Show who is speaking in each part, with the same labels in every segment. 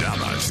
Speaker 1: Caballeros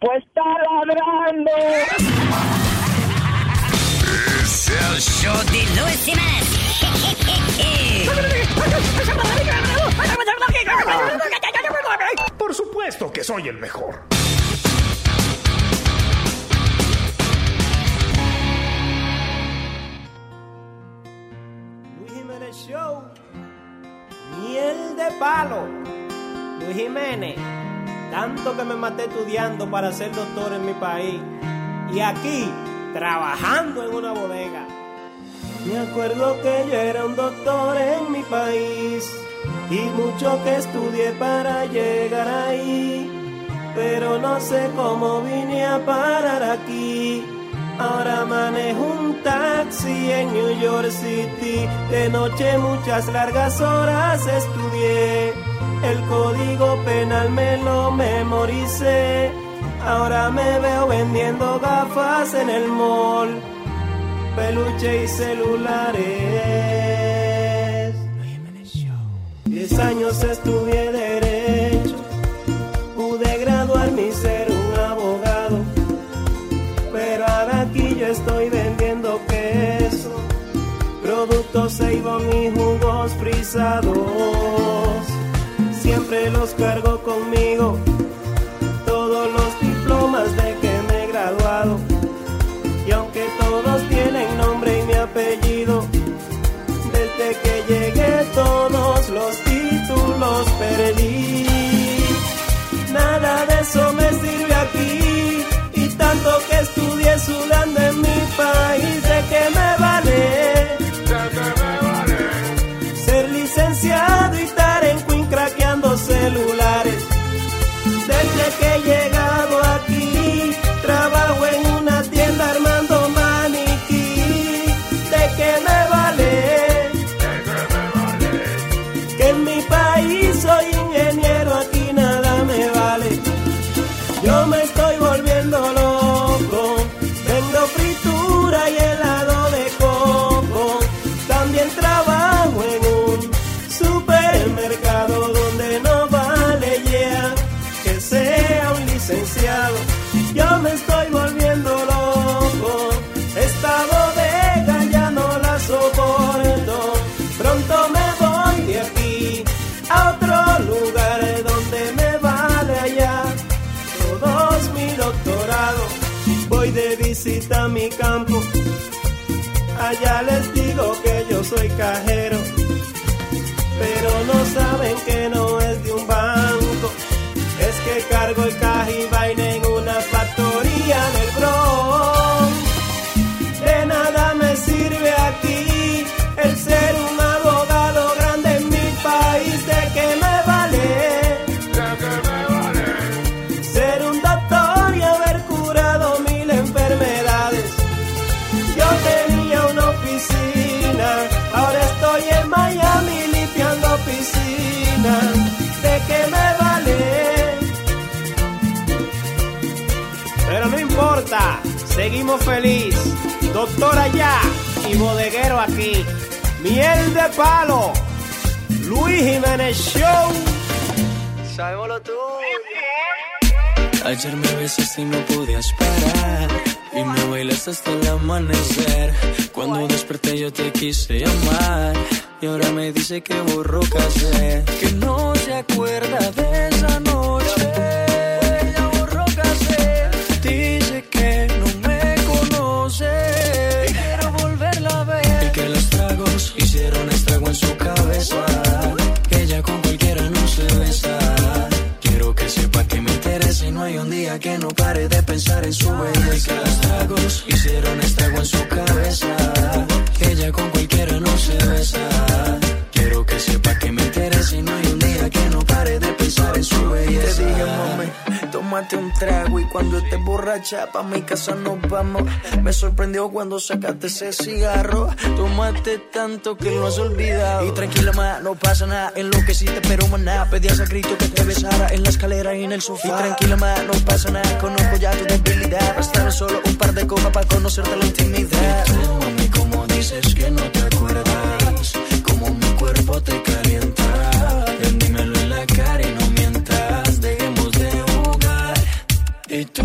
Speaker 2: Pues está ladrando.
Speaker 1: Es el show de Luis Semanas.
Speaker 3: Por supuesto que soy el mejor.
Speaker 4: Luis Jiménez Show. Miel de palo. Luis Jiménez. Tanto que me maté estudiando para ser doctor en mi país. Y aquí, trabajando en una bodega. Me acuerdo que yo era un doctor en mi país. Y mucho que estudié para llegar ahí. Pero no sé cómo vine a parar aquí. Ahora manejo un taxi en New York City. De noche muchas largas horas estudié. El código penal me lo memoricé. Ahora me veo vendiendo gafas en el mall. Peluche y celulares. Diez años estudié derecho. Pude graduarme y ser un abogado. Pero ahora aquí yo estoy vendiendo queso, productos Seibon y jugos frisados. Siempre los cargo conmigo, todos los diplomas de que me he graduado. Y aunque todos tienen nombre y mi apellido, desde que llegué todos los títulos perdí. Nada de eso me sirve aquí. Y tanto que estudié sudando en mi país, ¿de qué me vale? Ser licenciado y estar en Queen craqueando celulares. Desde que he llegado aquí, trabajo en una tienda armando maniquí. ¿De qué me vale? Que en mi país soy ingeniero, aquí nada me vale. Yo me estoy volviendo loco. Vendo fritura y helado de coco. También trabajo en un supermercado donde no vale ya que sea un licenciado. Yo me estoy volviendo loco. Esta bodega ya no la soporto. Pronto me voy de aquí a otro lugar donde me vale allá todos mi doctorado. Voy de visita a mi campo. Allá les digo que yo soy cajero, pero no saben que no es de un banco. Es que cargo el caja y vaina en una factoría del Bronx. De nada me sirve aquí el ser un abogado grande en mi país. ¿De qué me vale? ser un doctor y haber curado mil enfermedades. Yo tenía una oficina, ahora estoy en Miami limpiando piscina. ¿De qué me vale? Pero no importa, seguimos feliz. Doctor allá y bodeguero aquí. Miel de palo, Luis Jiménez Show. Sabemos tú.
Speaker 5: Ayer me besaste y no podías parar Y me bailaste hasta el amanecer Cuando desperté yo te quise llamar Y ahora me dice que borró casé Que no se acuerda de esa noche Ella borró casé Dice que no me conoce Quiero volverla a ver Y que los tragos hicieron estrago en su cabeza Que ella con cualquiera no se besa Quiero que sepa que me interesa y no hay un día que no pare de pensar en su belleza. Que los tragos hicieron estrago en su cabeza. Que ella con cualquiera no se besa. Quiero que sepa que me interesa y no hay un día que no pare de pensar en su belleza. Te dije, mami, tómate un trago y cuando estés borracha pa' mi casa nos vamos. Me sorprendió cuando sacaste ese cigarro, tomaste tanto que lo has olvidado. Y tranquila más, no pasa nada, en lo que sí te espero maná. Pedías a grito que te besara en la escalera y en el sofá. Y tranquila más, no pasa nada, conozco ya tu debilidad. Bastaron solo un par de copas para conocerte la intimidad. Y tú, mami, como dices que no te acuerdas, como mi cuerpo te calienta. Ven, dímelo en la cara y no mientas, dejemos de jugar. Y tú,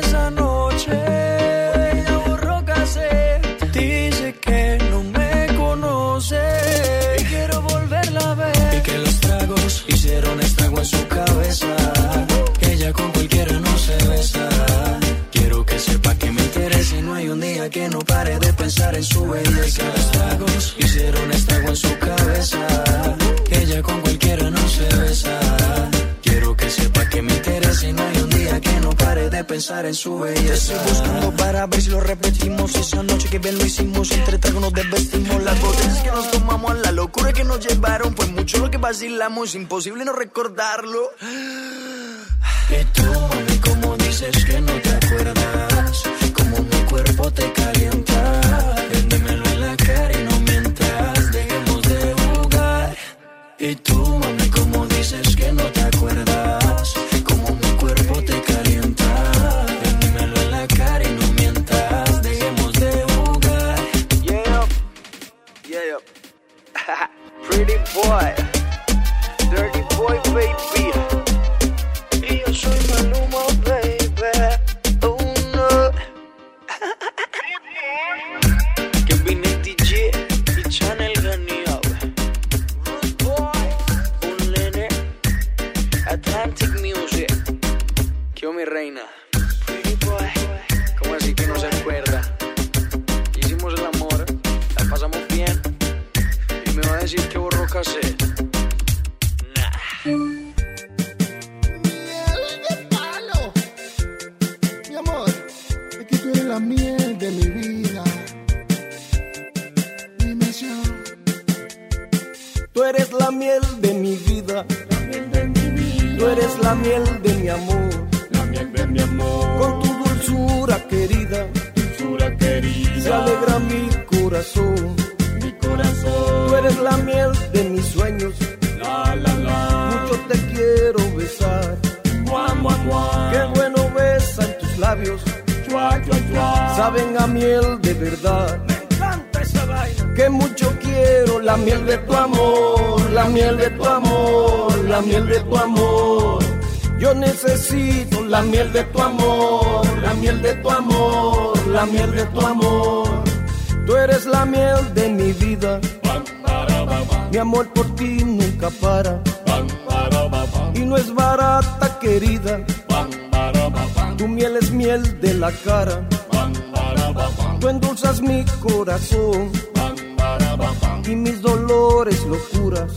Speaker 5: esa noche Ella borró casé Dice que no me conoce Y quiero volverla a ver Y que los tragos hicieron estrago en su cabeza Que ella con cualquiera no se besa Quiero que sepa que me interesa y no hay un día que no pare de pensar en su belleza. Los tragos hicieron estrago en su cabeza. Ella con cualquiera no se besa. Quiero que sepa que me interesa y no hay un día que no pare de pensar en su belleza. Te estoy buscando para ver si lo repetimos. Esa noche que bien lo hicimos, entre tragos nos desvestimos. Las botellas que nos tomamos, la locura que nos llevaron. Pues mucho lo que vacilamos, imposible no recordarlo. Y tú, mami, como dices que no te acuerdas, como mi cuerpo te calienta. Véndemelo en la cara y no mientas, dejemos de jugar. Y tú, mami, como dices que no te acuerdas, como mi cuerpo te calienta. Véndemelo en la cara y no mientas, dejemos de jugar.
Speaker 6: Yeah, yeah, pretty boy, dirty boy, baby.
Speaker 5: Y yo soy Maluma, baby. Oh, no. Kevin el DJ y Chanel Ganiao. Rude Boy. Un nene. Atlantic Music. Yo mi reina. Pretty boy. ¿Cómo así que no se acuerda? Hicimos el amor, la pasamos bien. Y me va a decir que borró cassette.
Speaker 7: Miel de palo. Mi amor, es que tú eres la miel de mi vida. Mi misión.
Speaker 6: Tú eres la miel de mi vida. Tú eres la miel de mi amor. Con tu dulzura querida, se alegra mi corazón. Tú eres la miel de mis sueños. Mucho te quiero besar. Qué bueno besan tus labios. Saben a miel de verdad. Que mucho quiero la miel de tu amor, la miel de tu amor, la miel de tu amor. Yo necesito la miel de tu amor, la miel de tu amor, la miel de tu amor. Tú eres la miel de mi vida, mi amor por ti nunca para. Y no es barata, querida, tu miel es miel de la cara. Tú endulzas mi corazón y mis dolores locuras.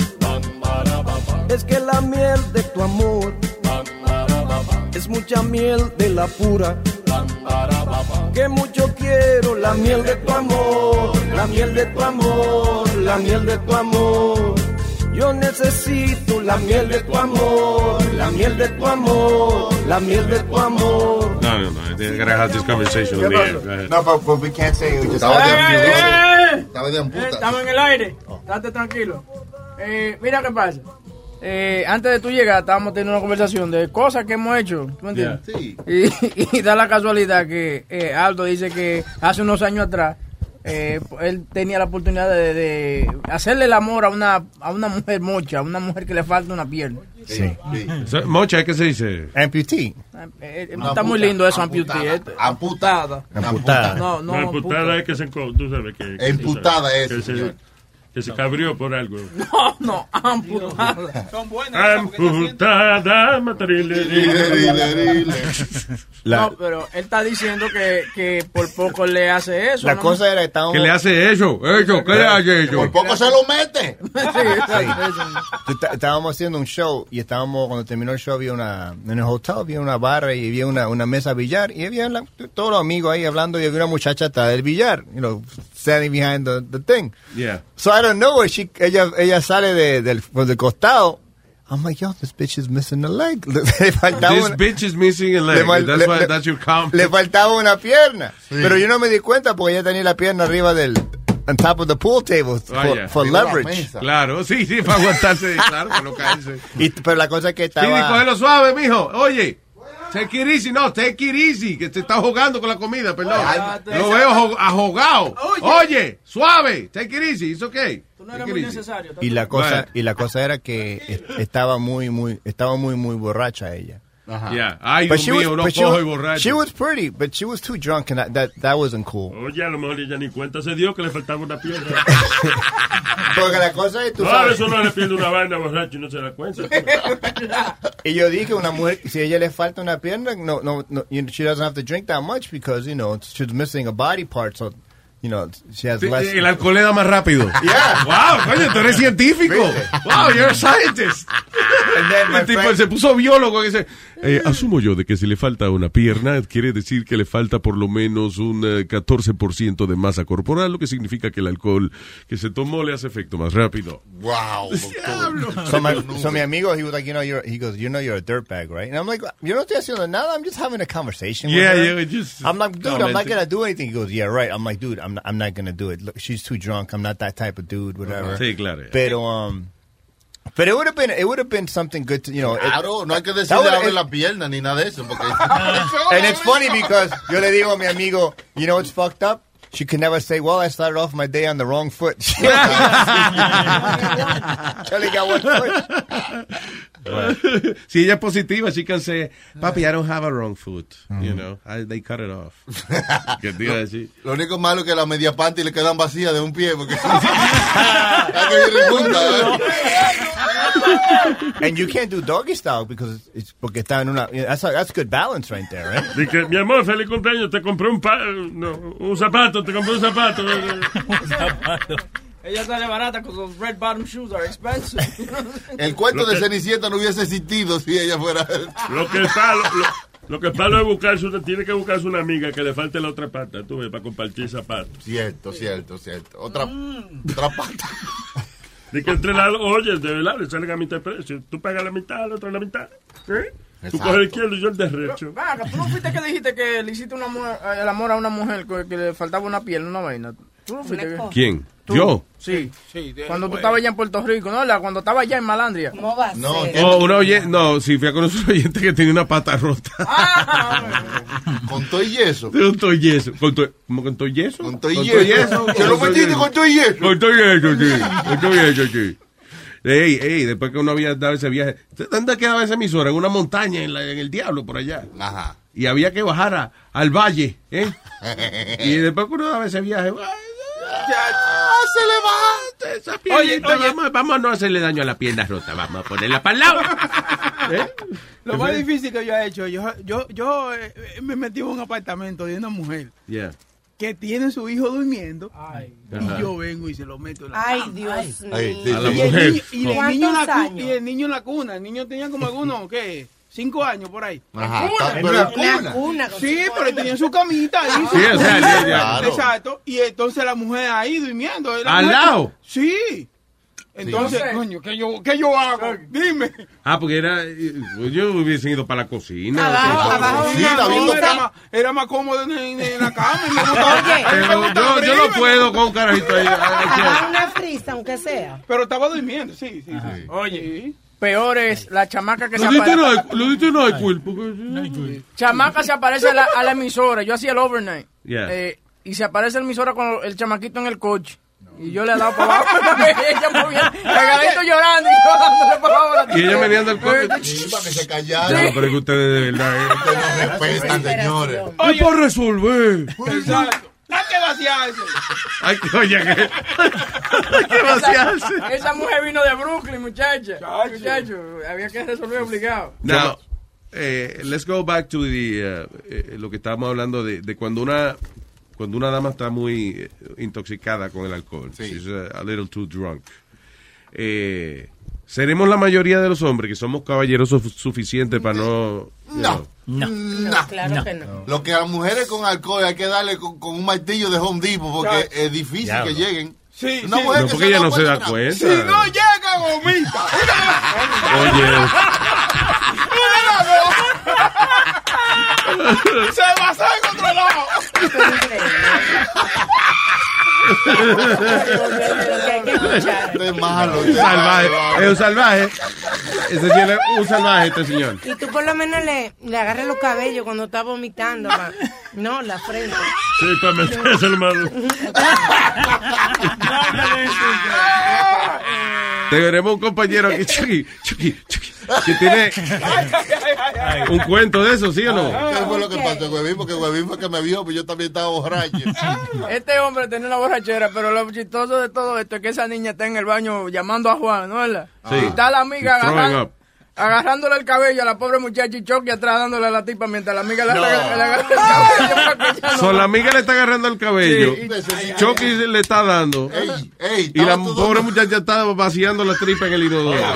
Speaker 6: Es que la miel de tu amor es mucha miel de la pura. Que mucho quiero la miel de tu amor, la miel de tu amor, la miel de tu amor. Yo necesito la miel de tu amor, la miel de tu amor, la miel de tu amor.
Speaker 8: No, no, no. I think I gotta have this conversation with Leanne. Go ahead.
Speaker 9: No, but, but we can't say it. We just
Speaker 10: Estaba de
Speaker 9: you wrote it.
Speaker 10: ¡Eh!
Speaker 9: Estaba de
Speaker 10: Eh,
Speaker 9: puta. Oh.
Speaker 10: Estamos en el aire. Estate tranquilo. Eh, mira qué pasa. Eh, antes de tú llegar, estábamos teniendo una conversación de cosas que hemos hecho. ¿Tú me entiendes?
Speaker 7: Sí.
Speaker 10: Y, y da la casualidad que eh, Aldo dice que hace unos años atrás eh, él tenía la oportunidad de, de hacerle el amor a una, a una mujer mocha, a una mujer que le falta una pierna.
Speaker 9: Sí. sí.
Speaker 8: So, Mocha, ¿qué se dice?
Speaker 11: Amputee.
Speaker 10: Eh, eh,
Speaker 9: Una
Speaker 10: está muy
Speaker 9: puta,
Speaker 10: lindo eso,
Speaker 9: amputada,
Speaker 10: amputee. Eh,
Speaker 9: amputada,
Speaker 11: Amputada.
Speaker 10: No, no,
Speaker 12: la emputada
Speaker 10: puta.
Speaker 12: es que se enco- tú sabes que...
Speaker 9: Emputada
Speaker 12: que
Speaker 9: es,
Speaker 12: se-
Speaker 9: señor.
Speaker 12: Que se cabrió por algo.
Speaker 10: No, no, amputada.
Speaker 13: Son
Speaker 12: Amputada, matrilerile.
Speaker 10: No, pero él está diciendo que, que por poco le hace eso.
Speaker 12: La cosa
Speaker 10: era
Speaker 12: ¿Qué le hace eso? Eso, ¿qué le hace eso?
Speaker 9: Por poco se lo mete.
Speaker 10: Sí.
Speaker 9: Yo esta- estábamos haciendo un show y estábamos, cuando terminó el show, había una, en el hotel había una barra y había una, una mesa billar y había la- todos los amigos ahí hablando y había una muchacha atrás del billar, you know, standing behind the, the thing.
Speaker 12: Yeah.
Speaker 9: So I don't know, she, ella, ella sale de, del, por del costado. I'm like, yo, this bitch is missing a leg. Le faltaba
Speaker 12: This
Speaker 9: una-
Speaker 12: bitch is missing a
Speaker 9: le
Speaker 12: leg.
Speaker 9: fal-
Speaker 12: That's
Speaker 9: le-
Speaker 12: why
Speaker 9: le-
Speaker 12: that's your comp.
Speaker 9: le faltaba una pierna.
Speaker 12: Sí.
Speaker 9: Pero yo no me di cuenta porque ella tenía la pierna arriba del, on top of the pool table for,
Speaker 12: Vaya.
Speaker 9: for leverage.
Speaker 12: Oh, Claro, sí, sí, para aguantarse, claro, para no caerse.
Speaker 9: Y- pero la cosa es que
Speaker 12: Speedy,
Speaker 9: estaba...
Speaker 12: cógelo suave, mijo. Oye, take it easy. No, take it easy, que te está jugando con la comida, perdón. Lo veo jo- ahogado.
Speaker 10: Oye.
Speaker 12: Oye, suave, take it easy, it's okay.
Speaker 10: No era
Speaker 12: Take
Speaker 10: muy
Speaker 12: it easy.
Speaker 10: necesario.
Speaker 9: y la cosa
Speaker 12: Right.
Speaker 9: y la cosa era que est- estaba muy muy estaba muy muy borracha ella
Speaker 12: Ajá. Yeah. Ay, Dios mío, no
Speaker 9: but she
Speaker 12: cojo y
Speaker 9: was-
Speaker 12: borracho.
Speaker 9: she was pretty but she was too drunk and I- that that wasn't cool
Speaker 12: Oye, a lo mejor ella ni cuenta se dio que le faltaba una pierna.
Speaker 9: Porque la cosa es, tú
Speaker 14: no,
Speaker 9: sabes.
Speaker 14: eso no le pierde una vaina borracho y no se da cuenta.
Speaker 9: y yo dije una mujer si a ella le falta una pierna no no, no you know, she doesn't have to drink that much because you know she's missing a body part so you know she has less
Speaker 12: El alcohol le da más rápido.
Speaker 9: Yeah.
Speaker 12: Wow, coño, tú eres científico. Wow, you're a scientist.
Speaker 8: Ah,
Speaker 12: El tipo se puso biólogo. que se-
Speaker 8: Eh, asumo yo de que si le falta una pierna, quiere decir que le falta por lo menos un eh, 14% de masa corporal, lo que significa que el alcohol que se tomó le hace efecto más rápido.
Speaker 9: Wow. so, my, so mi amigo, he was like, you know, you're, he goes, you know, you're a dirtbag, right? And I'm like, you know, estoy haciendo nada. I'm just having a conversation.
Speaker 12: Yeah,
Speaker 9: with her.
Speaker 12: yeah, we just
Speaker 9: I'm like, dude, I'm not
Speaker 12: commenting.
Speaker 9: gonna do anything. He goes, yeah, right. I'm like, dude, I'm not, I'm not gonna do it. Look, she's too drunk. I'm not that type of dude. Whatever.
Speaker 12: Uh-huh. Sí, claro.
Speaker 9: Pero um, but it would have been it would have been something good to you know. it-
Speaker 7: Claro, no hay que
Speaker 9: that
Speaker 7: decirle
Speaker 9: would-
Speaker 7: abre
Speaker 9: it-
Speaker 7: la pierna ni nada de eso. Porque...
Speaker 9: and it's funny because yo le digo a mi amigo, you know what's fucked up? She can never say, well, I started off my day on the wrong foot. She only got one foot.
Speaker 12: si ella es positiva, she can say, papi, I don't have a wrong foot. You know, I- they cut it off. Que te iba a decir.
Speaker 7: Lo único malo es que las media panty le quedan vacías de un pie. Porque... Hay que ir juntas, ¿eh?
Speaker 9: and you can't do doggy style because it's, it's porque está en una. That's that's good balance right there, right?
Speaker 14: Di que, mi amor, feliz cumpleaños, te compré un, pa- no, un zapato, te compré un zapato.
Speaker 10: Ella sale barata con los red bottom shoes are expensive.
Speaker 7: El cuento
Speaker 14: Lo
Speaker 7: de
Speaker 14: que-
Speaker 7: Cenicienta no hubiese existido si ella fuera...
Speaker 14: Lo que está, lo, lo- lo que está lo de buscarse, una- tiene que buscarse una amiga que le falte la otra pata, tú ves, para compartir zapatos.
Speaker 7: Cierto, cierto, cierto. Otra, otra pata.
Speaker 14: Di que entre las, oye, de verdad, le salen a mitad de precio. Tú pagas la mitad, el otro la mitad. ¿eh? Tú
Speaker 7: Exacto.
Speaker 14: coges el izquierdo y yo el derecho.
Speaker 10: Venga, ¿tú no fuiste que dijiste que le hiciste una mujer- el amor a una mujer que, que le faltaba una pierna, una vaina? ¿Tú no fuiste que-
Speaker 8: ¿Quién?
Speaker 10: ¿Tú?
Speaker 8: ¿Yo?
Speaker 10: Sí. Cuando tú
Speaker 8: Bueno.
Speaker 10: estabas allá en Puerto Rico, ¿no? La- Cuando estaba allá en Malandria. ¿Cómo va
Speaker 8: No, Oh, una oye- no, si fui a conocer un oyente que tenía una pata rota.
Speaker 7: Con todo y yeso.
Speaker 8: Con todo y yeso. Con todo- ¿Cómo con todo y yeso? Con
Speaker 7: todo y yeso. ¿Te lo metiste con todo y yeso?
Speaker 8: Con todo y yeso, sí. Con todo y yeso, sí. Ey, ey, después que uno había dado ese viaje. ¿Dónde quedaba esa emisora? En una montaña, en, la- en el diablo, por allá.
Speaker 7: Ajá.
Speaker 8: Y había que bajar a- al valle, ¿eh? Y después que uno daba ese viaje,
Speaker 7: se
Speaker 8: levanta esa piernita, Vamos, vamos a no hacerle daño a la pierna rota, vamos a ponerla para el lado. ¿Eh?
Speaker 13: Lo más difícil que yo he hecho, yo, yo, yo eh, me metí en un apartamento de una mujer
Speaker 8: Yeah.
Speaker 13: que tiene su hijo durmiendo
Speaker 8: Ajá.
Speaker 13: y yo vengo y se lo meto en la
Speaker 15: Ay,
Speaker 13: cama.
Speaker 15: Dios mío.
Speaker 8: Ay, sí, A la
Speaker 13: Y el
Speaker 8: mujer.
Speaker 13: niño- Y el
Speaker 15: ¿Cuántos
Speaker 13: niño en la cu-
Speaker 15: años?
Speaker 13: y el niño en la cuna, el niño tenía como algunos, ¿qué? Cinco años por ahí.
Speaker 7: Ajá,
Speaker 13: Cuna.
Speaker 7: está- pero en
Speaker 13: Una
Speaker 7: cuna.
Speaker 13: cuna con Sí, pero tenía su camita ahí.
Speaker 7: Sí, o sea, ya, ya. Claro.
Speaker 13: Exacto. Y entonces la mujer ahí durmiendo. la
Speaker 8: ¿Al
Speaker 13: mujer-
Speaker 8: lado?
Speaker 13: Sí. Entonces,
Speaker 8: Sí.
Speaker 13: coño, ¿qué yo, ¿qué yo hago? Dime.
Speaker 8: Ah, porque era. eh, Yo hubiese ido para la cocina.
Speaker 13: Abajo, abajo
Speaker 8: Sí,
Speaker 13: una
Speaker 8: la vi-
Speaker 13: bolsa. era, más, era más cómodo en, en- en la cama. y me gustaba-
Speaker 8: Oye.
Speaker 13: a mí me
Speaker 8: Pero
Speaker 13: gustaba
Speaker 8: yo- yo no
Speaker 13: abrirme.
Speaker 8: puedo con un carajito ahí. Ay,
Speaker 15: Agarra una frisa, aunque sea.
Speaker 13: Pero estaba durmiendo, sí, sí. sí. Oye.
Speaker 10: Peor es la chamaca que se
Speaker 8: Lo diste no
Speaker 10: aparece.
Speaker 8: hay, lo diste no hay culpa.
Speaker 10: Chamaca se aparece a la, a la emisora. Yo hacía el overnight.
Speaker 8: Yeah.
Speaker 10: Eh, y se aparece la emisora con el chamaquito en el coche. Y yo le he dado para abajo. ella movía, regaladito llorando. Y yo dándole para abajo.
Speaker 8: Y ella veniendo al coche.
Speaker 7: Sí, para que se
Speaker 8: Ya,
Speaker 7: callara.
Speaker 8: pero pues, es que ustedes de verdad. eh.
Speaker 7: Respetan, señores.
Speaker 8: ¡Ay, por resolver!
Speaker 13: Exacto. ¡La que
Speaker 16: vaciarse.
Speaker 8: Ay, oye, que-
Speaker 16: Hay que vaciarse.
Speaker 10: Esa, esa mujer vino de Brooklyn, muchacha. Muchacho, había que resolver obligado.
Speaker 8: Now, eh, let's go back to the, uh, eh, lo que estábamos hablando de, de cuando una cuando una dama está muy eh, intoxicada con el alcohol. She's uh, a, little too drunk. Eh, seremos la mayoría de los hombres que somos caballeros su- suficientes para no... you know.
Speaker 7: No,
Speaker 15: claro que no.
Speaker 7: Lo que a las mujeres con alcohol hay que darle con, con un martillo de Home Depot porque es difícil
Speaker 8: Diablo.
Speaker 7: que lleguen.
Speaker 16: Sí,
Speaker 7: Una
Speaker 8: sí.
Speaker 7: mujer
Speaker 8: No,
Speaker 7: que
Speaker 8: porque
Speaker 7: se
Speaker 8: ella no se da
Speaker 7: nada.
Speaker 8: cuenta.
Speaker 7: Sí, no.
Speaker 16: No llega, gomita.
Speaker 8: Oye,
Speaker 16: Se va a hacer controlado.
Speaker 7: Este es malo.
Speaker 8: un salvaje. Es un salvaje. Ese sí es un salvaje este señor.
Speaker 15: Y tú por lo menos le, le agarras los cabellos cuando está vomitando. pa- No, la frente.
Speaker 12: Sí, para meterse, hermano.
Speaker 8: Tenemos un compañero aquí, Chucky, Chucky, Chucky, que tiene un cuento de eso, ¿sí o no?
Speaker 7: Ah, ¿Qué fue lo que pasó, Huevín? Porque Huevín fue que me vio, pues yo también estaba borracho.
Speaker 10: Este hombre tenía una borrachera, pero lo chistoso de todo esto es que esa niña está en el baño llamando a Juan, ¿no es verdad?
Speaker 8: Sí.
Speaker 10: Y está la amiga
Speaker 8: Throwing
Speaker 10: agarran-
Speaker 8: up.
Speaker 10: agarrándole el cabello a la pobre muchacha y choque atrás dándole a la tipa mientras la amiga le,
Speaker 8: No.
Speaker 10: le- le agarra el cabello. para que ella no-
Speaker 8: So, la amiga le está agarrando el cabello. Chucky le está dando. y la pobre muchacha está vaciando la tripa en el inodoro.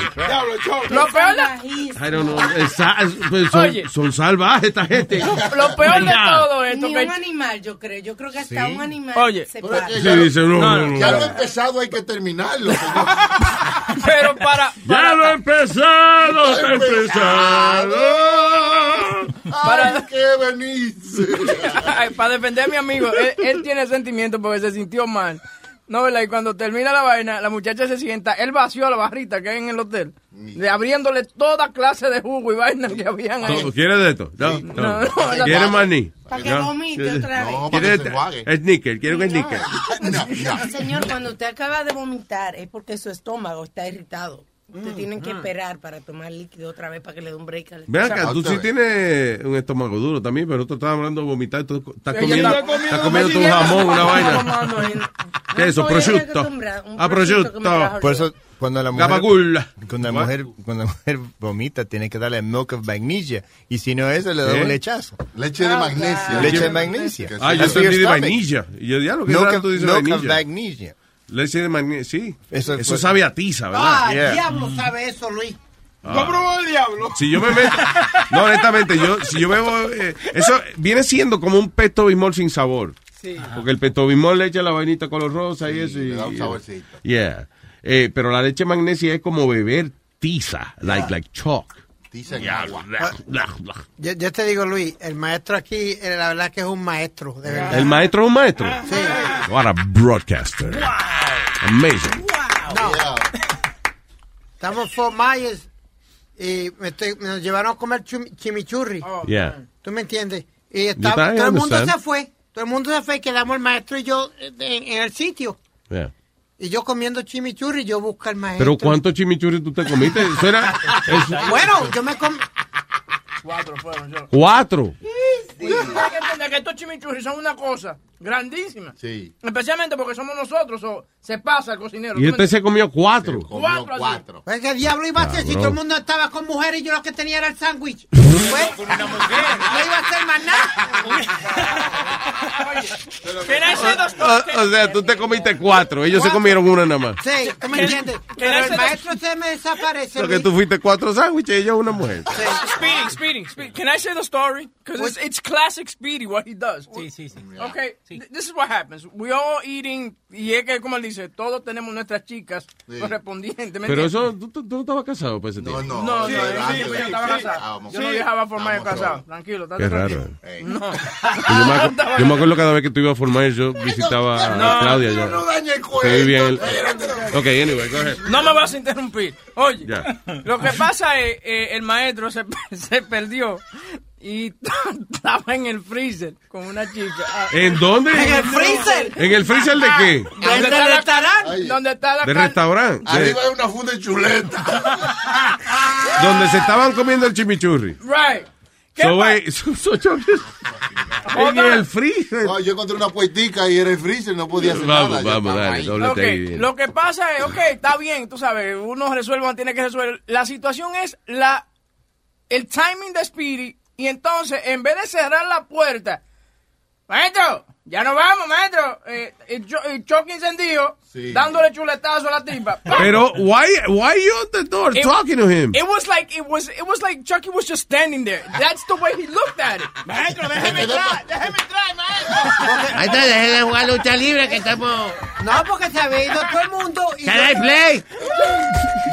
Speaker 10: Lo peor de-
Speaker 8: I don't know. Esa- pues son,
Speaker 10: Oye.
Speaker 8: son salvajes esta gente.
Speaker 10: lo peor de
Speaker 8: Venga.
Speaker 10: todo esto
Speaker 15: Ni
Speaker 10: que-
Speaker 15: un animal, yo creo. Yo creo que hasta
Speaker 8: Sí.
Speaker 15: un animal
Speaker 10: Oye.
Speaker 15: se para.
Speaker 8: Sí, dice, no, no, no,
Speaker 7: Ya
Speaker 8: no.
Speaker 7: lo he empezado, hay que terminarlo.
Speaker 10: Pero para.
Speaker 12: Ya lo he empezado, lo he empezado.
Speaker 10: Para-
Speaker 7: qué venís!
Speaker 10: Ay, para defender a mi amigo, él, él tiene sentimiento porque se sintió mal. No, ¿verdad? Y cuando termina la vaina, la muchacha se sienta, él vació la barrita que hay en el hotel, de abriéndole toda clase de jugo y vaina que habían ahí.
Speaker 8: To- ¿Quieres de esto? No, no.
Speaker 10: No, no, la-
Speaker 8: ¿Quieres maní?
Speaker 15: Para que
Speaker 8: No.
Speaker 15: vomite otra vez.
Speaker 7: No, para que
Speaker 8: ¿Quieres este
Speaker 7: se enjuague.
Speaker 8: sneaker? Quiero un sneaker.
Speaker 15: Señor, cuando usted acaba de vomitar es porque su estómago está irritado. Usted tienen que esperar para tomar líquido otra vez para que le dé un break. al-
Speaker 8: Ven acá,
Speaker 15: Exacto.
Speaker 8: tú sí tienes un estómago duro también, pero tú estás hablando de vomitar, tú estás
Speaker 15: Ella
Speaker 8: comiendo,
Speaker 15: está comiendo
Speaker 8: estás comiendo tu
Speaker 15: una
Speaker 8: jamón,
Speaker 15: silleta.
Speaker 8: una
Speaker 15: Mamá, no,
Speaker 8: vaina. Queso,
Speaker 15: no. Ah, No, yo estoy
Speaker 8: prosciutto.
Speaker 15: acostumbrada, un
Speaker 8: Ah,
Speaker 15: prosciutto que me
Speaker 8: prosciutto.
Speaker 15: trajo
Speaker 9: Por eso, cuando la mujer,
Speaker 8: Gabagool.
Speaker 9: cuando la mujer, cuando la mujer vomita, tiene que darle milk of magnesia. Y si no eso, le da
Speaker 8: ¿Eh?
Speaker 9: un lechazo.
Speaker 7: Leche
Speaker 15: Ah,
Speaker 7: de magnesia.
Speaker 9: Leche de magnesia.
Speaker 8: Ah, yo
Speaker 9: That's for your
Speaker 8: entendí de
Speaker 9: stomach.
Speaker 8: vainilla. Y yo diablo, ¿qué
Speaker 9: Milk
Speaker 8: raro
Speaker 9: of-
Speaker 8: tú dices
Speaker 9: milk of
Speaker 8: vainilla? Leche de magnesia, sí. Eso, sabe a tiza, ¿verdad?
Speaker 17: Ah,
Speaker 8: Yeah.
Speaker 17: el diablo sabe eso, Luis.
Speaker 8: Ah.
Speaker 17: ¿No probó el diablo?
Speaker 8: Si yo me meto, no, honestamente, yo, si yo bebo, eh, eso viene siendo como un pesto bismol sin sabor.
Speaker 17: Sí.
Speaker 8: Porque el pesto bismol le echa la vainita color rosa y eso. Y,
Speaker 7: le da un saborcito.
Speaker 8: Yeah. Eh, pero la leche magnesia es como beber tiza, like, like chalk.
Speaker 7: Dicen
Speaker 8: Yeah,
Speaker 7: agua.
Speaker 8: blah, blah, blah.
Speaker 17: Yo, yo te digo, Luis, el maestro aquí, eh, la verdad que es un maestro, de verdad.
Speaker 8: El maestro es un maestro. What a broadcaster. Amazing.
Speaker 17: No. Estamos en Fort Myers y me estoy- nos llevaron a comer chum- chimichurri.
Speaker 8: Yeah.
Speaker 17: ¿Tú me entiendes? Y
Speaker 8: Yo
Speaker 17: estaba,
Speaker 8: también
Speaker 17: todo el mundo
Speaker 8: understand.
Speaker 17: se fue. Todo el mundo se fue y quedamos el maestro y yo eh, en, en el sitio.
Speaker 8: Yeah.
Speaker 17: Y yo comiendo chimichurri, yo busco al maestro.
Speaker 8: Pero ¿cuántos chimichurri tú te comiste? Eso era eso-
Speaker 17: Bueno, yo me comí.
Speaker 10: Cuatro fueron yo.
Speaker 8: cuatro.
Speaker 10: Tú tienes que entender que estos chimichurri son una cosa grandísima.
Speaker 7: Sí.
Speaker 10: Especialmente porque somos nosotros, o se pasa el cocinero.
Speaker 8: Y
Speaker 10: ¿tú me
Speaker 8: este se comió cuatro.
Speaker 10: Cuatro, así.
Speaker 17: Pues, ¿Qué diablo iba a hacer si
Speaker 8: Cabrón.
Speaker 17: todo el mundo estaba con mujeres y yo lo que tenía era el sándwich? Pues, No iba a hacer más nada.
Speaker 8: Ah, O, o sea, tú te comiste cuatro. Ellos se comieron una nada más.
Speaker 17: Sí, ¿tú me entiendes? Pero el maestro se me desaparece.
Speaker 8: Lo que
Speaker 17: Luis.
Speaker 8: tú fuiste cuatro sándwiches y ellos una mujer.
Speaker 10: Speedy, Speedy, Speedy. Can I say the story? Because it's, it's classic Speedy what he does. Okay, th- this is what happens. We all eating, y es que, como él dice, todos tenemos nuestras chicas
Speaker 8: Sí.
Speaker 10: correspondientes. ¿me
Speaker 8: Pero
Speaker 10: entiendes?
Speaker 8: eso, tú, tú- tú no estabas casado para ese tiempo.
Speaker 10: No, no,
Speaker 7: Sí,
Speaker 10: yo-
Speaker 7: sí,
Speaker 10: sí,
Speaker 7: sí,
Speaker 10: yo estaba
Speaker 7: sí.
Speaker 10: casado.
Speaker 7: Estábamos
Speaker 10: Yo no
Speaker 7: solos.
Speaker 10: viajaba por más
Speaker 7: Estábamos
Speaker 10: casado.
Speaker 7: solos.
Speaker 10: Tranquilo, estate
Speaker 8: Qué
Speaker 10: tranquilo.
Speaker 8: raro.
Speaker 10: No.
Speaker 8: Yo me, acu- yo me acuerdo cada vez que tú ibas a formar, yo visitaba a
Speaker 10: No,
Speaker 8: Claudia. ya.
Speaker 10: no dañe el
Speaker 8: Que vivía en el-
Speaker 10: cuento.
Speaker 8: Ok, anyway, go ahead.
Speaker 10: No me vas a interrumpir. Oye,
Speaker 8: Ya.
Speaker 10: lo que pasa es eh, el maestro se, se perdió y estaba en el freezer con una chica. Ah.
Speaker 8: ¿En dónde?
Speaker 10: En el freezer. Ah,
Speaker 8: ¿En el freezer de qué?
Speaker 10: ¿Dónde está la- ¿Dónde está la
Speaker 8: ¿De
Speaker 10: cal-
Speaker 8: restaurante? De-
Speaker 7: Arriba hay una funda de chuleta.
Speaker 10: ah.
Speaker 8: donde se estaban comiendo el chimichurri.
Speaker 10: Right. ¿Qué
Speaker 8: So,
Speaker 10: pa-
Speaker 8: wait, so- so- so- en el freezer.
Speaker 7: No, yo encontré una puertica y era el freezer, no podía hacer
Speaker 8: Vamos,
Speaker 7: nada. ya
Speaker 8: vamos,
Speaker 7: estaba
Speaker 8: dale,
Speaker 7: ahí.
Speaker 8: doble
Speaker 10: Ok, Lo que pasa es, ok, está bien, tú sabes, uno resuelve, tiene que resolver. La situación es la el timing de Spirit y entonces, en vez de cerrar la puerta, maestro, ya nos vamos, maestro. Eh, el, cho- el choque incendió,
Speaker 8: Sí.
Speaker 10: dándole chuletazo a la tipa. ¡Pam!
Speaker 8: Pero, why, why you at the door
Speaker 10: It-
Speaker 8: talking to him?
Speaker 10: It was like it was it was like Chucky was just standing there. That's the way he looked at it. Maestro, déjeme entrar, déjeme entrar, maestro.
Speaker 16: Ahí está, dejen de jugar lucha libre que estamos.
Speaker 18: No, porque se había ido todo el mundo. y-
Speaker 16: Can I play?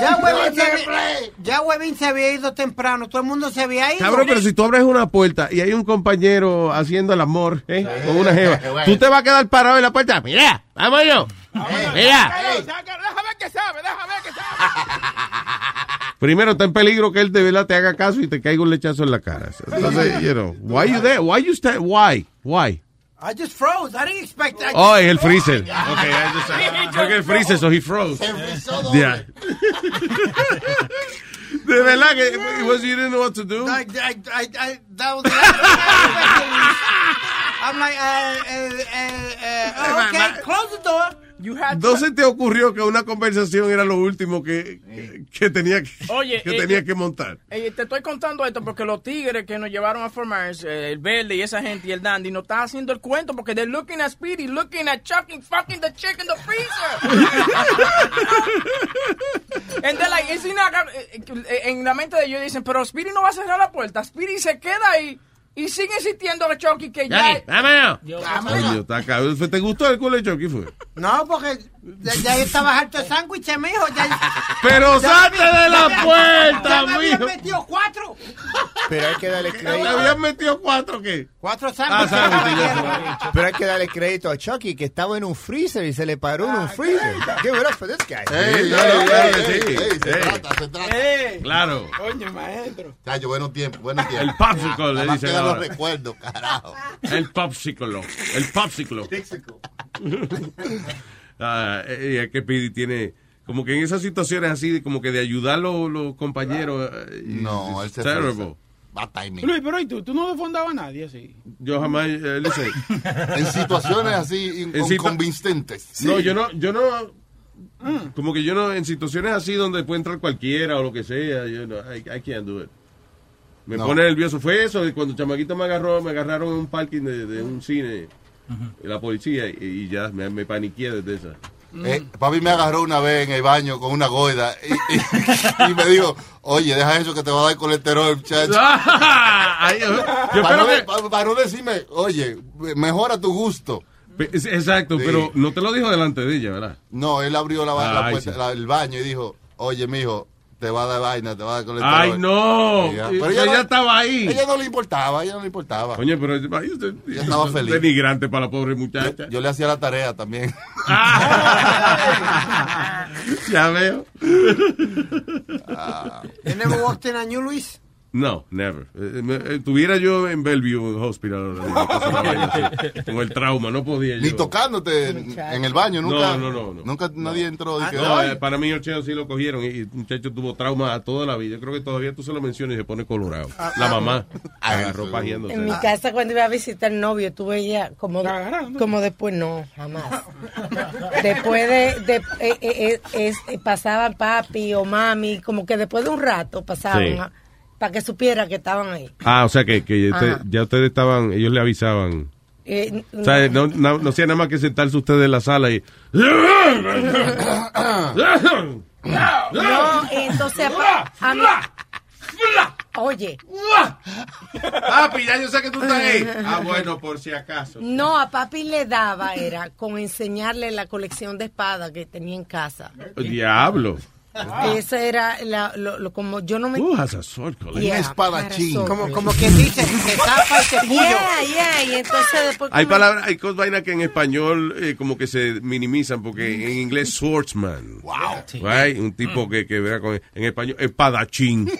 Speaker 18: Ya
Speaker 16: No
Speaker 18: Webin, se,
Speaker 16: se
Speaker 18: había- ya Webin se había ido temprano. Todo el mundo se había ido.
Speaker 8: Cabrón, pero si tú abres una puerta y hay un compañero haciendo el amor ¿eh? con una jeva, tú te vas a quedar parado en la puerta. Mira, vámonos. Mira,
Speaker 13: Déjame que sabe, déjame que sabe.
Speaker 8: primero está en peligro que él de verdad te haga caso y te caiga un lechazo en la cara. Entonces, you know, why you there? Why you stand? Why? Why?
Speaker 18: I just froze. I didn't expect that.
Speaker 8: Oh, en el freezer. Okay, I understand. Fue que el freezer, so he froze. Yeah. De verdad que it was, you didn't know what to do.
Speaker 18: I, I, I, I, that was the last thing I expected. I'm like, uh, uh, uh, uh, okay, close the door.
Speaker 10: You had
Speaker 8: ¿No se te ocurrió que una conversación era lo último que, que, que tenía, que,
Speaker 10: Oye,
Speaker 8: que
Speaker 10: eh,
Speaker 8: tenía
Speaker 10: eh,
Speaker 8: que montar?
Speaker 10: Eh, te estoy contando esto porque los tigres que nos llevaron a formarse, eh, el verde y esa gente y el dandy, no están haciendo el cuento porque they're looking at Speedy, looking at chucking fucking the chick in the freezer. And they're like, is he not gonna- eh, eh, En la mente de ellos dicen, pero Speedy no va a cerrar la puerta. Speedy se queda ahí y sigue insistiendo a Chucky que ya.
Speaker 8: Chucky, vámonos.
Speaker 18: Vámonos.
Speaker 8: Coño, está cabrón. ¿Te gustó el culo de Chucky? Fue?
Speaker 18: No, porque ya, ya yo estaba harto de sándwiches, mijo. Ya,
Speaker 8: Pero
Speaker 18: ya
Speaker 8: salte
Speaker 18: me-
Speaker 8: de la
Speaker 18: ya-
Speaker 8: puerta,
Speaker 18: ya me habían
Speaker 8: mijo.
Speaker 18: metido cuatro.
Speaker 9: Pero hay que darle
Speaker 8: ¿Le
Speaker 9: crédito.
Speaker 8: habían metido cuatro qué?
Speaker 18: Cuatro
Speaker 9: Ah,
Speaker 18: sándwiches.
Speaker 9: sándwiches, ya
Speaker 18: caballero.
Speaker 9: Pero hay que darle crédito a Chucky que estaba en un freezer y se le paró en
Speaker 8: Ah,
Speaker 9: un freezer. Give it up for this guy.
Speaker 7: Ey,
Speaker 9: No, no,
Speaker 7: ey,
Speaker 9: claro que
Speaker 7: ey,
Speaker 9: sí.
Speaker 7: ey, ey, se
Speaker 9: Ey.
Speaker 7: trata, se trata.
Speaker 8: Claro.
Speaker 13: Coño, maestro.
Speaker 7: Chacho, buenos tiempos, buenos tiempos.
Speaker 8: El popsicle, le
Speaker 7: Además,
Speaker 8: dicen
Speaker 7: quedan los
Speaker 8: ahora.
Speaker 7: recuerdos, carajo.
Speaker 8: El popsicle. El popsicle. Ah, eh, eh, que Pidi tiene. Como que en esas situaciones así, de- como que de ayudar a los, los compañeros. eh,
Speaker 7: No,
Speaker 8: it's
Speaker 7: él se
Speaker 8: terrible.
Speaker 7: Va timing.
Speaker 13: Luis, pero ¿y tú? ¿Tú no defondabas a nadie así?
Speaker 8: Yo jamás. eh, listen.
Speaker 7: En situaciones así
Speaker 8: En
Speaker 7: con-
Speaker 8: situa-
Speaker 7: convincentes.
Speaker 8: No, yo no, yo no. Como que yo no, en situaciones así donde puede entrar cualquiera o lo que sea, yo no, I, I can't do it. Me
Speaker 7: No.
Speaker 8: pone nervioso. Fue eso, de cuando chamaquito me agarró, me agarraron en un parking de, de un cine, la policía, y, y ya me, me paniqué desde esa.
Speaker 7: Eh, papi me agarró una vez en el baño con una goida y, y- y me dijo, oye, deja eso que te va a dar colesterol, chacho.
Speaker 8: Ay, yo- yo
Speaker 7: para,
Speaker 8: espero
Speaker 7: no,
Speaker 8: que-
Speaker 7: de- pa- para no decirme, oye, mejora tu gusto.
Speaker 8: Pe- es- Exacto,
Speaker 7: Sí.
Speaker 8: pero no te lo dijo delante de ella, ¿verdad?
Speaker 7: No, él abrió la, ba- la
Speaker 8: Ay,
Speaker 7: puerta-
Speaker 8: sí.
Speaker 7: la- el baño y dijo, oye, mijo, te va a dar vaina, te va a dar colesterol.
Speaker 8: Ay, no.
Speaker 7: Y ya.
Speaker 8: Pero ella
Speaker 7: no-
Speaker 8: estaba ahí.
Speaker 7: Ella no le importaba, ella no le importaba.
Speaker 8: Coño, pero ay, usted-
Speaker 7: Yo estaba feliz.
Speaker 8: Denigrante para la pobre muchacha.
Speaker 7: Yo le hacía la tarea también.
Speaker 8: ya veo.
Speaker 18: Ah. You never walked in on you, Luis.
Speaker 8: No, never. Eh, me- eh, tuviera yo en Bellevue Hospital ahora mismo, cosa más vaina así, con el trauma, no podía yo.
Speaker 7: Ni tocándote en, en el baño, nunca.
Speaker 8: No, no, no, no.
Speaker 7: Nunca nadie entró. dije,
Speaker 8: No,
Speaker 7: "Ay".
Speaker 8: eh, para mí, Orcheo sí lo cogieron y el muchacho tuvo trauma toda la vida. Yo creo que todavía tú se lo mencionas y se pone colorado.
Speaker 7: Ah,
Speaker 8: La mamá agarró pajeándose.
Speaker 15: En mi casa cuando iba a visitar novio, tuve ya como, como después no, jamás. Después de, de- eh, eh, eh, es- eh, pasaban papi o mami, como que después de un rato pasaban
Speaker 8: Sí.
Speaker 15: para que supiera que estaban ahí.
Speaker 8: Ah, o sea que, que
Speaker 15: Ajá.
Speaker 8: usted- ya ustedes estaban, ellos le avisaban.
Speaker 15: Eh,
Speaker 8: O sea, no, no, no hacía nada más que sentarse ustedes en la sala y...
Speaker 15: No, entonces apa- a mí- Oye,
Speaker 8: Papi, ya yo sé que tú estás ahí. Ah, bueno, por si acaso.
Speaker 15: no, a papi le daba era con enseñarle la colección de espadas que tenía en casa.
Speaker 8: Diablo.
Speaker 15: Esa era la, lo, lo- como yo no me
Speaker 8: Tú has a sword collection.
Speaker 15: Yeah, para
Speaker 18: Como,
Speaker 15: sobre.
Speaker 18: como que dice, se tapa y se puyo.
Speaker 15: Yeah, yeah, y entonces después
Speaker 8: Hay
Speaker 15: como-
Speaker 8: palabras, hay cosas vainas que en español eh, como que se minimizan porque
Speaker 15: Mm.
Speaker 8: en inglés swordsman. Wow. Un tipo que, que verá con en español espadachín.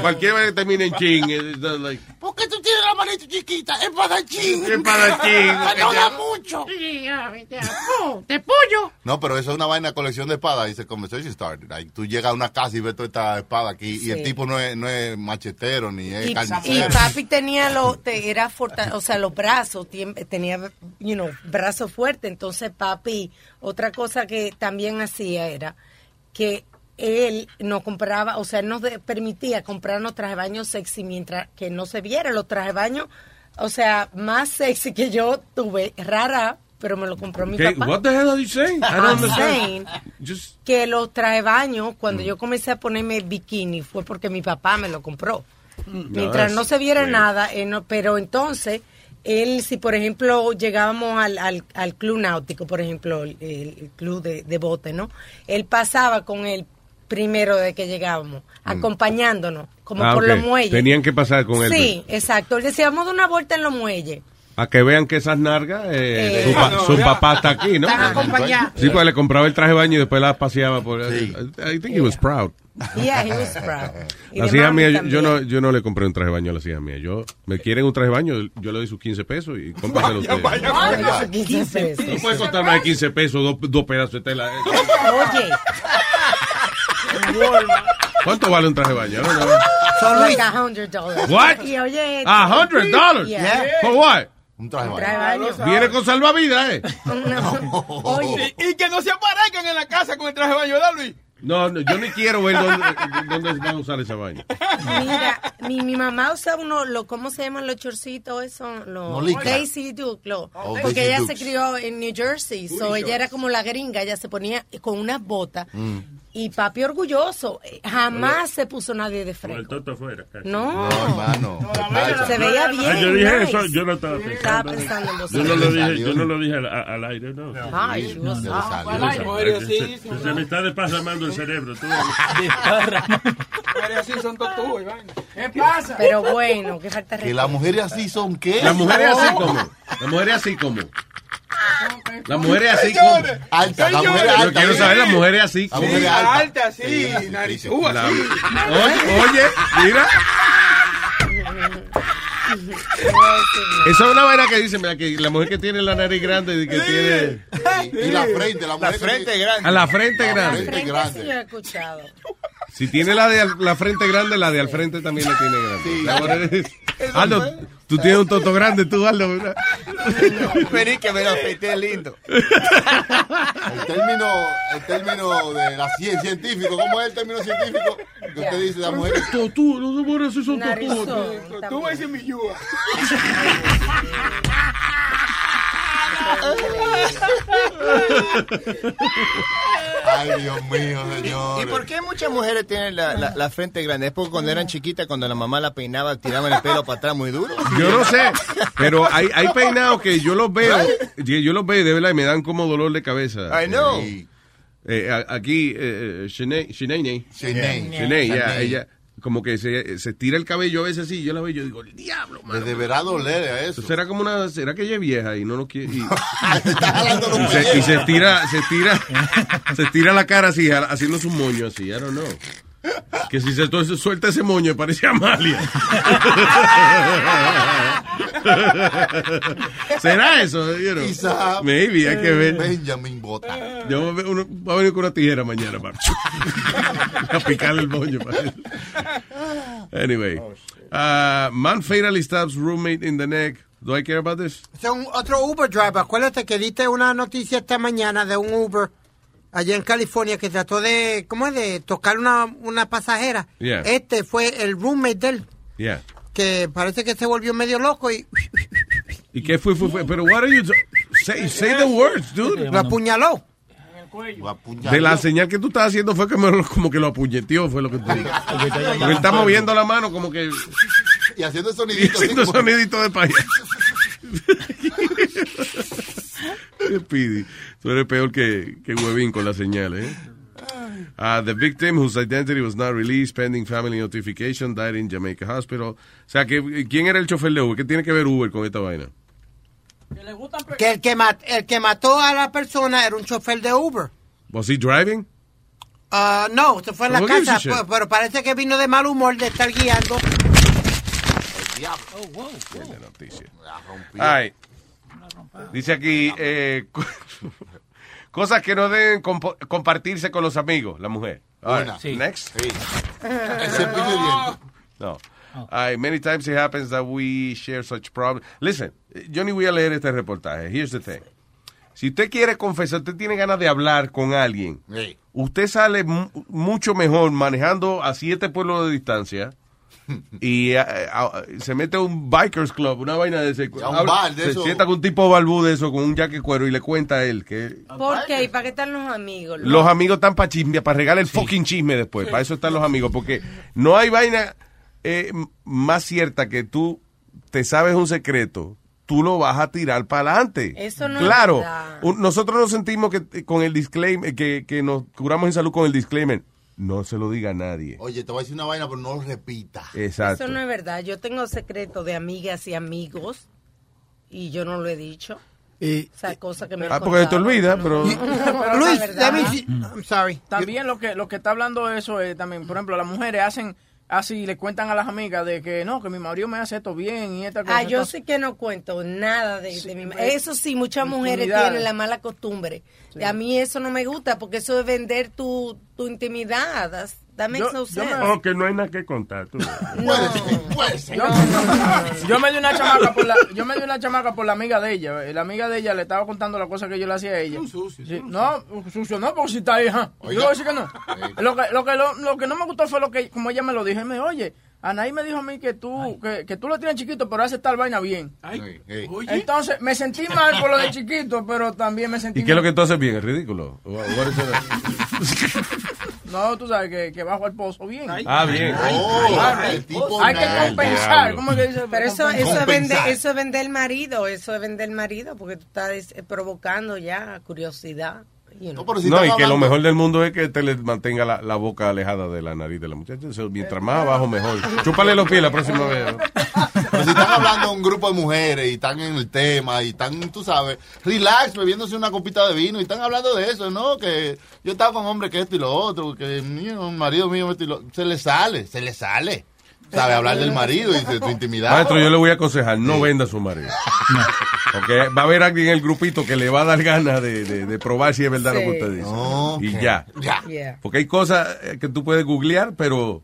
Speaker 8: Cualquier vaina que termine en chin. eh, it's not like-
Speaker 7: ¿Por qué tú tienes
Speaker 19: la manita chiquita, es panachín.
Speaker 7: Es panachín.
Speaker 19: Que no da mucho.
Speaker 10: Oh,
Speaker 15: Te pollo.
Speaker 7: No, pero eso es una vaina colección de espadas. Dice Conversation Started. Ahí tú llegas a una casa y ves toda esta espada aquí. Y el
Speaker 15: Sí.
Speaker 7: tipo no es, no es machetero ni es
Speaker 8: Eh,
Speaker 15: Y, y
Speaker 7: carnicero.
Speaker 15: papi tenía los, te- era forta- o sea, los brazos, tiem- tenía, you know, brazos fuertes. Entonces, papi, otra cosa que también hacía era que él nos compraba, o sea, nos de- permitía comprarnos trajes de baño sexy mientras que no se viera los trajes de baño, o sea, más sexy que yo tuve, rara, pero me lo compró mi
Speaker 8: Okay,
Speaker 15: papá. Ah,
Speaker 8: what the hell are you saying? I don't
Speaker 15: I'm
Speaker 8: understand.
Speaker 15: saying
Speaker 8: Just- Mm.
Speaker 15: que los trae baños, cuando yo comencé a ponerme bikini, fue porque mi papá me lo compró. Mientras no se viera
Speaker 17: Bueno.
Speaker 15: nada, eh, no- pero entonces, él, si por ejemplo llegábamos al, al, al club náutico, por ejemplo, el, el- el club de, de bote, ¿no? Él pasaba con él primero de que llegábamos, acompañándonos, como
Speaker 8: Mm. Ah,
Speaker 15: por
Speaker 8: ok.
Speaker 15: los muelles.
Speaker 8: Tenían que pasar con él. pues.
Speaker 15: Sí, exacto. Él decía, vamos de una vuelta en los muelles.
Speaker 8: A que vean que esas nargas, eh,
Speaker 15: Eh,
Speaker 8: su, pa-
Speaker 15: no,
Speaker 8: su
Speaker 15: ya.
Speaker 8: papá está aquí, ¿no?
Speaker 15: Están acompañadas.
Speaker 8: Sí, pues le compraba el traje de baño y después la paseaba por... I, I think he was proud.
Speaker 15: Yeah, he was proud. Y
Speaker 8: La
Speaker 15: de
Speaker 8: hija
Speaker 15: mami
Speaker 8: mía, yo,
Speaker 15: también.
Speaker 8: yo no, yo no le compré un traje de baño a la hija mía. Yo, me quieren un traje de baño, yo le doy sus 15 pesos y cómpraselo ustedes. No puede costar más de 15 pesos, dos, dos pedazos de tela.
Speaker 15: Oye.
Speaker 8: ¿Cuánto vale un traje de baño? No, no.
Speaker 15: Son like a hundred dollars.
Speaker 8: What?
Speaker 15: Y oye,
Speaker 8: A hundred dollars.
Speaker 15: Yeah.
Speaker 8: For what?
Speaker 7: Un traje
Speaker 15: Un traje de baño.
Speaker 8: Viene con salvavidas, eh.
Speaker 15: Oye.
Speaker 13: Y, y que no se aparezcan en la casa con el traje de baño, ¿verdad, Luis?
Speaker 8: No, no, yo ni quiero ver dónde, dónde van a usar esa baña.
Speaker 15: Mira, mi, mi mamá usa uno, lo, ¿cómo se llaman los chorcitos? Esos, los
Speaker 8: Molica.
Speaker 15: Daisy Duke, lo-
Speaker 8: Oh, Daisy
Speaker 15: porque ella
Speaker 8: Dukes.
Speaker 15: se crió en New Jersey, so ella era como la gringa, ella se ponía con unas botas
Speaker 7: Mm.
Speaker 14: Mm.
Speaker 15: y papi orgulloso, eh, jamás se puso nadie de
Speaker 14: Con el
Speaker 15: frente.
Speaker 14: toto afuera. casi.
Speaker 15: No.
Speaker 7: No, hermano.
Speaker 15: Se veía
Speaker 14: Ah,
Speaker 15: bien.
Speaker 14: yo dije
Speaker 15: nice.
Speaker 14: eso, yo no estaba pensando.
Speaker 15: Estaba pensando en los
Speaker 14: Yo no lo
Speaker 15: ángeles.
Speaker 14: dije, yo no lo dije al, al aire, no.
Speaker 15: Ay, Dios.
Speaker 14: No, no, no.
Speaker 15: Ah, fue al aire,
Speaker 14: Se, se- se me está desparramando el cerebro. Tú.
Speaker 13: Pero así son todos tuyos, Iván. ¿Qué
Speaker 15: pasa? Pero bueno, qué falta de
Speaker 7: Que las mujeres así son qué?
Speaker 8: Las mujeres así como. Las mujeres así como. Las mujeres así como.
Speaker 7: Señores, alta, las mujeres
Speaker 8: Yo
Speaker 7: altas, ¿eh?
Speaker 8: quiero
Speaker 7: sí.
Speaker 8: saber las mujeres así como.
Speaker 7: mujeres
Speaker 13: Alta, Uh, alta, sí, narizúa,
Speaker 8: La-
Speaker 13: sí.
Speaker 8: Oye, oye, mira. Esa es una vaina que dicen, mira, que la mujer que tiene la nariz grande y que tiene.
Speaker 7: Y la frente, la mujer. frente grande.
Speaker 8: A la frente
Speaker 15: La
Speaker 8: grande.
Speaker 15: frente sí lo he escuchado.
Speaker 8: Si tiene la de al- la frente grande, la de al frente también la tiene grande. La mujer es- Aldo, tú tienes un toto grande, tú, Aldo, ¿verdad?
Speaker 9: Vení que me lo afeité lindo.
Speaker 7: El término, el término de la ciencia científico, ¿cómo es el término científico? Que usted dice la mujer.
Speaker 8: Totú, los amores sí son
Speaker 13: Narizón,
Speaker 8: totú.
Speaker 13: Tú ves en mi yuga.
Speaker 7: Ay, Dios mío,
Speaker 9: ¿Y
Speaker 7: señor.
Speaker 9: por qué muchas mujeres tienen la, la- la frente grande? ¿Es porque cuando eran chiquitas, cuando la mamá la peinaba, tiraban el pelo para atrás muy duro?
Speaker 8: Yo no sé, pero hay, hay peinados que yo los veo, que yo los veo y de verdad me dan como dolor de cabeza.
Speaker 9: I know.
Speaker 8: Y, eh, a- aquí, eh, eh, Shanae, Shanae,
Speaker 7: Shanae.
Speaker 8: Shanae, ya,
Speaker 7: Shanae.
Speaker 8: ella, como que se, se tira el cabello a veces así, yo la veo y yo digo, "El diablo, mano.
Speaker 7: Le deberá doler a eso.
Speaker 8: Será como una, será que ella es vieja y no lo quiere. Y,
Speaker 7: y
Speaker 8: se, y se tira, se tira, se tira la cara así, jala- haciendo su moño así, I don't know. Que si se to- se suelta ese moño, parece Amalia. ¿Será eso? You know?
Speaker 7: Quizá.
Speaker 8: Maybe, hay que ver.
Speaker 7: Benjamin Bota.
Speaker 8: Yo voy a ver uno- va a venir con una tijera mañana para a picarle el moño. para- Anyway, uh, man fatally stabs roommate in the neck. Do I care about this?
Speaker 17: Son otro Uber driver. Acuérdate que diste una noticia esta mañana de un Uber allá en California que trató de, ¿cómo es? De tocar una, una pasajera.
Speaker 8: Yeah.
Speaker 17: Este fue el roommate de él,
Speaker 8: Yeah.
Speaker 17: que parece que se volvió medio loco y
Speaker 8: ¿Y qué fue? fue, fue? Pero what are you do- say, say the words, dude.
Speaker 17: lo apuñaló.
Speaker 8: De la señal que tú estás haciendo fue que me lo- como que lo apuñeteó, fue lo que te digo. Porque él está moviendo la mano como que
Speaker 7: Y haciendo sonidito.
Speaker 8: haciendo
Speaker 7: así como-
Speaker 8: sonidito de payaso. Pidi, tú eres peor que, que huevín con la señal, ¿eh? Uh, the victim, whose identity was not released pending family notification, died in Jamaica Hospital. O sea, que, ¿quién era el chofer de Uber? ¿Qué tiene que ver Uber con esta vaina?
Speaker 17: Que el que, mat- el que mató a la persona era un chofer de Uber.
Speaker 8: ¿Was he driving?
Speaker 17: Ah, no, se fue en la
Speaker 8: Who gives a
Speaker 17: casa,
Speaker 8: shit?
Speaker 17: pe- pero parece que vino de mal humor de estar guiando.
Speaker 7: diablo.
Speaker 18: Oh, wow.
Speaker 8: Buena noticia.
Speaker 7: La rompió.
Speaker 8: All right. Dice aquí, eh, co- cosas que no deben compo- compartirse con los amigos, la mujer. All
Speaker 7: Buena.
Speaker 8: right. Next.
Speaker 7: El cepillo de dientes.
Speaker 8: No. Ay, many times it happens that we share such problems. Listen, yo ni voy a leer este reportaje. Here's the thing. Si usted quiere confesar, usted tiene ganas de hablar con alguien,
Speaker 7: Sí.
Speaker 8: usted sale mu- mucho mejor manejando a siete pueblos de distancia y eh, a- se mete a un bikers club, una vaina de ese.
Speaker 7: A un bar de
Speaker 8: se
Speaker 7: eso.
Speaker 8: sienta con un tipo balbú de eso, con un jaque cuero y le cuenta a él que
Speaker 15: ¿Por qué? ¿Y para qué están los amigos?
Speaker 8: los amigos están para chisme, para regalar el fucking chisme después. Para eso están los amigos, porque no hay vaina eh, m- más cierta que tú te sabes un secreto, tú lo vas a tirar para adelante.
Speaker 15: Eso no es
Speaker 8: Claro,
Speaker 15: verdad.
Speaker 8: un- nosotros nos sentimos que eh, con el disclaimer, que, que nos curamos en salud con el disclaimer, no se lo diga a nadie.
Speaker 7: Oye, te voy a decir una vaina, pero no lo repita.
Speaker 8: Exacto.
Speaker 15: Eso no es verdad. Yo tengo secreto de amigas y amigos y yo no lo he dicho.
Speaker 20: Y,
Speaker 15: Esa cosa que me
Speaker 8: Ah, porque se te olvida, pero...
Speaker 10: Luis,
Speaker 15: dame
Speaker 17: I'm sorry.
Speaker 10: También lo que, lo que está hablando eso es también, por ejemplo, las mujeres hacen así, le cuentan a las amigas de que no, que mi marido me hace esto bien y esta cosa.
Speaker 15: Ah, yo
Speaker 10: entonces-
Speaker 15: sí que no cuento nada de, de mi ma-
Speaker 7: pues,
Speaker 15: Eso sí, muchas mujeres
Speaker 10: Intimidades.
Speaker 15: tienen la mala costumbre.
Speaker 10: Sí.
Speaker 15: A mí eso no me gusta porque eso es vender tu, tu intimidad. That's- That makes no sense.
Speaker 14: Oh, que no hay nada que contar. Tú.
Speaker 10: Yo, yo me di una chamaca por la, yo me di una chamaca por la amiga de ella. eh, La amiga de ella le estaba contando la cosa que yo le hacía a ella. Sí, no, sucio no, porque si está ahí, ajá. Yo le voy a decir que no. Lo que, lo que lo, lo que no me gustó fue lo que, como ella me lo dijo, y me dijo, oye, Anaí me dijo a mí que tú, que, que tú lo tienes chiquito, pero haces tal vaina bien.
Speaker 7: Sí, sí.
Speaker 10: Entonces, me sentí mal por lo de chiquito, pero también me sentí
Speaker 8: ¿Y qué es lo que
Speaker 10: mal.
Speaker 8: tú haces bien? Es ridículo. What is it?
Speaker 10: No, tú sabes que, que bajo al pozo bien.
Speaker 8: Ah, bien.
Speaker 10: Claro.
Speaker 7: el tipo
Speaker 10: Hay que
Speaker 7: nada,
Speaker 10: compensar.
Speaker 8: diablo.
Speaker 10: ¿Cómo es que dice?
Speaker 15: Pero eso, eso, es
Speaker 7: Compensar.
Speaker 15: vender, eso es vender el marido, eso es vender el marido porque tú estás eh, provocando ya curiosidad. you know.
Speaker 7: No, pero si
Speaker 8: no, y
Speaker 7: estamos
Speaker 8: que lo
Speaker 7: hablando-
Speaker 8: mejor del mundo es que te le mantenga la, la boca alejada de la nariz de la muchacha. Eso, mientras más abajo, mejor. Chúpale los pies la próxima vez.
Speaker 7: Pero si están hablando de un grupo de mujeres y están en el tema y están, tú sabes, relax, bebiéndose una copita de vino y están hablando de eso, ¿no? Que yo estaba con hombres que esto y lo otro, que mío, un marido mío, esto y lo Se le sale, se le sale. ¿Sabe? Hablar del marido y de tu intimidad.
Speaker 8: Maestro, yo le voy a aconsejar, no venda a su marido. Porque va a haber alguien en el grupito que le va a dar ganas de, de- de probar si es verdad lo que usted dice.
Speaker 7: Ok.
Speaker 8: Y ya.
Speaker 7: Ya.
Speaker 15: Yeah.
Speaker 8: Porque hay cosas eh, que tú puedes googlear, pero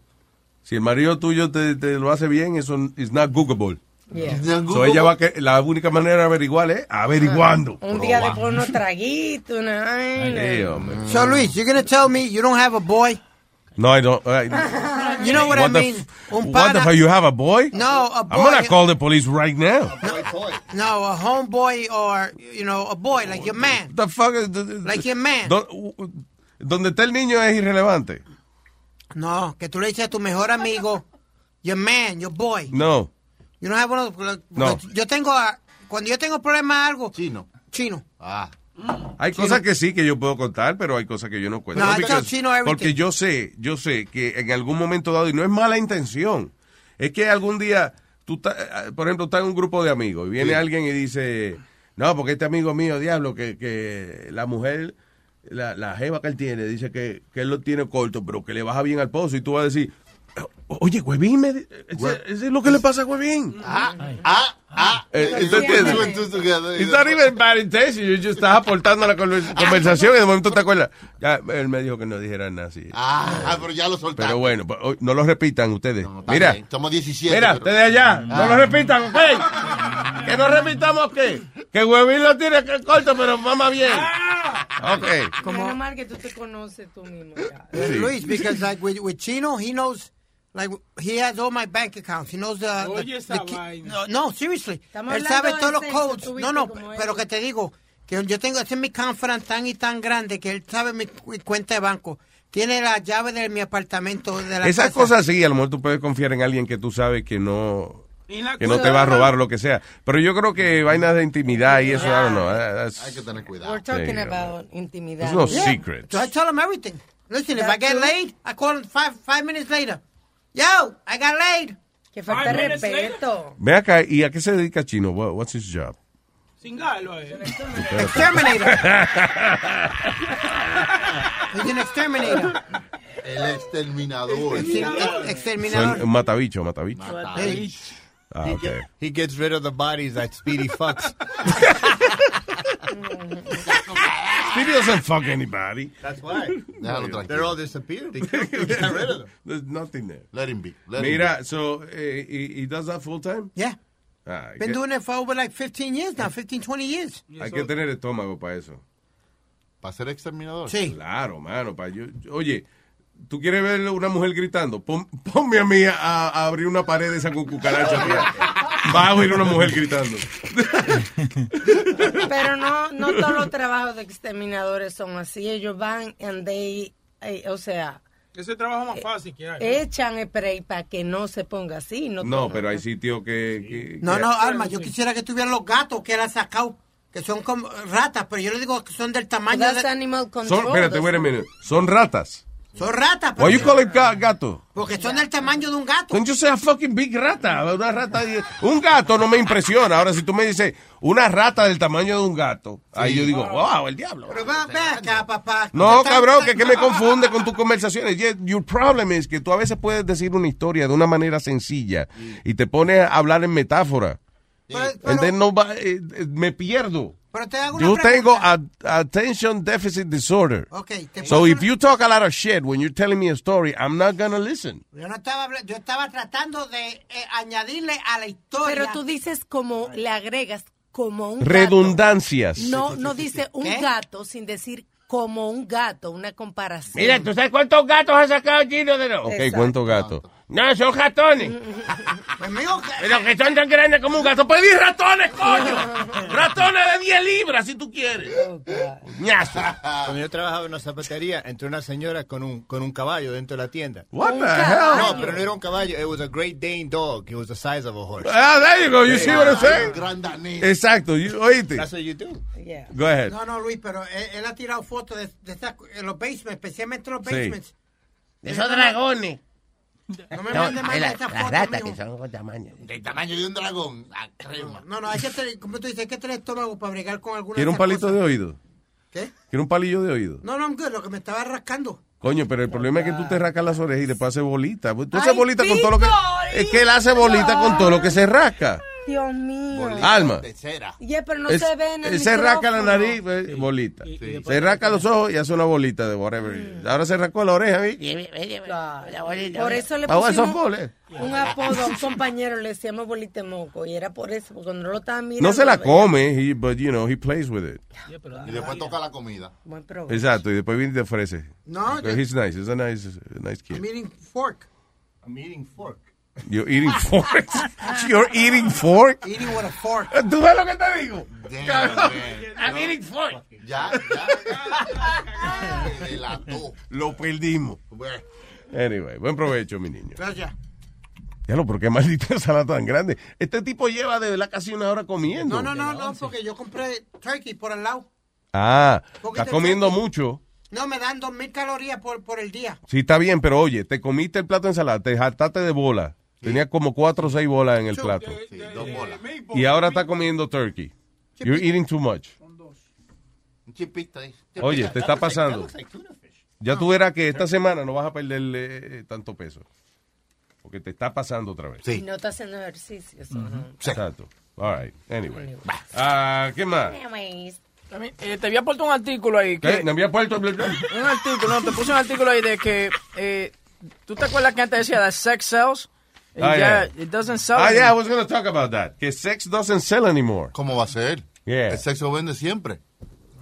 Speaker 8: si el marido tuyo te, te lo hace bien, eso es not googleable.
Speaker 15: Yeah.
Speaker 8: So ella va a que, la única manera de averiguar es averiguando.
Speaker 15: Ah, Un día después unos traguitos, una vaina.
Speaker 8: Sí, hombre.
Speaker 17: So, Luis, you're going to tell me you don't have a boy?
Speaker 8: No, I don't. I-
Speaker 17: You know what, I
Speaker 8: What the
Speaker 17: mean?
Speaker 8: f-
Speaker 17: Un
Speaker 8: what the
Speaker 17: pana-
Speaker 8: hell, you have a boy?
Speaker 17: No, a
Speaker 8: I'm gonna
Speaker 17: boy-
Speaker 8: call the police right now.
Speaker 17: No, a homeboy or, you know, a boy, like your man.
Speaker 8: The fuck is-
Speaker 17: Like your man.
Speaker 8: Do- u- u- Donde está el niño es irrelevante.
Speaker 17: No, que tú le dices a tu mejor amigo, your man, your boy.
Speaker 8: No.
Speaker 17: You don't have one of those-
Speaker 8: No.
Speaker 17: Yo tengo, a- cuando yo tengo problemas algo,
Speaker 7: Chino.
Speaker 17: chino.
Speaker 7: Ah.
Speaker 8: Hay cosas que sí que yo puedo contar, pero hay cosas que yo no cuento.
Speaker 17: No, I
Speaker 8: because-
Speaker 17: tell Chino everything.
Speaker 8: porque yo sé, yo sé que en algún momento dado, y no es mala intención, es que algún día, tú ta- eh, por ejemplo, estás en un grupo de amigos y viene
Speaker 7: Sí.
Speaker 8: alguien y dice, no, porque este amigo mío, diablo, que, que la mujer, la, la jeva que él tiene, dice que, que él lo tiene corto, pero que le baja bien al pozo y tú vas a decir... "Oh, Oye, Huevín, me, ese- ese es lo que le pasa a Huevín.
Speaker 7: Ah, ah, ah.
Speaker 8: Eh, ¿tú entiendes?
Speaker 7: Two and two together.
Speaker 8: It's not even bad intention. You just estás aportando a la conver- conversación y de momento te acuerdas. Ya, él me dijo que no dijera nada así.
Speaker 7: Ah, ah, pero ya lo soltaste.
Speaker 8: Pero bueno, pues, hoy no lo repitan ustedes.
Speaker 7: Está
Speaker 8: mira,
Speaker 7: bien, Somos 17.
Speaker 8: mira,
Speaker 7: pero- Ah.
Speaker 8: ustedes allá, no lo repitan, ¿ok? Que no repitamos qué. Que Huevín lo tiene que corto, pero mama bien.
Speaker 17: Ah.
Speaker 8: Ok.
Speaker 15: Menos Ah, mal que tú te conoces tú mismo. ya.
Speaker 8: Sí.
Speaker 17: Luis, because like with, with Chino, he knows, like he has all my bank accounts. He knows the. the-
Speaker 13: Oye, esa
Speaker 17: the key- No,
Speaker 13: vaina.
Speaker 17: no, seriously.
Speaker 15: Estamos
Speaker 17: él
Speaker 15: hablando
Speaker 17: sabe
Speaker 15: de
Speaker 17: todos los
Speaker 15: sexo,
Speaker 17: codes.
Speaker 15: tú viste
Speaker 17: No, no,
Speaker 15: cómo es.
Speaker 17: pero que te digo, que yo tengo, ese es mi conference tan y tan grande que él sabe mi cu- cuenta de banco. Tiene la llave de mi apartamento. De la
Speaker 8: Esas
Speaker 17: casa.
Speaker 8: cosas sí, a lo mejor tú puedes confiar en alguien que tú sabes que no
Speaker 13: Y la
Speaker 8: que no te va a robar o lo que sea. Pero yo creo que vainas de intimidad y eso, I don't know, eh, that's-
Speaker 7: Hay que tener cuidado.
Speaker 15: We're talking
Speaker 8: Sí,
Speaker 15: about intimidad.
Speaker 8: It's no
Speaker 17: Yeah.
Speaker 8: secret.
Speaker 17: So I tell him everything. Listen, if
Speaker 15: That
Speaker 17: I get
Speaker 15: too?
Speaker 17: laid, I call him five, five minutes later. Yo, I got laid.
Speaker 15: Que falta
Speaker 13: Five minutes
Speaker 15: respeto.
Speaker 8: Ve acá, ¿y a qué se dedica Chino? What- what's his job?
Speaker 13: Sin galo, eh.
Speaker 17: Exterminator. He's an exterminator.
Speaker 7: El exterminador.
Speaker 17: Ex-
Speaker 7: Sí.
Speaker 17: ex-
Speaker 8: Son-
Speaker 17: Exterminador.
Speaker 8: matabicho, matabicho.
Speaker 7: Mata.
Speaker 17: Hey,
Speaker 8: Ah,
Speaker 9: he,
Speaker 8: okay.
Speaker 9: get- he gets rid of the bodies that Speedy fucks.
Speaker 8: Speedy doesn't fuck anybody.
Speaker 9: That's why.
Speaker 8: Déjalo tranquilo.
Speaker 9: They're all disappeared. He got rid of them.
Speaker 8: There's nothing there.
Speaker 7: Let him be. Let him
Speaker 8: Mira, so eh, he, he does that full time?
Speaker 17: Yeah.
Speaker 8: Ah, hay
Speaker 17: Been
Speaker 8: que-
Speaker 17: doing it for over like 15 years now, 15, 20 years.
Speaker 8: hay que tener estómago para eso.
Speaker 7: ¿Para ser exterminador?
Speaker 17: Sí.
Speaker 8: Claro, mano. pa' yo- yo- oye, ¿tú quieres ver una mujer gritando? Pon- ponme a mí a, a abrir una pared de esa con cucaracha. mira. Va a oír una mujer gritando.
Speaker 15: Pero no, no todos los trabajos de exterminadores son así. Ellos van and they, eh, o sea,
Speaker 13: Ese trabajo más fácil que
Speaker 17: Eh,
Speaker 13: hay.
Speaker 15: echan spray para que no se ponga así. No,
Speaker 8: No,
Speaker 15: todos.
Speaker 8: pero hay sitios que, que-
Speaker 17: No,
Speaker 8: que-
Speaker 17: no, Alma, yo quisiera que tuvieran los gatos que él ha sacado, que son como ratas, pero yo le digo que son del tamaño
Speaker 15: That's
Speaker 17: de...
Speaker 15: animal
Speaker 8: Son,
Speaker 15: control.
Speaker 8: espérate, wait a minute. Son ratas.
Speaker 17: Son ratas,
Speaker 8: Why you
Speaker 17: Ah, pero,
Speaker 8: call it ga- gato?
Speaker 17: porque son del tamaño de un gato.
Speaker 8: Don't you say a fucking big rata. Una rata. Un gato no me impresiona. Ahora, si tú me dices una rata del tamaño de un gato, ahí yo digo, wow, el diablo.
Speaker 17: Pero va, ve acá, papá.
Speaker 8: No, cabrón, que, que me confunde con tus conversaciones. Ye- Your problem is que tú a veces puedes decir una historia de una manera sencilla y te pones a hablar en metáfora. And then nobody- eh, eh, me pierdo.
Speaker 17: Pero te hago una
Speaker 8: Yo
Speaker 17: pregunta.
Speaker 8: tengo a- attention deficit disorder.
Speaker 17: Okay, te
Speaker 8: So if you talk a lot of shit when you're telling me a story, I'm not gonna listen.
Speaker 17: Yo no estaba habla- yo estaba tratando de eh, añadirle a la historia.
Speaker 15: Pero tú dices como, le agregas como un
Speaker 8: Redundancias.
Speaker 15: gato. No, no dice un gato sin decir como un gato, una comparación.
Speaker 16: Mira, ¿tú sabes cuántos gatos ha sacado Gino de los?
Speaker 8: Ok, cuento
Speaker 17: Ah.
Speaker 8: gato.
Speaker 16: No, son ratones.
Speaker 7: Pues
Speaker 16: Pero que son tan grandes como un gato. ¡Pedí ratones, coño! ¡Ratones de 10 libras, si tú quieres! ¡Ñazo!
Speaker 9: Cuando yo trabajaba en una zapatería, entró una señora con un, con un caballo dentro de la tienda.
Speaker 8: What the hell?
Speaker 9: No, pero no era un caballo. It was a Great Dane dog. It was the size of a horse.
Speaker 8: Ah, there you go. You see what I'm saying?
Speaker 7: Gran danés.
Speaker 8: Exacto. You- oíste.
Speaker 9: That's what you do.
Speaker 8: Go ahead.
Speaker 17: No, no, Luis, pero él, él ha tirado fotos de, de esas- en los basements, especialmente los
Speaker 8: Sí.
Speaker 17: basements. Eh,
Speaker 16: Esos dragones.
Speaker 17: No me
Speaker 16: No,
Speaker 17: manden más
Speaker 16: es la-
Speaker 17: de esas
Speaker 16: las
Speaker 17: fotos,
Speaker 16: ratas
Speaker 17: mijo.
Speaker 16: que son con tamaño.
Speaker 7: Del tamaño de un dragón. La crema.
Speaker 17: No, no, hay que tener, como tú dices, hay que tener estómago para bregar con alguna
Speaker 8: ¿Quiere un
Speaker 17: de esas
Speaker 8: palito de oído?
Speaker 17: ¿Qué?
Speaker 8: ¿Quiere un palillo de oído?
Speaker 17: cosas. No, no, I'm good, lo que me estaba rascando.
Speaker 8: Coño, pero el problema es que tú te rascas las orejas y después hace bolita. Pues Tú haces
Speaker 17: Ay,
Speaker 8: bolita con todo lo que. Es que él hace bolita con todo lo que se rasca.
Speaker 15: Dios mío.
Speaker 8: Alma.
Speaker 15: Yeah, pero no
Speaker 8: Es-
Speaker 15: se ve en el
Speaker 8: él se rasca la
Speaker 15: micrófono.
Speaker 8: nariz, eh, bolita. Se rasca los ojos y hace una bolita de whatever.
Speaker 15: Mm.
Speaker 8: Ahora se rascó la oreja, ¿vi?
Speaker 15: Por eso le
Speaker 8: Ah, bueno, son
Speaker 15: pusimos
Speaker 8: bolas.
Speaker 15: un apodo a un compañero, le decíamos bolita de moco, y era por eso, porque cuando no lo estaba mirando. eh,
Speaker 8: No se la
Speaker 15: veía.
Speaker 8: come, he- but you know, he plays with it.
Speaker 7: Y después toca la comida.
Speaker 15: Buen provecho.
Speaker 8: Exacto, y después viene y te ofrece.
Speaker 17: No,
Speaker 8: But he's nice, he's a nice, a nice
Speaker 17: I'm
Speaker 8: kid.
Speaker 17: eating fork.
Speaker 9: I'm eating fork.
Speaker 8: You're eating fork. You're eating fork.
Speaker 17: Eating with a fork.
Speaker 8: ¿Tú ves lo que te digo?
Speaker 7: Damn,
Speaker 16: I'm eating fork.
Speaker 7: Ya, ya. Ay, Delató.
Speaker 8: Lo perdimos. Anyway, buen provecho, mi niño.
Speaker 17: Gracias.
Speaker 8: Ya lo, porque maldita sala tan grande. Este tipo lleva de verdad casi una hora comiendo.
Speaker 17: No, no, no, no, porque yo compré turkey por el lado.
Speaker 8: Ah,
Speaker 17: Porque
Speaker 8: está
Speaker 17: te-
Speaker 8: comiendo mucho.
Speaker 17: No, me dan 2.000 calorías por, por el día.
Speaker 8: Sí, está bien, pero oye, te comiste el plato de ensalada, te jataste de bola. Tenía como cuatro o seis bolas en el plato.
Speaker 7: Dos bolas.
Speaker 8: Y ahora está comiendo turkey. You're eating too much.
Speaker 7: Un ¿eh? chipito ahí.
Speaker 8: Oye, te está pasando. Ya tú verás que esta semana no vas a perderle eh, tanto peso. Porque te está pasando otra vez.
Speaker 15: Y no está haciendo ejercicio. eso
Speaker 8: Mm.
Speaker 15: no.
Speaker 8: Exacto. All right. Anyway. Ah, ¿Qué más?
Speaker 15: Anyways.
Speaker 10: También, eh, te había puesto un artículo ahí. Que,
Speaker 8: ¿Qué? ¿Me había puesto?
Speaker 10: Un artículo, no, te puse un artículo ahí de que. Eh, ¿Tú te acuerdas que antes decía that sex sells? Y
Speaker 8: Ah,
Speaker 10: ya,
Speaker 8: yeah.
Speaker 10: it doesn't sell.
Speaker 8: Ah, yeah, I was going to talk about that. Que sex doesn't sell anymore.
Speaker 7: ¿Cómo va a ser?
Speaker 8: Yeah.
Speaker 7: El sexo vende siempre.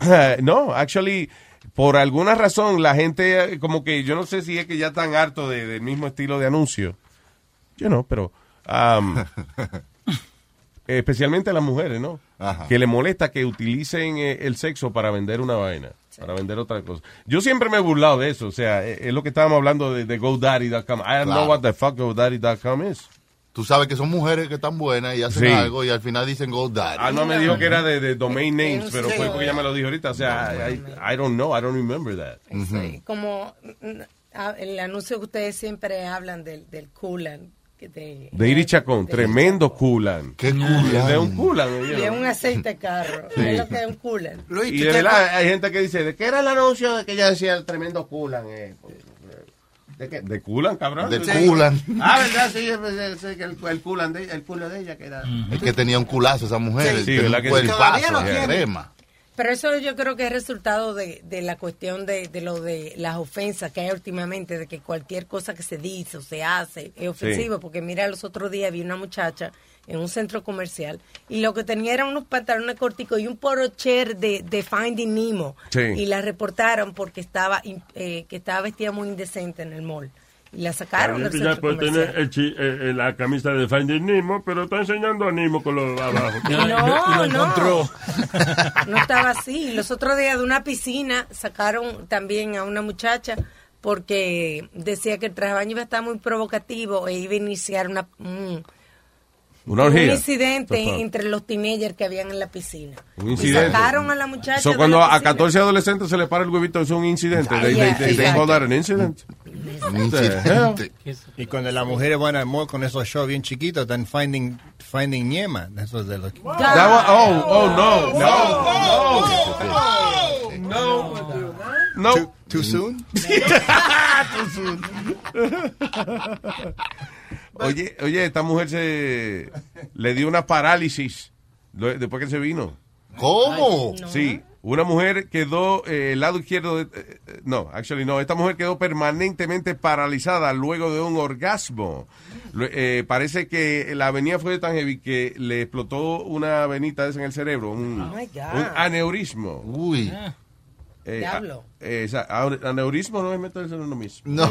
Speaker 8: Eh, no, actually, por alguna razón la gente, eh, como que yo no sé si es que ya están harto de- del mismo estilo de anuncio. Yo no, pero. um, especialmente a las mujeres, ¿no?
Speaker 7: Ajá.
Speaker 8: Que le molesta que utilicen eh, el sexo para vender una vaina, para vender otra cosa. Yo siempre me he burlado de eso, o sea, eh, es lo que estábamos hablando de, de GoDaddy.com. I don't know
Speaker 7: Claro.
Speaker 8: what the fuck GoDaddy.com is.
Speaker 7: Tú sabes que son mujeres que están buenas y hacen
Speaker 8: Sí.
Speaker 7: algo y al final dicen go daddy.
Speaker 8: Ah, no me dijo que era de, de domain names, pero fue porque ella me lo dijo ahorita. O sea, I, I- I don't know, I don't remember that.
Speaker 15: Como mm, ah, el anuncio que ustedes siempre hablan del, del coolant. Que te,
Speaker 8: De Iri Chacón, tremendo culan.
Speaker 7: ¿Qué culan?
Speaker 8: De un culan. you
Speaker 15: de
Speaker 8: know.
Speaker 15: un aceite de carro.
Speaker 8: Sí.
Speaker 15: Es lo que es un coolant.
Speaker 8: Y de verdad, hay gente que dice, ¿de qué era el anuncio de que ella decía el tremendo culan? eh? ¿De qué? De culan, cabrón.
Speaker 7: De
Speaker 8: Sí.
Speaker 7: culan.
Speaker 16: Ah, ¿verdad? Sí, yo pensé- sé que el, el culo de, el culo de ella que era...
Speaker 7: Es que tenía un culazo esa mujer.
Speaker 8: Sí,
Speaker 7: tenía
Speaker 8: ¿verdad
Speaker 7: un
Speaker 8: que sí?
Speaker 7: cuerpazo,
Speaker 8: Todavía lo
Speaker 7: de
Speaker 8: tiene.
Speaker 7: crema.
Speaker 15: Pero eso yo creo que es resultado de, de la cuestión de, de lo de las ofensas que hay últimamente, de que cualquier cosa que se dice o se hace es ofensivo.
Speaker 6: Sí.
Speaker 15: Porque mira, los otros días vi una muchacha en un centro comercial y lo que tenía eran unos pantalones corticos y un porocher de, de Finding Nemo.
Speaker 6: Sí.
Speaker 15: Y la reportaron porque estaba in- eh, que estaba vestida muy indecente en el mall. Y la sacaron del
Speaker 14: Ahorita ya
Speaker 15: centro
Speaker 14: puede
Speaker 15: comercial.
Speaker 14: tener el chi- eh, eh, la camisa de Finding Nemo, pero está enseñando a Nemo con los abajo.
Speaker 15: No, Y lo no. encontró. No estaba así. Los otros días de una piscina sacaron también a una muchacha porque decía que el traje de baño iba a estar muy provocativo e iba a iniciar una, un,
Speaker 8: Una
Speaker 15: un
Speaker 8: orgía.
Speaker 15: incidente
Speaker 8: Por favor.
Speaker 15: entre los teenagers que habían en la piscina.
Speaker 8: Un
Speaker 15: Y
Speaker 8: incidente.
Speaker 15: sacaron a la muchacha.
Speaker 8: So,
Speaker 15: de
Speaker 8: cuando
Speaker 15: la
Speaker 8: a
Speaker 15: piscina.
Speaker 8: 14 adolescentes se le para el huevito, es un incidente. They, they, they, they call that an incident.
Speaker 9: Incidente. Y cuando las mujeres van al mall con esos shows bien chiquitos, están finding, finding Yema. Eso es de lo que-
Speaker 8: That was- oh, oh, no, no, no. Mm.
Speaker 9: Too, too soon?
Speaker 8: Oye, oye, esta mujer se le dio una parálisis lo- después que se vino.
Speaker 7: ¿Cómo? Ay, no.
Speaker 8: Sí, una mujer quedó eh, el lado izquierdo. de- eh, eh, no, actually no. Esta mujer quedó permanentemente paralizada luego de un orgasmo. Lo- eh, parece que la avenida fue tan heavy que le explotó una venita de esa en el cerebro, un,
Speaker 15: Oh, my God.
Speaker 8: un aneurismo. Uy.
Speaker 15: Diablo.
Speaker 8: aneurismo no es meterse en uno mismo.
Speaker 7: No.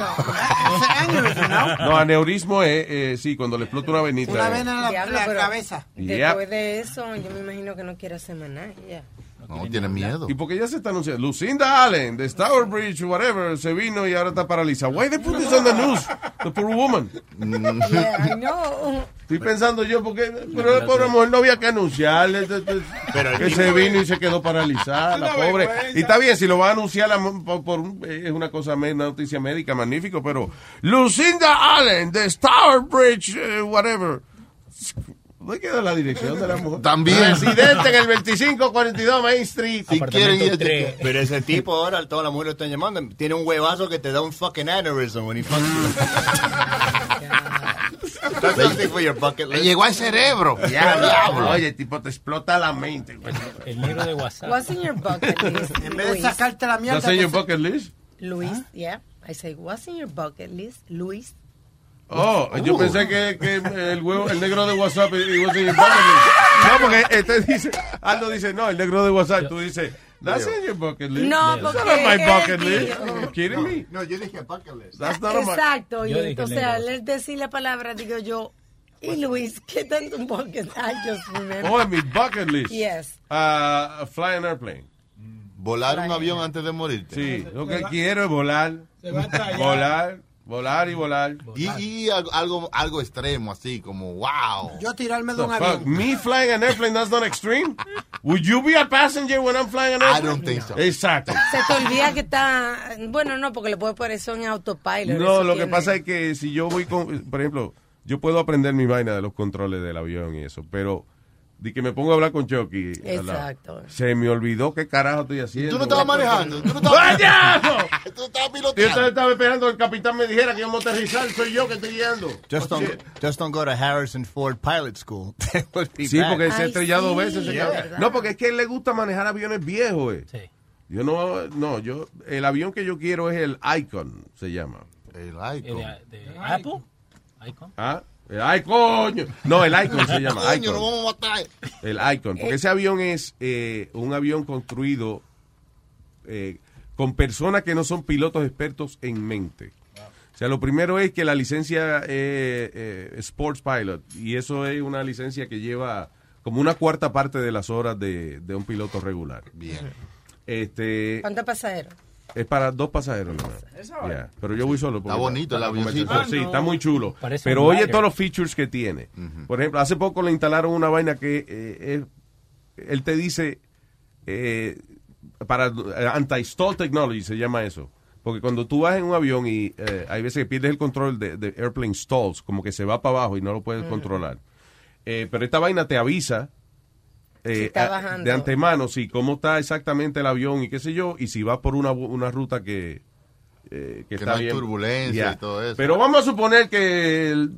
Speaker 8: No, aneurismo es, eh, sí, cuando le explota una venita.
Speaker 15: Una
Speaker 8: eh.
Speaker 15: vena en la,
Speaker 18: Diablo,
Speaker 15: la
Speaker 18: pero-
Speaker 15: cabeza.
Speaker 8: Yep.
Speaker 15: Después de eso, yo me imagino que no quiere hacer más nada. ya.
Speaker 8: No, tiene miedo. ¿Y porque ya se está anunciando? Lucinda Allen, de Tower Bridge, whatever, se vino y ahora está paralizada. Why they put this on the news? The poor woman. Mm,
Speaker 15: Yeah, I know.
Speaker 8: Estoy pensando yo, porque pero la pobre mujer no había que anunciarle. te- te- que se vino y se quedó paralizada, la
Speaker 16: Una
Speaker 8: pobre.
Speaker 16: vergüenza.
Speaker 8: Y está bien, si lo va a anunciar la mo- por, por un- eh, es una cosa, me- una noticia médica, magnífico, pero Lucinda Allen, de Tower Bridge, eh, whatever. ¿Dónde queda la dirección de la mujer?
Speaker 7: También.
Speaker 8: Residente en el 2542 Main Street.
Speaker 9: Apartamento tres. Pero ese tipo ahora, todas las mujeres lo están llamando, tiene un huevazo que te da un fucking aneurysm when he fucks you. That's something for your bucket list.
Speaker 7: Llegó al cerebro. Diablo.
Speaker 8: Oye, tipo, te explota la mente. El libro de WhatsApp.
Speaker 15: What's in your bucket list?
Speaker 17: En vez de
Speaker 15: Luis?
Speaker 17: sacarte la mierda.
Speaker 8: ¿That's in your bucket list?
Speaker 15: Luis, yeah. I say, what's in your bucket list, Luis?
Speaker 8: Oh, yo pensé que, que el huevo, el negro de WhatsApp it was in your bucket list. No, porque este dice, Aldo dice, no, el negro de WhatsApp, tú dices, that's in your bucket list.
Speaker 15: No,
Speaker 8: That's
Speaker 15: porque
Speaker 8: not on my
Speaker 15: él
Speaker 8: bucket
Speaker 15: dijo-
Speaker 8: list. You kidding me?
Speaker 9: No, yo dije bucket list.
Speaker 8: That's not on my...
Speaker 15: Exacto, y
Speaker 8: Yo dije
Speaker 15: entonces
Speaker 8: negro.
Speaker 15: al él decir la palabra, digo yo, y Luis, ¿qué tanto un bucket? I just remember.
Speaker 8: Oh, en mi bucket list.
Speaker 15: Yes.
Speaker 8: Ah, fly an airplane.
Speaker 7: Volar un avión antes de morirte.
Speaker 8: Sí, lo que quiero es volar. Volar, volar y volar.
Speaker 7: Y, y algo- algo, algo extremo, así como wow.
Speaker 17: Yo tirarme de
Speaker 8: The
Speaker 17: un
Speaker 8: fuck?
Speaker 17: avión.
Speaker 8: Me flying an airplane, that's not extreme? Would you be a passenger when I'm flying an airplane? I don't think so. Exacto.
Speaker 15: Se te olvida que está, bueno, no, porque le puede poner eso en autopilot.
Speaker 8: No,
Speaker 15: eso
Speaker 8: lo que
Speaker 15: tiene-
Speaker 8: pasa es que si yo voy con, por ejemplo, yo puedo aprender mi vaina de los controles del avión y eso, pero de que me pongo a hablar con Chucky. al lado,
Speaker 15: Exacto.
Speaker 8: Se me olvidó qué carajo estoy haciendo.
Speaker 7: Tú no estabas manejando. Tú no estabas
Speaker 8: ¡Vaya!
Speaker 7: Tú estabas
Speaker 8: Yo estaba-
Speaker 7: piloteando.
Speaker 8: estaba esperando que el capitán me dijera que íbamos a aterrizar, soy yo que estoy guiando.
Speaker 9: Just don't, just don't go to Harrison Ford Pilot School. That would be
Speaker 8: Sí,
Speaker 9: bad.
Speaker 8: porque se ha estrellado dos veces. ese cabrón. No, porque es que él le gusta manejar aviones viejos. eh. Yo no, no, yo, el avión que yo quiero es el Icon, se llama. El
Speaker 7: Icon.
Speaker 21: Apple? Icon.
Speaker 8: ¿Ah? El Icon. No, el Icon se llama.
Speaker 7: Coño,
Speaker 8: Icon.
Speaker 7: lo vamos a matar.
Speaker 8: El Icon. Porque ese avión es eh, un avión construido eh, con personas que no son pilotos expertos en mente. O sea, lo primero es que la licencia eh, eh, Sports Pilot, y eso es una licencia que lleva como una cuarta parte de las horas de, de un piloto regular. Bien. Este,
Speaker 15: ¿Cuántos pasajeros?
Speaker 8: es para dos pasajeros. nada más.
Speaker 15: Esa hora.
Speaker 8: Ya, Pero yo voy solo. porque
Speaker 7: Está bonito el
Speaker 8: para
Speaker 7: avioncito.
Speaker 8: conversar. Sí,
Speaker 7: Ah, no.
Speaker 8: está muy chulo.
Speaker 7: Parece
Speaker 8: pero
Speaker 7: un
Speaker 8: oye
Speaker 7: glider.
Speaker 8: todos los features que tiene. Por ejemplo, hace poco le instalaron una vaina que eh, es- él te dice eh, para eh, anti-stall technology se llama eso. Porque cuando tú vas en un avión y eh, hay veces que pierdes el control de, de airplane stalls, como que se va para abajo y no lo puedes
Speaker 15: Mm.
Speaker 8: controlar. Eh, pero esta vaina te avisa eh,
Speaker 15: Si está
Speaker 8: a-
Speaker 15: bajando.
Speaker 8: de antemano, sí, cómo está exactamente el avión y qué sé yo, y si va por una, bu- una ruta que eh,
Speaker 7: Que
Speaker 8: que,
Speaker 7: no
Speaker 8: está
Speaker 7: hay
Speaker 8: bien.
Speaker 7: turbulencia y todo eso.
Speaker 8: Pero vamos a suponer que el-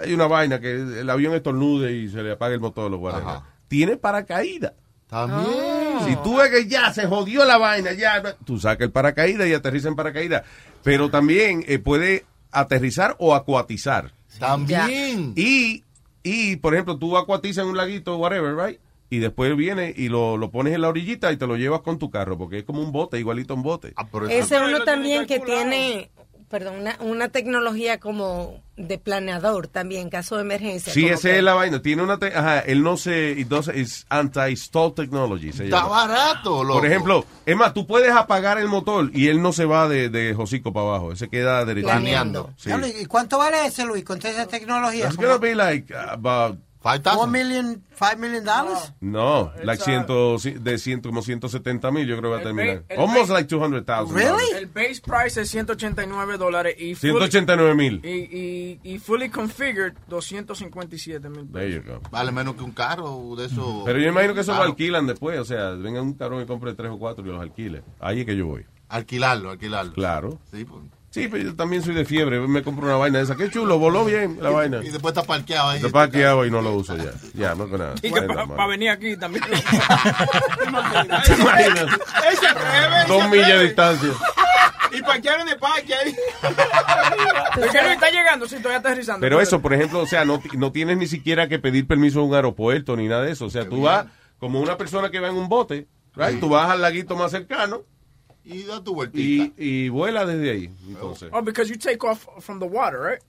Speaker 8: hay una vaina, que el avión estornude y se le apaga el motor o whatever. Tiene paracaídas.
Speaker 7: También.
Speaker 8: Si tú ves que ya se jodió la vaina, ya no- tú sacas el paracaídas y aterriza en paracaídas. Pero también eh, puede aterrizar o acuatizar.
Speaker 7: También.
Speaker 8: Y, y, por ejemplo, tú acuatizas en un laguito, whatever, right? Y después viene y lo, lo pones en la orillita y te lo llevas con tu carro, porque es como un bote, igualito a un bote.
Speaker 7: Ah,
Speaker 15: Ese uno también que tiene, perdón, una, una tecnología como de planeador también, en caso de emergencia.
Speaker 8: Sí,
Speaker 15: como
Speaker 8: esa
Speaker 15: que-
Speaker 8: es la vaina. Tiene una. te- Ajá, él no se. Entonces, es anti-stall technology. se
Speaker 7: Está
Speaker 8: llama.
Speaker 7: barato, loco.
Speaker 8: Por ejemplo, es más, tú puedes apagar el motor y él no se va de, de hocico para abajo. Él se queda derechito.
Speaker 17: Planeando.
Speaker 8: Sí.
Speaker 17: Diablo, ¿Y cuánto vale ese, Luis, con toda esa tecnología?
Speaker 8: That's gonna be like uh, about.
Speaker 17: ¿4 million, 5 million dollars?
Speaker 8: No, like ciento, de ciento, como 170 mil, yo creo que va a
Speaker 10: El
Speaker 8: terminar.
Speaker 10: ba- el
Speaker 8: Almost
Speaker 10: ba-
Speaker 8: like 200,000.
Speaker 10: El base price es 189 dólares y fully-
Speaker 8: 189,000.
Speaker 10: Y, y, y fully configured 257 mil
Speaker 8: There you go.
Speaker 7: Vale menos que un carro de eso.
Speaker 8: Pero yo imagino que eso lo
Speaker 7: Claro.
Speaker 8: alquilan después. O sea, venga un cabrón y compre tres o cuatro y los alquile. Ahí es que yo voy.
Speaker 7: Alquilarlo, alquilarlo.
Speaker 8: Claro.
Speaker 7: Sí, pues.
Speaker 8: Sí, pero yo también soy de fiebre. Me compro una vaina de esa. Qué chulo, voló bien la vaina.
Speaker 7: Y después está parqueado ahí.
Speaker 8: Lo parqueado y no lo uso ya. Ya, no con nada.
Speaker 10: Y que para venir aquí también.
Speaker 8: ¿Te imaginas?
Speaker 13: Ese breve, ese
Speaker 8: Dos millas de distancia.
Speaker 13: Y parquearon en el parque ahí.
Speaker 10: ¿Por qué no está llegando si estoy aterrizando?
Speaker 8: Pero eso, por ejemplo, o sea, no, ti- no tienes ni siquiera que pedir permiso a un aeropuerto ni nada de eso. O sea, tú vas como una persona que va en un bote, right? tú vas al laguito más cercano
Speaker 7: Y da tu vueltita.
Speaker 8: y, y vuela desde ahí. Entonces,
Speaker 10: Oh, because you take off from the water, right?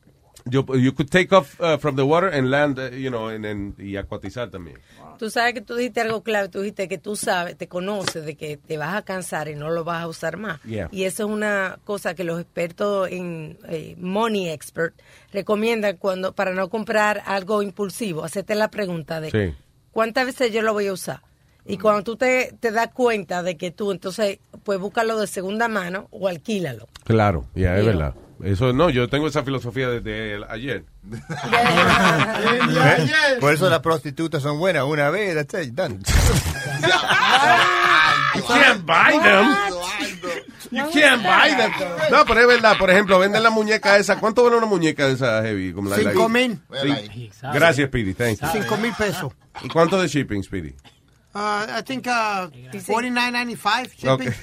Speaker 8: yo, you could take off uh, from the water and land, uh, you know, and- and- y acuatizar también.
Speaker 15: Tú sabes que tú dijiste algo clave, tú dijiste que tú sabes, te conoces de que te vas a cansar y no lo vas a usar más.
Speaker 8: Yeah.
Speaker 15: Y eso es una cosa que los expertos en eh, Money Expert recomiendan cuando para no comprar algo impulsivo, hacerte la pregunta de
Speaker 8: Sí.
Speaker 15: cuántas veces yo lo voy a usar. Y cuando tú te, te das cuenta de que tú, entonces, pues búscalo de segunda mano o alquílalo.
Speaker 8: Claro, ya es
Speaker 15: Yeah.
Speaker 8: verdad. Eso no, yo tengo esa filosofía desde el- ayer.
Speaker 9: ¿Eh? Por eso las prostitutas son buenas. Una vez, that's it, done.
Speaker 8: You can't buy them. You can't buy them. No, pero es verdad. Por ejemplo, venden la muñeca esa. ¿Cuánto vale una muñeca de esa heavy? Como la- la-
Speaker 17: Cinco mil.
Speaker 8: Sí. Gracias, Speedy. Thank you.
Speaker 17: 5 mil pesos.
Speaker 8: ¿Y cuánto de shipping, Speedy?
Speaker 17: Uh, I think uh, 49.95 shipping.
Speaker 8: Ok.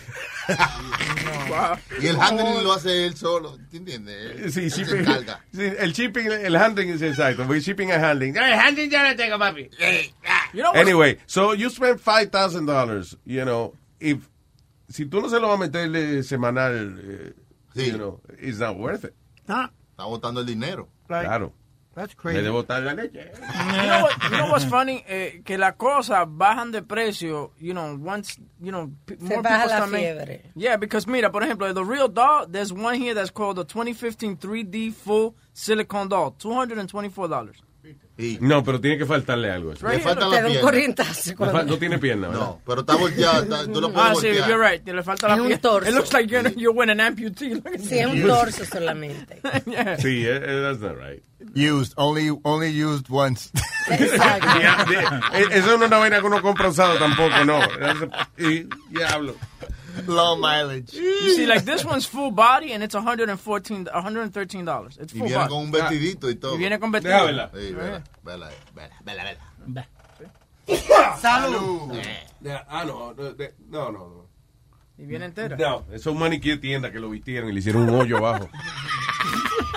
Speaker 8: Ah.
Speaker 7: Y el handling lo hace él solo. ¿Te entiendes?
Speaker 8: Sí,
Speaker 7: Él se
Speaker 8: shipping.
Speaker 7: encarga.
Speaker 8: sí, el shipping, el handling es exacto. porque shipping and handling. Eh, handling ya la tengo, papi. Eh, ah. Anyway, so you spend five thousand dollars, you know, if si tú no se lo vas a meter eh, semanal, eh, you know, it's not worth it.
Speaker 17: Ah,
Speaker 7: Está botando el dinero.
Speaker 8: Claro.
Speaker 17: that's crazy.
Speaker 8: Me debo botar la leche.
Speaker 10: You know, what, you know what's funny? Eh, que las cosas bajan de precio, you know, once, you know, p-
Speaker 15: Se baja la
Speaker 10: start making-
Speaker 15: fiebre.
Speaker 10: Yeah, because mira, por ejemplo, the real doll, there's one here that's called the 2015 3D full silicone doll, $224.
Speaker 8: No, pero tiene que faltarle algo. a eso.
Speaker 10: Right here,
Speaker 15: Te
Speaker 10: look.
Speaker 15: da
Speaker 7: ¿eh?
Speaker 15: un corrientazo.
Speaker 8: Le
Speaker 15: cuando-
Speaker 8: fal- No tiene pierna, ¿verdad? No,
Speaker 7: pero está volteada. está- Tú lo puedes
Speaker 10: Ah, sí,
Speaker 7: voltear.
Speaker 10: you're right. Le falta la
Speaker 15: Es un
Speaker 10: pierna.
Speaker 15: torso.
Speaker 10: It looks like you're, you're winning an amputee. Look at
Speaker 15: Sí, es un
Speaker 10: that.
Speaker 15: torso solamente.
Speaker 10: Yeah.
Speaker 8: Sí, eh, eh, that's not right.
Speaker 9: Used, only, only used once.
Speaker 8: Ya, de- eh, Eso no es una vaina que uno compra usado tampoco, no. Y diablo.
Speaker 9: Low mileage.
Speaker 10: You see, like this one's full body and it's 114 $113. It's
Speaker 7: Y
Speaker 10: full
Speaker 7: viene
Speaker 10: body.
Speaker 7: con un vestidito y todo.
Speaker 10: Y viene con Eh. vestido.
Speaker 8: Deja verla.
Speaker 7: Sí, vela, vela, vela, vela, vela.
Speaker 17: Salud.
Speaker 8: Ah, no, no, no.
Speaker 10: Y viene entera.
Speaker 8: No, eso es un maniquí de tienda que lo vistieron y le hicieron un hoyo abajo.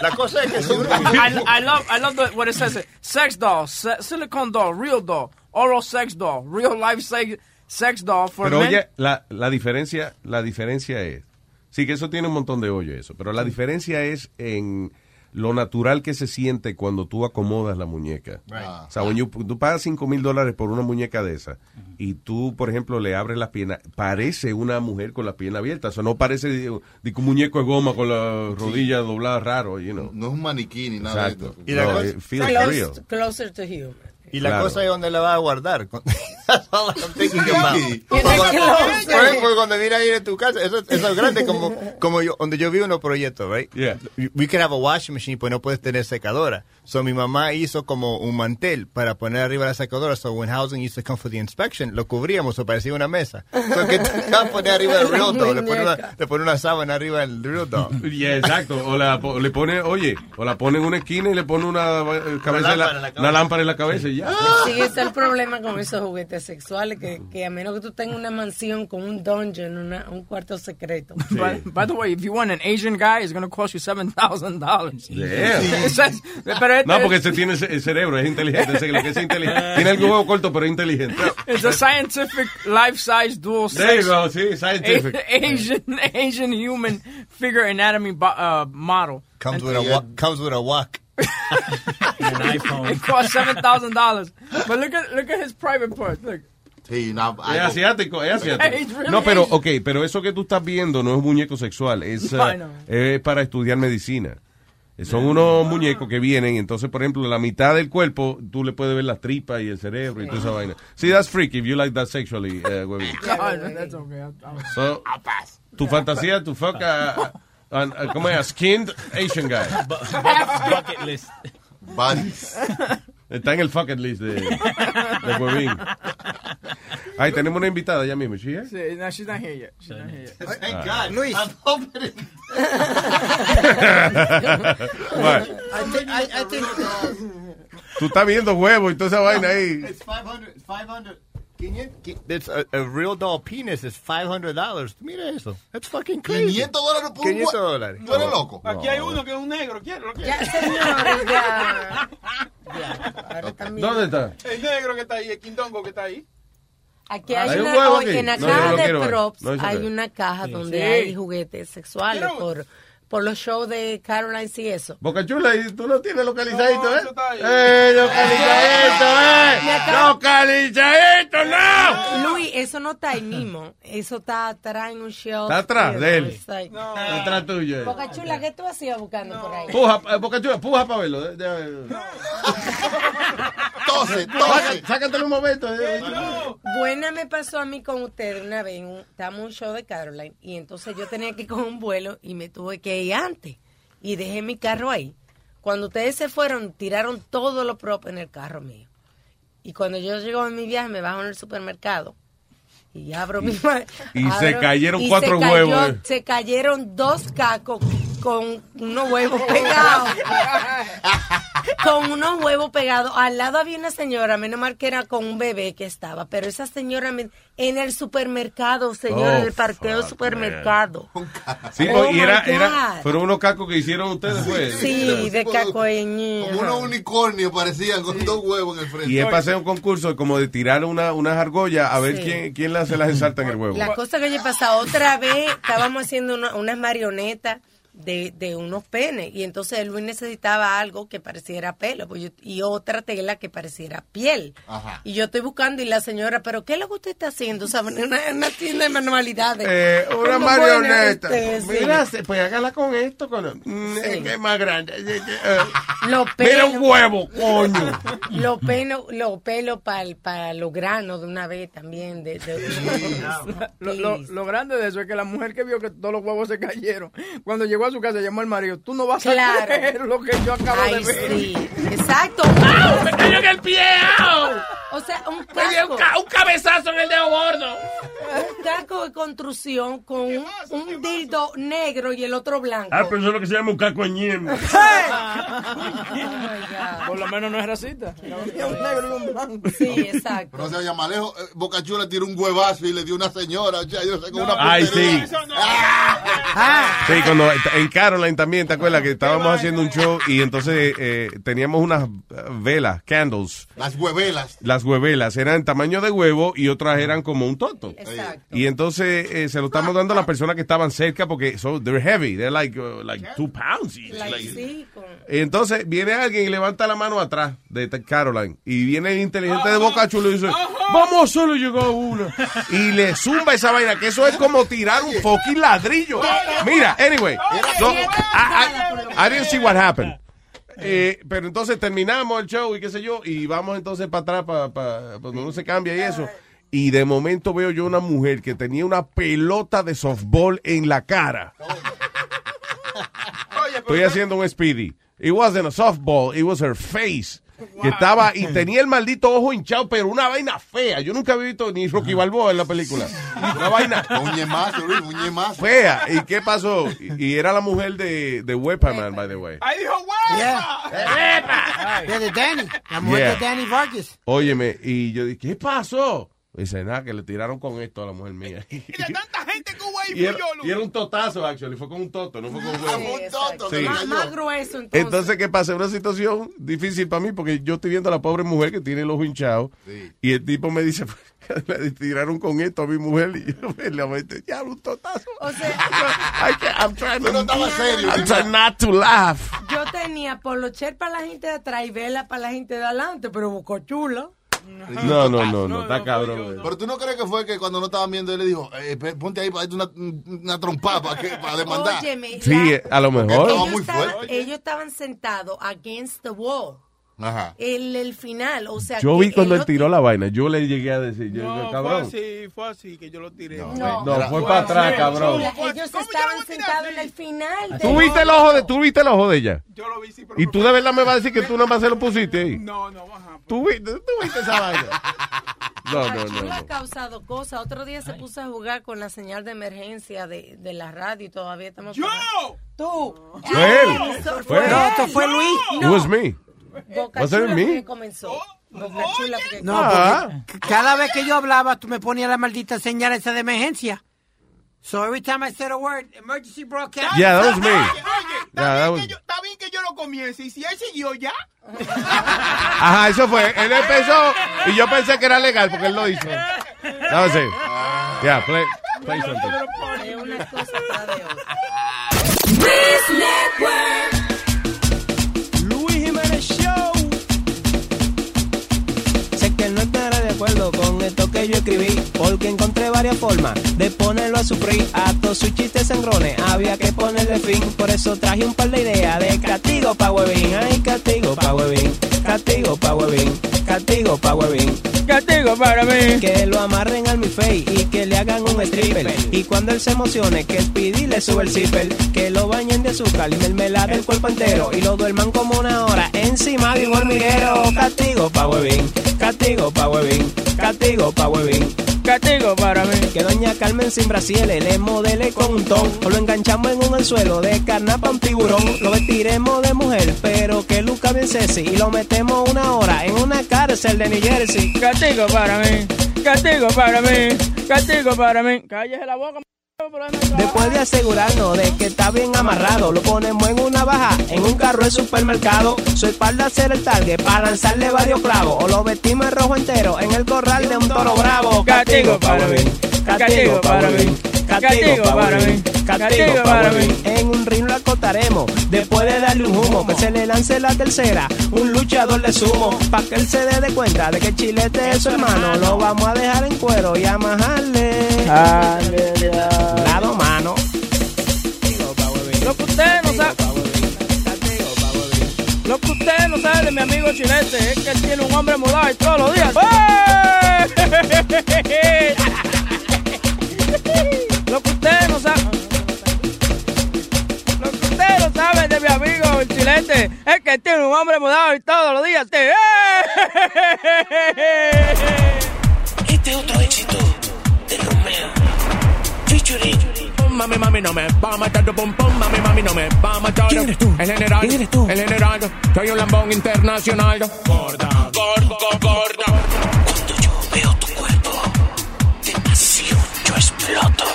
Speaker 9: La cosa es que si uno-
Speaker 10: I, I love I love the, what it says. It. Sex doll, se silicone doll, real doll, oral sex doll, real life sex, sex doll for
Speaker 8: Pero
Speaker 10: men.
Speaker 8: oye, la, la diferencia, la diferencia es, sí que eso tiene un montón de hoyo eso, pero la diferencia es en lo natural que se siente cuando tú acomodas la muñeca. O sea, when you- tú pagas 5 mil dólares por una muñeca de esa y tú, por ejemplo, le abres las piernas, parece una mujer con las piernas abiertas. O sea, no parece de, de un muñeco de goma con las rodillas dobladas raro, you know.
Speaker 7: No es un maniquí ni nada de
Speaker 8: Exacto.
Speaker 7: esto.
Speaker 8: No, eh, it feels
Speaker 15: Close-
Speaker 8: real.
Speaker 15: Closer to human.
Speaker 9: Y la cosa es donde la vas a guardar. That's all I'm thinking about. Por ejemplo, cuando mira ir en tu casa, eso, eso es grande como, como yo, donde yo vi unos proyectos, right?
Speaker 12: Yeah.
Speaker 9: We could have a washing machine, pues no puedes tener secadora. So mi mamá hizo como un mantel para poner arriba la secadora. So when housing used to come for the inspection, lo cubríamos, o parecía una mesa. So que te vas a poner arriba el real dog, le pone una, le pone una sábana arriba el real dog.
Speaker 8: Yeah, exacto. O, la, o le pone, oye, o la pone en una esquina y le pone una, eh, cabeza, en la-
Speaker 15: lámpara en la cabeza.
Speaker 8: una lámpara en la cabeza y ya.
Speaker 15: Sí, ese es el problema con esos juguetes sexuales, que, que a menos que tú tengas una mansión con un dungeon, una, un cuarto secreto.
Speaker 10: By, by the way, if you want an Asian guy, it's going to cost you $7,000.
Speaker 8: Yeah.
Speaker 10: Eso es- pero este-
Speaker 8: No, porque ese tiene ce- el cerebro, es inteligente. ese- lo que es inteligente. Tiene el huevo corto, pero es inteligente.
Speaker 10: It's a scientific life-size dual
Speaker 8: There you
Speaker 10: sex.
Speaker 8: go, sí, scientific.
Speaker 10: A- Asian Asian human figure anatomy bo- uh, model.
Speaker 9: Comes with a wa- comes with a walk.
Speaker 10: It cost seven thousand dollars. But look at look at his private part. Look.
Speaker 7: Sí, no,
Speaker 8: Es asiático, es
Speaker 10: It's
Speaker 8: asiático.
Speaker 10: really
Speaker 8: No, pero,
Speaker 10: Asian.
Speaker 8: ok, pero eso que tú estás viendo no es un muñeco sexual, es,
Speaker 10: No,
Speaker 8: ah,
Speaker 10: I know.
Speaker 8: es para estudiar medicina. Eh, Son unos muñecos que vienen, entonces, por ejemplo, la mitad del cuerpo, tú le puedes ver las tripas y el cerebro y toda esa vaina. Sí, that's freaky if you like that sexually, eh, huevín.
Speaker 10: God, that's okay. I'll- I'll-
Speaker 8: So, tu fantasía, tu fuck ah, a, a- a- ¿cómo es? A skinned Asian guy.
Speaker 21: Bucket list.
Speaker 8: Está en el bucket list de, de huevín. Ahí tenemos una invitada ya mismo, ¿sí? eh?
Speaker 10: See, no, she's not here yet. She's not here yet.
Speaker 8: Thank God.
Speaker 9: Luis.
Speaker 15: Ah,
Speaker 7: I'm hoping.
Speaker 8: Bueno,
Speaker 7: I think. I, I think.
Speaker 8: tú estás viendo huevos y toda esa vaina ahí.
Speaker 7: It's 500. 500.
Speaker 9: That's a, a real doll penis is $500. Mira eso. That's fucking crazy.
Speaker 7: 500 dólares por un
Speaker 9: 500
Speaker 7: hue-
Speaker 9: dólares.
Speaker 7: ¿Tú eres loco?
Speaker 13: Aquí hay uno que es un negro, quiero, lo quiero.
Speaker 15: Ya, señores, ya.
Speaker 8: ¿Dónde está?
Speaker 13: El negro que está ahí, el quindongo que está ahí.
Speaker 15: Aquí
Speaker 8: Ah,
Speaker 15: hay,
Speaker 8: ¿hay un
Speaker 15: una,
Speaker 8: huevo
Speaker 15: oye,
Speaker 8: aquí?
Speaker 15: en la
Speaker 8: No, yo
Speaker 15: caja
Speaker 8: no
Speaker 15: de
Speaker 8: quiero ver.
Speaker 15: props
Speaker 8: No, eso
Speaker 15: hay
Speaker 8: no.
Speaker 15: una caja donde
Speaker 8: Sí.
Speaker 15: hay juguetes sexuales por, por los shows de Caroline y eso.
Speaker 8: Boca Chula, y tú lo tienes localizadito, ¿eh?
Speaker 15: ahí.
Speaker 8: ¡Eh, localizadito,
Speaker 15: Me
Speaker 8: eh!
Speaker 15: acabo-
Speaker 8: ¡Localizadito, no!
Speaker 15: Luis, eso no está ahí mismo. Eso está atrás en un show.
Speaker 8: Está atrás de él.
Speaker 15: Está ahí.
Speaker 8: Está atrás tuyo. eh.
Speaker 15: Boca Chula, ¿qué tú hacías buscando por ahí?
Speaker 8: Puja, eh, Boca Chula, puja para verlo. eh, déjame ver. Saca- Sácatelo un momento. eh.
Speaker 15: Buena me pasó a mí con ustedes una vez. en un- Estábamos en un show de Caroline y entonces yo tenía que ir con un vuelo y me tuve que ir antes. Y dejé mi carro ahí. Cuando ustedes se fueron, tiraron todos los props en el carro mío. Y cuando yo llego a mi viaje, me bajo en el supermercado y abro mi ma-
Speaker 8: y se
Speaker 15: abro-
Speaker 8: cayeron
Speaker 15: y
Speaker 8: cuatro
Speaker 15: se cayó-
Speaker 8: huevos, eh.
Speaker 15: Se cayeron dos cacos con unos huevos pegados con unos huevos pegados. Al lado había una señora, menos mal que era con un bebé que estaba, pero esa señora me- en el supermercado, señora,
Speaker 8: Oh,
Speaker 15: en el parqueo del supermercado.
Speaker 8: Sí,
Speaker 15: Oh,
Speaker 8: y era,
Speaker 15: my
Speaker 8: era,
Speaker 15: God.
Speaker 8: fueron unos cacos que hicieron ustedes, pues.
Speaker 15: Sí, de cacoeñí.
Speaker 7: Como unos unicornios parecían con dos huevos en el frente.
Speaker 8: Y es para hacer un concurso como de tirar una, unas argollas a ver
Speaker 15: Sí.
Speaker 8: quién, quién las- se las ensarta en el huevo.
Speaker 15: La cosa que yo he pasado otra vez, estábamos haciendo una- unas marionetas de, de unos penes y entonces Luis necesitaba algo que pareciera pelo pues yo- y otra tela que pareciera piel.
Speaker 7: Ajá.
Speaker 15: Y yo estoy buscando y la señora, pero ¿qué es lo que usted está haciendo? O sea, una, una tienda de manualidades.
Speaker 8: Eh, una
Speaker 15: Bueno,
Speaker 8: marioneta.
Speaker 15: este, sí.
Speaker 8: Mira, se- pues hágala con esto. Con, Mm, es que es más grande. Eh, eh, eh.
Speaker 15: Los
Speaker 8: Mira
Speaker 15: pelos,
Speaker 8: un huevo, coño.
Speaker 15: los pelos, los pelos para los granos de una vez también. De, de-
Speaker 10: Lo, lo- lo grande de eso es que la mujer que vio que todos los huevos se cayeron, cuando llegó a su casa llamó al marido, tú no vas a
Speaker 15: Claro.
Speaker 10: creer lo que yo acabo
Speaker 15: Ay,
Speaker 10: de ver.
Speaker 15: sí. Exacto.
Speaker 10: ¡Me
Speaker 16: cayó en el pie! ¡au!
Speaker 15: O sea, un
Speaker 16: Me dio
Speaker 15: casco,
Speaker 16: un, ca- un cabezazo en el dedo gordo.
Speaker 15: un casco de construcción con un, un dildo negro y el otro blanco.
Speaker 14: Ah, pero eso es lo que se llama un caco ñem.
Speaker 16: Ah.
Speaker 10: Por lo menos no es racista. Era un negro y un blanco.
Speaker 15: Sí, exacto.
Speaker 7: Pero no se vaya más lejos. eh, Boca Chula tiró un huevazo y le dio una señora. o sea, yo no sé, con una ¡Ah!
Speaker 8: Ay,
Speaker 7: puntería.
Speaker 8: sí. Sí, cuando en Caroline también, ¿te acuerdas que estábamos haciendo un show y entonces eh, teníamos unas eh, velas, candles,
Speaker 7: Las huevelas.
Speaker 8: las huevelas eran tamaño de huevo y otras eran como un toto.
Speaker 7: Exacto.
Speaker 8: Y entonces eh, se lo estamos dando a las personas que estaban cerca porque so, they're heavy, they're like uh, like two pounds. each, like- Entonces viene alguien y levanta la mano atrás de t- Caroline y viene el inteligente de Boca Chula y dice, vamos solo llegó una. Y le zumba esa vaina, que eso es como tirar un fucking ladrillo. Mira, anyway, so, I, I- I didn't see what happened. Eh, pero entonces terminamos el show y qué sé yo, y vamos entonces para atrás, para, para, cuando uno se cambia y eso. Y de momento veo yo una mujer que tenía una pelota de softball en la cara. Estoy haciendo un speedy. It wasn't a softball, it was her face. Que estaba y tenía el maldito ojo hinchado, pero una vaina fea. Yo nunca había visto ni Rocky Balboa en la película. Una vaina.
Speaker 7: Un ñemazo, Luis, un ñemazo.
Speaker 8: Fea. ¿Y qué pasó? Y, y era la mujer de, de Weapon Man, by the way.
Speaker 22: Ahí dijo, ¡Huepa!
Speaker 16: Yeah. Yeah, de Danny, la mujer
Speaker 8: Yeah.
Speaker 16: de Danny Vargas.
Speaker 8: Óyeme, y yo dije, ¿qué pasó? Dice, nada, que le tiraron con esto a la mujer mía. Y, era, y era un totazo, actually. Fue con un toto, no fue con un huevo. Sí.
Speaker 15: Más, más grueso, Ah, entonces.
Speaker 8: Entonces, ¿qué pasa? Una situación difícil para mí porque yo estoy viendo a la pobre mujer que tiene el ojo hinchado y el tipo me dice, le tiraron con esto a mi mujer y yo me la metí, ya, un totazo.
Speaker 15: O
Speaker 8: sea, I can't- I'm trying
Speaker 7: Tú no estabas serio,
Speaker 8: I'm
Speaker 7: ¿no?
Speaker 8: trying not to laugh.
Speaker 15: yo tenía polocher para la gente de atrás y vela para la gente de adelante, pero bocochulo.
Speaker 8: No, no, no, no, está cabrón.
Speaker 7: Pero tú no crees que fue que cuando no estaban viendo, él le dijo, eh, pe- ponte ahí para darte una, una trompada para, que- para demandar.
Speaker 15: Óyeme,
Speaker 8: Sí,
Speaker 15: la-
Speaker 8: eh, a lo mejor.
Speaker 15: ellos, estaban, ellos estaban sentados against the wall.
Speaker 8: Ajá.
Speaker 15: El, el final, o sea.
Speaker 8: Yo
Speaker 15: que
Speaker 8: vi cuando
Speaker 15: el
Speaker 8: él tiró la vaina, yo le llegué a decir, yo,
Speaker 17: No, fue
Speaker 8: cabrón.
Speaker 17: así, fue así que yo lo tiré.
Speaker 8: No, No, fue para atrás, cabrón.
Speaker 15: otro- ellos estaban sentados en el final.
Speaker 8: ¿Tú
Speaker 15: del-
Speaker 8: viste el ojo de, tú viste el ojo de ella? Yo lo vi, sí, pero Y tú de verdad me vas a decir que tú nada más se lo pusiste ahí.
Speaker 17: No, no, ajá.
Speaker 8: ¿Tú viste, tú viste esa vaina? No, no, no.
Speaker 15: Chulo ha
Speaker 8: no.
Speaker 15: causado cosas. Otro día se puso a jugar con la señal de emergencia de, de la radio y todavía estamos. ¡Yo! ¡Tú!
Speaker 8: Fue él.
Speaker 15: Ay, eso
Speaker 8: Fue él.
Speaker 15: él.
Speaker 8: Esto fue Luis.
Speaker 15: No,
Speaker 8: It was me.
Speaker 15: Boca
Speaker 8: Was it
Speaker 15: Chula
Speaker 8: me?
Speaker 15: fue que comenzó. Boca Chula fue que
Speaker 16: No,
Speaker 8: Ah.
Speaker 16: porque c- cada vez que yo hablaba, tú me ponías la maldita señal esa de emergencia. So every time I said a word, emergency broadcast.
Speaker 8: Yeah, that was me.
Speaker 17: Oye,
Speaker 8: Yeah, that was-
Speaker 17: Está bien que yo lo comience y si él siguió ya.
Speaker 8: Ajá, eso fue. Él empezó y yo pensé que era legal porque él lo hizo. No sé.
Speaker 1: Ah.
Speaker 8: Ya, play, play something.
Speaker 15: Es una cosa atrás de otra.
Speaker 18: Luis Jiménez Show. Sé que no estará de acuerdo con esto que yo escribí, porque encontré varias formas de ponerlo a sufrir. A todos sus chistes sangrones había que ponerle fin, por eso traje un par de ideas de castigo pa' huevín. Ay, castigo pa' huevín, castigo pa' huevín, castigo pa' huevín. Castigo para mí. Que lo amarren al mi face y que le hagan un stripper. Y cuando él se emocione, que Speedy le sube el zipper. Que lo bañen de azúcar y mermelada el cuerpo entero. Y lo duerman como una hora encima de un hormiguero. Castigo pa' huevín, castigo pa' huevín, castigo pa' huevín. Castigo para mí. Que doña Carmen sin brasiles le modele con un ton. O lo enganchamos en un anzuelo de carnapa a un tiburón. Lo vestiremos de mujer, pero que luzca bien sexy. Y lo metemos una hora en una cárcel de New Jersey. Castigo para mí. Castigo para mí. Castigo para mí. Cállese la boca. Después de asegurarnos de que está bien amarrado, lo ponemos en una baja, en un carro de supermercado. Su espalda será el target para lanzarle varios clavos. O lo vestimos en rojo entero en el corral de un toro bravo. Castigo para mí, castigo para mí, castigo para mí, castigo para mí. En un ring lo acotaremos, después de darle un humo, que se le lance la tercera. Un luchador le sumo, pa' que él se dé de cuenta de que el chilete es su hermano. Lo vamos a dejar en cuero y amajarle. Lado mano.
Speaker 10: Lo que usted no sabe. Lo que usted no sabe de mi amigo Chilete es que él tiene un hombre mudado y todos los días. ¡Ey! Lo que usted no sabe. Lo que usted no sabe de mi amigo el Chilete es que él tiene un hombre mudado y todos los días. te- ¡Ey!
Speaker 13: Este otro éxito de Romeo. Featuring. Mami, mami, no me va a matar tu pom pom. Mami, mami, no me va a matar. ¿Quién eres tú? El general. ¿Quién eres tú? El general. Soy un lambón internacional. Gorda, gorda, gorda. Cuando yo veo tu cuerpo, de pasión yo exploto.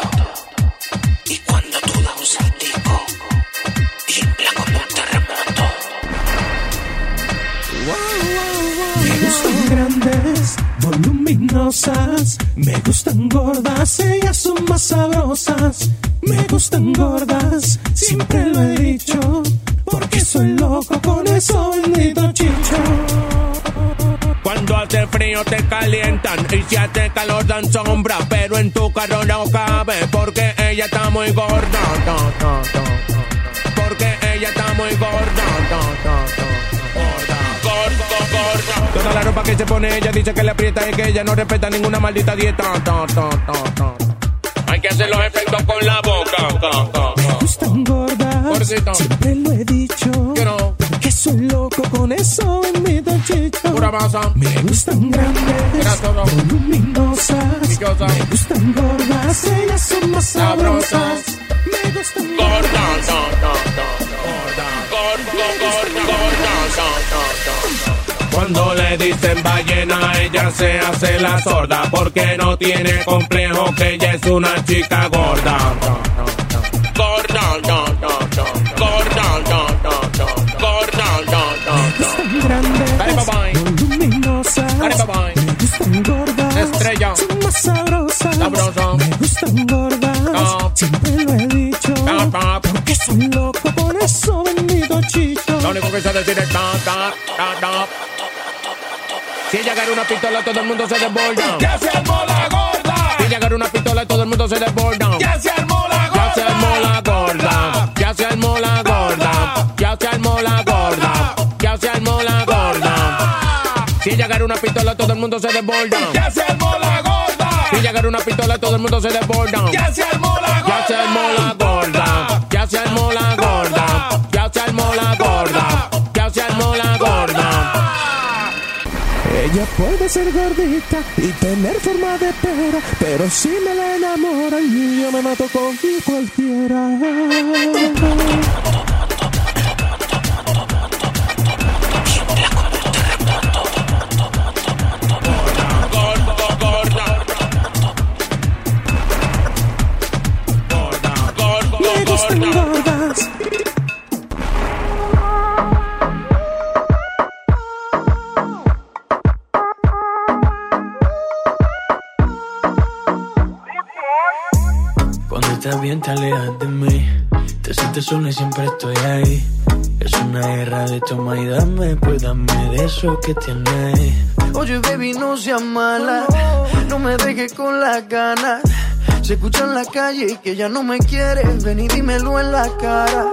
Speaker 13: Y cuando tú das un saltico, tiembla como un terremoto.
Speaker 18: Me gustan grandes, voluminosas. Me gustan gordas, ellas son más sabrosas. Me gustan gordas, siempre lo he dicho. Porque soy loco con eso bendito chicho.
Speaker 13: Cuando hace frío te calientan y si hace calor dan sombra, pero en tu carro no cabe porque ella está muy gorda. no, no, no, no, no. Porque ella está muy gorda. no, no, no, no. ropa que se pone ella dice que le aprieta y que ella no respeta ninguna maldita dieta. Ta, ta, ta, ta.
Speaker 23: Hay que hacer los efectos con la boca. Ca, ca, ca.
Speaker 13: Es tan gorda, siempre lo he dicho. Que soy loco con eso bendito chicho.
Speaker 23: Pura masa.
Speaker 13: Me gustan grandes, voluminosas. Me gustan gordas, ellas son más sabrosas. Me gustan
Speaker 23: Gorda, ta, ta, ta, gorda, gor- go- gor- gorda, ta, ta, ta, ta.
Speaker 13: Cuando le dicen ballena, ella se hace la sorda porque no tiene complejo que ella es una chica gorda.
Speaker 23: Gorda, ta, ta, ta. Gorda, ta, ta, ta. Gorda, ta, ta, ta. Dale, bye, bye.
Speaker 13: voluminosas.
Speaker 23: Dale, bye, bye.
Speaker 13: Me gustan gordas.
Speaker 23: Estrella.
Speaker 13: Son más sabrosas.
Speaker 23: Sabrosa.
Speaker 13: Me gustan gordas.
Speaker 23: Top.
Speaker 13: Siempre lo he dicho.
Speaker 23: Top, top.
Speaker 13: Porque soy loco por eso, bendito chicho.
Speaker 23: Lo único que sé decir es ta, ta, ta, ta. Si ella agarra una pistola, todo el mundo se desborda.
Speaker 13: Ya se armó la gorda.
Speaker 23: Si ella agarra una pistola, todo el mundo se desborda.
Speaker 13: Ya se armó la gorda.
Speaker 23: Ya se armó la gorda. Ya se armó la gorda. Ya se armó la gorda. Ya se armó la gorda. Si ella agarra una pistola, todo el mundo se desborda.
Speaker 13: Ya se armó la gorda.
Speaker 23: Si ella agarra una pistola, todo el mundo se desborda.
Speaker 13: Ya se armó la gorda.
Speaker 23: Ya se armó la gorda. Ya se armó la gorda. Ya se armó la gorda. Ya se armó la gorda.
Speaker 13: Ella puede ser gordita y tener forma de pera, pero si me la enamoran, yo me mato con cualquiera. Me gustan gordas.
Speaker 4: Cuando estás bien te alejas de mí Te sientes sola y siempre estoy ahí Es una guerra de toma y dame Pues dame de eso que tienes
Speaker 5: Oye, baby, no seas mala. No me dejes con las ganas. Se escucha en la calle que ya no me quieres. Ven y dímelo en la cara.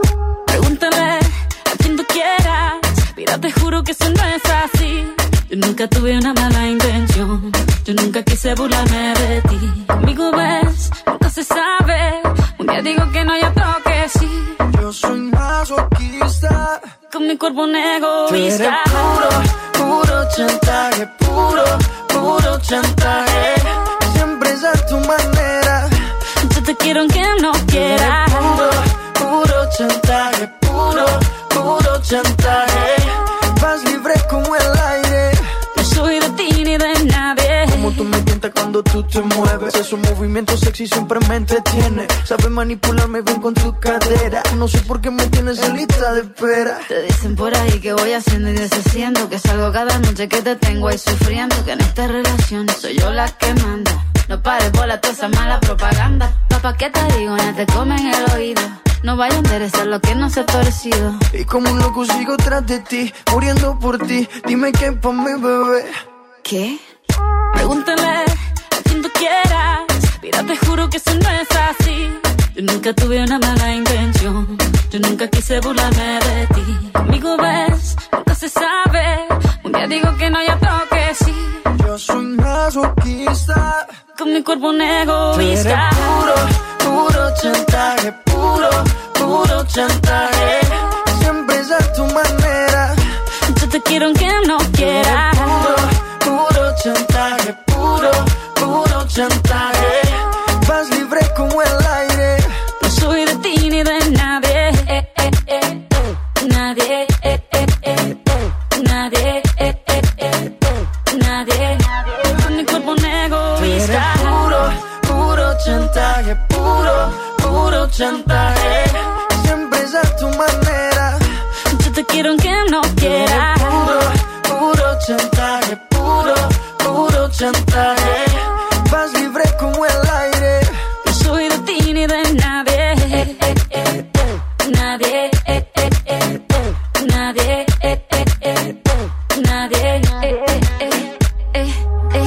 Speaker 24: Pregúntame a quien tú quieras. Mira, te juro que eso no es así. Yo nunca tuve una mala intención. Yo nunca quise burlarme de ti. Conmigo ves, nunca se sabe. Un día digo que no, hay otro que sí.
Speaker 5: Yo soy masoquista.
Speaker 24: Con mi cuerpo un
Speaker 5: Tú eres
Speaker 24: egoísta.
Speaker 5: puro, puro chantaje, puro, puro chantaje. Siempre es a tu manera.
Speaker 24: Yo te quiero aunque no quieras.
Speaker 5: Puro, puro chantaje, puro, puro chantaje. Vas libre como el aire.
Speaker 24: No soy de ti ni de nadie.
Speaker 5: Como tú me tientas cuando tú te mueves. Esos movimientos sexy siempre me entretiene. Sabes manipularme bien con tu cadera. No sé por qué me tienes en lista de espera.
Speaker 24: Te dicen por ahí que voy haciendo y deshaciendo, que salgo cada noche que te tengo ahí sufriendo, que en esta relación soy yo la que manda. No pares bola toda esa mala propaganda. Papá, ¿qué te digo? No te comen el oído. No vaya a interesar lo que no se ha torcido.
Speaker 5: Y como un loco sigo tras de ti, muriendo por ti. Dime qué pa' mi bebé.
Speaker 24: ¿Qué? Pregúntale a quien tú quieras. Mira, te juro que eso no es así. Yo nunca tuve una mala intención. Yo nunca quise burlarme de ti. Conmigo ves, nunca se sabe. Un día digo que no, hay otro que sí.
Speaker 5: Yo soy masoquista.
Speaker 24: Con mi cuerpo un
Speaker 5: Tú eres
Speaker 24: egoísta.
Speaker 5: puro, puro chantaje, puro, puro chantaje. Siempre es a tu manera.
Speaker 24: Yo te quiero aunque no quieras.
Speaker 5: Puro, puro chantaje, puro, puro chantaje. Vas libre como el aire.
Speaker 24: No soy de ti ni de nadie. Eh, eh, eh, eh. Nadie. eh, eh, eh, eh. Nadie. eh, eh, eh, eh. Nadie. Con mi cuerpo un
Speaker 5: Tú eres
Speaker 24: egoísta.
Speaker 5: puro, puro chantaje, puro, puro chantaje. Siempre es a tu manera.
Speaker 24: Yo te quiero aunque no
Speaker 5: Tú eres
Speaker 24: quieras.
Speaker 5: puro, puro chantaje, puro, puro chantaje. Vas libre como el aire.
Speaker 24: No soy de ti ni de nadie. Eh, eh, eh, eh. Nadie. eh, eh, eh, eh. Nadie. eh, eh, eh, eh. Nadie. eh, eh, eh, eh, eh.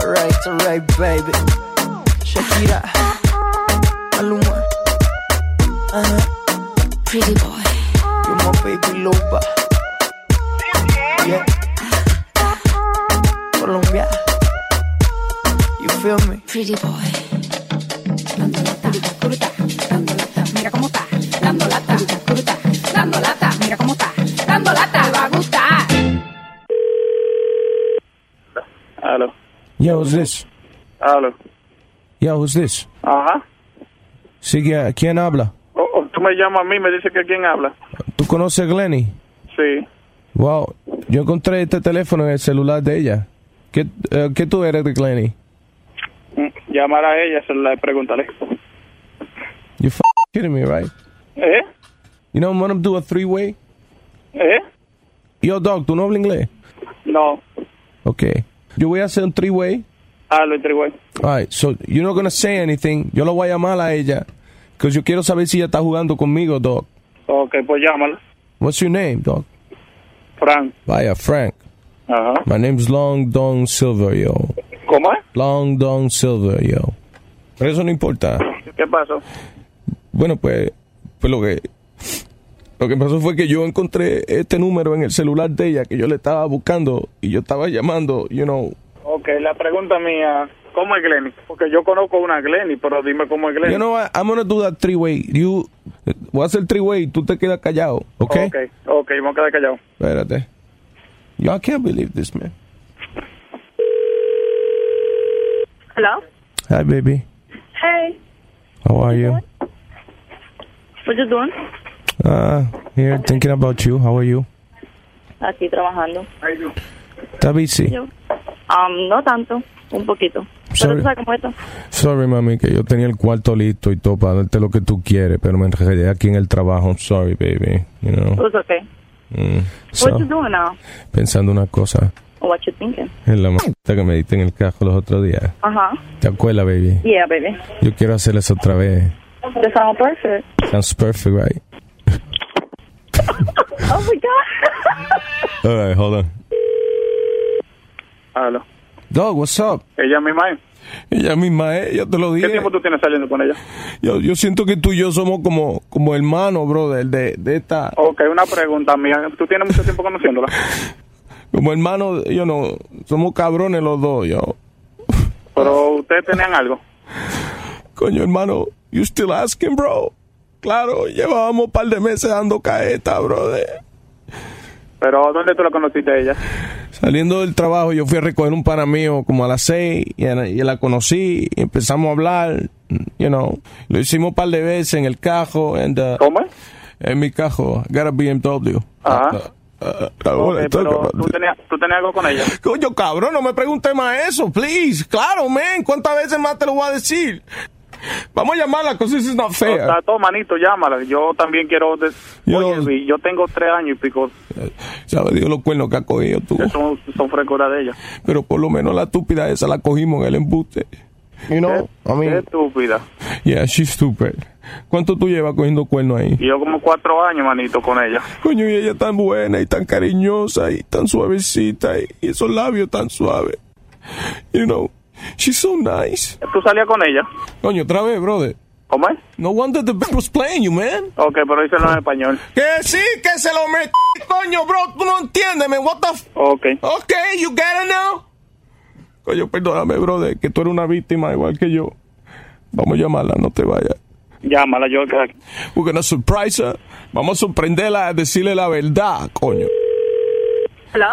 Speaker 5: Alright, alright, baby. Shakira, Maluma.
Speaker 24: Pretty boy.
Speaker 5: You're my baby loba. Yeah.
Speaker 6: Colombia. You feel me? Pretty boy.
Speaker 25: Mira cómo está, dando lata, cruta, dando lata, mira cómo está, dando lata, le va a gustar.
Speaker 2: Hello.
Speaker 23: Yeah, who's this?
Speaker 2: Hello.
Speaker 23: Yeah, who's this?
Speaker 2: Ajá.
Speaker 23: Sigue, ¿quién habla?
Speaker 2: Oh, oh, tú me llamas a mí, me dices que quién habla.
Speaker 23: ¿Tú conoces a Glenny?
Speaker 2: Sí.
Speaker 23: Wow, yo encontré este teléfono en el celular de ella. ¿Qué, eh, ¿qué tú eres de Glenny?
Speaker 2: Mm, Llamar a ella, se la preguntaré.
Speaker 23: You f kidding me, right?
Speaker 2: ¿Eh?
Speaker 23: You know, want to do a three-way?
Speaker 2: ¿Eh?
Speaker 23: Yo, dog, ¿tú no hablas inglés?
Speaker 2: No.
Speaker 23: Ok. Yo voy a hacer un three-way.
Speaker 2: Ah, lo entregó.
Speaker 23: All right, so you're not gonna say anything. Yo lo voy a llamar a ella. Because yo quiero saber si ella está jugando conmigo, dog.
Speaker 2: Ok, pues llámala.
Speaker 23: What's your name, dog?
Speaker 2: Frank.
Speaker 23: Vaya, Frank.
Speaker 2: Ajá.
Speaker 23: My name's Long Dong Silver, yo.
Speaker 2: ¿Cómo es?
Speaker 23: Long Dong Silver, yo. Pero eso no importa.
Speaker 2: ¿Qué pasó?
Speaker 23: Bueno, pues, pues lo que lo que pasó fue que yo encontré este número en el celular de ella que yo le estaba buscando y yo estaba llamando, you know.
Speaker 2: Ok, la pregunta mía, ¿cómo es Glenny? Porque yo conozco una Glenny, pero dime cómo es Glenny.
Speaker 23: You know what? I'm gonna do that three way. You voy a hacer three way, tú te quedas callado, ¿ok?
Speaker 2: Ok, ok, vamos a quedar callados.
Speaker 23: Espérate. Yo I can't believe this man.
Speaker 26: Hello?
Speaker 23: Hi baby.
Speaker 26: Hey,
Speaker 23: How are you?
Speaker 26: what you doing?
Speaker 23: Uh, here thinking about you. How are you?
Speaker 26: Aquí trabajando.
Speaker 23: Está busy.
Speaker 26: Yo, um, no tanto, un poquito. Pero
Speaker 23: Sorry.
Speaker 26: tú sabes cómo es esto.
Speaker 23: Sorry, mami, que yo tenía el cuarto listo y todo para darte lo que tú quieres, pero me enredé aquí en el trabajo. I'm sorry, baby. You know.
Speaker 26: It's okay.
Speaker 23: Mm.
Speaker 26: What
Speaker 23: So,
Speaker 26: you doing now?
Speaker 23: pensando una cosa.
Speaker 26: Or what you thinking?
Speaker 23: En la maldita que me diste en el cajo los otros días.
Speaker 26: Ajá.
Speaker 23: ¿Te acuerdas, baby?
Speaker 26: Yeah, baby.
Speaker 23: Yo quiero hacer eso otra vez.
Speaker 26: That sounds perfect.
Speaker 23: Sounds perfect, right?
Speaker 26: Oh my God.
Speaker 23: All right, hold on.
Speaker 2: Aló.
Speaker 23: Dog, what's up?
Speaker 2: Ella misma es.
Speaker 23: Ella misma es, yo te lo
Speaker 2: ¿Qué
Speaker 23: dije.
Speaker 2: tiempo tú tienes saliendo con ella?
Speaker 23: Yo, yo siento que tú y yo somos como, como hermanos, brother, de, de esta...
Speaker 2: Ok, una pregunta mía. ¿Tú tienes mucho tiempo conociéndola?
Speaker 23: Como hermanos, yo no... Somos cabrones los dos, yo.
Speaker 2: Pero ustedes tenían algo.
Speaker 23: Coño, hermano, you still asking, bro. Claro, llevábamos un par de meses dando caeta, brother.
Speaker 2: Pero ¿dónde tú la conociste a ella?
Speaker 23: Saliendo del trabajo, yo fui a recoger un pana mío como a las seis y, a- y la conocí y empezamos a hablar, you know. Lo hicimos un par de veces en el cajo. And, uh,
Speaker 2: ¿Cómo?
Speaker 23: En mi cajo. I got a BMW.
Speaker 2: Ajá.
Speaker 23: Uh, uh, I wanna
Speaker 2: Ok,
Speaker 23: talk
Speaker 2: Eh, pero
Speaker 23: about
Speaker 2: ¿tú tenías, tú tenías algo con ella.
Speaker 23: Coño, cabrón, no me preguntes más eso, please. Claro, man, ¿cuántas veces más te lo voy a decir? Vamos a llamarla, because this is not
Speaker 2: O
Speaker 23: fair.
Speaker 2: sea, todo manito, llámala. Yo también quiero... de- Oye, vi, yo tengo tres años y pico.
Speaker 23: Eh, ¿Sabes Dios los cuernos que ha cogido tú?
Speaker 2: Son, son frescura de ella.
Speaker 23: Pero por lo menos la estúpida esa la cogimos en el embuste. You know, I
Speaker 2: Qué
Speaker 23: mean,
Speaker 2: estúpida.
Speaker 23: yeah, she's stupid. ¿Cuánto tú llevas cogiendo cuernos ahí?
Speaker 2: Y yo como cuatro años, manito, con ella.
Speaker 23: Coño, y ella tan buena y tan cariñosa y tan suavecita y y esos labios tan suaves. You know, she's so nice.
Speaker 2: ¿Tú salías con ella?
Speaker 23: Coño, otra vez, brother.
Speaker 2: ¿Cómo es?
Speaker 23: No wonder the band was playing you, man.
Speaker 2: Ok, pero díselo en español.
Speaker 23: Que sí, que se lo metí, coño, bro. Tú no entiendes, man. What the f...
Speaker 2: Ok.
Speaker 23: Ok, you get it now. Coño, perdóname, brother, que tú eres una víctima igual que yo. Vamos a llamarla, no te vayas.
Speaker 2: Llámala, yo...
Speaker 23: We're gonna surprise her. Vamos a sorprenderla a decirle la verdad, coño.
Speaker 26: Hello?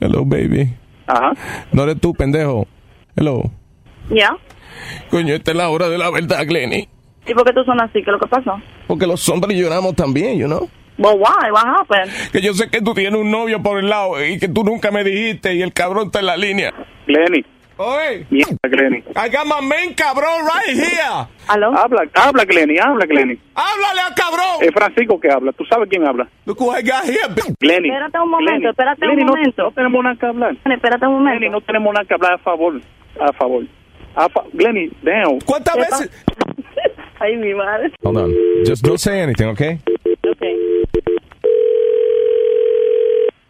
Speaker 23: Hello, baby.
Speaker 2: Ajá.
Speaker 23: No eres tú, pendejo. Hello.
Speaker 26: Yeah.
Speaker 23: Coño, esta es la hora de la verdad, Glenny.
Speaker 26: ¿Y por qué tú son así? ¿Qué es lo que pasó?
Speaker 23: Porque los hombres lloramos también, you know.
Speaker 26: Well, why? What happened?
Speaker 23: Que yo sé que tú tienes un novio por el lado y que tú nunca me dijiste y el cabrón está en la línea.
Speaker 2: Glenny.
Speaker 23: Oye,
Speaker 2: Mierda, Glenny.
Speaker 23: I got my main cabrón right here.
Speaker 26: ¿Aló?
Speaker 2: Habla, habla, Glenny, habla, Glenny.
Speaker 23: ¡Háblale al cabrón!
Speaker 2: Es Francisco que habla. ¿Tú sabes quién habla?
Speaker 23: Look who I got here, bitch.
Speaker 2: Glenny.
Speaker 26: Espérate un momento,
Speaker 2: Glenny,
Speaker 26: espérate un
Speaker 2: Glenny, no-
Speaker 26: momento.
Speaker 2: No, tenemos nada que hablar.
Speaker 26: Espérate un
Speaker 2: Glenny,
Speaker 26: momento.
Speaker 2: no tenemos nada que hablar a favor. A favor. A fa- Glenny, damn.
Speaker 23: ¿Cuántas veces?
Speaker 26: Ay, mi madre.
Speaker 23: Hold on. Just don't say anything, okay?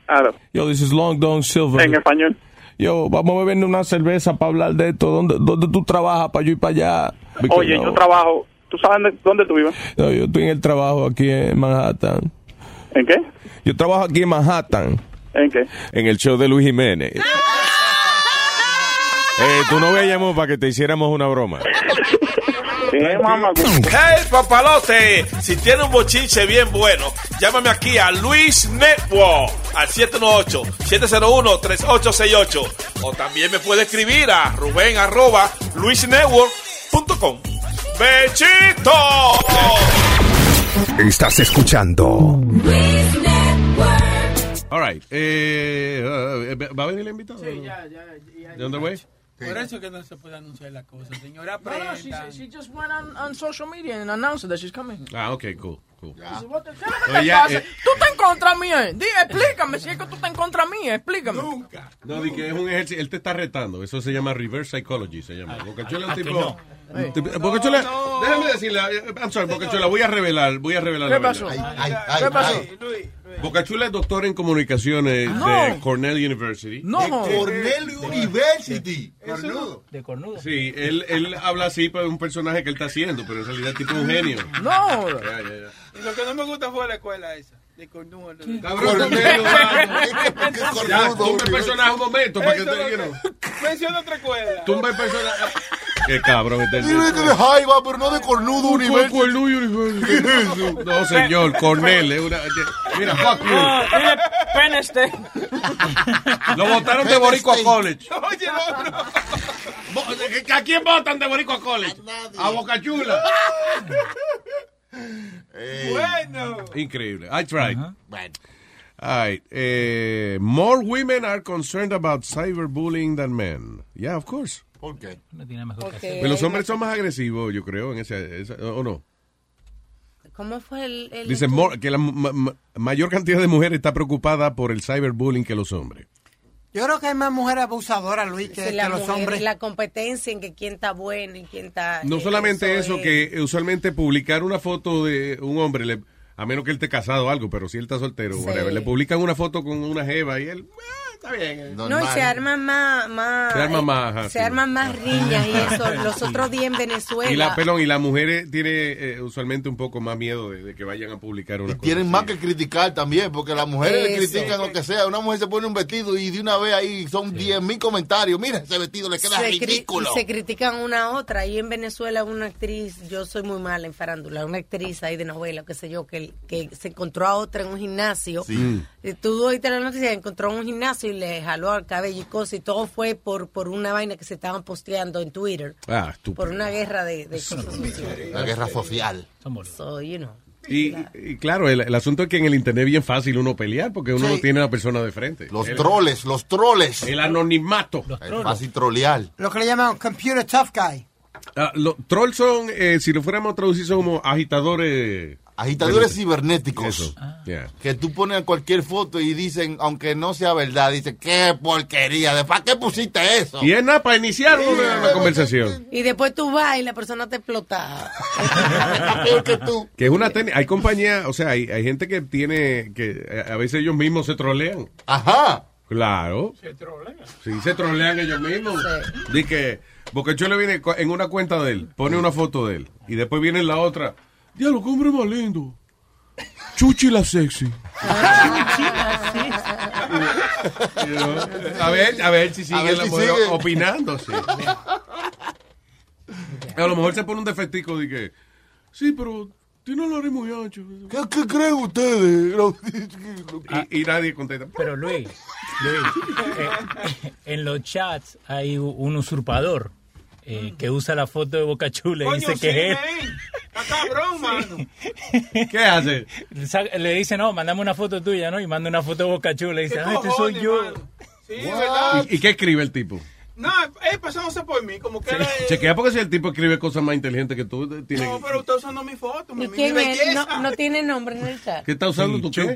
Speaker 2: Claro.
Speaker 23: Yo, this is Long Don Silver.
Speaker 2: En español.
Speaker 23: Yo, vamos a bebernos una cerveza para hablar de esto. ¿Dónde, dónde tú trabajas para yo ir para allá? Because,
Speaker 2: Oye,
Speaker 23: no,
Speaker 2: yo trabajo. ¿Tú sabes dónde, dónde tú vives?
Speaker 23: no, yo estoy en el trabajo aquí en Manhattan.
Speaker 2: ¿En qué?
Speaker 23: Yo trabajo aquí en Manhattan,
Speaker 2: ¿En qué?
Speaker 23: en el show de Luis Jiménez. Eh, tu novia llamó para que te hiciéramos una broma.
Speaker 1: Hey, papalote, si tiene un bochinche bien bueno, llámame aquí a Luis Network al 718-701-3868. O también me puede escribir a Rubén arroba luisnetwork.com. ¡Bechito!
Speaker 20: Estás escuchando.
Speaker 8: All right. Eh, eh, ¿Va a venir el invitado?
Speaker 13: Sí, ya, ya. ya
Speaker 8: ¿De dónde voy?
Speaker 13: Por eso que no se puede anunciar la cosa, señora.
Speaker 10: No, no, she, she just went on, on social media and announced that she's coming.
Speaker 8: Ah, ok, cool. cool.
Speaker 10: Dice, "What the- ¿Qué es lo que
Speaker 8: Oye,
Speaker 10: te
Speaker 8: ya,
Speaker 10: pasa?
Speaker 8: eh.
Speaker 10: Tú estás en contra mía. Di, explícame si es que tú estás en contra mía. Explícame. Nunca.
Speaker 8: No, di que es un ejercicio. Él te está retando. Eso se llama reverse psychology. Se
Speaker 10: Ah,
Speaker 8: llama. Bocachola es un tipo. un tipo- Bocachola. Déjame decirle. eh, I'm sorry, Bocachola. Voy a revelar. Voy a revelar. la
Speaker 10: ¿Qué
Speaker 8: verdad.
Speaker 10: pasó?
Speaker 7: ay,
Speaker 10: ¿Qué pasó?
Speaker 8: Bocachula es doctor en comunicaciones de
Speaker 10: Ah, No.
Speaker 8: Cornell University.
Speaker 10: No.
Speaker 7: Cornell University.
Speaker 10: Cornudo. De cornudo.
Speaker 8: Sí, él, él habla así para un personaje que él está haciendo, pero en realidad el tipo es un genio.
Speaker 10: No.
Speaker 8: Ya, ya, ya.
Speaker 13: Y lo que no me gusta fue la escuela esa. De cornudo.
Speaker 8: Cabrón, Cornelio, mano. Ya, tumba el personaje un momento para que te you know.
Speaker 13: Menciona otra escuela.
Speaker 8: Tumba el personaje. Qué cabrón este.
Speaker 7: Dile que de jaiba, pero no de cornudo universo.
Speaker 8: ¿Qué es eso? No, señor, Cornell es una. Mira,
Speaker 13: Ah,
Speaker 8: fuck you.
Speaker 10: este.
Speaker 8: Lo votaron de Boricua College.
Speaker 16: Oye, no, no. ¿A quién votan de Boricua College? A Bocachula.
Speaker 13: Bueno.
Speaker 8: Increíble. I tried. All right. eh, more women are concerned about cyberbullying than men. Yeah, of course.
Speaker 7: ¿Por qué?
Speaker 3: No tiene mejor
Speaker 15: Porque
Speaker 3: que
Speaker 8: Pero los hombres son más agresivos, yo creo, en ese, esa- o no.
Speaker 15: ¿Cómo fue el...? el
Speaker 8: Dice
Speaker 15: estudio?
Speaker 8: more- que la ma- ma- mayor cantidad de mujeres está preocupada por el cyberbullying que los hombres.
Speaker 17: Yo creo que hay más mujeres abusadoras, Luis, que,
Speaker 15: Sí,
Speaker 17: que
Speaker 15: la
Speaker 17: los
Speaker 15: mujer,
Speaker 17: hombres.
Speaker 15: La competencia en que quién está bueno y quién está...
Speaker 8: No
Speaker 15: eh,
Speaker 8: solamente eso,
Speaker 15: es.
Speaker 8: que usualmente publicar una foto de un hombre, le- a menos que él esté casado o algo, pero si él está soltero,
Speaker 15: Sí.
Speaker 8: whatever, le publican una foto con una jeva y él... "Ah, está bien. eh".
Speaker 15: No, y se arman más... más
Speaker 8: Se arman
Speaker 15: eh,
Speaker 8: más, ajá,
Speaker 15: se
Speaker 8: sí.
Speaker 15: arman más riñas y eso. Los otros días en Venezuela...
Speaker 8: Y la, perdón, y la mujer tiene eh, usualmente un poco más miedo de, de que vayan a publicar una cosa.
Speaker 7: Tienen más que criticar también, porque las mujeres le
Speaker 15: Eso.
Speaker 7: critican lo que sea. Una mujer se pone un vestido y de una vez ahí son 10 mil comentarios. Mira, ese vestido le queda
Speaker 15: se cri-
Speaker 7: ridículo.
Speaker 15: y se critican una a otra. Y en Venezuela una actriz, yo soy muy mala en farándula, una actriz ahí de novela, qué sé yo, que, que se encontró a otra en un gimnasio.
Speaker 12: Sí.
Speaker 15: Y Tú oíste la noticia, encontró un gimnasio y le jaló al cabello y cosas. Y todo fue por, por una vaina que se estaban posteando en Twitter.
Speaker 8: Ah, estúpido.
Speaker 15: Por una guerra de, de cosas.
Speaker 7: La guerra social.
Speaker 15: So, you know.
Speaker 8: Y, y claro, el, el asunto es que en el internet es bien fácil uno pelear porque uno
Speaker 7: Sí.
Speaker 8: no tiene a la persona de frente.
Speaker 7: Los
Speaker 8: El-
Speaker 7: troles, los troles.
Speaker 8: El anonimato.
Speaker 7: Es fácil trolear.
Speaker 17: Lo que le llaman computer tough guy.
Speaker 8: Ah, los trolls son, eh, si lo fuéramos a traducir, son como agitadores.
Speaker 7: Agitadores cibernéticos.
Speaker 8: Eso.
Speaker 17: Ah.
Speaker 8: Yeah.
Speaker 7: Que tú pones cualquier foto y dicen, aunque no sea verdad, dicen, qué porquería, ¿de para qué pusiste eso?
Speaker 8: Y es nada para iniciar una, una conversación.
Speaker 15: Y después tú vas y la persona te explota.
Speaker 8: Que es una técnica. Hay compañía, o sea, hay, hay gente que tiene, que eh, a veces ellos mismos se trolean.
Speaker 7: Ajá.
Speaker 8: Claro. Se trolean. Sí, se trolean ellos mismos. Dice que Bocachuelo viene co- en una cuenta de él, pone una foto de él, y después viene en la otra. Diablo, qué hombre más lindo. Chuchi la sexy. A ver, a ver si sigue
Speaker 16: A ver
Speaker 8: la
Speaker 16: si
Speaker 8: mujer
Speaker 16: sigue.
Speaker 8: opinando. sí. A lo mejor se pone un defectico de que. Sí, pero tiene un nariz muy ancho.
Speaker 7: ¿Qué, qué creen ustedes?
Speaker 8: Y, y nadie contesta.
Speaker 3: Pero Luis, Luis, eh, en los chats hay u- un usurpador eh, que usa la foto de Boca Chula y
Speaker 13: Coño,
Speaker 3: dice
Speaker 13: sí,
Speaker 3: que es él.
Speaker 13: ven. Está cabrón, mano.
Speaker 8: ¿Qué hace?
Speaker 3: Le dice, no, mandame una foto tuya, ¿no? Y manda una foto de Boca Chula y dice, ah, este soy
Speaker 13: cojones,
Speaker 3: yo.
Speaker 13: Sí, ¿verdad?
Speaker 8: ¿Y, y qué escribe el tipo?
Speaker 13: No, eh, él pasándose por mí, como que era...
Speaker 8: Chequea porque si el tipo escribe cosas más inteligentes que tú, eh, tiene
Speaker 13: No, pero usted usando mi foto, mi,
Speaker 15: ¿Y
Speaker 13: mi
Speaker 15: quién es?
Speaker 13: belleza.
Speaker 15: No, no tiene nombre en el chat.
Speaker 8: ¿Qué está usando tu qué?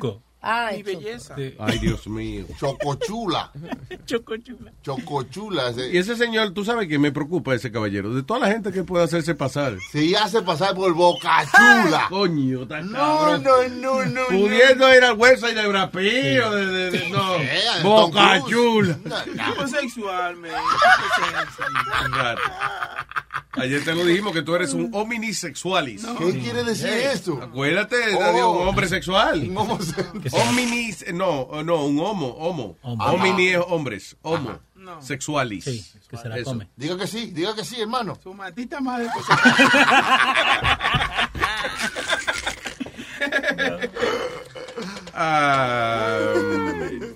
Speaker 15: Ay,
Speaker 13: Mi belleza.
Speaker 8: Ay, Dios mío.
Speaker 7: Chocochula.
Speaker 3: Chocochula.
Speaker 7: Chocochula. ese-
Speaker 8: Y ese señor, tú sabes que me preocupa ese caballero. De toda la gente que puede hacerse pasar.
Speaker 7: Sí, hace pasar por Bocachula.
Speaker 8: Coño, está
Speaker 7: No,
Speaker 8: cabrón.
Speaker 7: no, no, no.
Speaker 8: Pudiendo ir al website de Brapío, de, de- de- no.
Speaker 7: Sí.
Speaker 8: Boca
Speaker 7: Tom Cruise.
Speaker 8: Chula.
Speaker 13: Homosexual, man.
Speaker 8: Claro. Ayer te lo dijimos que tú eres un hominisexualis.
Speaker 7: ¿Qué quiere decir eso?
Speaker 8: Acuérdate de
Speaker 7: Oh.
Speaker 8: de un hombre sexual.
Speaker 7: Un
Speaker 8: Hominis, no, no, un homo, homo. Homini es hombres, homo.
Speaker 13: No.
Speaker 8: Sexualis.
Speaker 3: que se la
Speaker 8: Eso.
Speaker 3: come.
Speaker 7: Diga que sí, diga que sí, hermano.
Speaker 13: Su matita madre.
Speaker 8: Um,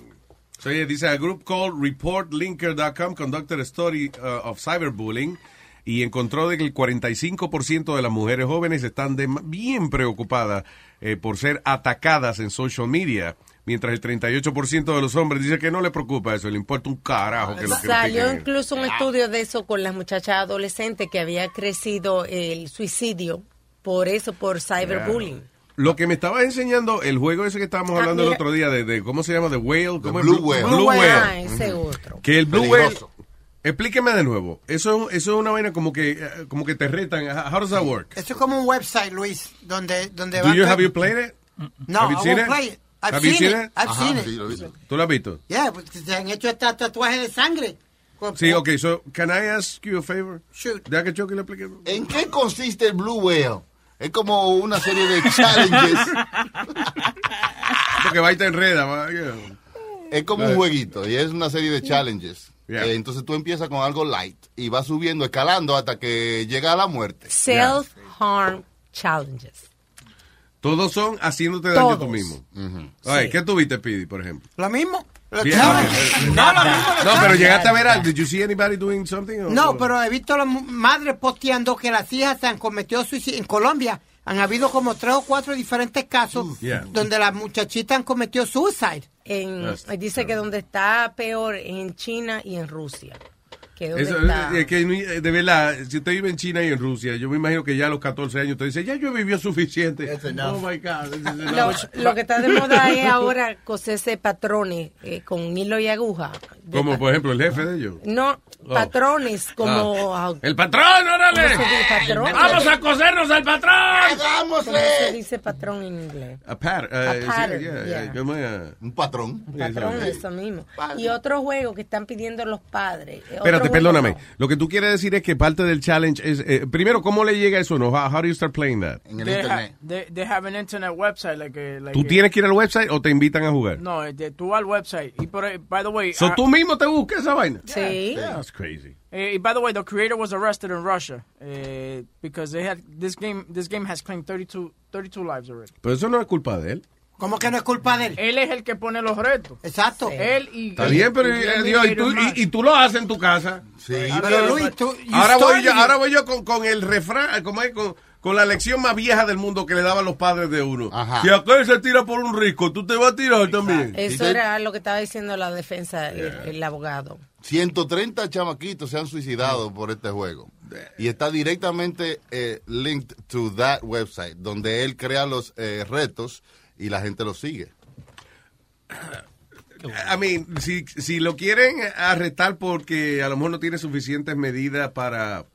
Speaker 8: so yeah, Ah. dice a group called reportlinker.com conducted a study uh, of cyberbullying y encontró de que el 45% de las mujeres jóvenes están de- bien preocupadas eh, por ser atacadas en social media, mientras el 38% de los hombres dice que no le preocupa eso, le importa un carajo que lo
Speaker 15: Salió
Speaker 8: critiquen.
Speaker 15: incluso un estudio de eso con las muchachas adolescentes que había crecido el suicidio por eso, por cyberbullying.
Speaker 8: Lo que me estaba enseñando, el juego ese que estábamos
Speaker 15: Ah,
Speaker 8: hablando el
Speaker 15: mira.
Speaker 8: otro día, de, de- ¿cómo se llama? The Whale. ¿cómo es?
Speaker 7: Blue Whale.
Speaker 15: Blue
Speaker 8: Blue
Speaker 15: Whale,
Speaker 8: Whale.
Speaker 15: ah, ese otro.
Speaker 8: Que el Blue
Speaker 7: Peligroso.
Speaker 8: Whale. Explíqueme de nuevo. Eso, eso es una vaina como que, eh, como que te retan. How does that work?
Speaker 17: Esto es como un website, Luis, donde, donde
Speaker 8: Do
Speaker 17: va
Speaker 8: you
Speaker 17: todo-
Speaker 8: have you played it?
Speaker 17: No,
Speaker 8: Have
Speaker 17: I
Speaker 8: you
Speaker 17: won't
Speaker 8: seen it?
Speaker 17: play it. I've
Speaker 8: Have you
Speaker 17: seen
Speaker 8: seen
Speaker 17: it.
Speaker 8: it?
Speaker 17: I've
Speaker 8: Ajá,
Speaker 17: seen it.
Speaker 8: sí, lo he visto. ¿Tú lo has visto?
Speaker 17: Yeah, pues, se han hecho hasta tatuajes de sangre. Pues, Con-
Speaker 8: Sí, ok. So, can I ask you a favor?
Speaker 17: Shoot.
Speaker 8: Deja que Chucky le explique.
Speaker 7: ¿En qué consiste el Blue Whale? Es como una serie de challenges.
Speaker 8: Porque va y te enreda. va, yeah.
Speaker 7: Es como un jueguito y es una serie de challenges.
Speaker 8: Yeah.
Speaker 7: Eh, entonces tú empiezas con algo light y vas subiendo, escalando hasta que llega a la muerte.
Speaker 15: Self-harm challenges.
Speaker 8: Todos son haciéndote daño tú
Speaker 15: Todos.
Speaker 8: mismo. Ay, ¿Qué tuviste, Pidi, por ejemplo?
Speaker 17: Lo mismo. Lo-
Speaker 8: Bien,
Speaker 17: no,
Speaker 8: ok.
Speaker 17: no, lo mismo, lo
Speaker 8: No, pero
Speaker 17: mismo.
Speaker 8: llegaste a ver algo. Did you see anybody doing something? or-
Speaker 17: No, pero he visto a las mu- madres posteando que las hijas se han cometido suicidio. En Colombia han habido como tres o cuatro diferentes casos
Speaker 15: yeah.
Speaker 17: donde las muchachitas han cometido suicide.
Speaker 15: En,
Speaker 8: That's
Speaker 15: Mm. dice que donde está peor en China y en Rusia. Que donde
Speaker 8: Eso, eh,
Speaker 15: está-
Speaker 8: es que, ni- de verdad, si usted vive en China y en Rusia, yo me imagino que ya a los 14 años usted dice, ya yo he vivido suficiente. Oh my God. this is
Speaker 15: lo,
Speaker 8: enough.
Speaker 15: lo que está de moda es ahora coserse patrones eh, con hilo y aguja. De
Speaker 8: Como
Speaker 15: pa-
Speaker 8: por ejemplo el jefe de ellos.
Speaker 15: No,
Speaker 8: Oh.
Speaker 15: patrones como...
Speaker 8: Ah.
Speaker 15: ah,
Speaker 8: El patrón, órale.
Speaker 15: ¿cómo se dice patrón?
Speaker 16: Vamos a cosernos al patrón.
Speaker 15: ¿Cómo se dice patrón en inglés?
Speaker 8: A pat-
Speaker 15: A
Speaker 8: eh, sí,
Speaker 15: pattern,
Speaker 8: yeah,
Speaker 15: yeah.
Speaker 8: eh, ¿cómo es?
Speaker 7: Un patrón.
Speaker 15: Patrón, eso mismo. Y otro juego que están pidiendo los padres. eh, otro
Speaker 8: Espérate,
Speaker 15: juego-
Speaker 8: perdóname. Lo que tú quieres decir es que parte del challenge es, eh, primero, ¿cómo le llega eso? No, how, how do you start playing that?
Speaker 10: They, ha- they, they have an internet website. Like a, like
Speaker 8: ¿Tú
Speaker 10: a-
Speaker 8: tienes que ir al website o te invitan a jugar?
Speaker 10: No, eh, de- tú vas al website. Y por, by the way.
Speaker 8: So,
Speaker 10: ah,
Speaker 8: ¿Tú mismo te buscas esa vaina?
Speaker 10: Sí.
Speaker 8: That's crazy.
Speaker 10: Eh, by the way, the creator was arrested in Russia eh, because they had this game. This game has claimed 32, 32 lives already.
Speaker 8: Pero eso no es culpa de él.
Speaker 17: ¿Cómo que no es culpa de él?
Speaker 10: Él es el que pone los retos.
Speaker 17: Exacto.
Speaker 10: Él y.
Speaker 8: Está bien, pero
Speaker 10: y-
Speaker 8: eh,
Speaker 10: y-
Speaker 8: Dios, y tú, y- y tú lo haces en tu casa. Sí,
Speaker 17: pero Luis, tú- you
Speaker 8: ahora, voy
Speaker 17: started
Speaker 8: yo,
Speaker 17: it.
Speaker 8: ahora voy yo con, con el refrán, eh, ¿cómo es? Con, con la lección más vieja del mundo que le daban los padres de uno. Si aquel se tira por un risco, tú te vas a tirar también.
Speaker 15: Eso era lo que estaba diciendo la defensa, el- el, abogado.
Speaker 7: 130 chamaquitos se han suicidado por este juego. Y está directamente eh, linked to that website, donde él crea los eh, retos y la gente los sigue.
Speaker 8: I mean, si, si lo quieren arrestar porque a lo mejor no tiene suficientes medidas para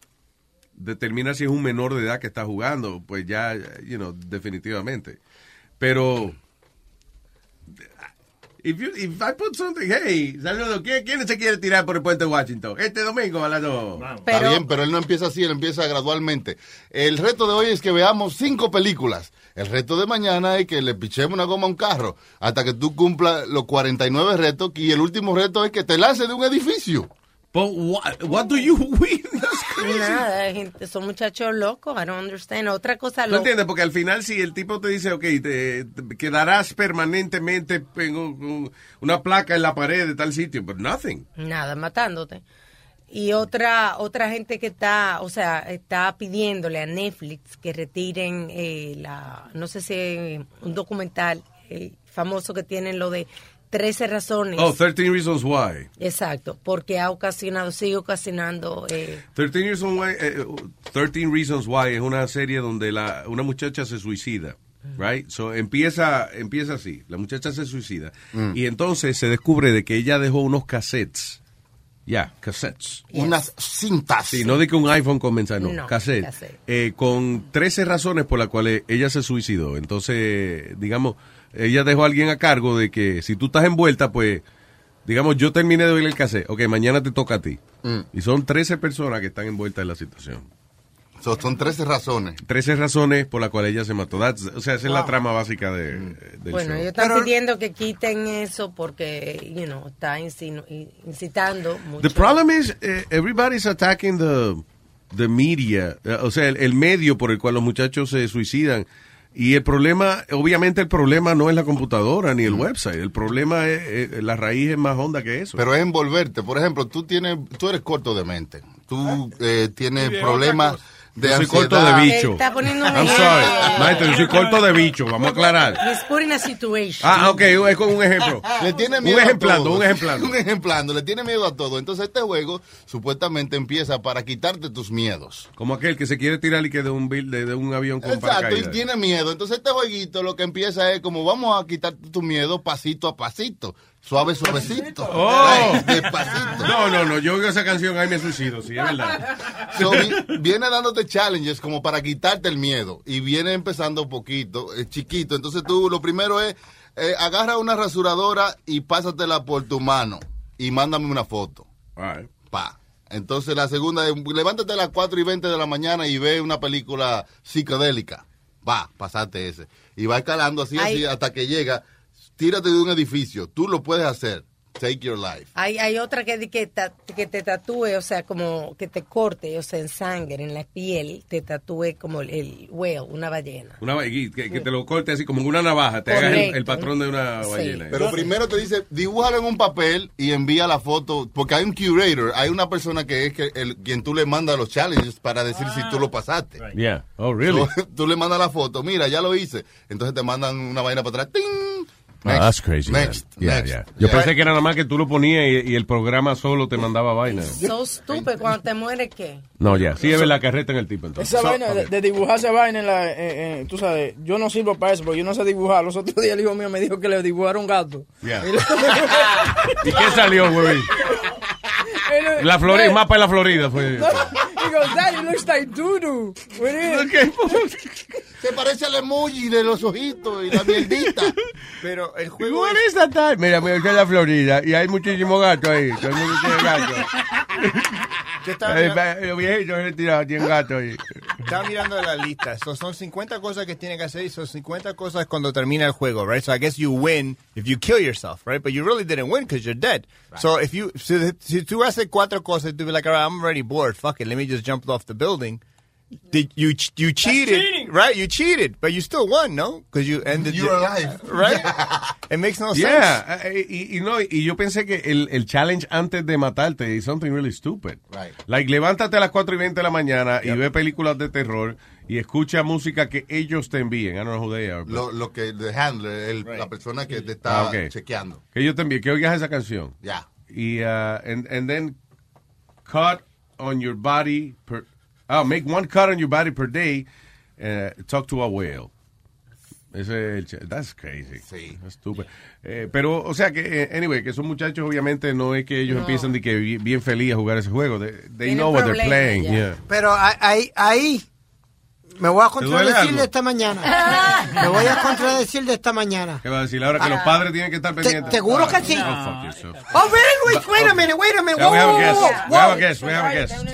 Speaker 8: determinar si es un menor de edad que está jugando, pues ya, you know, definitivamente. Pero, if, you- if I put something, hey, saludos, ¿quién, quién se quiere tirar por el puente de Washington? Este domingo a las dos.
Speaker 7: Está bien, pero él no empieza así, él empieza gradualmente. El reto de hoy es que veamos cinco películas. El reto de mañana es que le pichemos una goma a un carro hasta que tú cumplas los 49 retos y el último reto es que te lances de un edificio.
Speaker 8: what, do you win?
Speaker 15: Nada, gente, son muchachos locos, I don't understand. Otra cosa
Speaker 8: ¿No
Speaker 15: loca.
Speaker 8: entiendes? Porque al final si el tipo te dice, ok, te, te quedarás permanentemente en un- un- una placa en la pared de tal sitio, but nothing.
Speaker 15: Nada, matándote. Y otra otra gente que está, o sea, está pidiéndole a Netflix que retiren eh, la, no sé si eh, un documental eh, famoso que tienen lo de 13 razones.
Speaker 8: Oh, 13 Reasons Why.
Speaker 15: Exacto, porque ha ocasionado, sigue ocasionando. eh,
Speaker 8: 13 Reasons Why, eh, 13 Reasons Why es una serie donde la, una muchacha se suicida. Right? So empieza, empieza así. La muchacha se suicida. Y entonces se descubre de que ella dejó unos cassettes. Ya, cassettes.
Speaker 7: Unas cintas.
Speaker 8: Sí, no de que un iPhone con mensaje, no,
Speaker 7: No,
Speaker 8: cassette.
Speaker 7: cassette.
Speaker 8: Eh, con 13 razones por las cuales ella se suicidó. Entonces, digamos, ella dejó a alguien a cargo de que si tú estás envuelta, pues, digamos, yo terminé de oír
Speaker 7: Mm.
Speaker 8: el cassette. Ok, mañana te toca a ti. Y son 13 personas que están envueltas en la situación.
Speaker 7: So, son 13 razones.
Speaker 8: 13 razones por las cuales ella se mató. That's- o sea, esa es la trama básica de,
Speaker 7: Mm.
Speaker 8: del
Speaker 15: Bueno,
Speaker 8: show.
Speaker 15: ellos están pidiendo que quiten eso porque, you know, está insinu- incitando mucho.
Speaker 8: The problem is eh, everybody's attacking the the media, eh, o sea, el, el medio por el cual los muchachos se suicidan. Y el problema, obviamente el problema no es la computadora ni el
Speaker 7: Mm.
Speaker 8: website, el problema es eh, la raíz es más honda que eso.
Speaker 7: Pero es envolverte. Por ejemplo, tú tienes, tú eres corto de mente. Tú eh, tienes
Speaker 8: Y Ah. de
Speaker 7: problemas
Speaker 8: otra cosa.
Speaker 7: de
Speaker 8: Yo soy
Speaker 7: ansiedad.
Speaker 8: corto de bicho.
Speaker 15: Está poniendo un
Speaker 8: I'm sorry, maestro, yo soy corto de bicho, vamos a aclarar.
Speaker 15: He's putting a situation.
Speaker 8: Ah, ok, es con un ejemplo.
Speaker 7: Le tiene
Speaker 8: Un
Speaker 7: miedo a
Speaker 8: ejemplando,
Speaker 7: todo.
Speaker 8: un ejemplando.
Speaker 7: un ejemplando, le tiene miedo a todo. Entonces este juego supuestamente empieza para quitarte tus miedos.
Speaker 8: Como aquel que se quiere tirar y que de un bil- de, de un avión con
Speaker 7: Exacto, y
Speaker 8: paracaídas.
Speaker 7: tiene miedo. Entonces este jueguito lo que empieza es como vamos a quitarte tu miedo pasito a pasito, suave, suavecito.
Speaker 8: Oh.
Speaker 7: Ay, Despacito.
Speaker 8: No, no, no, yo oigo esa canción, ahí me suicido, sí, es verdad.
Speaker 7: So, vi- viene dándote challenges como para quitarte el miedo y viene empezando poquito, eh, chiquito. Entonces tú lo primero es eh, agarra una rasuradora y pásatela por tu mano y mándame una foto. Pa. Entonces la segunda es levántate a las 4 y 20 de la mañana y ve una película psicodélica. Va, pasate ese. Y va escalando así, así
Speaker 15: Ay.
Speaker 7: hasta que llega. Tírate de un edificio. Tú lo puedes hacer. Take your life.
Speaker 15: Hay, hay otra que, di- que, ta- que te tatúe, o sea, como que te corte, o sea, en sangre, en la piel, te tatúe como el, el whale, una ballena.
Speaker 8: Una, va- y que, que te lo corte así como con una navaja, te hagas el,
Speaker 15: Correcto.
Speaker 8: el patrón de una
Speaker 15: Sí.
Speaker 8: ballena.
Speaker 7: Pero primero te dice, dibújalo en un papel y envía la foto, porque hay un curator, hay una persona que es que el, quien tú le mandas los challenges para decir si
Speaker 15: Ah.
Speaker 7: tú lo pasaste.
Speaker 8: Yeah. Oh, really?
Speaker 7: So, tú le mandas la foto, mira, ya lo hice. Entonces te mandan una vaina para atrás. ¡Ting!
Speaker 8: Ah, that's crazy.
Speaker 7: Next,
Speaker 8: man. Yeah,
Speaker 7: next.
Speaker 8: yeah. Yo
Speaker 7: Yeah.
Speaker 8: pensé que era nada más que tú lo ponías y, y el programa solo te mandaba vaina.
Speaker 15: So stupid, cuando te mueres, ¿qué?
Speaker 8: No, ya. Sí, es la carreta en el tipo entonces.
Speaker 10: Esa
Speaker 8: So-
Speaker 10: vaina de, de dibujar esa vaina en la, eh, eh, tú sabes, yo no sirvo para eso, porque yo no sé dibujar. Los otros días el hijo mío me dijo que le dibujaron un gato.
Speaker 8: Yeah. ¿Y qué salió, güey? La
Speaker 15: pues,
Speaker 8: Florida, mapa de la Florida fue.
Speaker 10: He goes, Dad, it looks like doo-doo. What is it?"
Speaker 8: pues,
Speaker 7: Se parece al emoji de los ojitos y la mierdita.
Speaker 18: Pero el
Speaker 8: What is that time? Mira, me voy a la Florida y hay muchísimos gatos ahí. Todo el mundo tiene gatos.
Speaker 18: Yo estaba,
Speaker 8: Eh,
Speaker 18: mirando,
Speaker 8: va- Los viejitos retirados tienen gatos ahí.
Speaker 18: estaba mirando la lista. So, son 50 cosas que tiene que hacer y son 50 cosas cuando termina el juego, right? So I guess you win if you kill yourself, right? But you really didn't win because you're dead. So if you, si, si tú haces cuatro cosas, tú be like, all right, I'm already bored. Fuck it, let me just jump off the building. Did you ch- you cheated, right? You cheated, but you still won, no? Because you ended.
Speaker 7: You're
Speaker 18: the-
Speaker 7: alive.
Speaker 18: right? It makes no sense.
Speaker 8: Yeah, eh, y, y no, y yo pensé que el, el challenge antes de matarte es something really stupid.
Speaker 7: Right.
Speaker 8: Like, levántate a las 4 y 20 de la mañana y ve películas de terror y escucha música que ellos te envíen. I don't know who they are, but-
Speaker 7: Lo, lo que, the handler, el- la persona que te está
Speaker 8: Ah, ok.
Speaker 7: chequeando.
Speaker 8: Que ellos te envíen, que oigas esa canción.
Speaker 7: Ya.
Speaker 8: Y, uh, and, and then cut on your body per, ah, make one cut on your body per day, uh, talk to a whale. Ese es el ch- that's crazy. Sí. pero, o sea, que, eh, anyway, que esos muchachos obviamente no es que ellos
Speaker 17: No.
Speaker 8: empiezan de que bi- bien feliz a jugar ese juego. They, they
Speaker 17: Tienen
Speaker 8: know what they're
Speaker 17: problemas
Speaker 8: playing.
Speaker 17: ya.
Speaker 8: yeah.
Speaker 17: Pero a- ahí, ahí me voy a contradecir
Speaker 8: algo?
Speaker 17: de esta mañana. me voy a contradecir de esta mañana.
Speaker 8: ¿Qué va a decir ahora? Que los padres tienen que estar pendientes.
Speaker 17: seguro que
Speaker 8: Ah,
Speaker 17: sí.
Speaker 8: oh, fuck yourself.
Speaker 17: Oh, wait, wait, wait a minute, wait a minute.
Speaker 8: Yeah, we have a
Speaker 17: Whoa,
Speaker 8: guest.
Speaker 17: whoa,
Speaker 8: We have a
Speaker 17: whoa.
Speaker 8: guest. We have a guest.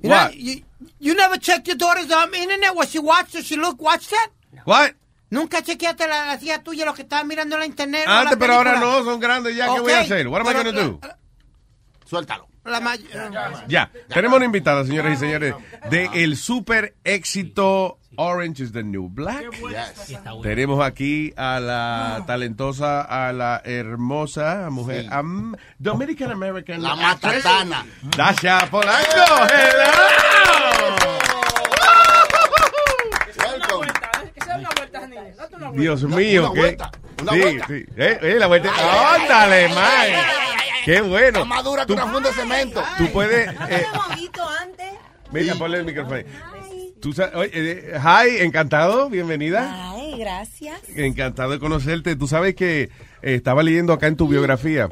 Speaker 17: You know,
Speaker 8: What?
Speaker 17: you, you never checked your daughter's um, internet, what she watched, what she looked, watched that?
Speaker 8: What?
Speaker 17: Nunca chequeaste la, la hija tuya, lo que estaba mirando en la internet. o
Speaker 8: Antes,
Speaker 17: la
Speaker 8: pero ahora
Speaker 17: película.
Speaker 8: no, son grandes ya. ¿Qué voy a
Speaker 17: Ok,
Speaker 8: hacer? What am I
Speaker 17: pero
Speaker 8: going to do?
Speaker 7: Suéltalo.
Speaker 17: La may-
Speaker 8: Ya, tenemos una invitada, señoras y señores, de el super éxito Orange is the New Black. Tenemos aquí a la talentosa, a la hermosa mujer am- Dominican American.
Speaker 7: La matatana.
Speaker 8: Dasha Polanco. Hello. Dios mío,
Speaker 7: una
Speaker 8: qué.
Speaker 7: vuelta, una
Speaker 8: sí,
Speaker 7: vuelta.
Speaker 8: sí. Eh, eh, la vuelta. Ándale, man. Qué bueno.
Speaker 7: Más dura que
Speaker 8: Tú-
Speaker 7: una funda de cemento.
Speaker 8: Tú puedes. eh,
Speaker 20: antes.
Speaker 8: Mira, ponle el micrófono. ahí. Tú sa- oye, eh, hi, encantado, bienvenida.
Speaker 20: Ay, gracias.
Speaker 8: Encantado de conocerte. Tú sabes que eh, estaba leyendo acá en tu biografía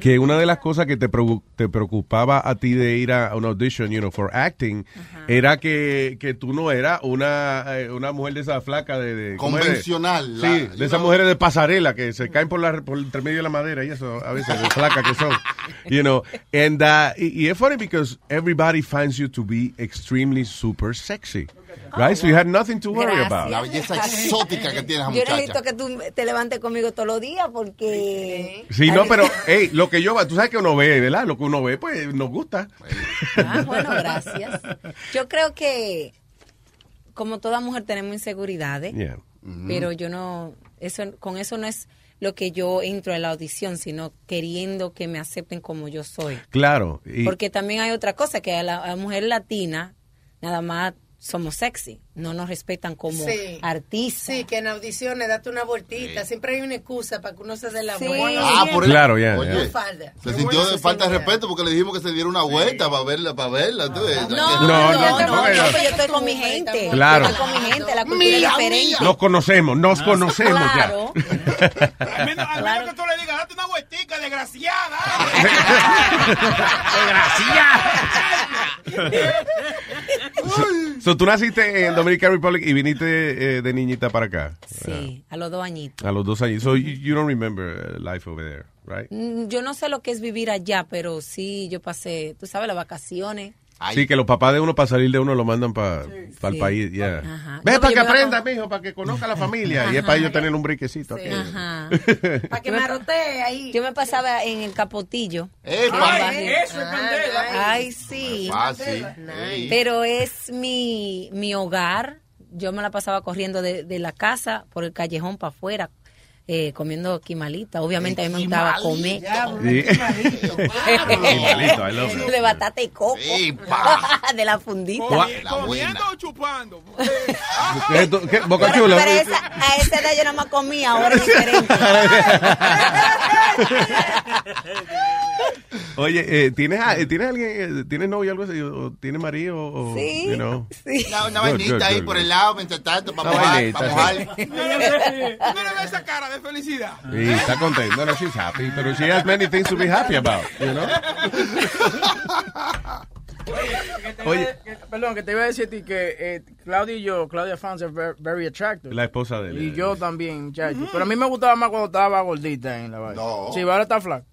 Speaker 8: que una de las cosas que te, preocu- te preocupaba a ti de ir a a una audition, you know, for acting, era que, que tú no eras una, eh, una mujer de esa flaca de... de- ¿cómo eres?
Speaker 7: Convencional, la-
Speaker 8: sí,
Speaker 7: you
Speaker 8: de esas
Speaker 7: know.
Speaker 8: mujeres de pasarela que se caen por, la, por el intermedio de la madera y eso, a veces, de flaca que son. You know, and, uh, y, y es funny because everybody finds you to be extremely super sexy. Right? so you had nothing to worry about.
Speaker 7: La belleza exótica que tiene esa
Speaker 20: Yo
Speaker 7: muchacha.
Speaker 20: necesito que tú te levantes conmigo todos los días porque...
Speaker 8: Sí, no, pero, hey, lo que yo, tú sabes que uno ve, ¿verdad? Lo que uno ve, pues, nos gusta.
Speaker 20: Ah, bueno, gracias. Yo creo que, como toda mujer, tenemos inseguridades.
Speaker 8: Yeah. Mhm.
Speaker 20: Pero yo no... eso Con eso no es lo que yo entro a la audición, sino queriendo que me acepten como yo soy.
Speaker 8: Claro. Y,
Speaker 20: Porque también hay otra cosa, que a la, a la mujer latina nada más somos sexy, no nos respetan como
Speaker 15: Sí.
Speaker 20: artistas.
Speaker 15: Sí, que en audiciones date una vueltita. Siempre hay una excusa para que uno se dé la vuelta.
Speaker 7: Ah, por el-
Speaker 8: Claro, ya,
Speaker 7: Oye,
Speaker 8: ya.
Speaker 15: Falda.
Speaker 7: Se sintió de falta de respeto porque le dijimos que se diera una vuelta para verla, para verla. tú, eh,
Speaker 8: No,
Speaker 20: No,
Speaker 8: no,
Speaker 20: no, no,
Speaker 8: no,
Speaker 20: no,
Speaker 8: no.
Speaker 20: pero yo estoy con mi gente.
Speaker 8: Claro.
Speaker 20: Yo estoy con mi gente, la cultura es diferente.
Speaker 8: Nos conocemos, nos conocemos
Speaker 20: Claro.
Speaker 8: ya.
Speaker 13: Ah, Al menos que tú le digas, date una vueltica, desgraciada.
Speaker 8: so, so, tú naciste en Dominican Republic y viniste eh, de niñita para acá. Ah,
Speaker 20: Sí, a los dos añitos.
Speaker 8: A los dos años. So you, you don't remember uh, life over there, right?
Speaker 20: Mm, Yo no sé lo que es vivir allá, pero sí, yo pasé, tú sabes, las vacaciones.
Speaker 8: Sí, que los papás de uno para salir de uno lo mandan para el
Speaker 20: Sí.
Speaker 8: país. ya.
Speaker 20: Ajá.
Speaker 8: Ve para
Speaker 20: No, yo
Speaker 8: que
Speaker 20: me la-
Speaker 8: aprenda, mijo, para que conozca a la familia. y es para ellos tener un briquecito.
Speaker 20: Sí.
Speaker 8: aquí.
Speaker 20: Ajá. Para que me ahí. Yo me pasaba en el capotillo.
Speaker 8: ¡Epa!
Speaker 20: En el barrio.
Speaker 13: Ay, eso es candela.
Speaker 20: Ay, sí.
Speaker 13: Ah, sí. Nice.
Speaker 20: Pero es mi, mi hogar. Yo me la pasaba corriendo de, de la casa por el callejón para afuera. eh, comiendo quimalita, obviamente a mí me gustaba comer.
Speaker 8: Sí. Quimalito, I love that.
Speaker 20: de batata y coco. de la fundita.
Speaker 8: Gua-
Speaker 13: Comiendo o chupando.
Speaker 8: ¿Qué, tú- qué, Boca
Speaker 20: Pero,
Speaker 8: Chula?
Speaker 20: pero esa- a esa edad yo nada más comía, ahora es diferente.
Speaker 8: Oye, eh, ¿tienes, a- eh, ¿tienes alguien, eh, tienes novio o algo así? ¿O tienes marido? O,
Speaker 7: Sí,
Speaker 8: you know?
Speaker 7: Una, una
Speaker 8: Good,
Speaker 7: vainita
Speaker 8: good,
Speaker 7: ahí
Speaker 8: good,
Speaker 7: por
Speaker 8: good.
Speaker 7: el lado mientras tanto, para
Speaker 8: Una
Speaker 7: mojar,
Speaker 8: vainita,
Speaker 7: para
Speaker 8: sí.
Speaker 7: mojar.
Speaker 13: Mira esa cara de felicidad. ¿Eh?
Speaker 8: Sí, está contento. No, she's happy. Pero she has many things to be happy about, you know? Oye.
Speaker 10: Que- Perdón, que te iba a decir a ti que eh, Claudia y yo, Claudia Fans es ver- very attractive.
Speaker 8: La esposa de él.
Speaker 10: Y yo también, muchacho. Pero a mí me gustaba más cuando estaba gordita en la vaina. Sí, ahora está flaca.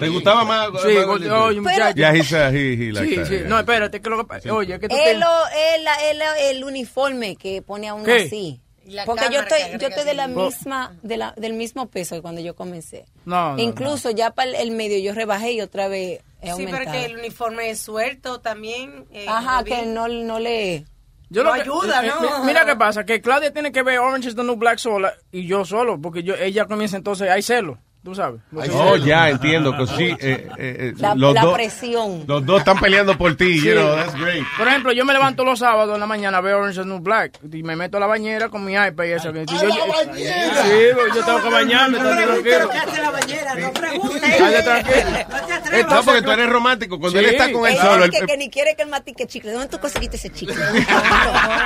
Speaker 8: ¿Te gustaba más?
Speaker 10: Sí,
Speaker 8: más
Speaker 10: gordita.
Speaker 8: gordito?
Speaker 10: Oye, muchacho.
Speaker 8: Yeah, he's, uh, he, he like
Speaker 10: sí,
Speaker 8: that,
Speaker 10: sí.
Speaker 8: yeah.
Speaker 10: No, espérate, que lo que pasa- Oye, que tú
Speaker 20: Es
Speaker 10: tienes...
Speaker 20: lo- es la- es la- el uniforme que pone a uno
Speaker 10: ¿Qué?
Speaker 20: así.
Speaker 15: La
Speaker 20: Porque yo
Speaker 15: cámara que
Speaker 20: estoy, yo
Speaker 15: agrega
Speaker 20: estoy de la
Speaker 10: así.
Speaker 20: misma, de la- del mismo peso que cuando yo comencé.
Speaker 10: No, no,
Speaker 20: Incluso ya para el, el medio yo rebajé y otra vez he
Speaker 15: Sí,
Speaker 20: aumentado.
Speaker 15: pero que el uniforme es suelto también. eh,
Speaker 20: Ajá,
Speaker 15: lo vi.
Speaker 20: que no, no le...
Speaker 10: Yo
Speaker 15: no
Speaker 10: lo que-
Speaker 15: ayuda,
Speaker 10: eh,
Speaker 15: ¿no?
Speaker 10: eh, mi- Mira qué pasa, que Claudia tiene que ver Orange is the New Black sola y yo solo, porque yo ella comienza entonces, hay celos, tú sabes. Porque-
Speaker 8: Oh, ya, entiendo. que sí, eh, eh, eh, los, dos,
Speaker 20: presión.
Speaker 8: los dos están peleando por ti,
Speaker 10: Sí.
Speaker 8: you know, that's great.
Speaker 10: Por ejemplo, yo me levanto los sábados en la mañana, veo Orange is the New Black y me meto a la bañera con mi iPad y eso. que- yo- yo- Sí, porque yo tengo que bañarme, entonces tranquilo.
Speaker 15: no
Speaker 10: Dale, tranquilo.
Speaker 8: Eh, no, porque tú eres romántico. Cuando él está con él solo,
Speaker 20: es
Speaker 8: él-
Speaker 20: que, que ni quiere que el matique chicle. ¿Dónde tú conseguiste ese chicle?
Speaker 8: Ah,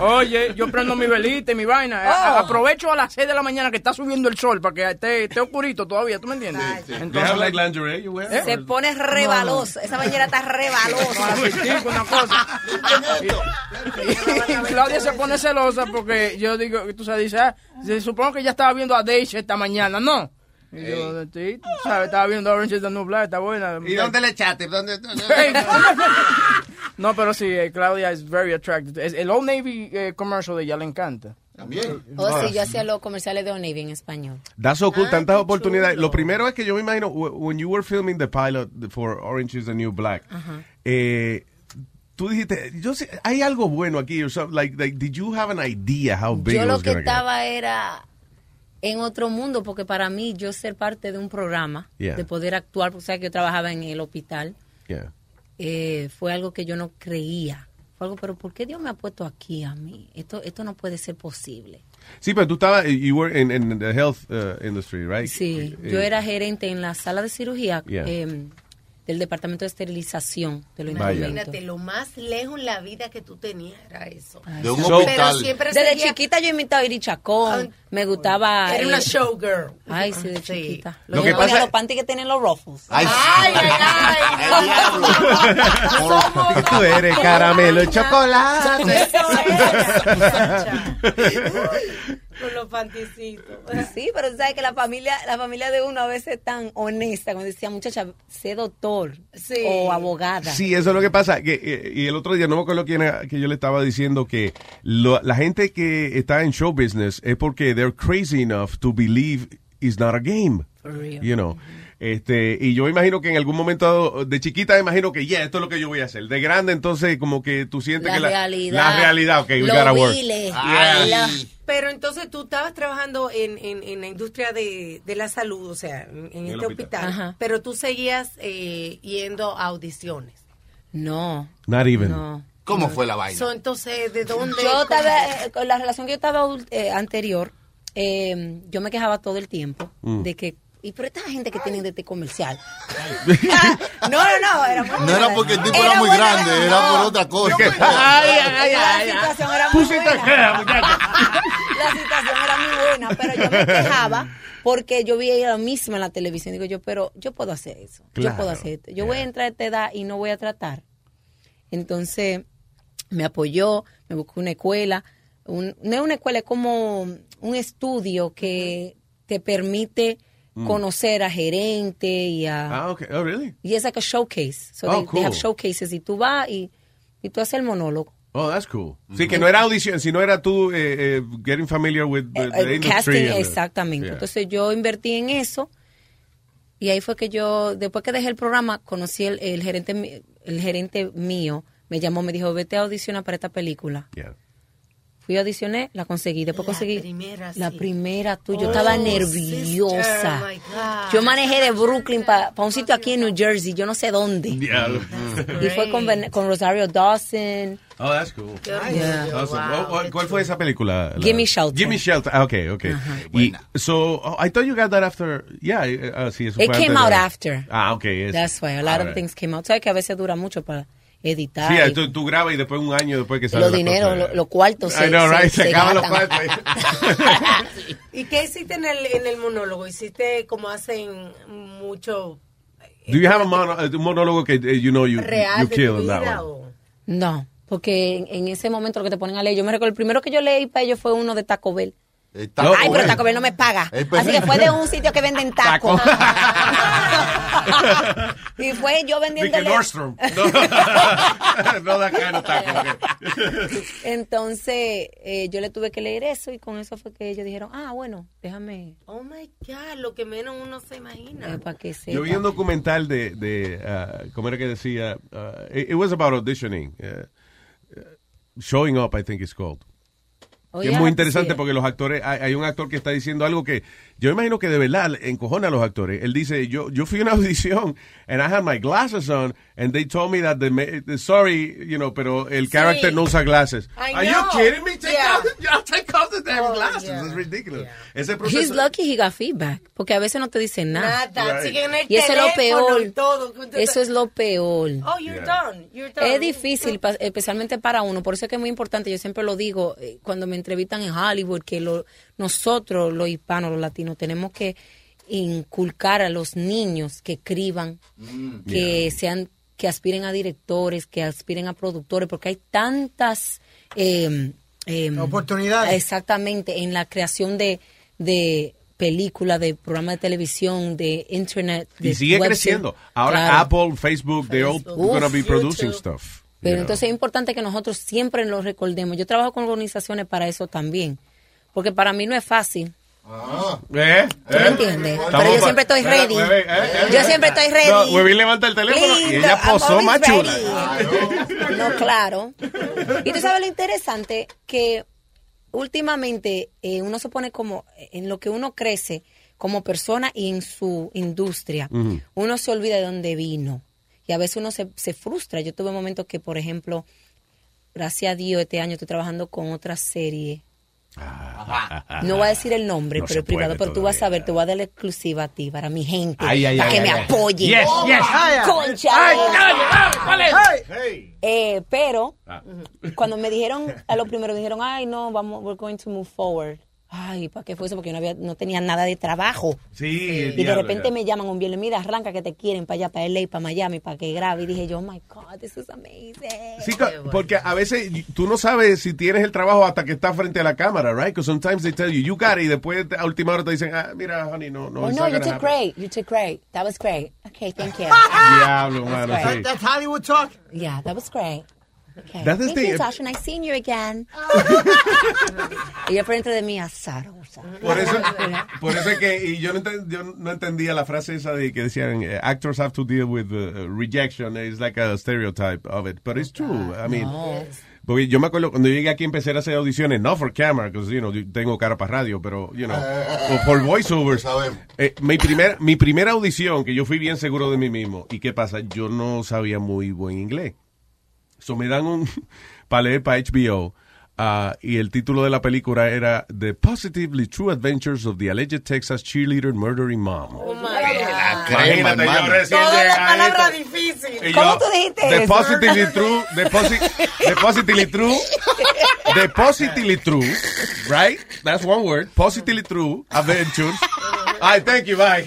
Speaker 10: Oye, yo prendo mi velita y mi vaina. A-
Speaker 20: Oh.
Speaker 10: Aprovecho a las 6 de la mañana que está subiendo el sol para que esté, esté oscurito todavía, ¿tú me entiendes? ¿Eh?
Speaker 8: They have like lingerie you wear?
Speaker 20: Se pone rebaloso. Esa bañera está rebalosa.
Speaker 10: una cosa. Y Claudia se pone celosa porque yo digo, tú sabes, dice, ah, se supongo que ya estaba viendo a Daisy esta mañana, ¿no? Y yo, sí, tú sabes, estaba viendo Orange is the New Black, está buena.
Speaker 16: ¿Y dónde le echaste? ¿Dónde?
Speaker 10: No, pero sí, eh, Claudia es very attractive. Es- el Old Navy eh, commercial de ella le encanta.
Speaker 20: Oh, sí, yo hacía los comerciales de O'Neill en español.
Speaker 8: That's so
Speaker 20: Ah,
Speaker 8: cool, tantas oportunidades. Lo primero es que yo me imagino, wh- when you were filming the pilot for Orange is the New Black,
Speaker 20: Ajá.
Speaker 8: eh, tú dijiste, yo sé, hay algo bueno aquí, or something, like, like, did you have an idea how big
Speaker 20: Yo
Speaker 8: it
Speaker 20: lo
Speaker 8: was
Speaker 20: que
Speaker 8: gonna get?
Speaker 20: estaba era en otro mundo, porque para mí yo ser parte de un programa,
Speaker 8: Yeah.
Speaker 20: de poder actuar, porque sabes que yo trabajaba en el hospital,
Speaker 8: Yeah.
Speaker 20: eh, fue algo que yo no creía. Fue algo, pero ¿por qué Dios me ha puesto aquí a mí? Esto, esto no puede ser posible.
Speaker 8: Sí, pero tú estabas, eh, you were in, in the health uh, industry, right?
Speaker 20: Sí,
Speaker 8: Eh,
Speaker 20: yo era gerente en la sala de cirugía
Speaker 8: Yeah.
Speaker 20: eh, del Departamento de Esterilización de los
Speaker 8: Vaya.
Speaker 20: instrumentos.
Speaker 15: Imagínate, lo más lejos en la vida que tú tenías era eso.
Speaker 20: Ah,
Speaker 8: De un So- hospital. Ah,
Speaker 15: Pero siempre
Speaker 20: Desde
Speaker 15: sería-
Speaker 20: chiquita yo imitaba a Iri Chacón, me gustaba...
Speaker 15: Era una
Speaker 20: eh,
Speaker 15: showgirl.
Speaker 20: Ay, sí, de chiquita.
Speaker 8: Lo que
Speaker 20: que
Speaker 8: pasa-
Speaker 20: Los panties que tienen los ruffles.
Speaker 8: Ay,
Speaker 15: ay, ay.
Speaker 8: Tú eres caramelo y
Speaker 15: chocolate.
Speaker 20: Con los panticitos. Sí, pero tú sabes que la familia, la familia de uno a veces es tan honesta, como decía muchacha, sé doctor o abogada.
Speaker 8: Sí, eso es lo que pasa. Que, eh, y el otro día, no me acuerdo quién era, que yo le estaba diciendo que lo- la gente que está en show business es porque they're crazy enough to believe it's not a game. You know. Este, y yo imagino que en algún momento dado, de chiquita imagino que ya esto es lo que yo voy a hacer. De grande entonces como que tú sientes
Speaker 20: La
Speaker 8: que
Speaker 20: realidad.
Speaker 8: la realidad, ok, we
Speaker 20: Lo
Speaker 8: gotta work.
Speaker 20: viles.
Speaker 8: Yeah.
Speaker 15: La- Pero entonces tú estabas trabajando en, en, en la industria de, de la salud, o sea, en, en
Speaker 20: el
Speaker 15: este
Speaker 20: hospital.
Speaker 15: hospital,
Speaker 20: Ajá.
Speaker 15: pero tú seguías eh, yendo a audiciones.
Speaker 20: No.
Speaker 8: Not even.
Speaker 7: ¿Cómo fue la vaina?
Speaker 15: So, entonces, ¿de dónde?
Speaker 20: Yo
Speaker 15: cómo?
Speaker 20: estaba, eh, con la relación que yo estaba ul- eh, anterior, eh, yo me quejaba todo el tiempo
Speaker 7: Mm.
Speaker 20: de que, y pero esta gente que tienen de este comercial. no, no, no, era muy
Speaker 7: No era porque el tipo era, muy grande, era por otra cosa.
Speaker 20: Ay, ay, ay, La situación era muy buena. La situación era muy buena, pero yo me quejaba porque yo veía lo mismo en la televisión. Digo yo, pero yo puedo hacer eso.
Speaker 25: Claro,
Speaker 20: Yo puedo hacer esto. Yo voy a entrar a esta edad y no voy a tratar. Entonces, me apoyó, me buscó una escuela. Un- no es una escuela, es como un estudio que te permite
Speaker 8: Mm.
Speaker 20: conocer a gerente y a...
Speaker 8: Ah, okay. Oh, really?
Speaker 20: Y es like a showcase. So
Speaker 8: Oh,
Speaker 20: they, they
Speaker 8: cool.
Speaker 20: have showcases y tú vas y, y tú haces el monólogo.
Speaker 8: Oh, that's cool. Sí, que no era audición, sino era tú eh, eh, getting familiar with the, the
Speaker 20: El
Speaker 8: industry.
Speaker 20: Eh, casting,
Speaker 8: and the-
Speaker 20: exactamente.
Speaker 8: Yeah.
Speaker 20: Entonces yo invertí en eso y ahí fue que yo, después que dejé el programa, conocí el, el gerente, mi- el gerente mío, me llamó, me dijo, vete a audicionar para esta película.
Speaker 8: Yeah.
Speaker 20: Fui a audicioné, la conseguí, después conseguí la primera tú, yo
Speaker 15: Oh,
Speaker 20: estaba
Speaker 15: sister,
Speaker 20: nerviosa.
Speaker 15: my God.
Speaker 20: yo manejé de Brooklyn para un sitio aquí en New Jersey, yo no sé dónde.
Speaker 8: Diablo.
Speaker 20: Y fue con, Ven- con Rosario Dawson.
Speaker 8: Oh, that's cool.
Speaker 20: Yeah.
Speaker 8: Awesome. Oh, oh, ¿Cuál fue esa película? La-
Speaker 20: Gimme Shelter.
Speaker 8: Gimme Shelter. Ah, okay, okay. Y, so, oh, I thought you got that after. Yeah, eh, ah, sí, eso
Speaker 20: It
Speaker 8: fue
Speaker 20: came
Speaker 8: antes
Speaker 20: out
Speaker 8: de-
Speaker 20: after.
Speaker 8: Ah, okay. es-
Speaker 20: That's why a lot of
Speaker 8: Alright.
Speaker 20: things came out. Sabes que a veces dura mucho para editar.
Speaker 8: Sí,
Speaker 20: y-
Speaker 8: ah, tú, tú grabas y después un año después que sale.
Speaker 20: los
Speaker 8: la
Speaker 20: dineros,
Speaker 8: cosa.
Speaker 20: lo- los cuartos.
Speaker 8: I know, right? Se acaban los
Speaker 20: gastan.
Speaker 15: ¿Y qué hiciste en el, en el monólogo? ¿Hiciste como hacen mucho
Speaker 8: Do you have a, mono, a monólogo que eh, you know you,
Speaker 20: Real
Speaker 8: you
Speaker 20: de
Speaker 8: kill
Speaker 20: tu
Speaker 8: in that
Speaker 20: vida
Speaker 8: one?
Speaker 20: No, porque en, en ese momento lo que te ponen a leer, yo me recuerdo, el primero que yo leí para ellos fue uno de Taco Bell.
Speaker 7: Taco
Speaker 20: Ay,
Speaker 7: Bell.
Speaker 20: pero Taco Bell no me paga.
Speaker 7: Eh, pero-
Speaker 8: pues
Speaker 20: Así que fue de un sitio que venden tacos. y fue yo vendiendo.
Speaker 8: Dije Nordstrom. No, no da cara,
Speaker 20: Entonces, eh, yo le tuve que leer eso y con eso fue que ellos dijeron, ah, bueno, déjame.
Speaker 15: Oh my God, lo que menos uno se imagina.
Speaker 20: para Eh, que sepa.
Speaker 8: Yo vi un documental de, de ah, ¿cómo era que decía? Ah, it, it was about auditioning. eh, eh, showing up, I think it's called.
Speaker 20: Oh,
Speaker 8: Que
Speaker 20: yeah,
Speaker 8: es muy interesante
Speaker 20: sí.
Speaker 8: porque los actores, hay, hay un actor que está diciendo algo que yo imagino que de verdad encojona a los actores. Él dice, yo, yo fui a una audición and I had my glasses on and they told me that the, ma- sorry, you know, pero el character no usa glasses. Are you kidding me? Take out the- I'll take off the
Speaker 20: Oh,
Speaker 8: damn glasses. It's ridiculous. Ese
Speaker 20: He's
Speaker 8: proceso.
Speaker 20: lucky he got feedback, porque a veces no te dicen nada.
Speaker 15: Nada,
Speaker 8: Right.
Speaker 15: siguen el
Speaker 20: Y eso es lo
Speaker 15: teléfono
Speaker 20: peor.
Speaker 15: y todo.
Speaker 20: Eso es lo peor.
Speaker 15: Oh, you're done. You're done.
Speaker 20: Es difícil, pa- especialmente para uno. Por eso es que es muy importante. Yo siempre lo digo eh, cuando me entrevistan en Hollywood, que lo- nosotros, los hispanos, los latinos, tenemos que inculcar a los niños que escriban,
Speaker 8: ¿Eh?
Speaker 20: que sean, que aspiren a directores, que aspiren a productores, porque hay tantas eh, eh, oportunidades. Exactamente, en la creación de, de películas, de programas de televisión, de internet.
Speaker 8: Y
Speaker 20: de
Speaker 8: sigue
Speaker 20: web
Speaker 8: creciendo.
Speaker 20: series.
Speaker 8: Ahora
Speaker 20: Claro.
Speaker 8: Apple, Facebook, they're all
Speaker 20: Facebook.
Speaker 8: gonna be
Speaker 20: Uf,
Speaker 8: producing
Speaker 20: YouTube.
Speaker 8: stuff.
Speaker 20: Pero
Speaker 8: you know.
Speaker 20: entonces es importante que nosotros siempre lo recordemos. Yo trabajo con organizaciones para eso también. Porque para mí no es fácil.
Speaker 8: ¿Eh?
Speaker 20: ¿Tú me entiendes? Pero yo siempre estoy ready. Yo siempre
Speaker 8: eh,
Speaker 20: estoy ready.
Speaker 8: No, Webby levanta el teléfono y
Speaker 20: Lindo,
Speaker 8: ella
Speaker 20: I'm
Speaker 8: posó
Speaker 20: always
Speaker 8: más chula.
Speaker 20: ready. No, claro. Y tú sabes lo interesante que últimamente eh, uno se pone como en lo que uno crece como persona y en su industria. uno se olvida de dónde vino. Y a veces uno se, se frustra. Yo tuve momentos que, por ejemplo, gracias a Dios, este año estoy trabajando con otra serie No voy a decir el nombre,
Speaker 4: No
Speaker 20: pero
Speaker 4: se
Speaker 20: es privado.
Speaker 4: puede
Speaker 20: Pero tú vas a ver, te voy a dar la exclusiva a ti, para mi gente.
Speaker 4: Ay, ay,
Speaker 20: para
Speaker 4: ay,
Speaker 20: que
Speaker 4: ay,
Speaker 20: me
Speaker 4: ay.
Speaker 20: apoyen.
Speaker 4: Yes, yes.
Speaker 20: Ay, Concha.
Speaker 4: ay,
Speaker 20: de-
Speaker 4: ay, ay, ¿cuál es?
Speaker 20: Eh, pero cuando me dijeron, a lo primero me dijeron, ay, no, vamos, we're going to move forward. Ay, ¿para qué fue eso? Porque yo no, había, no tenía nada de trabajo.
Speaker 4: Sí, el
Speaker 20: Y de
Speaker 4: diablo,
Speaker 20: repente
Speaker 4: ya.
Speaker 20: me llaman un viernes, mira, arranca que te quieren para allá, para LA, para Miami, para que grabe. Y dije yo, oh my God, this is amazing.
Speaker 4: Sí,
Speaker 8: ca- porque a veces y- tú no sabes si tienes el trabajo hasta que estás frente a la cámara, right? Because sometimes they tell you you got it y después te- a última hora te dicen, ah, mira, honey, no, no.
Speaker 20: oh,
Speaker 8: it's
Speaker 20: no,
Speaker 8: not gonna
Speaker 20: you did
Speaker 8: happen.
Speaker 20: great, you did great. That was great. Okay, thank you.
Speaker 8: Diablo, mano.
Speaker 20: That's
Speaker 8: sí.
Speaker 20: right.
Speaker 17: Hollywood talk.
Speaker 20: Yeah, that was great. Okay.
Speaker 8: That's the
Speaker 20: Thank
Speaker 8: thing.
Speaker 20: you, Sasha, nice seeing you again. y yo por dentro de mí, asaron.
Speaker 8: Por eso, por eso es que y yo, no enten- yo no entendía la frase esa de que decían eh, actors have to deal with uh, rejection. It's like a stereotype of it, but it's true. I mean. Porque yo me acuerdo cuando llegué aquí empecé a hacer audiciones, no for camera, because you know, yo tengo cara para radio, pero you know, o for voiceovers. Eh, mi primer mi primera audición que yo fui bien seguro de mí mismo y qué pasa, yo no sabía muy buen inglés. So me dan un para leer para HBO ah, y el título de la película era The Positively True Adventures of the Alleged Texas Cheerleader Murdering Mom.
Speaker 20: Oh
Speaker 8: Imagínate, yo recién llegado. Y
Speaker 4: difíciles.
Speaker 8: yo, The Positively True, The, posi- the Positively True, The Positively True, right? That's one word, Positively True Adventures. Ay, thank you, bye.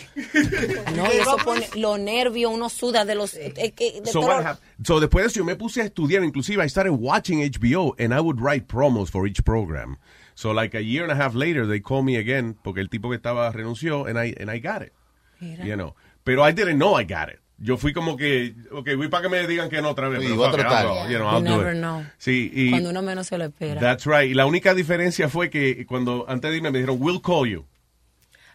Speaker 20: No, y eso pone los nervios, uno suda de los. eh, que- de
Speaker 8: So,
Speaker 20: todo.
Speaker 8: what hap- so después de eso yo me puse a estudiar, inclusive I started watching HBO and I would write promos for each program. So like a year and a half later they called me again porque el tipo que estaba renunció and I and I got it. You know. Pero I didn't know I got it. Yo fui como que, ok, voy para que me digan que no otra vez.
Speaker 7: Sí,
Speaker 8: pero
Speaker 7: voy a
Speaker 8: fuck it,
Speaker 7: tratar.
Speaker 8: I'll go, You know,
Speaker 20: You
Speaker 8: I'll do
Speaker 20: never
Speaker 8: it.
Speaker 20: know.
Speaker 8: Sí, y
Speaker 20: Cuando uno menos se lo espera.
Speaker 8: that's right. Y la única diferencia fue que cuando antes de irme me dijeron, we'll call you.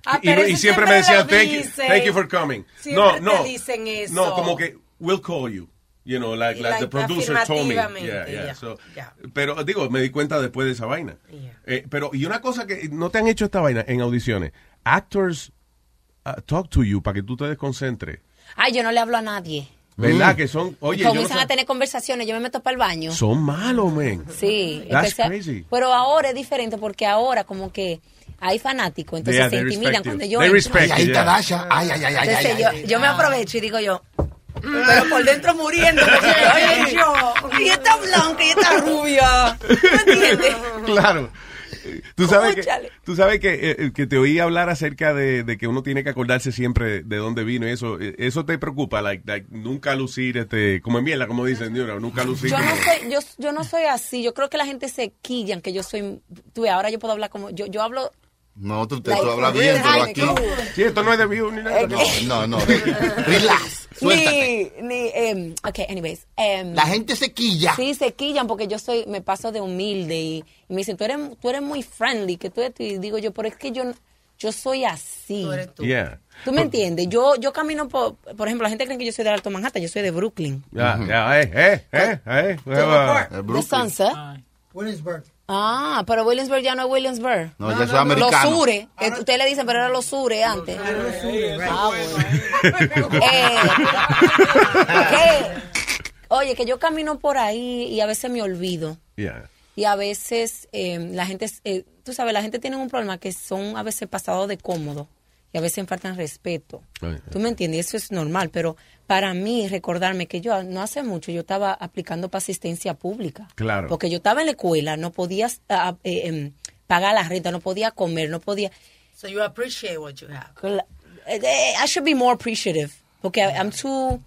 Speaker 15: Ah,
Speaker 8: y, y-
Speaker 15: pero
Speaker 8: y
Speaker 15: eso
Speaker 8: siempre
Speaker 15: siempre
Speaker 8: me decían,
Speaker 15: lo
Speaker 8: thank you,
Speaker 15: dicen.
Speaker 8: thank you for coming.
Speaker 15: Siempre
Speaker 8: no,
Speaker 15: te
Speaker 8: no.
Speaker 15: dicen eso.
Speaker 8: No, como que, we'll call you. You know, like, like the
Speaker 15: Like,
Speaker 8: producer told me.
Speaker 15: afirmativamente,
Speaker 8: Yeah, yeah.
Speaker 15: ya,
Speaker 8: So,
Speaker 15: ya.
Speaker 8: Pero digo, me di cuenta después de esa vaina. Eh, pero, y una cosa que no te han hecho esta vaina en audiciones. Actors uh, talk to you para que tú te desconcentres.
Speaker 20: Ay, yo no le hablo a nadie.
Speaker 8: ¿Verdad? Que son, oye, yo no
Speaker 20: Comienzan
Speaker 8: sé-
Speaker 20: a tener conversaciones, yo me meto para el baño.
Speaker 8: son malos, men.
Speaker 20: Sí,
Speaker 8: That's
Speaker 20: especial-
Speaker 8: crazy.
Speaker 20: pero ahora es diferente porque ahora como que hay fanáticos, entonces
Speaker 8: Yeah,
Speaker 20: se
Speaker 8: they
Speaker 20: intimidan
Speaker 8: respect
Speaker 20: cuando
Speaker 8: you.
Speaker 20: yo
Speaker 8: They
Speaker 20: entro.
Speaker 8: respect Ay, ahí you, está yeah.
Speaker 4: Dasha. Ay, ay, ay, ay,
Speaker 20: Entonces
Speaker 4: ay,
Speaker 20: yo,
Speaker 4: ay.
Speaker 20: yo me aprovecho y digo yo, "Mm", pero por dentro muriendo, porque, oye yo, y está blanca y está rubia.
Speaker 8: claro. Tú sabes, que, tú sabes que, eh, eh, que te oí hablar acerca de, de que uno tiene que acordarse siempre de dónde vino y eso. eh, ¿Eso te preocupa? Like, like, nunca lucir, este, como en miela, como dicen, you know, nunca lucir.
Speaker 20: Yo no
Speaker 8: como-
Speaker 20: soy, yo, yo no soy así, yo creo que la gente se quillan que yo soy, tú ves, ahora yo puedo hablar como, yo, yo hablo
Speaker 7: No, tú te
Speaker 20: Like,
Speaker 7: tú hablas bien,
Speaker 20: really
Speaker 7: pero
Speaker 20: high
Speaker 7: aquí.
Speaker 20: school.
Speaker 8: Sí, esto no es de view ni nada.
Speaker 7: No, no, no. Relax. Suéltate.
Speaker 20: Ni, ni, em, ok, anyways. em,
Speaker 7: La gente se quilla.
Speaker 20: Sí, se quillan porque yo soy, me paso de humilde y, y me dicen, tú eres, tú eres muy friendly, que tú eres, tú". y digo yo, pero es que yo, yo soy así. Tú,
Speaker 8: Yeah.
Speaker 20: me entiendes, yo, yo camino por, por ejemplo, la gente cree que yo soy de Alto Manhattan, yo soy de Brooklyn.
Speaker 8: Ya, ya, eh, eh, eh, eh, eh, eh.
Speaker 20: De Sunset.
Speaker 17: Williamsburg.
Speaker 20: Ah, pero Williamsburg ya no es Williamsburg.
Speaker 8: No, ya eso es americano.
Speaker 20: Los sures, que ustedes le dicen, pero era los sures antes. Ah, bueno. Eh, que- Oye, que yo camino por ahí y a veces me olvido.
Speaker 8: Yeah.
Speaker 20: Y a veces eh, la gente, es- eh, tú sabes, la gente tiene un problema que son a veces pasados de cómodo y a veces faltan respeto. Tú me entiendes, eso es normal, pero para mí recordarme que yo no hace mucho yo estaba aplicando para asistencia pública.
Speaker 8: Claro.
Speaker 20: Porque yo estaba en la escuela, no podía ah, eh, em, pagar la renta, no podía comer, no podía...
Speaker 15: So you appreciate what you have.
Speaker 20: Cla- eh, eh, I should be more appreciative. Porque I- I'm too.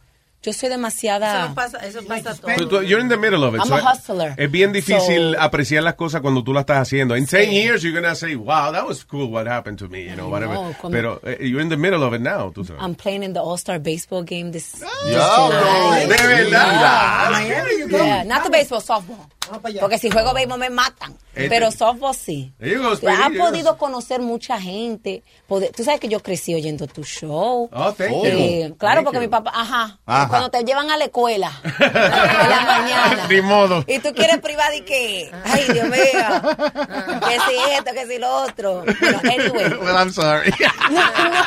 Speaker 20: Yo soy demasiada.
Speaker 15: Eso pasa, eso pasa todo.
Speaker 8: Pero tú- you're in the middle of it.
Speaker 20: I'm
Speaker 8: so
Speaker 20: a hustler.
Speaker 8: Es bien difícil
Speaker 20: So-
Speaker 8: apreciar las cosas cuando tú las estás haciendo. In 10 years you're gonna say, wow, that was cool what happened to me, you know,
Speaker 20: I
Speaker 8: whatever.
Speaker 20: know, como-
Speaker 8: Pero eh, you're in the middle of it now, tú sabes.
Speaker 20: I'm playing in the All Star baseball game this.
Speaker 8: Diablo, de verdad.
Speaker 20: Yeah, not the baseball, softball. Porque si juego béisbol me matan.
Speaker 8: Este-
Speaker 20: Pero softball sí.
Speaker 8: There you go,
Speaker 20: Te ha
Speaker 8: Speedy, there you go.
Speaker 20: podido conocer mucha gente. Poder- tú sabes que yo crecí oyendo tu show. Eh,
Speaker 8: Oh, thank you.
Speaker 20: Claro,
Speaker 8: Thank
Speaker 20: porque
Speaker 8: you.
Speaker 20: mi papá, ajá,
Speaker 8: Ajá.
Speaker 20: Cuando te llevan a la escuela
Speaker 8: Ni modo.
Speaker 20: y tú quieres privar y que, ay, Dios mío, que si esto, que si lo otro. Bueno, anyway,
Speaker 8: Well, I'm sorry.
Speaker 20: no, no,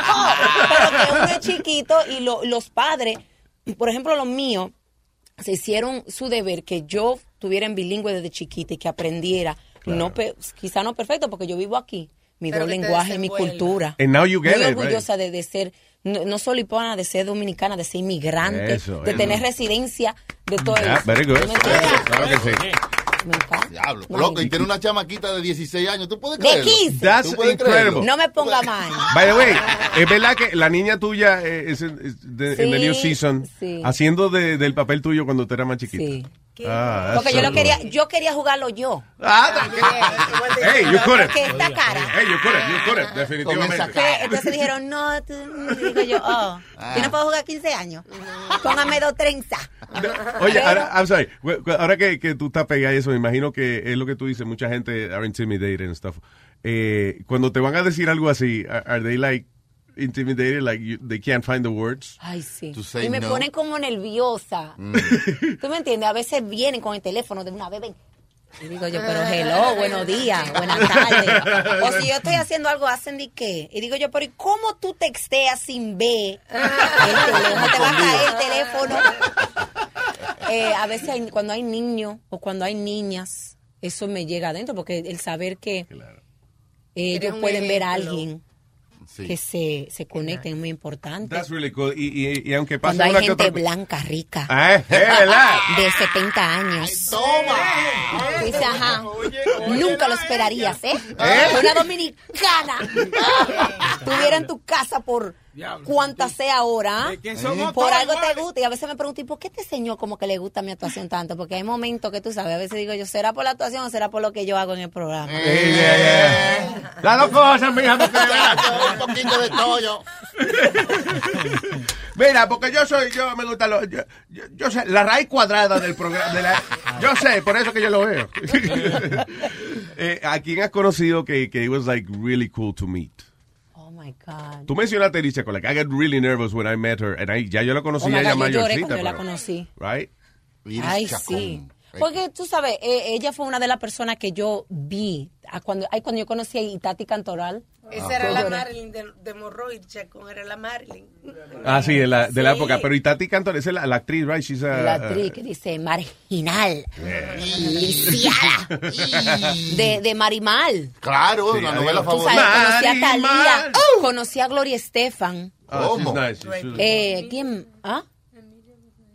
Speaker 20: pero que uno es chiquito y lo- los padres, por ejemplo, los míos, se hicieron su deber que yo tuviera en bilingüe desde chiquita y que aprendiera. No, pe- quizá no perfecto porque yo vivo aquí. Mi
Speaker 15: Pero
Speaker 20: dos
Speaker 15: que te
Speaker 20: lenguajes, mi
Speaker 15: desenvuelva.
Speaker 20: cultura.
Speaker 8: And now you get
Speaker 20: Muy
Speaker 8: it,
Speaker 20: orgullosa de, de ser, no, no solo hispana, de ser dominicana, de ser inmigrante,
Speaker 8: Eso,
Speaker 20: de
Speaker 8: eso.
Speaker 20: tener residencia, de todo
Speaker 8: Yeah,
Speaker 20: eso.
Speaker 8: very good.
Speaker 20: ¿Tú me entiendes?
Speaker 8: Claro que sí.
Speaker 7: Diablo. Loco, y tiene una chamaquita de 16 años. ¿Tú puedes
Speaker 20: De
Speaker 7: creerlo?
Speaker 20: 15.
Speaker 8: That's incredible.
Speaker 20: No me ponga mal.
Speaker 8: By the way, es verdad que la niña tuya eh, es, en- es de-
Speaker 20: Sí,
Speaker 8: en the new season
Speaker 20: sí.
Speaker 8: haciendo de- del papel tuyo cuando tú eras más chiquita.
Speaker 20: Sí.
Speaker 8: Ah,
Speaker 20: Porque
Speaker 8: that's
Speaker 20: yo
Speaker 8: so
Speaker 20: lo quería, yo quería jugarlo yo.
Speaker 8: cool. Ah, Hey, you couldn't.
Speaker 20: Porque esta cara.
Speaker 8: Hey, you couldn't, you couldn't, definitivamente.
Speaker 20: Que Entonces dijeron, no, tú, digo yo, oh, yo no puedo jugar 15 años. Póngame dos trenzas.
Speaker 8: Ah. Oye, ahora, I'm sorry. Cu- cu- ahora que, que tú estás pegada a eso, me imagino que es lo que tú dices, mucha gente are intimidated and stuff. Eh, cuando te van a decir algo así, are, are they like intimidated, like you- they can't find the words?
Speaker 20: Ay, sí.
Speaker 8: To say
Speaker 20: Y me
Speaker 8: no. Mm.
Speaker 20: ponen como nerviosa. ¿Tú me entiendes? A veces vienen con el teléfono de una vez, ven. Y digo yo, pero hello, buenos días, buenas tardes. O si yo estoy haciendo algo, hacen de qué. Y digo yo, pero ¿y cómo tú texteas sin ver? El teléfono, te va a caer el teléfono. Eh, a veces hay- cuando hay niños o cuando hay niñas, eso me llega adentro, porque el saber que ellos
Speaker 15: un
Speaker 20: pueden ver a
Speaker 15: ejemplo.
Speaker 20: alguien que se, se conecten es muy importante.
Speaker 8: That's really cool. Y, y, y aunque pasa
Speaker 20: Cuando hay
Speaker 8: una que
Speaker 20: gente
Speaker 8: otra-
Speaker 20: blanca, rica.
Speaker 8: Ah, es verdad.
Speaker 20: De 70 años. ¡Toma! Dice, ajá. Nunca lo esperarías, ¿eh? Que Una dominicana tuviera en tu casa por cuánta sea ahora. ¿ah?
Speaker 13: que son
Speaker 8: ¿Eh?
Speaker 13: otros
Speaker 20: Por algo te gusta. Y a veces me pregunto, ¿y por qué este señor como que le gusta mi actuación tanto? Porque hay momentos que tú sabes, a veces digo yo, ¿será por la actuación o será por lo que yo hago en el programa?
Speaker 8: Eh, eh, eh. Las dos cosas, mija, porque
Speaker 7: Un poquito de tollo.
Speaker 8: Mira, porque yo soy, yo me gusta lo, yo, yo- yo sé, la raíz cuadrada del programa, de la- yo sé, por eso que yo lo veo. Eh, ¿A quién has conocido que, que it was like really cool to meet?
Speaker 20: Oh
Speaker 8: eh.
Speaker 20: my God.
Speaker 8: Tú mencionaste a Alicia Cole, like I got really nervous when I met her, and I, ya yo la conocí,
Speaker 20: Oh my
Speaker 8: ya ella
Speaker 20: God, yo lloré
Speaker 8: mayorcita,
Speaker 20: cuando yo la
Speaker 8: pero-
Speaker 20: conocí.
Speaker 8: right?
Speaker 20: Ay, sí. Porque tú sabes, eh, ella fue una de las personas que yo vi a cuando, ay, cuando yo conocí a Itati Cantoral.
Speaker 15: Esa era
Speaker 20: Yo
Speaker 15: la
Speaker 20: lloré.
Speaker 15: Marilyn de, de Morroy, Chacón era la Marilyn.
Speaker 8: Ah, sí, de la, de la
Speaker 15: Sí.
Speaker 8: época, pero y Tati Cantor, esa es la, la actriz, right? She's a, eh,
Speaker 20: La actriz que dice marginal,
Speaker 8: Yeah.
Speaker 20: lisiada, de, de Marimal.
Speaker 7: Claro,
Speaker 8: Sí,
Speaker 7: la
Speaker 8: adiós.
Speaker 7: novela
Speaker 8: Tú
Speaker 20: Tú
Speaker 7: favorita.
Speaker 20: sabes, conocí a Talía,
Speaker 7: Oh.
Speaker 20: conocí a Gloria Estefan.
Speaker 8: Oh, she's
Speaker 7: ¿Cómo?
Speaker 8: nice, she's really-
Speaker 20: Eh, ¿Quién? ¿Ah?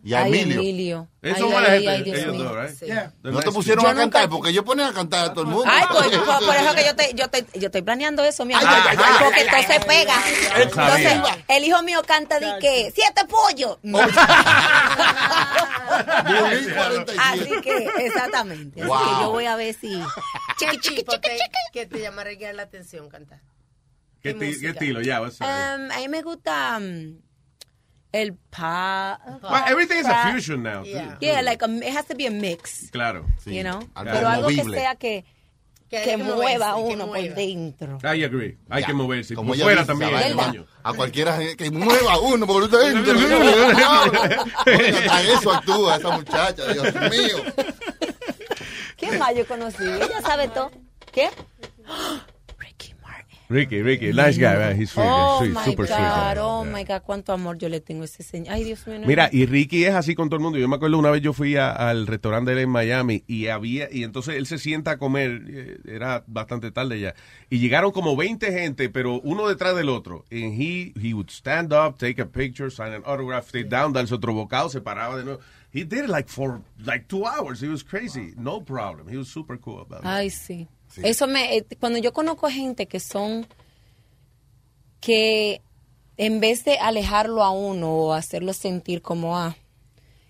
Speaker 7: Y a
Speaker 20: Ay,
Speaker 7: Emilio.
Speaker 20: Emilio.
Speaker 8: Ellos
Speaker 20: Ay,
Speaker 8: son buena
Speaker 20: ay,
Speaker 8: gente,
Speaker 20: ay, Dios
Speaker 8: ellos
Speaker 20: mío.
Speaker 8: dos, right?
Speaker 20: Sí.
Speaker 7: No te pusieron
Speaker 20: Yo
Speaker 7: a cantar porque ellos ponen a cantar a todo el mundo.
Speaker 20: Ay, pues, por, por eso que yo, te, yo, te- yo estoy planeando eso, mi amor. porque entonces pega.
Speaker 8: Sabía.
Speaker 20: Entonces, el hijo mío canta de que siete pollos. No. Así que, exactamente. Así
Speaker 7: Wow.
Speaker 20: que yo voy a ver si.
Speaker 15: ¿Qué tipo te, que te llamaría la atención cantar?
Speaker 8: ¿Qué, ti- qué estilo? Ya, what's up?
Speaker 20: Um, a mí me gusta um, el pa.
Speaker 8: Well, everything is
Speaker 20: pa-
Speaker 8: a fusion now.
Speaker 20: Yeah, like a, it has to be a mix.
Speaker 8: Claro.
Speaker 20: You know?
Speaker 8: Algo
Speaker 20: Pero algo que
Speaker 8: movible.
Speaker 20: sea que, que,
Speaker 15: haya que
Speaker 20: mueva
Speaker 15: moverse, que
Speaker 20: uno por
Speaker 15: mueva.
Speaker 20: dentro.
Speaker 8: I agree. Hay que moverse.
Speaker 7: Como
Speaker 8: Como
Speaker 7: ella
Speaker 8: fuera
Speaker 7: dice,
Speaker 8: también.
Speaker 7: esa vaina,
Speaker 8: coño.
Speaker 7: A cualquiera que mueva uno, porque usted Oiga, hasta eso actúa esa muchacha, Dios mío.
Speaker 20: ¿Quién más yo conocí? Ella sabe todo. ¿Qué?
Speaker 8: Ricky, Ricky, nice guy, right? He's sweet,
Speaker 20: oh
Speaker 8: he's
Speaker 20: my
Speaker 8: sweet, super
Speaker 20: God,
Speaker 8: sweet. guy.
Speaker 20: oh
Speaker 8: Yeah.
Speaker 20: my God, cuánto amor yo le tengo a ese señor. Ay, Dios mío. no.
Speaker 8: Mira, y Ricky es así con todo el mundo. Yo me acuerdo una vez yo fui a- al restaurante de él en Miami y había, y entonces él se sienta a comer, eh, era bastante tarde ya, y llegaron como 20 gente, pero uno detrás del otro. And he, he would stand up, take a picture, sign an autograph, sit down, darse otro bocado, se paraba de nuevo. He did it like for like two hours. He was crazy. No problem. He was super cool about it.
Speaker 20: Ay, sí. Eso me. eh, cuando yo conozco gente que son. que en vez de alejarlo a uno o hacerlo sentir como a.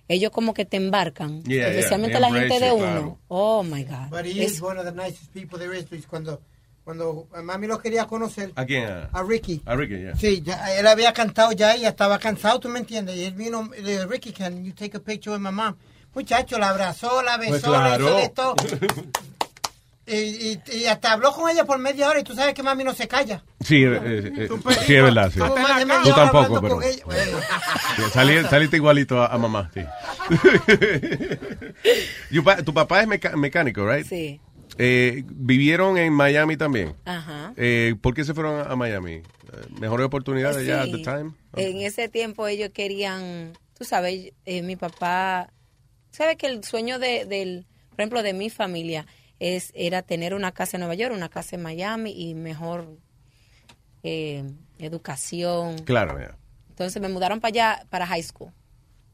Speaker 20: ellos como que te embarcan.
Speaker 8: Yeah, yeah,
Speaker 20: especialmente la gente
Speaker 8: embrace
Speaker 20: de
Speaker 8: it,
Speaker 20: uno.
Speaker 8: claro.
Speaker 20: Oh my God.
Speaker 17: But he
Speaker 20: Es-
Speaker 17: is one of the nicest people there is. Luis. Cuando, cuando a mami lo quería conocer,
Speaker 8: ¿A quién? A-
Speaker 17: Ah. a Ricky.
Speaker 8: a Ricky, yeah.
Speaker 17: Sí, ya, él había cantado ya y ya estaba cansado, tú me entiendes. Y él vino, le dijo, Ricky, can you take a picture with my mom? Muchacho, la abrazó, la besó,
Speaker 8: Pues
Speaker 17: la hizo
Speaker 8: claro.
Speaker 17: de todo. Y, y- y hasta habló con ella por media hora y tú sabes que mami no se calla.
Speaker 8: Sí, eh, eh, eh, sí, es verdad. Sí.
Speaker 17: Estuvo más de media
Speaker 8: Tú
Speaker 17: hora
Speaker 8: tampoco,
Speaker 17: hablando
Speaker 8: pero.
Speaker 17: con ella. Bueno.
Speaker 8: Sí, salí- saliste igualito a, a mamá, sí. You pa- tu papá es meca- mecánico, ¿right?
Speaker 20: Sí.
Speaker 8: Eh, ¿Vivieron en Miami también?
Speaker 20: Ajá.
Speaker 8: Eh, ¿Por qué se fueron a Miami? Eh, ¿Mejores oportunidades
Speaker 20: Sí.
Speaker 8: ya at the time?
Speaker 20: En ese tiempo ellos querían, tú sabes, eh, mi papá, sabes que el sueño de, del, por ejemplo, de mi familia es, era tener una casa en Nueva York, una casa en Miami y mejor eh, educación.
Speaker 8: Claro, ya.
Speaker 20: Entonces me mudaron para allá, para high school.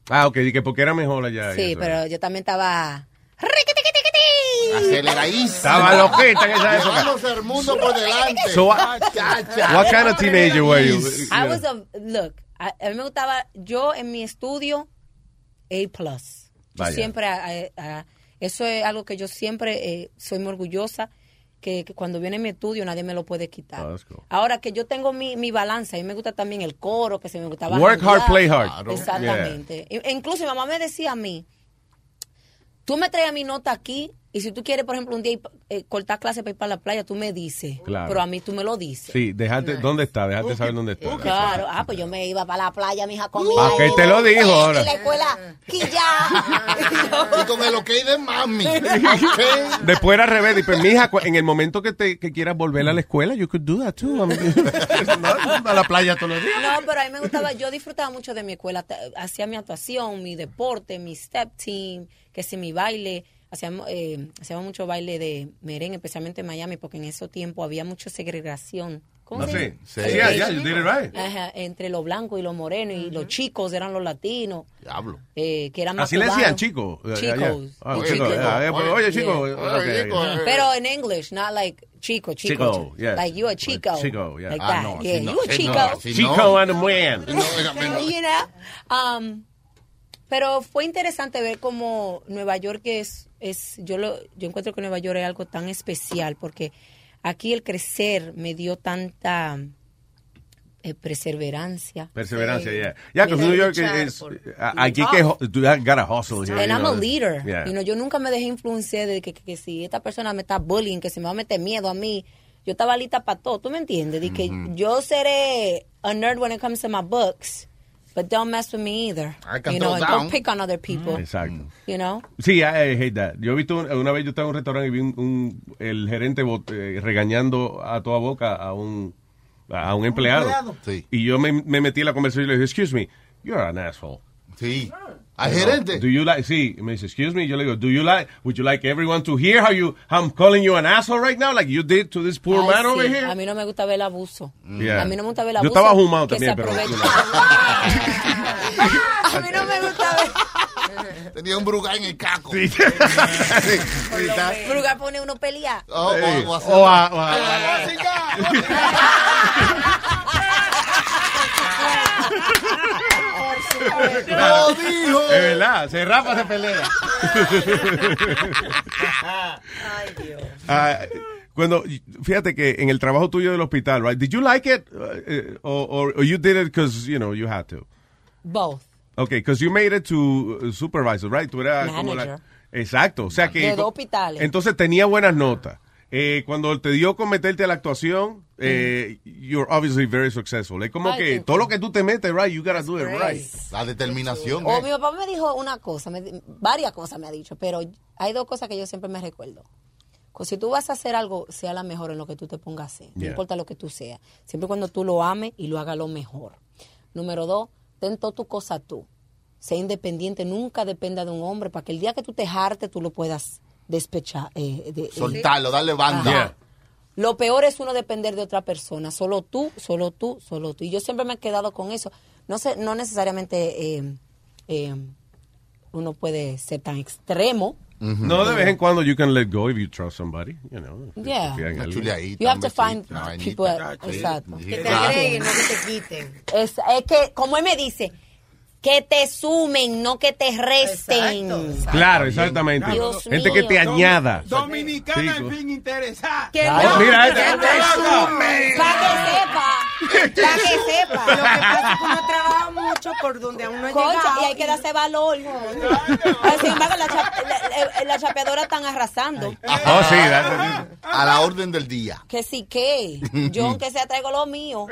Speaker 8: Ah, ok, y que porque era mejor allá.
Speaker 20: sí, pero yo también estaba...
Speaker 7: Aceleradísimo.
Speaker 8: Estaba loquita en esa época.
Speaker 7: Llevándose el mundo por delante.
Speaker 8: So, what-
Speaker 7: Muchacha.
Speaker 8: what kind of teenager were you?
Speaker 20: I was a, look, a, a mí me gustaba, yo en mi estudio, A+. plus. Yo
Speaker 8: Vaya.
Speaker 20: siempre, a- a- a- eso es algo que yo siempre eh, soy muy orgullosa, que, que cuando viene mi estudio nadie me lo puede quitar.
Speaker 8: Oh, that's cool.
Speaker 20: Ahora que yo tengo mi, mi balanza, a mí me gusta también el coro, que se me gustaba.
Speaker 8: Work hard,
Speaker 20: janguear.
Speaker 8: play hard. Claro.
Speaker 20: Exactamente. E- incluso mi mamá me decía a mí, tú me traes mi nota aquí y si tú quieres, por ejemplo, un día ir pa- eh, cortar clase para ir para la playa, tú me dices.
Speaker 8: Claro.
Speaker 20: Pero a mí tú me lo dices.
Speaker 8: Sí, déjate,
Speaker 20: Nice.
Speaker 8: ¿dónde está? Déjate saber dónde está.
Speaker 20: Claro, ah, pues yo me iba para la playa, mija, con mi
Speaker 8: ¿Para qué te lo dijo ahora?
Speaker 20: En la escuela, quilla.
Speaker 7: y con el ok de mami.
Speaker 8: Después era al revés, y pues, mija, cu- en el momento que te que quieras volver a la escuela, you could do that too. I mean, no, a la playa todos los días.
Speaker 20: No, pero a mí me gustaba, yo disfrutaba mucho de mi escuela, ta- hacía mi actuación, mi deporte, mi step team, que si mi baile, hacíamos, eh, hacíamos mucho baile de merengue, especialmente en Miami, porque en ese tiempo había mucha segregación. ¿Cómo
Speaker 8: Ah,
Speaker 20: se llama?
Speaker 8: sí. Sí. Yeah, yeah, you did it right.
Speaker 20: Ajá, entre los blancos y los morenos, y los chicos eran los latinos,
Speaker 8: Diablo.
Speaker 20: eh, que eran más
Speaker 8: Así le decían,
Speaker 20: cubanos.
Speaker 8: chico. eh,
Speaker 20: Chicos.
Speaker 8: allá. Ah,
Speaker 20: Y
Speaker 8: chico,
Speaker 20: chiquitos.
Speaker 8: ah, eh, pues, Oye, chico.
Speaker 20: Yeah.
Speaker 8: ok, ok.
Speaker 20: Pero en English, not like chico, chico.
Speaker 8: Chico, yes.
Speaker 20: Like you a chico.
Speaker 8: Chico, yeah.
Speaker 20: Like
Speaker 8: Ah,
Speaker 20: that.
Speaker 8: no, así
Speaker 20: yeah,
Speaker 8: no,
Speaker 20: you a
Speaker 8: así no,
Speaker 20: chico.
Speaker 8: así no. Chico and a man.
Speaker 20: you know? Um, pero fue interesante ver cómo Nueva York es, es yo lo, yo encuentro que Nueva York es algo tan especial porque aquí el crecer me dio tanta eh, perseverancia. Eh,
Speaker 8: Perseverancia, yeah.
Speaker 20: Me
Speaker 8: Yeah, because
Speaker 20: da
Speaker 8: New York
Speaker 20: luchar
Speaker 8: is.
Speaker 20: por-
Speaker 8: a- Aquí que ho- you gotta hustle here.
Speaker 20: And
Speaker 8: you
Speaker 20: I'm
Speaker 8: know.
Speaker 20: a leader.
Speaker 8: Yeah.
Speaker 20: You know, yo nunca me dejé influenciar de que, que- que si esta persona me está bullying, que si me va a meter miedo a mí. Yo estaba lista para todo, ¿tú me entiendes? De que
Speaker 8: Mm-hmm.
Speaker 20: yo seré a nerd when it comes to my books, but don't mess with me either.
Speaker 8: I can
Speaker 20: you know,
Speaker 8: throw
Speaker 20: and
Speaker 8: down.
Speaker 20: don't pick on other people.
Speaker 8: Exacto.
Speaker 20: You know?
Speaker 8: Sí, ah, I, I hate that. Yo he visto un- una vez yo estaba en un restaurante y vi un, un- el gerente bot- eh, regañando a toda boca a un a un empleado.
Speaker 7: empleado. Sí.
Speaker 8: Y yo me, me metí en la conversación y le dije, "Excuse me, you're an asshole."
Speaker 7: Sí.
Speaker 20: Ah.
Speaker 7: Al gerente.
Speaker 8: Do you like sí, me dice, "Excuse me." Yo le digo, "Do you like would you like everyone to hear how you how I'm calling you an asshole right now like you did to this poor
Speaker 20: Ay,
Speaker 8: man
Speaker 20: sí.
Speaker 8: over here?"
Speaker 20: A mí no me gusta ver el abuso.
Speaker 8: Yeah.
Speaker 20: A mí no me gusta ver el
Speaker 8: Yo
Speaker 20: abuso.
Speaker 8: estaba jumado
Speaker 20: que se
Speaker 8: también, pero-
Speaker 20: aprovecha.
Speaker 7: A mí no me gusta Tenía un brugal en el caco. Sí.
Speaker 20: Por lugar pone uno pelea.
Speaker 7: Oh, oh, oh, así.
Speaker 8: O a- o a-
Speaker 7: ¡Lo dijo!
Speaker 8: Es verdad, se rapa, se pelea. Ah, cuando, fíjate que en el trabajo tuyo del hospital, right? Did you like it? Uh, or, or- or you did it because, you know, you had to.
Speaker 20: Both.
Speaker 8: Okay, because you made it to uh, supervisor, right? Tú eras como la-
Speaker 20: Manager.
Speaker 8: Exacto, o sea que...
Speaker 20: De dos hospitales.
Speaker 8: Entonces tenía buenas notas. Eh, cuando te dio con meterte a la actuación, eh, you're obviously very successful. Es como
Speaker 20: Mm. Ay,
Speaker 8: que
Speaker 20: thank
Speaker 8: todo lo que tú te metes, right, you gotta do it
Speaker 20: Great.
Speaker 8: right.
Speaker 7: La determinación.
Speaker 20: O mi papá me dijo una cosa, me di- varias cosas me ha dicho, pero hay dos cosas que yo siempre me recuerdo. Co- Si tú vas a hacer algo, sea la mejor en lo que tú te pongas a hacer, no
Speaker 25: Yeah.
Speaker 20: importa lo que tú seas. Siempre y cuando tú lo ames y lo hagas lo mejor. Número dos, ten toda tu cosa tú. Sea independiente, nunca dependa de un hombre, para que el día que tú te hartes, tú lo puedas despechar. eh, de- eh,
Speaker 7: Soltarlo, darle banda.
Speaker 20: Ajá. Lo peor es uno depender de otra persona, solo tú, solo tú, solo tú. Y yo siempre me he quedado con eso. No sé, no necesariamente eh, eh, uno puede ser tan extremo.
Speaker 8: No, de vez en cuando you can let go if you trust somebody, you know.
Speaker 20: Yeah.
Speaker 8: Confía en
Speaker 20: Una
Speaker 8: alguien.
Speaker 20: You have to find people. Exacto.
Speaker 8: Que te
Speaker 20: Claro.
Speaker 15: agreguen, no que te quiten.
Speaker 20: Es, es que, como él me dice, que te sumen, no que te resten.
Speaker 8: Claro, exactamente.
Speaker 20: Dios
Speaker 8: Gente
Speaker 20: mío. Ah,
Speaker 8: que te
Speaker 20: Dom-
Speaker 8: añada.
Speaker 13: Dominicana,
Speaker 8: Sí, pues.
Speaker 13: en fin, interesada.
Speaker 20: Que
Speaker 8: Claro. no, Mira, que este-
Speaker 20: Para que sepa, para que sepa.
Speaker 15: Lo que pasa es que uno trabaja mucho por donde aún no ha
Speaker 20: Concha,
Speaker 15: llegado.
Speaker 20: y hay que darse valor. Pero, Sin embargo, la, cha- la- la- la chapeadora están arrasando.
Speaker 7: Oh, sí, A la orden del día.
Speaker 20: Que sí, que yo aunque sea traigo lo mío.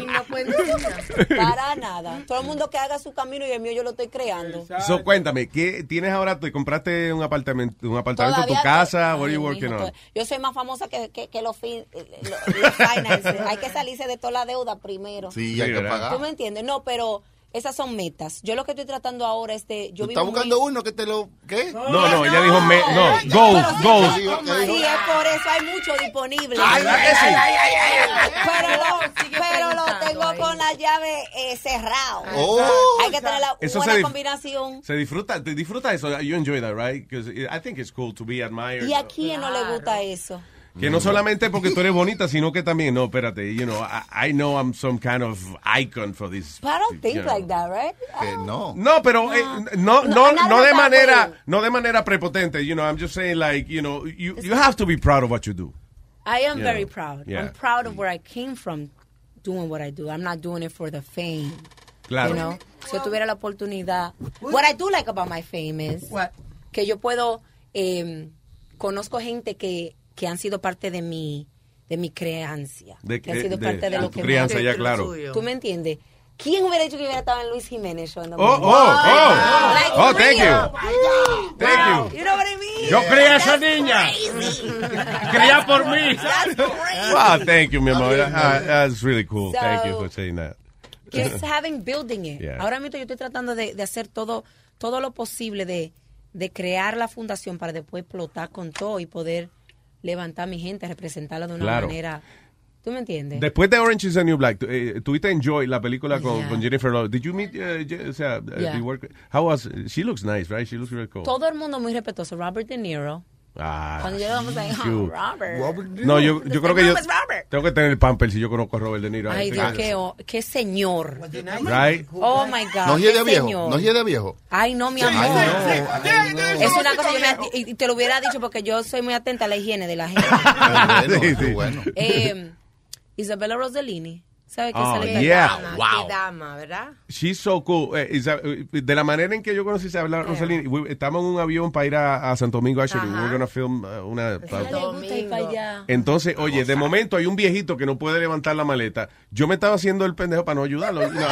Speaker 15: Y no pueden decir nada.
Speaker 20: Para nada. Todo el mundo que haga su camino y el mío yo lo estoy creando.
Speaker 8: So, cuéntame, ¿qué tienes ahora? ¿Te compraste un apartamento, un apartamento en tu
Speaker 20: Todavía-
Speaker 8: casa?
Speaker 20: Ay,
Speaker 8: What are you
Speaker 20: mijo,
Speaker 8: working on?
Speaker 20: to- Yo soy más famosa que, que, que los, fin- eh, lo- los finances. Hay que salirse de toda la deuda primero.
Speaker 8: Sí, hay que
Speaker 20: ¿Tú
Speaker 8: pagar.
Speaker 20: me entiendes? No, pero Esas son metas. Yo lo que estoy tratando ahora es de...
Speaker 7: Está
Speaker 20: Yo vivo muy-
Speaker 7: buscando uno que te lo. ¿Qué?
Speaker 8: No, no, ella dijo me- no, goals,
Speaker 20: Pero sí,
Speaker 8: goals.
Speaker 20: Sí, es por eso, hay mucho disponible.
Speaker 8: Ay, ¿verdad que sí? Ay, ay,
Speaker 20: Pero lo, pero lo tengo con la llave eh, cerrada.
Speaker 8: Oh.
Speaker 20: hay que tener la
Speaker 8: Eso
Speaker 20: buena
Speaker 8: se dif-
Speaker 20: combinación.
Speaker 8: Se disfruta, te disfruta eso. You enjoy that, right? Because I think it's cool to be admired.
Speaker 20: ¿Y a quién no le gusta eso?
Speaker 8: Que no solamente porque tú eres bonita, sino que también, no, espérate, you know, I, I know I'm some kind of icon for this.
Speaker 20: I don't think
Speaker 8: you know.
Speaker 20: like that, right?
Speaker 7: no.
Speaker 8: No, pero eh, no,
Speaker 20: No,
Speaker 8: no,
Speaker 20: not
Speaker 8: no
Speaker 20: like
Speaker 8: de
Speaker 20: that
Speaker 8: manera,
Speaker 20: way.
Speaker 8: no de manera prepotente. You know, I'm just saying like, you know, you, you have to be proud of what you do.
Speaker 20: I am
Speaker 8: Yeah.
Speaker 20: very proud.
Speaker 8: Yeah.
Speaker 20: I'm proud of where I came from doing what I do. I'm not doing it for the fame.
Speaker 8: Claro.
Speaker 20: You know? Si yo tuviera la oportunidad. What I do like about my fame is que yo puedo eh, conozco gente que, que han sido parte de mi de mi creencia.
Speaker 8: De-
Speaker 20: que han
Speaker 8: de-
Speaker 20: sido
Speaker 8: de-
Speaker 20: parte de,
Speaker 8: de
Speaker 20: lo
Speaker 8: tu
Speaker 20: que
Speaker 8: crianza,
Speaker 20: me-
Speaker 8: ya, claro.
Speaker 20: ¿Tú me entiendes? ¿Quién hubiera dicho que hubiera estado en Luis Jiménez? show number
Speaker 8: Oh,
Speaker 20: one?
Speaker 8: oh, oh.
Speaker 20: Like,
Speaker 8: Oh, thank
Speaker 20: real.
Speaker 8: you. Thank you.
Speaker 20: You know what I mean?
Speaker 8: Yo crié a esa
Speaker 20: That's
Speaker 8: niña.
Speaker 20: crazy.
Speaker 8: Cría por mí.
Speaker 20: That's crazy.
Speaker 8: Wow, thank you, mi amor. Ah, that's really cool.
Speaker 20: So-
Speaker 8: thank you for saying that.
Speaker 20: Just having building it.
Speaker 8: Yeah.
Speaker 20: Ahora mismo yo estoy tratando de, de hacer todo, todo lo posible de, de crear la fundación para después explotar con todo y poder levantar a mi gente, representarla de una
Speaker 8: Claro.
Speaker 20: manera. ¿Tú me entiendes?
Speaker 8: Después de Orange is the New Black, tu- eh, tuviste Enjoy, la película con, con Jennifer Lawrence. Did you meet, eh, Je- o sea, eh,
Speaker 20: Yeah.
Speaker 8: you work- how was, she looks nice, right? She looks really cool.
Speaker 20: Todo el mundo muy respetuoso. Robert De Niro.
Speaker 8: Ah,
Speaker 20: Cuando llegamos ahí, oh,
Speaker 8: cute.
Speaker 20: Robert.
Speaker 8: No, yo, yo creo que
Speaker 20: No,
Speaker 8: yo
Speaker 20: es Robert.
Speaker 8: tengo que tener el pamper si yo conozco a Robert De Niro. ¿eh?
Speaker 20: Ay, Dios, qué, oh, qué señor.
Speaker 8: Right?
Speaker 20: Oh, my God.
Speaker 7: No
Speaker 20: qué
Speaker 7: hiede viejo.
Speaker 20: señor.
Speaker 7: No hiede viejo.
Speaker 20: Ay, no, mi
Speaker 7: Ay,
Speaker 20: amor.
Speaker 7: no.
Speaker 20: Es una cosa que yo me ati- y y te lo hubiera dicho porque yo soy muy atenta a la higiene de la gente.
Speaker 7: Ah,
Speaker 8: Sí, sí.
Speaker 20: Eh, Isabella Rossellini. ¿Sabe que
Speaker 8: Oh,
Speaker 20: sale
Speaker 8: yeah. Yeah,
Speaker 20: tan
Speaker 8: wow.
Speaker 15: Qué dama, ¿verdad?
Speaker 8: She's so cool. Eh, Isa- eh, de la manera en que yo conocí a Isabela Rosalini, we- estábamos en un avión para ir a, a Santo Domingo, actually.
Speaker 20: Ajá.
Speaker 8: We're gonna film eh, una...
Speaker 20: gusta ir para allá.
Speaker 8: Entonces, oye, de momento hay un viejito que no puede levantar la maleta. Yo me estaba haciendo el pendejo para no ayudarlo. No.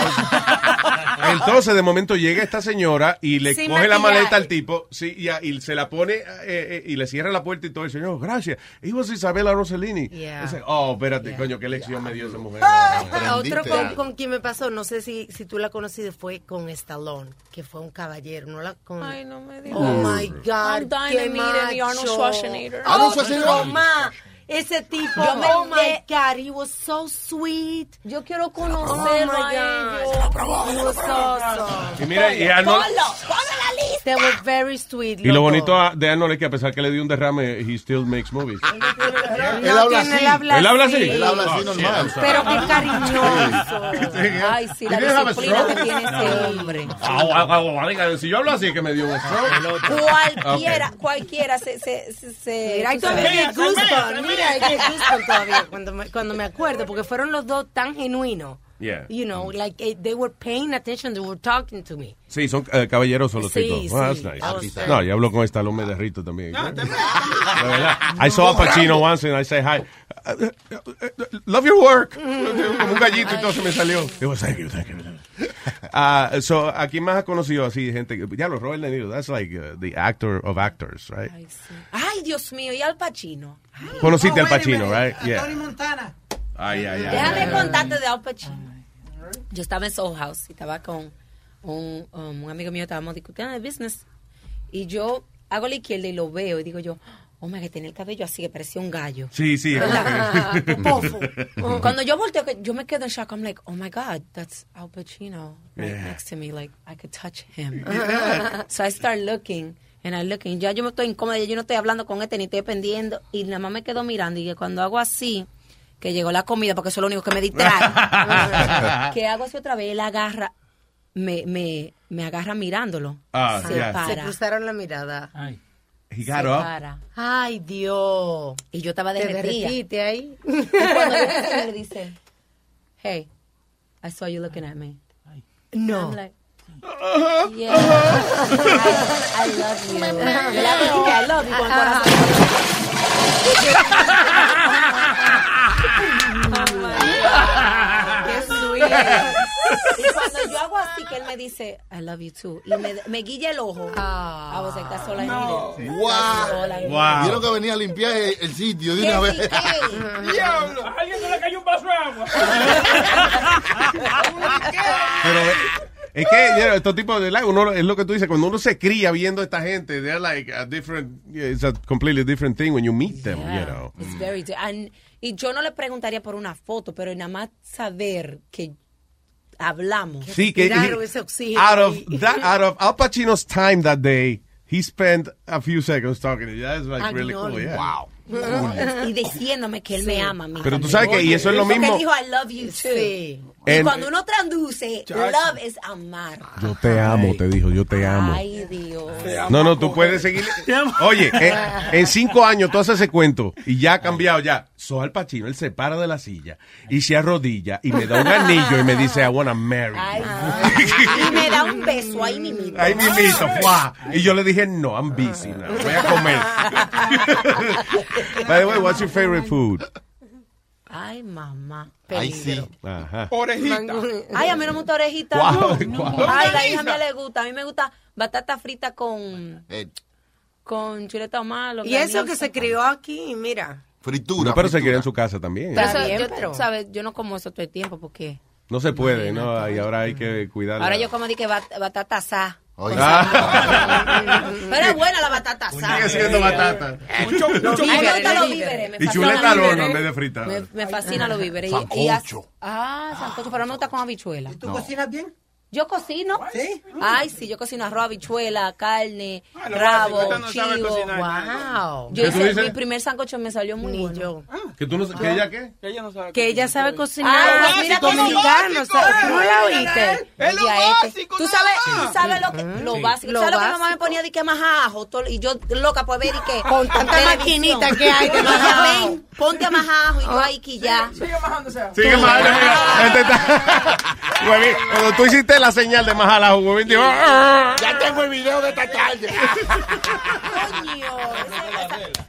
Speaker 8: Entonces, de momento llega esta señora y le
Speaker 16: Sin
Speaker 8: coge la
Speaker 16: maquillaje.
Speaker 8: maleta al tipo sí, y, a- y se la pone eh, eh, y le cierra la puerta y todo. El señor, gracias. Y vos Isabela Rossellini.
Speaker 15: Yeah.
Speaker 8: Ese- Oh, espérate, coño, qué lección me dio esa mujer.
Speaker 15: Ah, otro con, con quien me pasó, no sé si, si tú la conociste, fue con Stallone, que fue un caballero. No la con... Ay,
Speaker 20: no me
Speaker 15: digas. Oh, my
Speaker 20: I'm
Speaker 15: God.
Speaker 20: dying
Speaker 15: qué
Speaker 20: to meet him, Arnold
Speaker 15: macho.
Speaker 20: Schwarzenegger.
Speaker 7: Arnold Schwarzenegger.
Speaker 15: Oh, ma, Ese tipo,
Speaker 20: Yo me
Speaker 15: oh my God, he was so sweet. Oh
Speaker 20: Yo quiero
Speaker 15: conocerlo a ellos. He was awesome.
Speaker 8: Y mira, y Arnold-
Speaker 15: They were very sweet.
Speaker 8: Y lo bonito a- de Arnold es que a pesar que le dio un derrame, he still makes movies.
Speaker 15: Él habla así. Él habla
Speaker 8: Él habla así.
Speaker 15: así.
Speaker 7: Él habla así
Speaker 8: Oh,
Speaker 7: normal.
Speaker 8: shit, I'm sorry.
Speaker 15: Pero qué cariñoso.
Speaker 20: Ay, sí, la
Speaker 8: You didn't have a
Speaker 20: disciplina que
Speaker 8: stroke?
Speaker 20: tiene ese hombre.
Speaker 17: Ah,
Speaker 8: Au, au, au, au, venga, oh, si yo hablo así que me dio un
Speaker 15: Ah,
Speaker 8: stroke.
Speaker 20: Cualquiera, cualquiera se... se, se, se-
Speaker 15: Mira, ahí
Speaker 20: tú sabes.
Speaker 15: todavía hay goosebumps. Mira, hay que goosebumps todavía cuando me, cuando me acuerdo, porque fueron los dos tan genuinos.
Speaker 8: Yeah.
Speaker 15: You know, like eh, they were paying attention, they were talking to me.
Speaker 8: Sí, son eh, caballeros los
Speaker 15: Sí,
Speaker 8: tipos.
Speaker 15: sí.
Speaker 8: Well, that's nice.
Speaker 15: Ah, sí, sí.
Speaker 8: No, yo hablo con esta me derrito también. De verdad. I saw a Pacino once and I said hi. Uh, uh, uh, Love your work. Como un gallito y todo se me salió. It was thank you, thank you. Ah, so, ¿a quién más has conocido así gente? que- Ya lo Robert De Niro, that's like uh, the actor of actors, right?
Speaker 20: Ay, Dios mío, y Al Pacino.
Speaker 8: Conociste al Pacino, right?
Speaker 20: Tony
Speaker 8: Yeah.
Speaker 20: Montana.
Speaker 8: Ay, ay, ay.
Speaker 20: Déjame
Speaker 8: ay, ay.
Speaker 20: contarte de Al Pacino. Yo estaba en Soul House y estaba con un, um, un amigo mío, estábamos discutiendo de business. Y yo hago la izquierda y lo veo y digo yo, oh, my, que tiene el cabello así, que parecía un gallo.
Speaker 8: Sí, sí.
Speaker 20: ¿Verdad?
Speaker 8: ok.
Speaker 20: Popofo. Cuando yo volteo, que yo me quedo en shock. I'm like, oh my God, that's Al Pacino right
Speaker 8: Yeah.
Speaker 20: next to me. Like, I could touch him.
Speaker 25: Yeah.
Speaker 20: so I start looking and I looking. Ya yo me estoy incómoda, ya yo no estoy hablando con este ni estoy pendiendo. Y nada más me quedo mirando. Y que cuando hago así, que llegó la comida, porque eso es lo único que me distrae. que hago así otra vez, él agarra, me, me, me agarra mirándolo.
Speaker 8: Ah,
Speaker 20: se
Speaker 8: yes.
Speaker 20: para.
Speaker 15: Se cruzaron la mirada.
Speaker 8: He
Speaker 20: se
Speaker 8: got up.
Speaker 20: para.
Speaker 15: Ay, Dios.
Speaker 20: Y yo estaba
Speaker 15: Te
Speaker 20: derretida.
Speaker 15: derretiste ahí.
Speaker 20: Y cuando yo me siento, le dice, hey, I saw you looking at me.
Speaker 15: No.
Speaker 20: I'm like, yeah. I, I love you. Yo le hago, "Yeah, I love you con el corazón. Ah, Qué sweet. Y cuando yo hago así, Ah, que él me dice, I love you too. Y me, me guilla el ojo. I was like, that's all I
Speaker 7: No.
Speaker 20: needed. That's all I
Speaker 7: Wow.
Speaker 20: needed.
Speaker 7: Vieron que venía a limpiar el, el sitio de
Speaker 20: ¿Qué
Speaker 7: una vez.
Speaker 20: sí, qué?
Speaker 13: ¡Diablo! ¿A alguien no le cayó un vaso de agua?
Speaker 8: Pero eh, Es que you know, estos tipos de like, uno es lo que tú dices, cuando uno se cría viendo a esta gente, they're like a different, it's a completely different thing when you meet them, you know.
Speaker 20: It's very di- and- y yo no le preguntaría por una foto, pero nada más saber que hablamos.
Speaker 8: Sí, que he- out of that, out of Al Pacino's time that day, he spent a few seconds talking to you. That's like really cool. Yeah.
Speaker 20: Wow. Y diciéndome que él me ama a mí.
Speaker 8: Pero tú sabes que- y eso es lo mismo-
Speaker 20: Que dijo, I love you too. Y
Speaker 8: En-
Speaker 20: cuando uno traduce,
Speaker 8: Chacho.
Speaker 20: love es amar.
Speaker 8: Yo te amo, te dijo, yo te amo.
Speaker 20: Ay, Dios.
Speaker 8: No, no, tú puedes seguir. Oye, en, en cinco años tú haces ese cuento y ya ha cambiado, ya. So Al Pacino, él se para de la silla y se arrodilla y me da un anillo y me dice, I wanna marry. you".
Speaker 20: Ay, y me da un beso ahí mismo.
Speaker 8: Ahí mismito, ¡fua! Y yo le dije, no, I'm busy now. Voy a comer. By the way, what's your favorite food?
Speaker 20: Ay, mamá.
Speaker 8: Ajá.
Speaker 20: Ay, a mí no me gusta orejita.
Speaker 8: Guau,
Speaker 20: No.
Speaker 8: guau.
Speaker 20: Ay, la hija mía le gusta. A mí me gusta batata frita con,
Speaker 7: Eh,
Speaker 20: con chuleta malo.
Speaker 15: Y eso que se crió aquí, mira.
Speaker 8: Fritura. No, pero se queda en su casa también.
Speaker 20: Pero eso,
Speaker 15: Está bien,
Speaker 20: yo,
Speaker 15: pero-
Speaker 20: ¿sabes? yo no como eso todo el tiempo porque
Speaker 8: No se puede, ¿no? Y ahora hay que cuidar.
Speaker 20: ahora yo como dije bat- batata asada.
Speaker 8: Oye.
Speaker 20: Pero es buena la batata asada.
Speaker 8: Sigue siendo batata.
Speaker 20: Mucho, mucho. A mí me gustan los víveres. me
Speaker 8: Y
Speaker 20: fascinan
Speaker 8: chuleta
Speaker 20: los
Speaker 8: al horno
Speaker 20: víveres.
Speaker 8: en vez de frita.
Speaker 20: Me, me fascina los víveres. Y- y as- ah, sancocho, pero no me gusta con habichuela. ¿Tú
Speaker 17: cocinas bien?
Speaker 20: Yo cocino. ¿Sí? Ay, sí, yo cocino arroz, habichuela, carne,
Speaker 15: Ah, lo
Speaker 20: rabo,
Speaker 15: básico, usted no sabe
Speaker 20: chivo.
Speaker 15: cocinar nada.
Speaker 20: wow.
Speaker 15: Wow.
Speaker 20: Yo
Speaker 8: ¿Qué tú
Speaker 20: hice,
Speaker 8: dices?
Speaker 20: mi primer sancocho me salió muy bueno.
Speaker 8: ¿Que tú no sa- que ella qué?
Speaker 13: Que ella no sabe
Speaker 15: Que ella sabe cocinar.
Speaker 20: Ah,
Speaker 15: mira,
Speaker 20: mira que
Speaker 15: dominicano.
Speaker 20: básico,
Speaker 15: sabe- ¿No la
Speaker 20: eh.
Speaker 15: oíste?
Speaker 20: Es lo
Speaker 15: Oye, este.
Speaker 20: básico, Tú sabes, tú sabes lo que lo
Speaker 15: Sí.
Speaker 20: básico.
Speaker 15: Lo
Speaker 20: ¿Sabes lo que mi mamá me
Speaker 15: básico.
Speaker 20: ponía de que más ajo? Todo- y yo loca por ver y que con
Speaker 15: tanta maquinita que hay de más ajo. Ah.
Speaker 20: ven, ponte a más ajo y yo ahí que ya. Sigue majándose.
Speaker 8: Sigue majando, mira. Este está- Huevín, cuando tú hiciste la señal de majalajo, huevín dijo... "Ah".
Speaker 16: Ya tengo el video de esta tarde.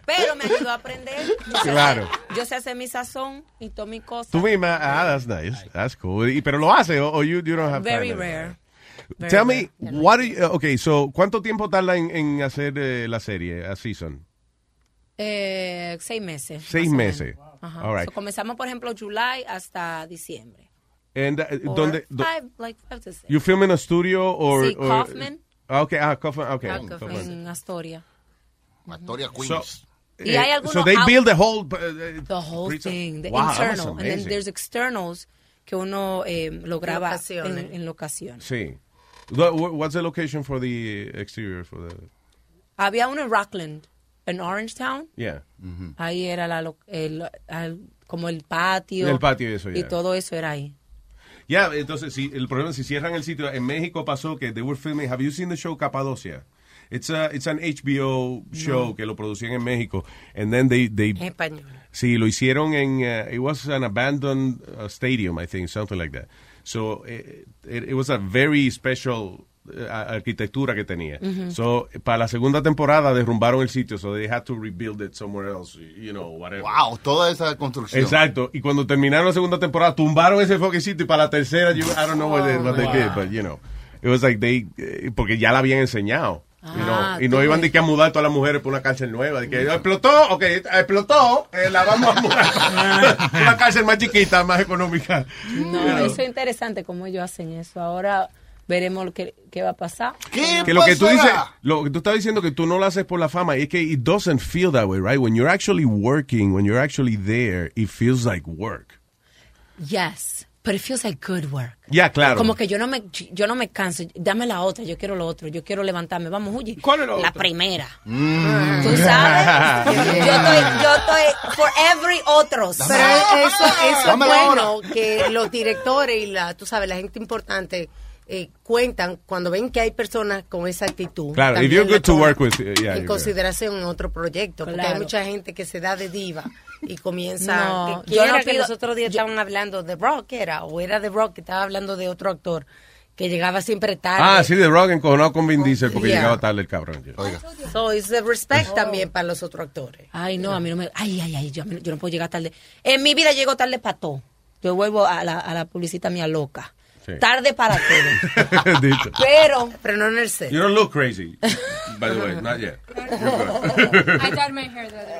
Speaker 20: Pero me ayudó a aprender. Yo sé-
Speaker 8: Claro.
Speaker 20: Yo sé hacer mi sazón y todas mis cosas.
Speaker 8: Tú misma, ah, that's nice, that's cool. Y- pero lo hace, o o you, you don't have
Speaker 20: Very
Speaker 8: time.
Speaker 20: rare. Very
Speaker 8: Tell
Speaker 20: rare.
Speaker 8: me, what do you- okay, so, ¿cuánto tiempo tarda en, en hacer eh, la serie, a season?
Speaker 20: Eh, seis meses.
Speaker 8: Seis
Speaker 20: más o
Speaker 8: meses.
Speaker 20: menos. Ajá.
Speaker 8: All right.
Speaker 20: So, comenzamos, por ejemplo, July hasta diciembre.
Speaker 8: And, eh,
Speaker 20: Or
Speaker 8: ¿dónde- do-
Speaker 20: five, like five to six.
Speaker 8: you film in a studio or...
Speaker 20: Sí,
Speaker 8: or-
Speaker 20: Kaufman.
Speaker 8: Ah, okay, ah, Kaufman, okay.
Speaker 20: Ah, que fue en Astoria.
Speaker 7: Astoria
Speaker 8: Queens.
Speaker 7: Eh,
Speaker 20: Y hay algunos
Speaker 8: eh, so they
Speaker 20: out-
Speaker 8: build the whole... eh, eh,
Speaker 20: The whole
Speaker 8: prison.
Speaker 20: thing, the
Speaker 8: Wow, that's
Speaker 20: internal. And then
Speaker 8: amazing.
Speaker 20: there's externals que uno eh, lo graba
Speaker 15: Locaciones.
Speaker 20: en, en locaciones.
Speaker 8: Sí. Wha- wha- What's the location for the exterior? For the,
Speaker 20: Había uno en Rockland, en Orangetown.
Speaker 8: yeah.
Speaker 20: Ahí era la, lo- el, al- como el patio.
Speaker 8: El patio y eso,
Speaker 20: Y
Speaker 8: ya.
Speaker 20: todo eso era ahí.
Speaker 8: Ya, entonces, si, el problema es si cierran el sitio. En México pasó que they were filming. Have you seen the show Capadocia? It's, a, it's an HBO show que lo producían en México. And then they. they
Speaker 15: En español.
Speaker 8: Sí, lo hicieron en. uh, it was an abandoned uh, stadium, I think, something like that. So eh, it, it was a very special eh, a- arquitectura que tenía.
Speaker 16: Ujú.
Speaker 8: So para la segunda temporada derrumbaron el sitio, so they had to rebuild it somewhere else, you know, whatever.
Speaker 7: Wow, toda esa construcción.
Speaker 8: Exacto. Y cuando terminaron la segunda temporada, tumbaron ese foquecito y para la tercera, yo, I don't know what they, what they
Speaker 16: Wow.
Speaker 8: did, but you know. It was like they, eh, porque ya la habían enseñado. you know.
Speaker 16: Ah,
Speaker 8: y no
Speaker 16: tú
Speaker 8: iban
Speaker 16: ves.
Speaker 8: de que a mudar todas las mujeres por una cárcel nueva. De que explotó, ok, explotó, eh, la vamos a mudar. una cárcel más chiquita, más económica.
Speaker 20: No,
Speaker 8: You know.
Speaker 20: eso es interesante cómo ellos hacen eso. Ahora veremos lo que, qué va a pasar.
Speaker 8: que lo que tú dices, lo que tú estás diciendo que tú no lo haces por la fama, y es que it doesn't feel that way, right? When you're actually working, when you're actually there, it feels like work.
Speaker 20: Yes, but it feels like good work.
Speaker 8: Ya, claro.
Speaker 20: Como que yo no me yo no me canso. Dame la otra, yo quiero lo otro, yo quiero levantarme. Vamos, huye. la primera.
Speaker 8: Mm.
Speaker 20: Tú sabes. yo estoy yo estoy for every otros.
Speaker 15: Pero eso, eso es
Speaker 20: Dame la
Speaker 15: bueno que los directores y la, tú sabes, la gente importante eh, cuentan cuando ven que hay personas con esa actitud.
Speaker 8: Claro, if
Speaker 15: también
Speaker 8: you're
Speaker 15: lo
Speaker 8: good to
Speaker 15: toman
Speaker 8: work with, eh, yeah,
Speaker 15: en
Speaker 8: you're good.
Speaker 15: consideración en otro proyecto, porque
Speaker 20: Claro.
Speaker 15: hay mucha gente que se da de diva y comienza.
Speaker 20: No,
Speaker 15: que
Speaker 20: yo
Speaker 15: quiera
Speaker 20: no
Speaker 15: que
Speaker 20: pido-
Speaker 15: los otros días estaban hablando de Brock, era, o era de Brock que estaba hablando de otro actor que llegaba siempre tarde.
Speaker 8: Ah, sí, The Rock encojonado con Vin Diesel porque
Speaker 15: Yeah.
Speaker 8: llegaba tarde el cabrón. Oiga.
Speaker 15: So, it's the respect también para los otros actores.
Speaker 20: Ay, no, a mí no me Ay, ay, ay, yo, a mí no- yo no puedo llegar tarde. En mi vida llego tarde para todo. Yo vuelvo a la a la publicita mía loca.
Speaker 8: Sí.
Speaker 20: Tarde para todo.
Speaker 8: Dicho.
Speaker 20: Pero
Speaker 15: pero no en el set.
Speaker 8: You don't look crazy, by the way, not yet.
Speaker 4: I dyed my hair the other day.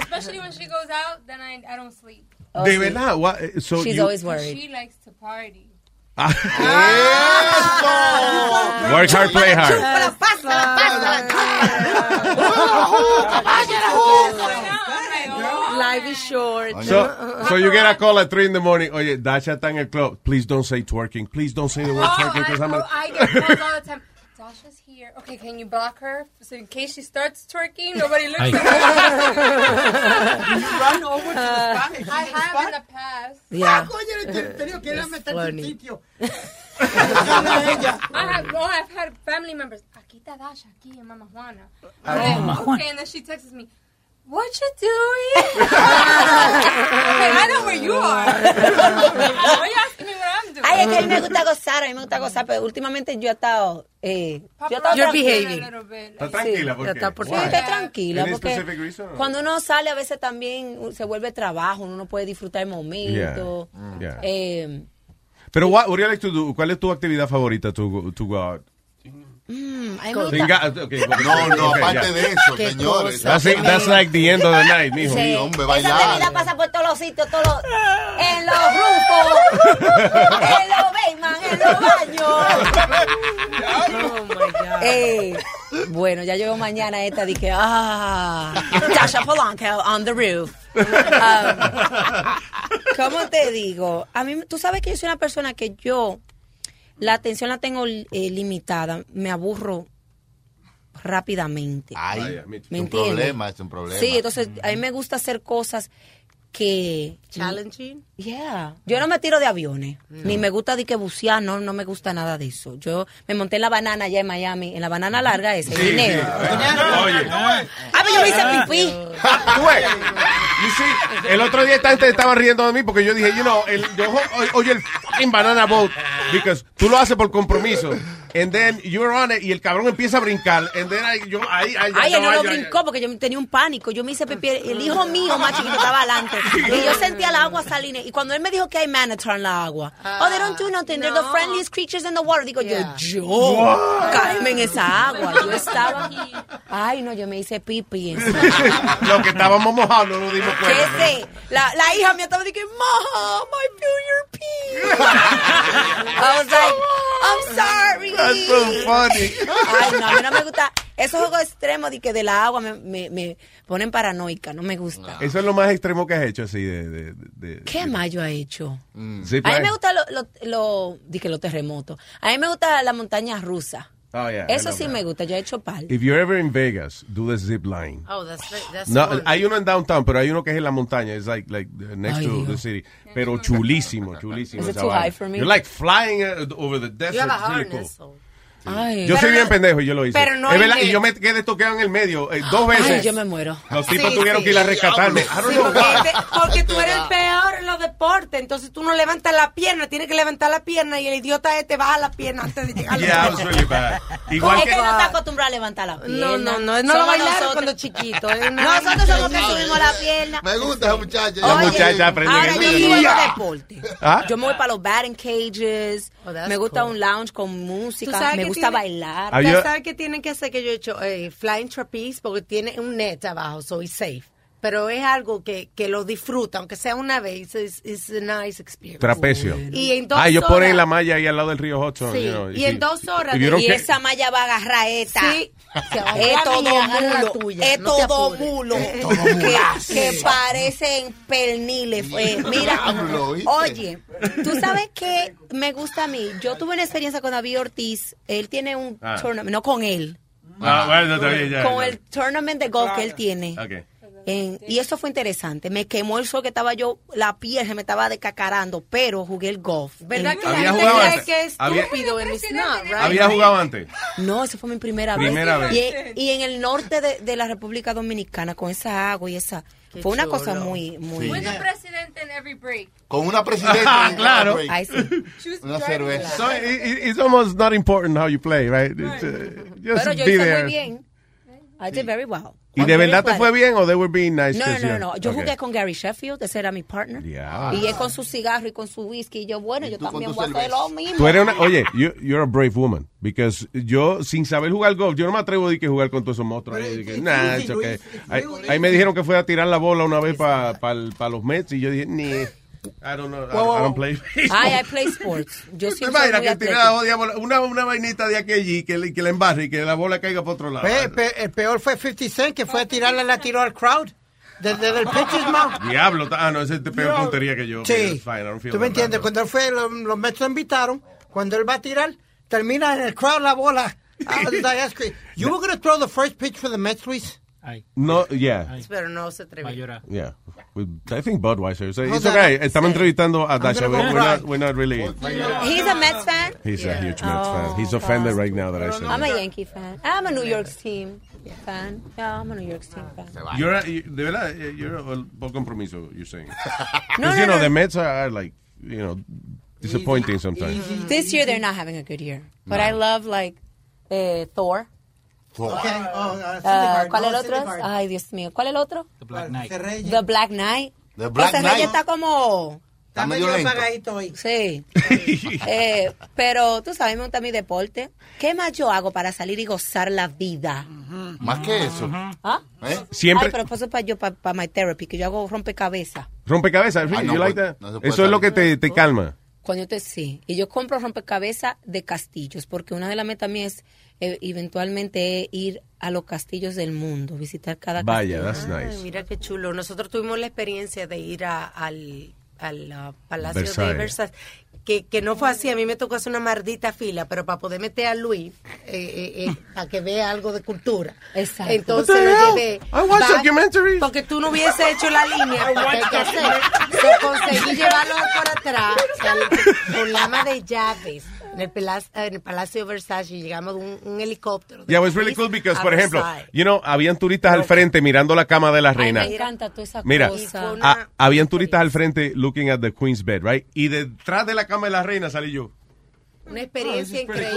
Speaker 4: Especially when she goes out, then I, I don't sleep.
Speaker 8: De verdad, what- so
Speaker 4: She's
Speaker 8: you-
Speaker 4: always worried. She likes to party.
Speaker 8: Ah. Work hard, play hard.
Speaker 15: Live is short.
Speaker 8: So, so you get a call at 3 in the morning. Oye, Dasha está en el club. Please don't say twerking. Please don't say the word
Speaker 4: Oh,
Speaker 8: twerking.
Speaker 4: I,
Speaker 8: 'cause I'm
Speaker 4: know,
Speaker 8: a-
Speaker 4: I get calls all the time. Dasha's here. Okay, can you block her? So in case she starts twerking, nobody looks
Speaker 8: Ay.
Speaker 4: at her.
Speaker 16: You run
Speaker 17: over to the spot?
Speaker 4: I have in the past.
Speaker 16: Yeah.
Speaker 17: Ah, coño, te- te digo que era meter tu sitio.
Speaker 4: I have, no, I've had family members. Aquí está Dasha, aquí en Mama Juana.
Speaker 16: Ah,
Speaker 4: Okay,
Speaker 16: Mama Juana.
Speaker 4: Okay, and then she texts me, what you doing? okay, I know where you are. Why you asking me what I'm doing?
Speaker 20: Ay, es que a mí me gusta gozar, a mí me gusta gozar, pero últimamente yo he estado... Eh, yo he estado
Speaker 4: You're
Speaker 20: tranquila.
Speaker 4: behaving. A little bit.
Speaker 8: ¿Está tranquila? ¿Por
Speaker 20: ya
Speaker 8: qué?
Speaker 20: está por- sí,
Speaker 8: Why?
Speaker 20: está tranquila.
Speaker 8: Any
Speaker 20: porque
Speaker 8: specific reason?
Speaker 20: cuando uno sale a veces también uh, se vuelve trabajo, uno no puede disfrutar el momento.
Speaker 8: Yeah. Mm. Yeah.
Speaker 20: Eh,
Speaker 8: Pero what, what do you like to do? ¿Cuál es tu actividad favorita uh, to, go- to go out?
Speaker 20: mm, a mí me
Speaker 8: Sin
Speaker 20: gusta-
Speaker 8: ga- okay,
Speaker 7: No, no,
Speaker 8: okay,
Speaker 7: aparte
Speaker 8: ya.
Speaker 7: de eso,
Speaker 20: Qué
Speaker 7: señores.
Speaker 8: That's, it, that's like the end of the night, mijo.
Speaker 20: Sí. Esa bebida pasa por todos los sitios, todos los, en los grupos, en los Bayman, en los baños. Eh, bueno, ya llevo mañana esta de que, ah, Dasha Polanco on the roof. Um, ¿Cómo te digo? A mí, tú sabes que yo soy una persona que yo, la atención la tengo eh, limitada, me aburro rápidamente.
Speaker 7: Ay,
Speaker 20: ¿Me
Speaker 7: es un
Speaker 20: entiendes?
Speaker 7: problema, es un problema.
Speaker 20: Sí, entonces a mí me gusta hacer cosas que...
Speaker 15: Challenging.
Speaker 20: Yeah. Yo no me tiro de aviones, ni me gusta de que bucear, no, no me gusta nada de eso. Yo me monté en la banana allá en Miami, en la banana larga esa, en
Speaker 16: Sí,
Speaker 20: Guineo.
Speaker 16: sí.
Speaker 8: Oye.
Speaker 20: Ah, pero yo me hice pipí.
Speaker 8: Tú ves, you see, el otro día esta gente estaba riendo de mí porque yo dije, you know, el, yo o- oye el fucking banana boat, because tú lo haces por compromiso. And then you're on it y el cabrón empieza a brincar. And then I, yo, ay, ay,
Speaker 20: Ay,
Speaker 8: ya,
Speaker 20: él no
Speaker 8: ya,
Speaker 20: lo
Speaker 8: ya, ya.
Speaker 20: brincó porque yo tenía un pánico. Yo me hice pipí. El hijo mío más chiquito estaba adelante. Y yo sentía la agua salina. Y cuando él me dijo que hay manatee en la agua. oh, they don't do nothing. They're the friendliest creatures in the water. Digo yo, yo.
Speaker 16: What?
Speaker 20: Caíme en esa agua. Yo estaba... Ay, no, yo me hice pipi. encima.
Speaker 8: Lo que estábamos mojados no nos dimos
Speaker 20: ¿Qué
Speaker 8: cuenta.
Speaker 20: sé? La, la hija mía estaba diciendo, Mom, I feel your pee. I was like, I'm sorry.
Speaker 16: That's so funny.
Speaker 20: Ay, no, a mí no me gusta. Esos juegos extremos de que de la agua me, me, me ponen paranoica, no me gusta.
Speaker 8: Eso es lo más extremo que has hecho así de... de, de-
Speaker 20: ¿Qué más yo he hecho?
Speaker 8: Sí,
Speaker 20: A
Speaker 8: pues.
Speaker 20: mí me gusta lo, lo, lo- di que los terremotos. A mí me gusta la montaña rusa.
Speaker 8: Oh, yeah, I
Speaker 20: Eso
Speaker 8: love
Speaker 20: sí
Speaker 8: that.
Speaker 20: me gusta, yo he hecho pal.
Speaker 8: If you're ever in Vegas, do the zip line.
Speaker 15: Oh, that's, that's
Speaker 8: No,
Speaker 15: fun.
Speaker 8: hay uno en downtown, pero hay uno que es en la montaña. It's like, like uh, next
Speaker 15: Ay,
Speaker 8: to
Speaker 15: Dios.
Speaker 8: the city. Pero chulísimo, chulísimo.
Speaker 15: Is it
Speaker 8: esa
Speaker 15: too
Speaker 8: vaina.
Speaker 15: high for me?
Speaker 8: You're like flying uh, over the desert.
Speaker 15: You have a
Speaker 8: It's really
Speaker 15: harness,
Speaker 8: cool.
Speaker 20: Ay.
Speaker 8: Yo soy bien pendejo y yo lo hice.
Speaker 20: pero no
Speaker 8: es
Speaker 20: hay
Speaker 8: verdad,
Speaker 20: net.
Speaker 8: y yo me quedé toqueado en el medio eh, dos
Speaker 20: Ay,
Speaker 8: veces.
Speaker 20: yo me muero.
Speaker 8: Los tipos
Speaker 15: Sí,
Speaker 8: tuvieron
Speaker 15: sí.
Speaker 8: que ir a rescatarme. I don't
Speaker 15: Sí,
Speaker 8: know
Speaker 15: porque,
Speaker 8: why.
Speaker 15: te- porque tú eres el peor en los deportes. Entonces tú no levantas la pierna, tienes que levantar la pierna y el idiota este baja la pierna antes de llegar.
Speaker 8: Yeah, I was really bad. Igual
Speaker 20: es
Speaker 8: que...
Speaker 20: que no está acostumbrado a levantar la pierna.
Speaker 15: No, no, no, no lo
Speaker 20: Somos
Speaker 15: bailaron
Speaker 20: nosotros.
Speaker 15: cuando chiquito. es una-
Speaker 20: Nosotros somos que subimos la pierna.
Speaker 7: Me gusta esa muchacha.
Speaker 8: La muchacha aprende
Speaker 20: Ahora
Speaker 8: que
Speaker 20: yo
Speaker 8: no-
Speaker 20: vivo de
Speaker 8: Yeah.
Speaker 20: deporte.
Speaker 8: ¿Ah?
Speaker 20: Yo me voy para los batting cages. me gusta un lounge con música.
Speaker 15: Oh, Tú sabes
Speaker 20: Me
Speaker 15: que
Speaker 20: gusta
Speaker 15: tiene-
Speaker 20: bailar.
Speaker 8: Había-
Speaker 15: ¿Tú sabes qué tienen que hacer que yo he hecho? Eh, flying trapeze, porque tiene un net abajo, soy safe. Pero es algo que, que lo disfruta, aunque sea una vez, es it's a nice experience.
Speaker 8: Trapecio.
Speaker 15: este- Y en dos
Speaker 8: ah, ellos ponen
Speaker 15: horas-
Speaker 8: la malla ahí al lado del río Hudson.
Speaker 15: Sí,
Speaker 8: you know,
Speaker 15: y en dos horas
Speaker 8: if you don't
Speaker 20: Y
Speaker 8: care-
Speaker 20: esa malla va a agarrar esta.
Speaker 15: Sí.
Speaker 20: Es todo
Speaker 15: Mía, agarra la
Speaker 20: mulo,
Speaker 15: tuya,
Speaker 20: es
Speaker 15: no te
Speaker 20: todo
Speaker 15: apures.
Speaker 20: mulo,
Speaker 15: Es
Speaker 7: todo
Speaker 20: que,
Speaker 8: Ah,
Speaker 7: mulazo.
Speaker 20: que parecen perniles. eh, mira,
Speaker 7: Diablo, ¿oíste?
Speaker 20: oye, tú sabes que me gusta a mí. Yo tuve una experiencia con David Ortiz. Él tiene un
Speaker 8: Ah.
Speaker 20: tournament, no con él,
Speaker 8: Ah, bueno, está bien, ya.
Speaker 20: con
Speaker 8: ya.
Speaker 20: el tournament de golf que él tiene.
Speaker 8: Ok.
Speaker 20: En- y eso fue interesante. Me quemó el sol que estaba yo, la piel se me estaba decacarando, pero jugué el golf.
Speaker 15: ¿Verdad que
Speaker 8: Había
Speaker 15: la gente
Speaker 8: jugado
Speaker 15: cree
Speaker 8: antes.
Speaker 15: que es
Speaker 8: Había-
Speaker 15: estúpido en it's not, right?
Speaker 8: ¿Había jugado antes?
Speaker 20: No, esa fue mi primera,
Speaker 8: Primera
Speaker 20: vez.
Speaker 8: vez.
Speaker 20: Y, y en el norte de, de la República Dominicana, con esa agua y esa.
Speaker 15: Qué
Speaker 20: fue una
Speaker 15: chulo.
Speaker 20: cosa muy, muy.
Speaker 4: With the president in every break.
Speaker 7: Con una presidenta.
Speaker 8: Claro.
Speaker 20: Ay, sí.
Speaker 7: Una cerveza.
Speaker 8: So
Speaker 20: eh,
Speaker 8: it, it- it's almost not important how you play, right? It's, uh, just
Speaker 20: Pero yo
Speaker 8: be
Speaker 20: hice
Speaker 8: there.
Speaker 20: muy bien. I did very well.
Speaker 8: ¿Y de verdad te fue bien o they were being nice?
Speaker 20: No,
Speaker 8: to
Speaker 20: no, no,
Speaker 8: you?
Speaker 20: no. Yo
Speaker 8: Ok.
Speaker 20: jugué con Gary Sheffield, ese era mi partner.
Speaker 8: Yeah.
Speaker 20: Y él con su cigarro y con su whisky. Y yo, bueno, yo también voy a hacer lo mismo.
Speaker 8: Tú eres una, oye, you, you're a brave woman. Because yo, sin saber jugar golf, yo no me atrevo a jugar con todos esos monstruos. ahí, de que, nah, it's okay. Ahí, ahí me dijeron que fue a tirar la bola una vez para los Mets y yo dije, ni. I don't know. I-
Speaker 23: Wow, wow,
Speaker 8: I don't
Speaker 23: wow.
Speaker 8: play.
Speaker 20: Ay, I play sports. Yo
Speaker 8: ¿Te
Speaker 20: sí soy
Speaker 8: imaginas
Speaker 20: muy
Speaker 8: que
Speaker 20: atlética.
Speaker 8: tira la jodida bola- una, una vainita de aquella y que, le- que la embarre y que la bola caiga para otro lado?
Speaker 17: Pe- pe- el peor fue 50 Cent, que fue a tirarla, la tiró al crowd. Desde el pitcher's mouth.
Speaker 8: Diablo, ta- ah, no, esa es peor
Speaker 17: Diablo.
Speaker 8: puntería que yo.
Speaker 17: Sí.
Speaker 8: Okay, it's fine, I don't feel that
Speaker 17: ¿Tú me
Speaker 8: bad.
Speaker 17: entiendes? Cuando él fue, lo- los Mets lo invitaron. Cuando él va a tirar, termina en el crowd la bola. Ah, Dias Creed. You were going to throw the first pitch for the Mets, Luis?
Speaker 8: No, yeah.
Speaker 15: Pero no se atrevió.
Speaker 8: Yeah. With- I think Budweiser. So
Speaker 15: Hold
Speaker 8: it's
Speaker 15: on.
Speaker 8: okay. Estamos entrevistando a
Speaker 15: I'm
Speaker 8: Dasha.
Speaker 15: gonna
Speaker 8: We're,
Speaker 15: go
Speaker 8: we're
Speaker 15: cry.
Speaker 8: not, we're not really.
Speaker 20: He's a Mets fan.
Speaker 8: He's a huge Mets
Speaker 20: Oh,
Speaker 8: fan. He's offended right now that I said
Speaker 20: I'm a
Speaker 8: that.
Speaker 20: Yankee fan. I'm a New York team fan. Yeah, I'm a New York team fan.
Speaker 8: You're a, you, de verdad, eh, you're a, por compromiso, you're saying.
Speaker 20: No,
Speaker 8: Because,
Speaker 20: no,
Speaker 8: you know,
Speaker 20: no.
Speaker 8: the Mets are, are like, you know, disappointing sometimes.
Speaker 20: This year they're not having a good year, but I love like eh, Thor.
Speaker 8: ¿Eh?
Speaker 7: Oh,
Speaker 17: Ah,
Speaker 20: Ah,
Speaker 17: Syndergaard,
Speaker 20: ¿Cuál es el
Speaker 17: no,
Speaker 20: otro?
Speaker 17: Syndergaard.
Speaker 20: Ay, Dios mío. ¿Cuál es el otro? The
Speaker 3: Black Knight.
Speaker 20: The Black Knight.
Speaker 7: The Black
Speaker 20: Ese rey
Speaker 7: Knight.
Speaker 20: está como...
Speaker 7: Está medio lento.
Speaker 20: Sí. Eh, pero tú sabes, me gusta mi deporte. ¿Qué más yo hago para salir y gozar la vida?
Speaker 7: Más que eso.
Speaker 20: ¿Ah?
Speaker 7: ¿Eh?
Speaker 8: Siempre-
Speaker 20: Ay, pero pues eso es para yo, para, my therapy, que yo hago rompecabezas.
Speaker 8: Rompecabezas,
Speaker 7: Ah, no
Speaker 8: you
Speaker 7: puede-
Speaker 8: like that?
Speaker 7: no se puede
Speaker 8: Eso es lo que te, te calma.
Speaker 20: Cuando yo te sí. Y yo compro rompecabezas de castillos, porque una de las metas mías es eh, eventualmente ir a los castillos del mundo, visitar cada
Speaker 8: Vaya, that's
Speaker 20: castillo.
Speaker 8: nice.
Speaker 15: Mira qué chulo. Nosotros tuvimos la experiencia de ir a- al, al, ah, Palacio de
Speaker 8: Versalles.
Speaker 15: Versalles, que, que no fue así. A mí me tocó hacer una mardita fila, pero para poder meter a Luis, eh, eh, eh, para que vea algo de cultura.
Speaker 20: Exacto.
Speaker 15: Entonces
Speaker 20: What the
Speaker 15: lo
Speaker 20: hell?
Speaker 15: llevé.
Speaker 20: I watch
Speaker 15: Va-
Speaker 20: documentaries.
Speaker 15: Porque tú no hubiese hecho la línea.
Speaker 20: I
Speaker 15: porque hay
Speaker 20: watch
Speaker 15: que hacer.
Speaker 20: documentaries.
Speaker 15: So, conseguí llevarlo por atrás, al- con lama de llaves. En el, palacio, en el Palacio de Versalles y llegamos de un, un helicóptero. de
Speaker 8: Yeah, it was really
Speaker 15: París
Speaker 8: cool because,
Speaker 15: a
Speaker 8: por ejemplo,
Speaker 15: Versalles.
Speaker 8: you know, habían turistas al frente mirando la cama de la
Speaker 20: Ay,
Speaker 8: reina.
Speaker 20: me encanta toda esa
Speaker 8: Mira,
Speaker 20: cosa.
Speaker 8: a- habían turistas al frente looking at the queen's bed, right? Y detrás de la cama de la reina salí yo.
Speaker 15: Una experiencia increíble.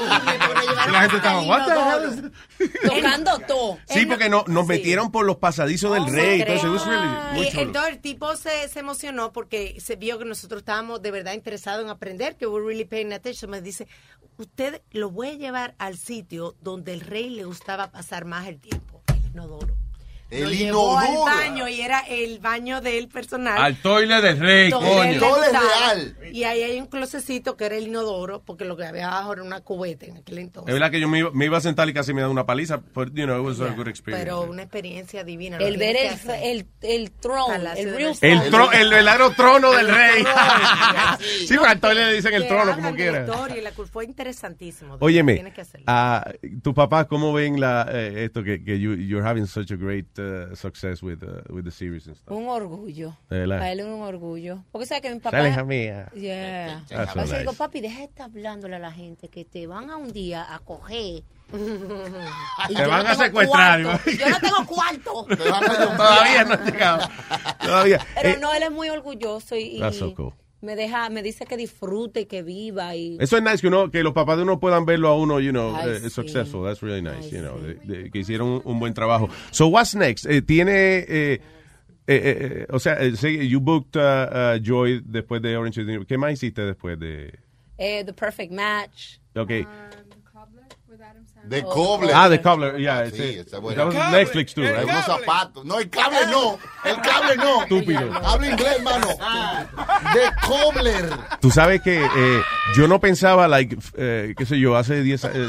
Speaker 8: Y la gente estaba, what the hell is
Speaker 20: Tocando todo.
Speaker 8: Sí, porque no, nos metieron por los pasadizos del rey. Entonces, it was really- muy
Speaker 15: Y
Speaker 8: chulo.
Speaker 15: entonces el tipo se, se emocionó porque se vio que nosotros estábamos de verdad interesados en aprender, que we're really paying attention. Me dice, usted lo voy a llevar al sitio donde el rey le gustaba pasar más el tiempo, el inodoro.
Speaker 7: El
Speaker 15: lo llevó al
Speaker 7: inodoro.
Speaker 15: baño y era el baño del personal.
Speaker 16: Al toile del rey,
Speaker 15: Donde
Speaker 16: coño.
Speaker 15: él le gustaba. Y ahí hay un closecito que era el inodoro, porque lo que había abajo era una cubeta en aquel entonces.
Speaker 8: Es verdad que yo me iba, me iba a sentar y casi me daba una paliza, but, you know, it was a good experience.
Speaker 15: Pero una experiencia divina.
Speaker 20: El ver el- el, el throne, el real
Speaker 8: El,
Speaker 20: throne.
Speaker 8: tro- el verdadero trono del rey. sí,
Speaker 15: No,
Speaker 8: pero al toile le dicen el
Speaker 15: que
Speaker 8: trono,
Speaker 15: hablan
Speaker 8: como
Speaker 15: de
Speaker 8: quiera.
Speaker 15: la historia y la cul- fue interesantísimo. de verdad,
Speaker 8: Óyeme,
Speaker 15: tienes que hacerlo.
Speaker 8: ah, tu papá, ¿cómo ven la, eh, esto que, que you, you're having such a great uh, success with, uh, with the series and stuff?
Speaker 20: Un orgullo.
Speaker 8: De verdad.
Speaker 20: Para él es un orgullo. Porque sabe que mi papá.
Speaker 8: Dale, hija mía.
Speaker 20: Yeah.
Speaker 8: That's
Speaker 20: Yo
Speaker 8: so
Speaker 20: digo,
Speaker 8: nice.
Speaker 20: papi, deja de estar hablándole a la gente que te van a un día a coger.
Speaker 8: Te
Speaker 20: te
Speaker 8: van a secuestrar, ¿no?
Speaker 20: Yo no tengo cuarto.
Speaker 8: Todavía no ha llegado. Todavía.
Speaker 20: Pero
Speaker 8: Eh,
Speaker 20: no, él es muy orgulloso y, y
Speaker 8: That's so cool.
Speaker 20: me deja, me dice que disfrute, que viva y
Speaker 8: Eso es nice que uno, que los papás de uno puedan verlo a uno, you know,
Speaker 20: Ay,
Speaker 8: eh,
Speaker 20: sí.
Speaker 8: successful. That's really nice, you know, de- de- que hicieron un, un buen trabajo. So what's next? Eh, tiene, eh, eh, eh, eh, o sea, eh, sí, you booked uh, uh, Joy después de Orange is the New- ¿Qué más hiciste después de?
Speaker 20: eh, the perfect match.
Speaker 7: Ah,
Speaker 8: Okay.
Speaker 7: De
Speaker 20: Oh,
Speaker 7: Cobler.
Speaker 8: Ah, de Cobbler, yeah. it's
Speaker 7: Sí,
Speaker 8: it.
Speaker 7: está bueno. eh,
Speaker 8: That was Netflix too,
Speaker 7: Hay
Speaker 8: right?
Speaker 7: unos zapatos. No, el cable no. El cable no.
Speaker 8: Estúpido.
Speaker 7: Habla inglés, hermano. De Cobler.
Speaker 8: Tú sabes que eh, yo no pensaba, like, f- eh, qué sé yo, hace 10, eh, I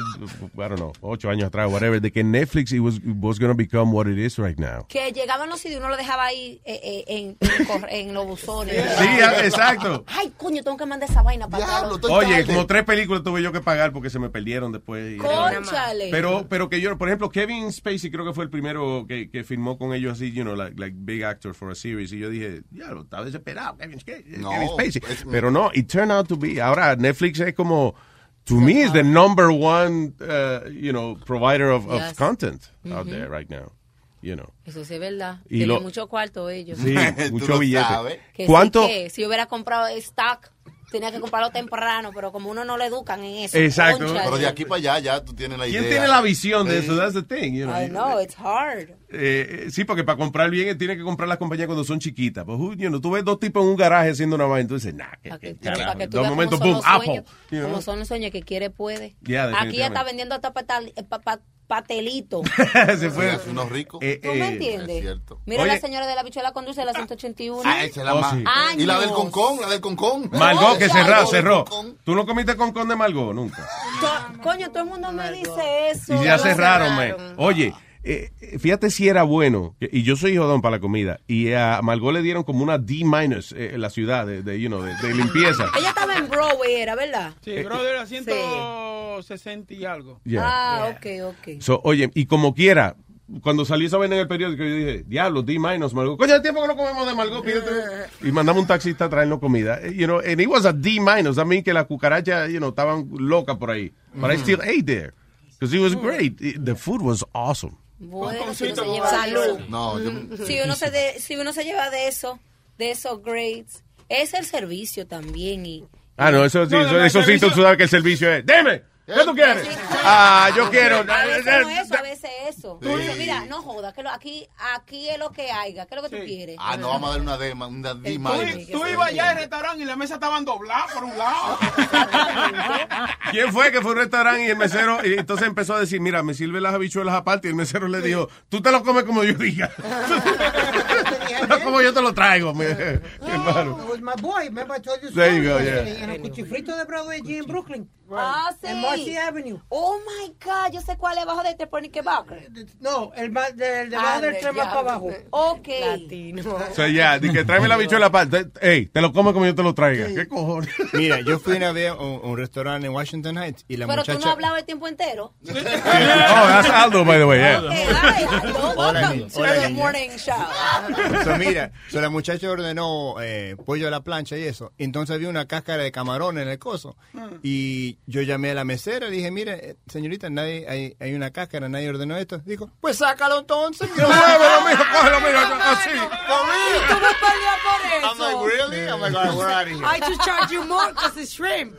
Speaker 8: don't know, 8 años atrás, whatever, de que Netflix it was, was going to become what it is right now.
Speaker 20: Que llegaban los y uno lo dejaba ahí eh, eh, en, en, cor- en los buzones.
Speaker 8: Sí, ah, exacto.
Speaker 20: Ay, coño, tengo que mandar esa vaina para Diablo,
Speaker 8: Oye, como tres películas tuve yo que pagar porque se me perdieron después. y-
Speaker 20: Cónchale.
Speaker 8: Pero, pero que yo, por ejemplo, Kevin Spacey creo que fue el primero que, que filmó con ellos así, you know, like, like big actor for a series. Y yo dije, ya, lo estaba desesperado, Kevin, Spa-
Speaker 7: No,
Speaker 8: Kevin Spacey.
Speaker 7: es-
Speaker 8: Pero no, it turned out to be, ahora Netflix es como, to me, is the number one, uh, you know, provider of, of
Speaker 20: Yes. Mm-hmm.
Speaker 8: content out
Speaker 20: Ujú.
Speaker 8: there right now, you know.
Speaker 20: Eso sí es verdad.
Speaker 8: Y
Speaker 20: Tienen
Speaker 8: lo-
Speaker 20: mucho cuarto ellos.
Speaker 8: Sí, mucho billete.
Speaker 20: Que sí
Speaker 8: ¿Cuánto?
Speaker 20: que si yo hubiera comprado stock, tenía que comprarlo temprano, pero como uno no le educan en eso.
Speaker 8: Exacto.
Speaker 20: cónchale.
Speaker 7: Pero de aquí para allá ya tú tienes la idea.
Speaker 8: ¿Quién tiene la visión de eso? That's the thing, you know.
Speaker 20: I know, it's hard.
Speaker 8: Eh, eh, sí, porque para comprar bien eh, tiene que comprar las compañías cuando son chiquitas. Pues, you know, tú ves dos tipos en un garaje haciendo una vaina, entonces, nah, que, que,
Speaker 20: Pero para
Speaker 8: carajo. Eh,
Speaker 20: que tú
Speaker 8: De un
Speaker 20: veas
Speaker 8: momento,
Speaker 20: cómo
Speaker 8: boom,
Speaker 20: son los
Speaker 8: Apple.
Speaker 20: sueños,
Speaker 8: You know?
Speaker 20: Como son los sueños que quiere, puede.
Speaker 8: Yeah,
Speaker 20: Aquí ya está
Speaker 8: definitivamente.
Speaker 20: vendiendo hasta para eh, patelito.
Speaker 7: Se fue. Hace unos ricos.
Speaker 8: Eh,
Speaker 20: ¿Tú me entiendes? Mira la señora de la bichuela conduce la 181.
Speaker 7: Ah, esa es la
Speaker 8: Oh,
Speaker 7: más.
Speaker 8: sí.
Speaker 7: Y la del
Speaker 20: Años.
Speaker 7: concón, la del concón. Oh,
Speaker 8: Margot, que cerró,
Speaker 7: cerró,
Speaker 8: cerró. ¿Tú no comiste concón de Margot nunca?
Speaker 20: To- coño, todo el mundo me dice eso.
Speaker 8: Y ya
Speaker 20: lo
Speaker 8: cerraron, man. Oye, eh, eh, fíjate si era bueno. que- Y yo soy jodón para la comida. Y a Margot le dieron como una D minus eh, en la ciudad de, de, you know, de- de limpieza.
Speaker 20: Ella estaba en Broadway, era, ¿verdad?
Speaker 13: Sí, brother, era 160 y algo.
Speaker 8: Eh, Yeah.
Speaker 20: Ah, ok, ok.
Speaker 8: So, oye, y como quiera, cuando salió esa vaina en el periódico, yo dije, diablo, D minus, Margot. Coño, el tiempo que no comemos de
Speaker 13: Eh,
Speaker 8: Margot, pídete. Y mandamos un taxista a traernos comida. Eh, You know, and it was a D minus. I mean, que las cucarachas, you know, estaban locas por ahí. But I
Speaker 20: Mm.
Speaker 8: still ate there. Because it was great. It- the food was awesome.
Speaker 20: Bueno, si uno se lleva salud.
Speaker 8: No, yo-
Speaker 20: si, uno se de- si uno se lleva de eso, de esos grades, es el servicio también. Y,
Speaker 8: Ah, no, eso sí,
Speaker 20: No, no,
Speaker 8: eso,
Speaker 20: no,
Speaker 8: eso
Speaker 20: el
Speaker 8: sí, tú,
Speaker 20: servicio-
Speaker 8: tú sabes que el servicio es. ¡Deme! ¿Qué tú quieres? Ah, yo quiero.
Speaker 20: A veces no eso, a veces eso. Tú dices, mira, no jodas, que lo, aquí, aquí es lo que haya, que es lo que tú quieres.
Speaker 7: Ah, no, vamos a dar una D, ma- una D minus.
Speaker 13: Tú ibas allá al restaurante y la mesa estaban dobladas por un lado.
Speaker 8: ¿Quién fue que fue a un restaurante y el mesero, y entonces empezó a decir, mira, me sirve las habichuelas aparte, y el mesero le dijo, tú te lo comes como yo diga. no como yo te lo traigo, mi- hermano.
Speaker 17: It was Oh, my boy. Remember I told you a
Speaker 8: There you
Speaker 17: story
Speaker 8: go,
Speaker 17: yesterday,
Speaker 8: yeah.
Speaker 17: En el cuchifrito de Broadway allí en Brooklyn.
Speaker 20: Ah, sí.
Speaker 17: En Marcy Avenue.
Speaker 20: Oh my God, yo sé cuál es abajo de este Pony que
Speaker 17: Eh, No, el ba- del del
Speaker 20: Ah,
Speaker 17: lado del
Speaker 20: del
Speaker 17: tren más para
Speaker 20: diablo.
Speaker 17: abajo.
Speaker 20: Ok.
Speaker 8: O sea, ya, di que tráeme la habichuela aparte. Ey, te lo comes como yo te lo traiga. ¿Qué cojones?
Speaker 18: Mira, yo fui una vez a un, un restaurante en Washington Heights y la
Speaker 20: Pero tú no
Speaker 18: muchacha.
Speaker 20: hablabas el tiempo entero.
Speaker 8: Oh, that's Aldo, by the way. yeah.
Speaker 18: Hola,
Speaker 20: Welcome
Speaker 18: niña.
Speaker 20: to
Speaker 18: Hola, niña.
Speaker 20: the morning show.
Speaker 18: So, mira, so, la muchacha ordenó eh, pollo a la plancha y eso. Entonces había una cáscara de camarón en el coso. Y yo llamé a la mesera y dije, mire, eh, señorita, nadie, hay, hay una cáscara, nadie ordenó esto. Dijo, Pues sácalo entonces. No,
Speaker 8: muévelo, mijo, cógelo, mijo, así.
Speaker 18: tú
Speaker 15: me peleas por eso.
Speaker 18: I'm like, really? Oh my God, we're out of here.
Speaker 15: I just charge you more because it's shrimp.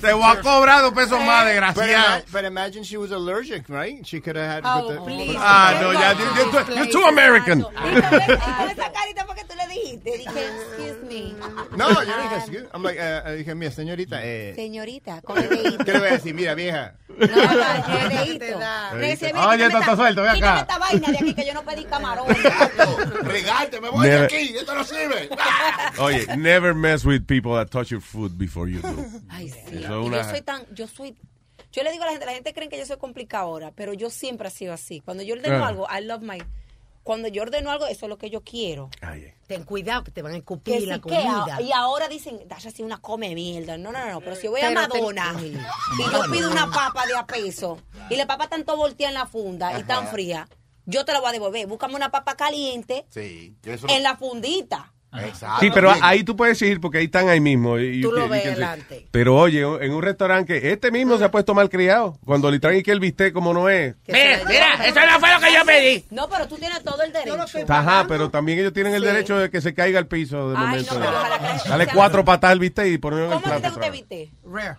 Speaker 8: Te voy a cobrar dos pesos más,
Speaker 16: Eh,
Speaker 18: But,
Speaker 8: desgraciado.
Speaker 18: ima- but imagine she was allergic, right? She could have had.
Speaker 20: Oh,
Speaker 18: with the-
Speaker 20: please.
Speaker 8: Ah, no, ya, you- you're, you're too American.
Speaker 20: Esa carita porque tú le dijiste, dije, excuse me. Ah,
Speaker 18: No, yo le dije, "Excuse-" I'm like, eh, eh, dije, mira, señorita, eh,
Speaker 20: Señorita, con el dedito.
Speaker 18: ¿qué le voy a decir? Mira, vieja.
Speaker 20: el dedito. Le decía, mira,
Speaker 18: Oye,
Speaker 20: quítame
Speaker 18: está
Speaker 20: esta-
Speaker 18: suelto, ve acá.
Speaker 20: Quítame esta vaina de aquí que yo no pedí camarón.
Speaker 7: Regarte, me voy de
Speaker 8: Never-
Speaker 7: aquí, esto no sirve.
Speaker 8: Oye, never mess with people that touch your food before you do.
Speaker 20: Ay, sí.
Speaker 8: Eso es
Speaker 20: Y
Speaker 8: una-
Speaker 20: Yo soy tan, yo soy, yo le digo a la gente, la gente cree que yo soy complicada ahora, pero yo siempre he sido así. Cuando yo ordeno
Speaker 8: Ah.
Speaker 20: algo, I love my, cuando yo ordeno algo, eso es lo que yo quiero.
Speaker 15: Ten cuidado que te van a escupir
Speaker 20: Que
Speaker 15: la
Speaker 20: sí, que
Speaker 15: comida.
Speaker 20: a- y ahora dicen, Dasha, si una come mierda. No, no, no, no, pero si yo voy a
Speaker 15: Pero te-
Speaker 20: Madonna
Speaker 15: Ay.
Speaker 20: y yo pido una papa de a peso y la papa tanto volteada en la funda y tan
Speaker 7: Ajá.
Speaker 20: fría, yo te la voy a devolver. Búscame una papa caliente
Speaker 7: Sí, yo eso.
Speaker 20: en la fundita.
Speaker 7: Exacto.
Speaker 8: Sí, pero
Speaker 7: Bien.
Speaker 8: ahí tú puedes ir porque ahí están ahí mismo. Y-
Speaker 20: Tú
Speaker 8: y-
Speaker 20: lo
Speaker 8: y-
Speaker 20: ves
Speaker 8: y-
Speaker 20: adelante.
Speaker 8: Pero oye, en un restaurante, que este mismo se ha puesto mal criado. Cuando le traen que el bistec como no es.
Speaker 16: Mira, mira, eso no fue lo que yo pedí.
Speaker 20: No, pero tú tienes todo el derecho.
Speaker 8: Ajá, pero también ellos tienen el derecho de que se caiga al piso de
Speaker 20: Ay,
Speaker 8: momento.
Speaker 20: no, pero ojalá que-
Speaker 8: Dale cuatro patadas al bistec y ponerlo en el
Speaker 20: ¿Cómo es que te
Speaker 8: plato.
Speaker 20: gusta viste?
Speaker 17: Rare.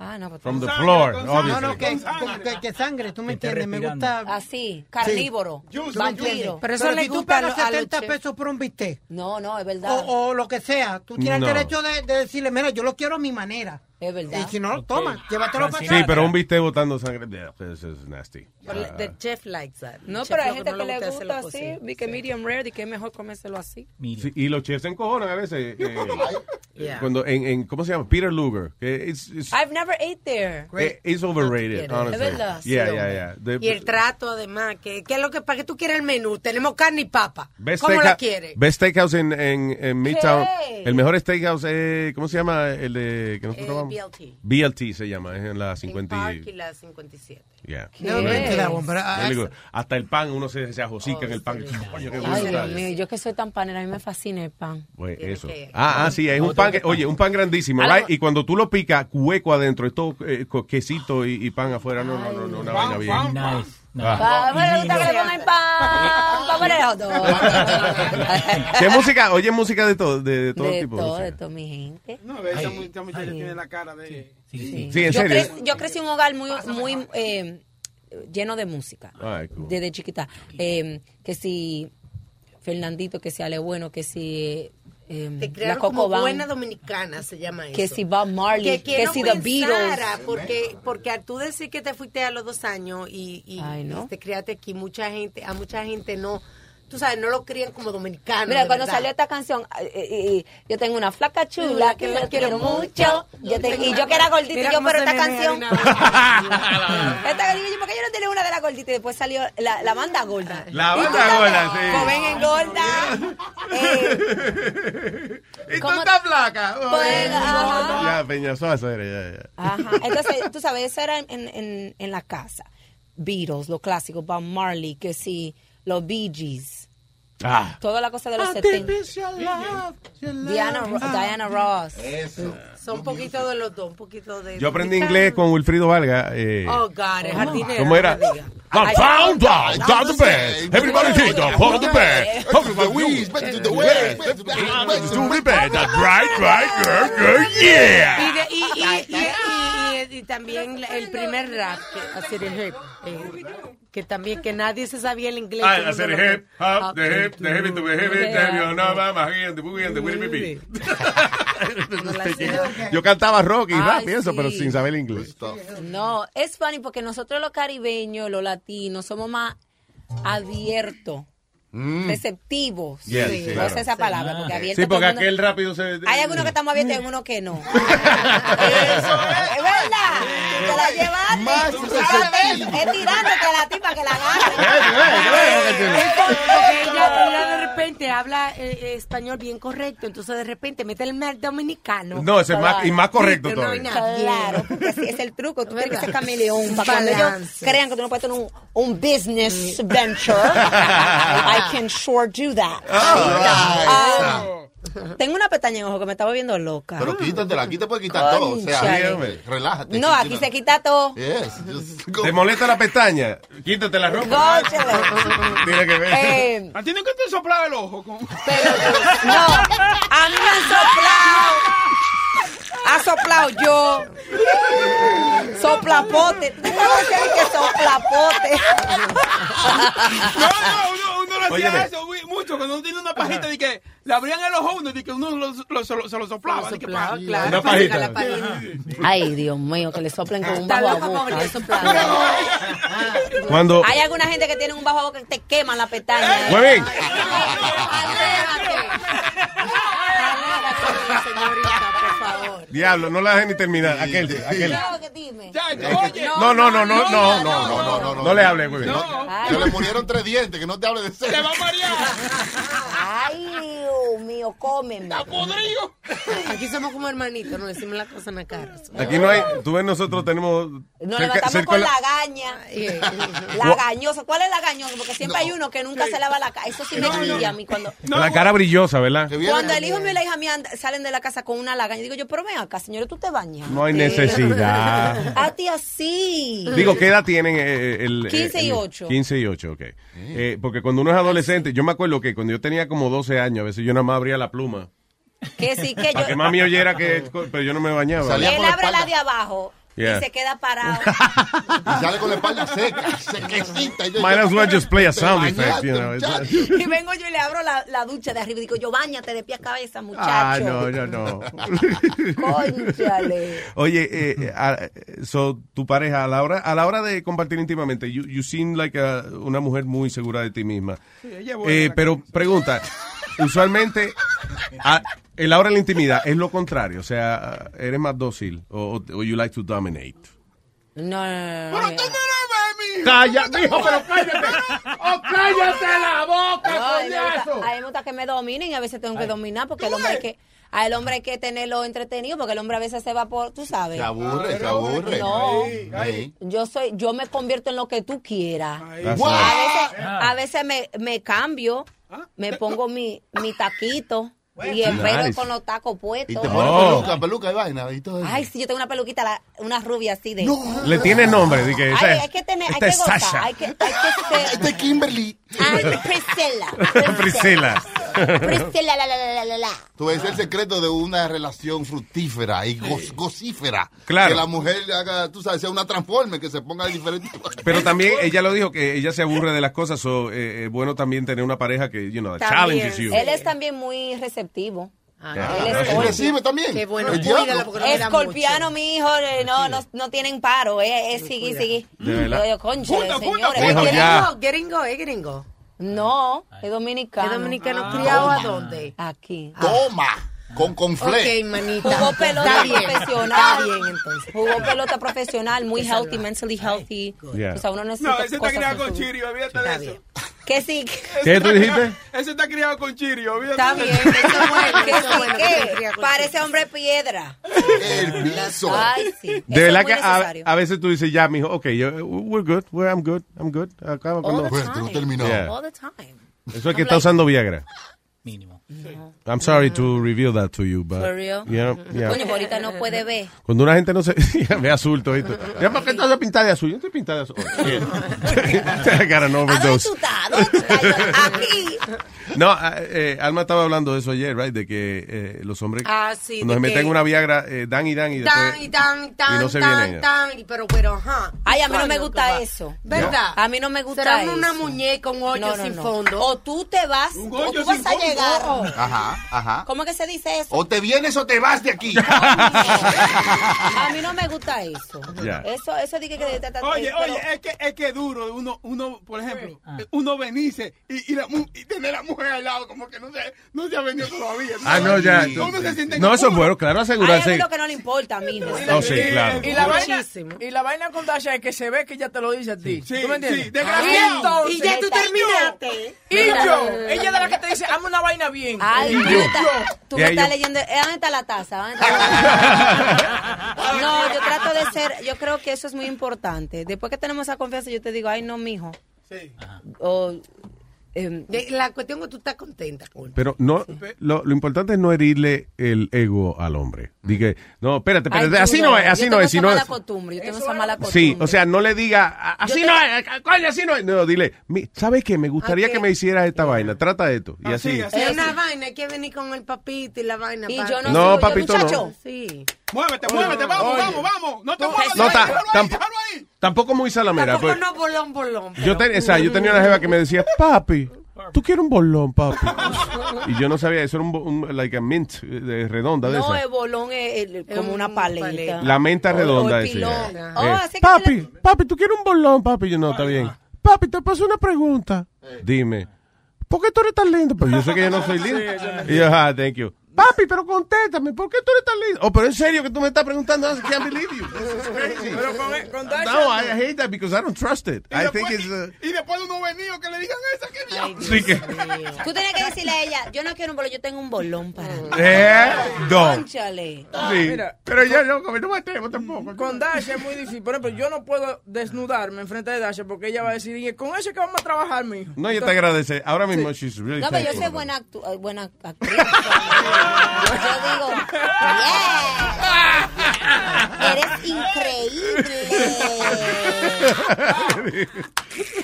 Speaker 20: Ah, no, pero
Speaker 8: From the floor,
Speaker 17: No, no,
Speaker 8: obviously.
Speaker 17: que, como que, que sangre, tú me entiendes. Me gusta.
Speaker 20: Así, carnívoro,
Speaker 17: ¿Tú me entiendes?
Speaker 20: vampiro.
Speaker 17: Pero, si tú pagas 70 pesos por un bistec.
Speaker 20: No, no, es verdad.
Speaker 17: O, o lo que sea, tú tienes
Speaker 8: No.
Speaker 17: el derecho de, de decirle, mira, yo lo quiero a mi manera.
Speaker 20: Es verdad.
Speaker 17: Y si no, toma, llévatelo para
Speaker 8: Sí, pero un bistec botando sangre. Yeah, this is nasty.
Speaker 15: But The chef likes that.
Speaker 20: No,
Speaker 15: Chef
Speaker 20: pero hay
Speaker 15: lo
Speaker 20: gente
Speaker 15: no
Speaker 20: que le
Speaker 15: hacer
Speaker 20: gusta
Speaker 15: las cosas.
Speaker 20: así, vi que medium rare, y que es mejor comérselo así.
Speaker 8: Sí, y los chefs se encojonan a veces. eh,
Speaker 20: Yeah.
Speaker 8: Cuando en, en- ¿Cómo se llama? Peter Luger. que it's- it's-
Speaker 20: I've never ate there.
Speaker 8: Eh, It's overrated,
Speaker 15: quiero.
Speaker 8: honestly.
Speaker 15: Es verdad, sí,
Speaker 8: yeah, yeah,
Speaker 15: hombre.
Speaker 8: yeah. The-
Speaker 15: Y el trato, además, que, que es lo que, ¿para qué tú quieres el menú? Tenemos carne y papa.
Speaker 8: Best
Speaker 15: ¿Cómo
Speaker 8: steakhouse-
Speaker 15: la quieres?
Speaker 8: Best steakhouse en, en, en Midtown.
Speaker 15: ¿Qué?
Speaker 8: El mejor steakhouse es, ¿cómo se llama? El de, que nosotros
Speaker 15: Eh,
Speaker 8: vamos?
Speaker 15: BLT.
Speaker 8: BLT se llama, es en la
Speaker 15: En
Speaker 8: 50
Speaker 15: Park y
Speaker 8: y...
Speaker 15: la 57.
Speaker 8: Yeah.
Speaker 15: ¿Qué? Never been to that one, but I-
Speaker 8: Yo digo, hasta el pan, uno se, se ajosica en el pan. Coño, qué bueno
Speaker 20: Ay,
Speaker 8: está.
Speaker 20: Dios mío, yo que soy tan panera, a mí me fascina el pan.
Speaker 8: Pues eso. Ah, ah, sí, es un pan, que- oye, un pan grandísimo,
Speaker 20: Algo-
Speaker 8: right? Y cuando tú lo picas, hueco adentro, esto eh, co- quesito y, y pan afuera, no, no, no, no, una vaina bien. Ah.
Speaker 20: Pa- me gusta que le pongan pan, pa' poner el hot dog.
Speaker 8: ¿Qué música? Oye, música de todo, de, de todo
Speaker 20: De
Speaker 8: tipo.
Speaker 20: todo, de todo, mi gente.
Speaker 13: No, ve, esa mu- esa muchacha tiene la cara de.
Speaker 8: Sí, en
Speaker 20: yo,
Speaker 8: serio.
Speaker 20: cre- yo crecí en un hogar muy, muy eh, lleno de música. Em,
Speaker 8: All right, cool.
Speaker 20: Desde chiquita. Eh, que si Fernandito, que si Ale Bueno, que si eh,
Speaker 15: Te
Speaker 20: la
Speaker 15: crearon
Speaker 20: Coco
Speaker 15: como
Speaker 20: Band.
Speaker 15: buena dominicana, se llama eso.
Speaker 20: Que si Bob Marley, que
Speaker 15: quien no
Speaker 20: si
Speaker 15: pensara,
Speaker 20: The Beatles.
Speaker 15: ah, Porque, porque al tú decir que te fuiste a los dos años y, y-
Speaker 20: Ay, no.
Speaker 15: y te criaste aquí, mucha gente, a mucha gente no, tú sabes, no lo crían como dominicano.
Speaker 20: Mira,
Speaker 15: de
Speaker 20: cuando
Speaker 15: verdad.
Speaker 20: salió esta canción, eh, eh, eh, yo tengo una flaca chula
Speaker 15: Chula,
Speaker 20: que la quiero mucho. Yo te- y yo que era gordita,
Speaker 15: Mira
Speaker 20: yo,
Speaker 15: cómo se
Speaker 20: pero
Speaker 15: menea
Speaker 20: esta canción.
Speaker 15: de
Speaker 20: Esta canción, yo, ¿por qué yo no tenía una de las gorditas? Y después salió la, la banda gorda.
Speaker 8: La
Speaker 20: Y tú
Speaker 8: banda
Speaker 20: sabes,
Speaker 8: gorda, sí.
Speaker 20: Joven engorda.
Speaker 8: Eh,
Speaker 20: Eh,
Speaker 8: ¿Y
Speaker 20: ¿cómo-
Speaker 8: flaca?
Speaker 20: Pues, ajá.
Speaker 8: Ya, Peñasosa era, ya, ya.
Speaker 20: Ajá. Entonces, tú sabes, eso era en, en- en- en la casa. Beatles, los clásicos, Bob Marley, que sí, los Bee Gees,
Speaker 16: Ah.
Speaker 20: toda la cosa de los
Speaker 15: Ah,
Speaker 20: 70.
Speaker 15: Diana,
Speaker 20: Diana, Ro- Diana Ross.
Speaker 15: Eso. Son un poquito de los dos, un poquito de.
Speaker 8: Yo aprendí inglés con Wilfrido Valga. eh,
Speaker 15: Oh, God, el jardinero.
Speaker 8: ¿Cómo era?
Speaker 16: I found out that the best. Everybody did the for the best. Everybody wins. Back to the west. Back to the west. To the best. That's right, right, girl, girl, yeah.
Speaker 15: Y, de- y, y, y- y- y- y también la- el primer rap, que, hacer el hip, eh, que también que nadie se sabía el inglés.
Speaker 8: Ah,
Speaker 15: todo el
Speaker 8: hacer
Speaker 15: mundo lo-
Speaker 8: hip, hop, the hip, the hip, the hip, the hip, no, va, más bien, the boogie, and the witty, bibi.
Speaker 9: Yo cantaba rock y
Speaker 20: Ay,
Speaker 9: rap y eso,
Speaker 20: sí.
Speaker 9: pero sin saber inglés.
Speaker 20: No, es funny porque nosotros los caribeños, los latinos, somos más abiertos,
Speaker 8: Mm.
Speaker 20: receptivos.
Speaker 8: Yes,
Speaker 20: Sí,
Speaker 8: sí,
Speaker 20: no
Speaker 8: claro.
Speaker 20: sé esa palabra, porque abierto
Speaker 8: Sí, porque
Speaker 20: todo el mundo-
Speaker 8: aquel rápido se...
Speaker 20: Hay algunos que estamos abiertos y algunos que no. Eso es. Es verdad. Te
Speaker 8: Eh,
Speaker 20: la llevaste.
Speaker 9: Más
Speaker 20: Tú sabes,
Speaker 9: receptivo.
Speaker 20: es tirándote a la tipa que la agarre.
Speaker 15: Porque ella, ella de repente habla eh, eh, español bien correcto, entonces de repente mete el mer dominicano.
Speaker 8: No, ese es más- y más correcto
Speaker 15: Sí, pero no hay
Speaker 8: todavía.
Speaker 15: nadie.
Speaker 20: Claro, porque así es el truco. Tú tienes que ser camaleón. Para cuando
Speaker 15: Balance. Mm.
Speaker 20: ellos crean que tú no puedes tener un, un business venture, I can sure do that. Ah, tengo una pestaña en ojo que me estaba viendo loca.
Speaker 7: Pero quítatela, aquí te puedes quitar todo. O sea,
Speaker 20: Cónchale.
Speaker 7: dígame, relájate.
Speaker 20: No, aquí se quita todo.
Speaker 7: Yes.
Speaker 8: ¿Te molesta la pestaña? Quítate la ropa.
Speaker 20: Góchale.
Speaker 8: Tiene que ver.
Speaker 20: Eh,
Speaker 13: A ti nunca te soplaba el ojo. Con...
Speaker 20: No, a mí me han soplado. Ha soplado yo. Soplapote. ¿Tú sabes qué es que soplapote?
Speaker 13: No, no, uno, uno lo hacía
Speaker 8: Óyeme.
Speaker 13: eso muy- mucho. Cuando uno tiene una pajita, de que le abrían el ojo a uno, de que uno lo- lo- se lo se lo soplaba. de que pa-
Speaker 8: Una pajita.
Speaker 20: Ay, Dios mío, que le soplen con un
Speaker 15: Está
Speaker 20: bajo a
Speaker 15: loco pa'
Speaker 20: boca.
Speaker 15: volver
Speaker 8: Cuando-
Speaker 20: Hay alguna gente que tiene un bajo a boca que te queman la pestaña. ¿eh?
Speaker 8: Muy bien.
Speaker 15: Señorita, por favor.
Speaker 8: Diablo, no la dejes ni terminar. Aquel, aquel.
Speaker 20: Claro que dime.
Speaker 8: No, no, no, no, no, no, no, no, no, le hables, güey.
Speaker 7: Se le murieron tres dientes, que no te hable de eso. Te va a
Speaker 20: Ay, Dios mío, cómeme. Está
Speaker 13: podrido.
Speaker 15: Aquí somos como hermanitos, nos decimos las cosas en la cara.
Speaker 8: Aquí no hay, tú ves, nosotros tenemos...
Speaker 20: Nos
Speaker 8: cerca-
Speaker 20: levantamos
Speaker 8: cerca
Speaker 20: con
Speaker 8: la-
Speaker 20: la, gaña. La
Speaker 8: Gua-
Speaker 20: gañosa. ¿Cuál es la gañosa? Porque siempre hay uno que nunca se lava la cara. Eso sí me chilla a mí cuando.
Speaker 8: la cara brillosa, ¿verdad?
Speaker 20: Cuando el hijo mío y la hija mía and- salen de la casa con una lagaña, digo yo, pero ven acá, señores, tú te bañas.
Speaker 8: No hay necesidad.
Speaker 20: A ti así.
Speaker 8: Digo, ¿qué edad tienen eh, eh, el...
Speaker 20: 15 y
Speaker 8: el-
Speaker 20: 8.
Speaker 8: 15 y 8, ok. Eh, porque cuando uno es adolescente, yo me acuerdo que cuando yo tenía como 12 años, a veces yo nada más abría la pluma.
Speaker 20: Que sí, que yo.
Speaker 8: Para que mami oyera que... Pero yo no me bañaba.
Speaker 20: Él abre la de abajo
Speaker 8: Yeah.
Speaker 20: y se queda parado.
Speaker 7: Y sale con la espalda seca, sequecita. Y yo-
Speaker 8: Might as well just play a sound
Speaker 7: Te
Speaker 8: effect, you know.
Speaker 7: bañaste,
Speaker 8: it's-
Speaker 20: Y vengo yo y le abro la, la ducha de arriba y digo, yo bañate de pie a cabeza,
Speaker 8: Ah,
Speaker 20: muchacho.
Speaker 8: no, no, no.
Speaker 20: Cónchale.
Speaker 8: Oye, eh, eh, a- so, tu pareja, a la hora, a la hora de compartir íntimamente, you, you seem like a- una mujer muy segura de ti misma.
Speaker 13: Sí, ella es buena
Speaker 8: Eh,
Speaker 13: en la
Speaker 8: pero pregunta, usualmente, a, en la hora de la intimidad, es lo contrario, o sea, eres más dócil o, o you like to dominate.
Speaker 20: No, no,
Speaker 16: no.
Speaker 8: Cállate, hijo, pero cállate.
Speaker 16: ¡Oh, cállate la boca,
Speaker 20: No, a mí me gusta-
Speaker 16: coñazo!
Speaker 20: A mí me gusta que me dominen y a veces tengo que dominar porque el hombre hay que, al hombre hay que tenerlo entretenido porque el hombre a veces se va por, tú sabes.
Speaker 7: Se aburre, se aburre.
Speaker 20: No.
Speaker 7: Ahí.
Speaker 20: Yo soy, yo me convierto en lo que tú quieras.
Speaker 7: That's right.
Speaker 20: A veces,
Speaker 16: Ah.
Speaker 20: a veces me, me cambio, me pongo mi, mi taquito y el
Speaker 7: Nice.
Speaker 20: pelo con los tacos
Speaker 7: Y
Speaker 20: puestos.
Speaker 7: te pones peluca, peluca y vaina y todo eso.
Speaker 20: Ay, sí, yo tengo una peluquita, la- una rubia así de.
Speaker 8: Le tiene nombre, de que
Speaker 20: Ay,
Speaker 8: esa es-
Speaker 20: hay que tener, hay
Speaker 8: esta
Speaker 20: que
Speaker 8: es
Speaker 20: gozar,
Speaker 8: Sasha.
Speaker 20: hay que, hay que ser.
Speaker 7: Este Kimberly.
Speaker 20: Ay, Priscilla.
Speaker 8: Priscila.
Speaker 20: Priscilla, la, la, la, la, la, la.
Speaker 7: Tú ves el secreto de una relación fructífera y go- gocífera.
Speaker 8: Claro.
Speaker 7: Que la mujer le haga, tú sabes, sea una transforme, que se ponga de diferente.
Speaker 8: Pero también ella lo dijo que ella se aburre de las eh, cosas, o es bueno también tener una pareja que, you know, that
Speaker 20: También.
Speaker 8: challenges you.
Speaker 20: Él es también muy receptivo.
Speaker 7: Ah,
Speaker 20: él es
Speaker 7: él
Speaker 20: Scorpio.
Speaker 7: recibe también.
Speaker 20: Qué bueno.
Speaker 7: El diablo.
Speaker 20: Cuídala porque no mira Escorpiano, mi hijo, eh, no, no, no tienen paro, eh, eh, sigue, sigue.
Speaker 8: De verdad.
Speaker 20: Yo digo, concha,
Speaker 15: Punta, punta,
Speaker 20: señores.
Speaker 8: punta. Dijo ya.
Speaker 20: gringo, es gringo. No, es dominicano. Ah.
Speaker 15: ¿Es dominicano criado a dónde?
Speaker 20: Aquí.
Speaker 7: Toma. Con
Speaker 20: Ah.
Speaker 7: confle.
Speaker 15: Ok, manita.
Speaker 20: Jugó pelota
Speaker 15: Está bien,
Speaker 20: profesional.
Speaker 15: Está bien, entonces.
Speaker 20: Jugó pelota profesional, muy healthy, mentally healthy.
Speaker 8: Yeah.
Speaker 20: O sea, uno necesita
Speaker 13: No, ese está
Speaker 20: cosas
Speaker 13: criado
Speaker 20: para
Speaker 13: con
Speaker 20: su-
Speaker 13: Chirio, olvídate de eso.
Speaker 20: Que sí.
Speaker 8: ¿Qué tú dijiste?
Speaker 13: Ese está criado con Chirio, olvídate
Speaker 20: Está
Speaker 13: de
Speaker 20: bien,
Speaker 13: eso.
Speaker 20: eso es bueno, que
Speaker 15: eso es
Speaker 20: sí,
Speaker 15: bueno,
Speaker 20: que
Speaker 15: que cría con
Speaker 20: Parece hombre piedra.
Speaker 7: El piso.
Speaker 20: Ay, sí.
Speaker 8: De
Speaker 20: Eso
Speaker 8: verdad
Speaker 20: es
Speaker 8: que ah,
Speaker 20: muy
Speaker 8: a,
Speaker 20: necesario.
Speaker 8: a veces tú dices, ya, mijo, ok, yo, we're good, we're, I'm good, I'm good. Acaba cuando...
Speaker 20: All the time.
Speaker 8: Yeah.
Speaker 20: All the time.
Speaker 8: Eso es que está
Speaker 20: Oh. I'm like,
Speaker 8: usando Viagra. Mínimo. I'm sorry to reveal that to you, but...
Speaker 20: Mm. For real. Mm-hmm.
Speaker 8: Yeah, yeah.
Speaker 20: Coño, pues- ahorita no puede ver.
Speaker 8: Cuando una gente no se... ve azul todo esto. Ya, ¿para qué estás pintada de azul? Yo estoy pintada de azul. Oh, shit. I got an overdose.
Speaker 20: Aquí.
Speaker 8: No, ah, eh, Alma estaba hablando de eso ayer, right? De que eh, los hombres
Speaker 15: Ah, sí,
Speaker 8: cuando
Speaker 15: de
Speaker 8: se meten
Speaker 15: que-
Speaker 8: una Viagra, eh, dan y dan y
Speaker 15: Tan, y
Speaker 8: después...
Speaker 15: tan, y tan,
Speaker 8: pues, y no se
Speaker 15: tan,
Speaker 8: vienen ya.
Speaker 15: tan, y- pero, pero, ajá.
Speaker 20: Ay, a mí no me
Speaker 15: Coño,
Speaker 20: gusta
Speaker 15: que va.
Speaker 20: eso.
Speaker 15: ¿Verdad?
Speaker 20: A mí no me gusta
Speaker 15: Será
Speaker 20: eso.
Speaker 15: una muñeca, un hoyo
Speaker 20: No, no,
Speaker 15: sin
Speaker 20: no.
Speaker 15: fondo.
Speaker 20: O tú te vas, o tú vas a llegar.
Speaker 7: Ajá, ajá.
Speaker 20: ¿Cómo que se dice eso?
Speaker 7: O te vienes o te vas de aquí.
Speaker 20: A mí no me gusta eso.
Speaker 7: Ya.
Speaker 20: Eso, eso dije que...
Speaker 13: Oye,
Speaker 20: eh, pero- Ah.
Speaker 13: oye, es que es que es duro uno uno, por ejemplo, uno venirse y, y, la mu- y tener a la mujer al lado como que no se no se ha venido todavía.
Speaker 8: Ah, no, ya.
Speaker 13: Uno se siente
Speaker 8: No, eso es
Speaker 13: incómodo.
Speaker 8: bueno, claro,
Speaker 20: Hay
Speaker 8: asegurarse.
Speaker 20: algo que no le importa, mijo.
Speaker 8: No, sí, claro.
Speaker 10: Y la, vaina, y la vaina con Dasha es que se ve que ya te lo dice a ti. ¿Tú me entiendes?
Speaker 13: sí, desgraciado.
Speaker 10: Y entonces-
Speaker 15: Y ya tú terminaste.
Speaker 10: Y yo, ella es de la que te dice, hazme una vaina bien.
Speaker 20: Ay,
Speaker 10: Y
Speaker 20: tú
Speaker 10: yo.
Speaker 20: me estás, tú me
Speaker 10: Ya,
Speaker 20: estás
Speaker 10: yo-
Speaker 20: leyendo. eh, ¿Dónde está la taza? ¿Dónde está la taza? No, yo trato de ser. Yo creo que eso es muy importante. Después que tenemos esa confianza, yo te digo, ay, no, mijo.
Speaker 13: Sí.
Speaker 20: O, em,
Speaker 15: De- La cuestión es que tú estás contenta con
Speaker 8: Pero no, eh, lo, lo importante es no herirle el ego al hombre. Dije, no, espérate,
Speaker 20: ay,
Speaker 8: espérate, así
Speaker 20: duro.
Speaker 8: no es, así
Speaker 20: yo
Speaker 8: no
Speaker 20: tengo
Speaker 8: es, si
Speaker 20: esa
Speaker 8: no
Speaker 20: mala
Speaker 8: es-
Speaker 20: costumbre, yo tengo esa mala costumbre.
Speaker 8: Sí, o sea, no le diga, "A- así no es, a- coño, así no es. No, dile, "Mi- ¿sabes qué? Me gustaría
Speaker 15: Ok.
Speaker 8: que me hicieras esta vaina, trata esto. Y así.
Speaker 15: Es una vaina, hay que venir con el papito y la vaina.
Speaker 20: Y
Speaker 15: papi.
Speaker 20: yo
Speaker 8: no No, soy- yo, papito, no. muchacho.
Speaker 15: Sí.
Speaker 13: Muévete, muévete, vamos,
Speaker 15: Oye.
Speaker 13: vamos, vamos. No te
Speaker 15: No,
Speaker 13: muevas.
Speaker 8: No, ta-
Speaker 13: déjalo ahí,
Speaker 8: tampo-
Speaker 13: déjalo ahí.
Speaker 8: tampoco muy salamera.
Speaker 15: Tampoco
Speaker 8: pues.
Speaker 15: no bolón, bolón.
Speaker 8: yo, ten- o sea, yo tenía una jeva que me decía, papi, tú quieres un bolón, papi. Y yo no sabía, eso era un, bo- un- like a mint, eh, de- redonda de
Speaker 20: no,
Speaker 8: esa.
Speaker 20: el bolón es, el- como una paleta.
Speaker 8: La menta redonda
Speaker 20: el
Speaker 8: esa.
Speaker 20: pilón.
Speaker 8: Eh,
Speaker 20: Oh, así que
Speaker 8: papi, papi, tú quieres un bolón, papi. Yo no, está bien. Papi, te paso una pregunta. Dime, ¿por qué tú eres tan lindo? Pues yo sé que yo no soy lindo. Y yo, ah, thank you. Papi, pero conténtame, ¿por qué tú eres tan lindo? Oh, pero en serio que tú me estás preguntando, I can't believe you.
Speaker 10: Pero con, con Dasha
Speaker 8: No, I hate that because I don't trust it. I think it's... uh,
Speaker 13: Y después uno venido que le digan esa que
Speaker 8: sí que-
Speaker 20: Tú tienes que decirle a ella, yo no quiero un bolón, yo tengo un bolón para mí.
Speaker 8: Eh, no.
Speaker 20: Cónchale.
Speaker 8: Sí,
Speaker 10: Mira,
Speaker 8: pero yo no, no me atrevo tampoco.
Speaker 10: Con Dasha es muy difícil. Por ejemplo, yo no puedo desnudarme enfrente de Dasha porque ella va a decir, "Y con eso es que vamos a trabajar, mijo.
Speaker 8: No, yo te agradezco. Ahora mismo, she's really
Speaker 20: No, pero yo
Speaker 8: thankful.
Speaker 20: soy buena, actu- eh, buena actriz. yo digo, yeah, eres increíble.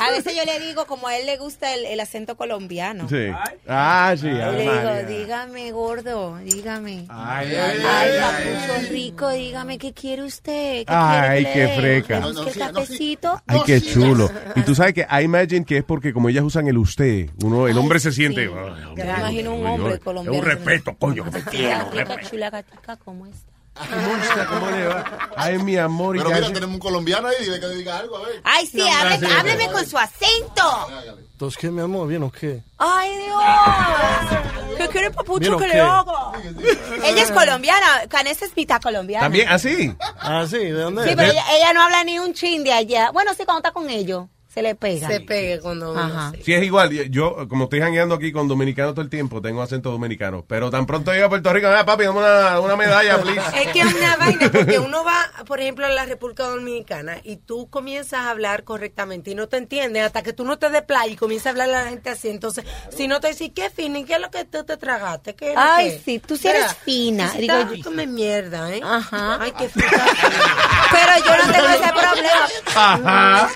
Speaker 20: A veces yo le digo, como a él le gusta el, el acento colombiano.
Speaker 8: Sí. Ah, sí.
Speaker 20: Yo
Speaker 8: Ave
Speaker 20: le digo,
Speaker 8: María.
Speaker 20: dígame gordo, dígame.
Speaker 8: Ay,
Speaker 20: Ay,
Speaker 8: ay, ay,
Speaker 20: papucho rico, dígame, ¿qué quiere usted? ¿Qué
Speaker 8: Ay,
Speaker 20: quiere que
Speaker 8: qué
Speaker 20: le-
Speaker 8: freca.
Speaker 20: ¿Le busque el cafecito?
Speaker 8: Ay, qué chulo. Y tú sabes que I imagine que es porque como ellas usan el usted, uno, el hombre se siente. "Ay,
Speaker 20: Yo me imagino un
Speaker 8: hombre,
Speaker 20: hombre
Speaker 8: es
Speaker 20: colombiano.
Speaker 8: un respeto, coño, que te quiero,
Speaker 20: Gatica,
Speaker 8: respeto.
Speaker 20: chula gatica, ¿cómo está?
Speaker 8: pues. ¿Cómo le va? Ay, mi amor. y
Speaker 7: Pero
Speaker 8: ya
Speaker 7: mira,
Speaker 8: yo-
Speaker 7: tenemos un colombiano ahí, dile que le diga algo, a ver.
Speaker 20: Ay, sí, hable-
Speaker 7: sí,
Speaker 20: hábleme, con su acento.
Speaker 12: Entonces, ¿qué, mi amor? ¿Bien o qué?
Speaker 20: Ay, Dios. ¿Qué quiere
Speaker 12: Mira,
Speaker 20: papucho que
Speaker 12: ¿qué?
Speaker 20: le hago? Ella es colombiana. Canessa es mitad colombiana.
Speaker 12: ¿También? ¿Ah,
Speaker 8: ¿Así?
Speaker 12: ¿Así? ¿De dónde
Speaker 20: Sí,
Speaker 12: es?
Speaker 20: pero ella, ella no habla ni un chin de allá. Bueno, sí, cuando está con ellos, se le pega.
Speaker 15: Se pega cuando uno
Speaker 20: Ajá.
Speaker 8: Sí, es igual. Yo- Yo, como estoy jangueando aquí con dominicanos todo el tiempo, tengo acento dominicano. Pero tan pronto llego a Puerto Rico, ah, papi, dame una, una medalla, please.
Speaker 15: Es que es una vaina, porque uno va, por ejemplo, a la República Dominicana y tú comienzas a hablar correctamente y no te entienden hasta que tú no te desplayas y comienzas a hablar a la gente así. Entonces, si no te dicen, ¿qué fina? ¿Y qué es lo que tú te tragaste? ¿Qué es lo
Speaker 20: Ay,
Speaker 15: que?
Speaker 20: sí, tú sí eres
Speaker 15: Mira,
Speaker 20: fina.
Speaker 15: tú sí
Speaker 20: Digo,
Speaker 15: estás-
Speaker 20: yo-
Speaker 15: tú me mierda, ¿eh?
Speaker 20: Ajá.
Speaker 15: Ay, qué fruta.
Speaker 20: Pero yo no tengo ese problema.
Speaker 8: Ajá.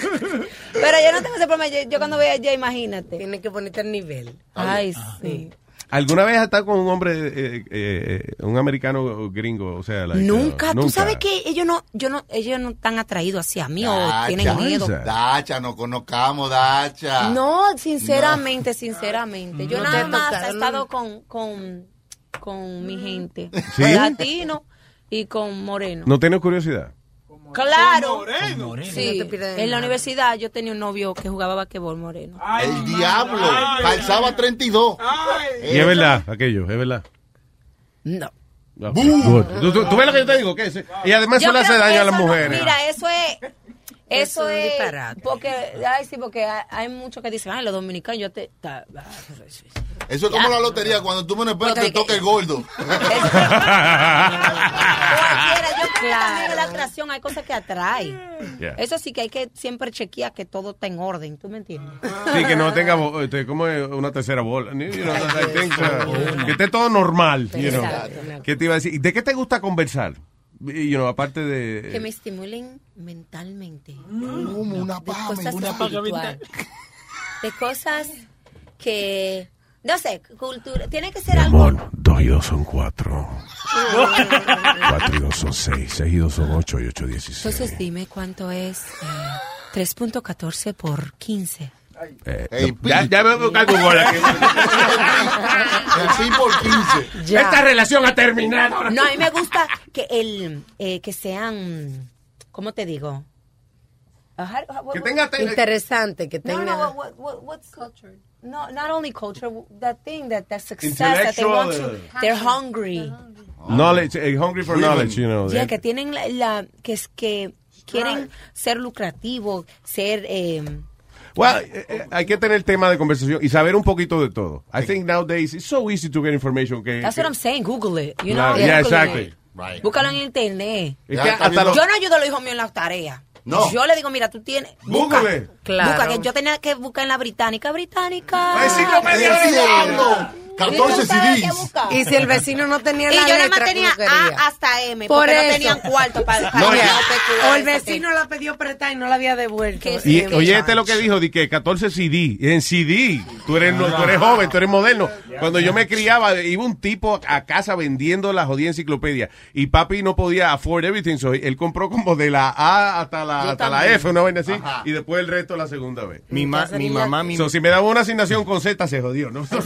Speaker 20: Pero yo no tengo ese problema. Yo, yo cuando voy allá, imagínate.
Speaker 15: Tienes que ponerte al nivel.
Speaker 20: Ay,
Speaker 12: Ah.
Speaker 20: sí.
Speaker 8: ¿Alguna vez has estado con un hombre, eh, eh, eh, un americano gringo? O sea, like,
Speaker 20: Nunca,
Speaker 8: uh,
Speaker 20: tú sabes que ellos no, yo no, ellos no están atraídos hacia mí o tienen miedo.
Speaker 7: Dacha, no conozcamos, Dacha.
Speaker 20: No, sinceramente, sinceramente. Yo
Speaker 15: No
Speaker 8: Mm.
Speaker 20: nada
Speaker 15: te
Speaker 20: más he
Speaker 15: tocaron.
Speaker 20: estado con, con con mi gente.
Speaker 8: ¿Sí?
Speaker 20: Con latino y con moreno.
Speaker 8: ¿No tienes curiosidad?
Speaker 20: Claro.
Speaker 8: moreno.
Speaker 20: Sí.
Speaker 8: No te pierdes
Speaker 20: en la universidad yo tenía un novio que jugaba basquetbol moreno.
Speaker 7: El diablo. Calzaba 32. Eh,
Speaker 8: Y es verdad, aquello, es verdad.
Speaker 20: No.
Speaker 8: Good. ¿Tú, tú- tú ves lo que yo te digo? que es- Y además
Speaker 20: Yo
Speaker 8: eso le hace
Speaker 20: creo que
Speaker 8: daño a las
Speaker 20: eso no-
Speaker 8: mujeres.
Speaker 20: mira, eso es. Eso
Speaker 15: Eso es un
Speaker 20: es.
Speaker 15: disparate.
Speaker 20: Porque, ay, sí, porque hay- hay muchos que dicen, ay, los dominicanos, yo te. ta- ah,
Speaker 7: Eso es como la lotería. Cuando tú menos esperas, te toca el gordo.
Speaker 20: Mira, yo creo que también la atracción, hay cosas que atraen.
Speaker 8: Yeah.
Speaker 20: Eso sí que hay que siempre chequear que todo está en orden, ¿tú me entiendes?
Speaker 8: Sí, que no tenga bo- este, como es una tercera bola. You know, I think, uh, que esté todo normal. You know.
Speaker 20: Exacto.
Speaker 8: ¿Qué te iba a decir? ¿De qué te gusta conversar? You know, aparte de...
Speaker 20: Que me estimulen mentalmente.
Speaker 7: Como Uh, una
Speaker 20: paja, cosas
Speaker 7: una
Speaker 20: espiritual,
Speaker 7: paja mental.
Speaker 20: De cosas que. No sé, cultura. Tiene que ser algo.
Speaker 16: Amor, 2 y 2 son 4. 4 y 2 son 6. 6 y 2 son 8 y 8 16.
Speaker 20: Entonces dime cuánto es eh, 3.14 por 15.
Speaker 16: Eh,
Speaker 8: Ey, ya, ya me voy a buscar tu bola.
Speaker 7: El pi por 15.
Speaker 20: Ya.
Speaker 8: Esta relación ha terminado.
Speaker 20: No, a mí me gusta que el eh, que sean, ¿cómo te digo? Ajá, what-
Speaker 15: Que
Speaker 20: what-
Speaker 15: tenga- tenga- Interesante, que
Speaker 20: No,
Speaker 15: tenga-
Speaker 20: no, what- what- what- what's cultured? No, not only culture, that thing that that success that they
Speaker 8: Intellectual,
Speaker 20: want
Speaker 8: eh.
Speaker 20: to, they're hungry.
Speaker 8: Knowledge, eh, hungry for knowledge, you know.
Speaker 20: Ya que tienen la, la- que es que quieren ser lucrativos, ser eh,
Speaker 8: Well, eh, eh, hay que tener tema de conversación y saber un poquito de todo. I think nowadays it's so easy to get information que...
Speaker 20: That's what I'm saying, Google it, you
Speaker 8: Claro,
Speaker 20: know.
Speaker 8: yeah,
Speaker 20: Google it.
Speaker 8: exactly. Right.
Speaker 20: Búscalo en internet.
Speaker 8: Es que hasta los-
Speaker 20: Yo no ayudo a los hijos míos en las tareas.
Speaker 8: No.
Speaker 20: Yo le digo, mira, tú tienes. Busca,
Speaker 8: Google.
Speaker 20: Busca, que yo tenía que buscar en la británica, británica.
Speaker 15: La enciclopedia
Speaker 20: Sí.
Speaker 15: británica.
Speaker 20: Y tú
Speaker 15: 14
Speaker 20: sabes qué
Speaker 15: CDs.
Speaker 20: buscar.
Speaker 15: Y si el vecino no tenía la
Speaker 20: Y yo nada más
Speaker 15: letra que
Speaker 20: tenía
Speaker 15: uno quería.
Speaker 20: A hasta M,
Speaker 15: Por
Speaker 20: porque no
Speaker 15: eso.
Speaker 20: tenían cuarto para, para
Speaker 8: No,
Speaker 20: el
Speaker 8: ya.
Speaker 20: OPQ,
Speaker 15: O el
Speaker 20: eso,
Speaker 15: vecino la pidió prestada y no la había devuelto.
Speaker 8: Y oye, este lo que dijo, di que 14 CD, en CD, tú eres, no- tú eres joven, tú eres moderno. Cuando yo me criaba, iba un tipo a casa vendiendo la jodida enciclopedia y papi no podía afford everything, so él compró como de la A hasta la,
Speaker 18: Yo
Speaker 8: hasta la
Speaker 18: también.
Speaker 8: F, una vaina así,
Speaker 18: Ajá.
Speaker 8: y después el resto la segunda vez.
Speaker 18: Mi ma- mi mamá, mi-
Speaker 8: So, si me daba una asignación con Z, se jodió, ¿no?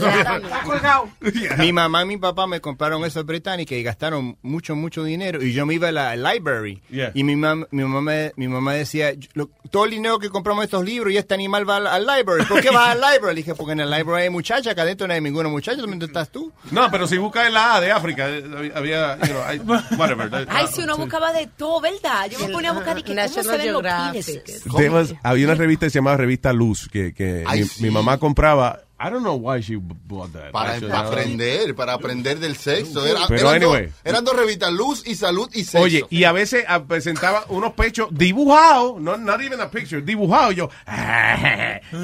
Speaker 18: Mi mamá y mi papá me compraron eso británica y gastaron mucho, mucho dinero. Y yo me iba a la library.
Speaker 8: Yeah.
Speaker 18: Y mi, mam- mi, mamá, me- mi mamá decía, "Lo- todo el dinero que compramos estos libros y este animal va al, al library. ¿Por qué va al library? Le dije, porque en el library hay muchachas, acá adentro no hay ninguna muchacha, ¿dónde estás tú?
Speaker 8: No, pero si buscas en la A de África, eh, había, you know, I- whatever.
Speaker 20: Ay, si uno buscaba de todo, ¿verdad? Yo me ponía a buscar de que cómo se
Speaker 15: National
Speaker 20: ven los
Speaker 15: Geographic.
Speaker 20: penises.
Speaker 8: There was- había una revista que se llamaba Revista Luz, que, que
Speaker 7: Ay,
Speaker 8: mi,
Speaker 7: sí.
Speaker 8: mi mamá compraba. I don't know why she bought that.
Speaker 7: Para,
Speaker 8: actually,
Speaker 7: para
Speaker 8: no.
Speaker 7: aprender, para aprender del sexo. Era-
Speaker 8: Pero
Speaker 7: eran,
Speaker 8: anyway.
Speaker 7: dos, eran dos revistas, luz y salud y sexo.
Speaker 8: Oye, y a veces ah, presentaba unos pechos dibujados, no, not even a picture, dibujados. Yo,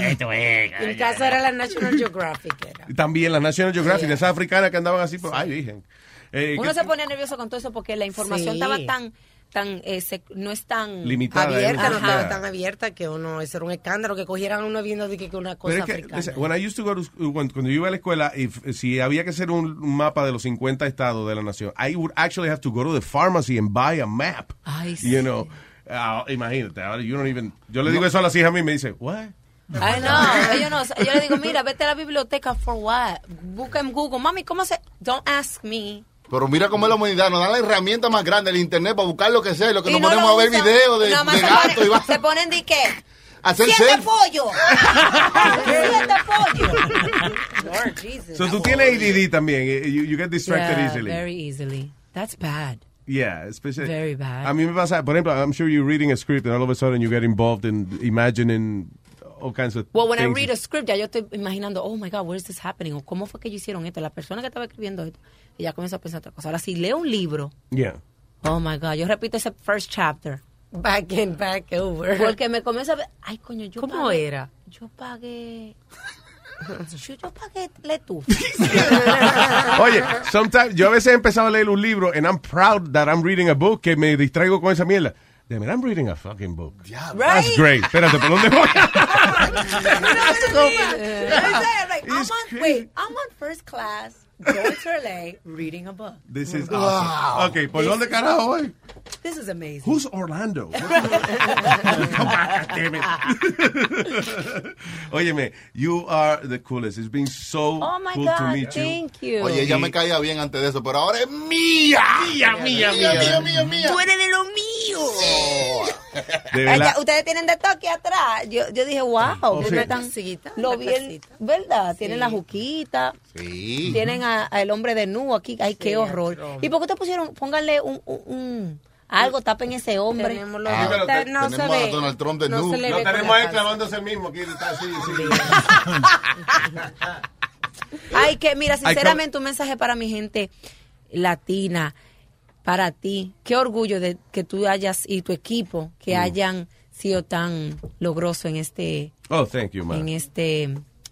Speaker 8: esto es.
Speaker 15: En casa era la National Geographic. era.
Speaker 8: También las National Geographic, esas africanas que andaban así, pero, ay, virgen. Eh,
Speaker 20: Uno
Speaker 8: que-
Speaker 20: se ponía nervioso con todo eso porque la información
Speaker 15: Sí.
Speaker 20: estaba tan, tan eh, sec- no es tan
Speaker 8: Limitada,
Speaker 15: abierta,
Speaker 8: era
Speaker 15: no
Speaker 8: limitada.
Speaker 15: estaba tan abierta que uno, eso era un escándalo, que cogieran a uno viendo de que, que una cosa
Speaker 8: Pero es que,
Speaker 15: africana.
Speaker 8: listen, when I used to go to school, cuando, cuando yo iba a la escuela, if- si había que hacer un mapa de los 50 estados de la nación, I would actually have to go to the pharmacy and buy a map.
Speaker 20: Ay,
Speaker 8: you know, Ah, imagínate, ahora you don't even, yo le digo eso a las hijas a mí y me dice, what?
Speaker 20: Ay, no, ellos no. Yo le digo, mira, vete a la biblioteca for what? Busca en Google. Mami, ¿cómo se...? Don't ask me.
Speaker 7: Pero mira cómo es la humanidad, nos dan la herramienta más grande, el internet, para buscar lo que sea, y lo que
Speaker 20: Y
Speaker 7: nos
Speaker 20: no
Speaker 7: ponemos
Speaker 20: lo
Speaker 7: a ver
Speaker 20: usan.
Speaker 7: videos de,
Speaker 20: Nada más
Speaker 7: de
Speaker 20: se
Speaker 7: gato
Speaker 20: ponen-
Speaker 7: y va
Speaker 20: Se ponen de qué?
Speaker 7: a hacer
Speaker 20: ¡Siete
Speaker 7: selfie.
Speaker 20: pollos! ¡Siete pollos! Lord Jesus.
Speaker 8: So tú tienes ADD también, eh, you, you get distracted
Speaker 20: Yeah,
Speaker 8: easily.
Speaker 20: Very easily. That's bad.
Speaker 8: Yeah, especially.
Speaker 20: Very bad.
Speaker 8: A mí me pasa, por ejemplo, I'm sure you're reading a script and all of a sudden you get involved in imagining all kinds of
Speaker 20: Well, when I
Speaker 8: things.
Speaker 20: read a script, ya yo estoy imaginando, oh my God, where is this happening? O cómo fue que ellos hicieron esto. La persona que estaba escribiendo esto, y ya comienzo a pensar otra cosa. Ahora, si leo un libro,
Speaker 8: Yeah.
Speaker 20: oh my God, yo repito ese first chapter.
Speaker 15: Back and back over.
Speaker 20: Porque me comienza a ver, ay coño, yo
Speaker 15: ¿Cómo
Speaker 20: pagué-
Speaker 15: era?
Speaker 20: Yo pagué. Yo, yo pagué la estufa.
Speaker 8: Oye, sometimes, yo a veces he empezado a leer un libro and I'm proud that I'm reading a book que me distraigo con esa mierda. Damn it, I'm reading a fucking book. That's great. Espérate, ¿por dónde voy? Eh.
Speaker 20: You know what I mean? Like, I'm on, wait, I'm on first class.
Speaker 15: Tortolé reading a book.
Speaker 8: This is
Speaker 15: Wow.
Speaker 8: awesome. Ok, ¿por
Speaker 15: This-
Speaker 8: dónde carajo voy?
Speaker 15: This is amazing.
Speaker 8: Who's Orlando? Óyeme, you are the coolest. It's been so
Speaker 20: Oh, my
Speaker 8: cool to
Speaker 20: God,
Speaker 8: meet you.
Speaker 20: thank you.
Speaker 7: Oye, ella me caía bien antes de eso, pero ahora es mía.
Speaker 8: Mía, mía, mía.
Speaker 7: mía, mía.
Speaker 5: Tú eres de lo mío.
Speaker 8: De
Speaker 5: Ay,
Speaker 8: verdad.
Speaker 5: ya, Ustedes tienen de toque atrás. Yo, yo dije, wow.
Speaker 8: sí.
Speaker 5: no es tan- Lo vi, en- ¿verdad? Tienen la juquita.
Speaker 7: Sí.
Speaker 20: Tienen a- al hombre de nu aquí. Ay, qué horror. ¿Y por qué ustedes pusieron, pónganle un, un- un- algo, tapen ese hombre?
Speaker 7: Ah, te- tenemos a Donald Trump de nu.
Speaker 8: Lo tenemos ahí clavándose el mismo. Aquí está así, sí.
Speaker 20: Ay, que mira,
Speaker 8: come-
Speaker 20: sinceramente, un mensaje para mi gente latina, para ti. Qué orgullo de que tú hayas y tu equipo que
Speaker 8: Mm.
Speaker 20: hayan sido tan logroso en este,
Speaker 8: Oh, thank you,
Speaker 20: en
Speaker 8: man.
Speaker 20: este,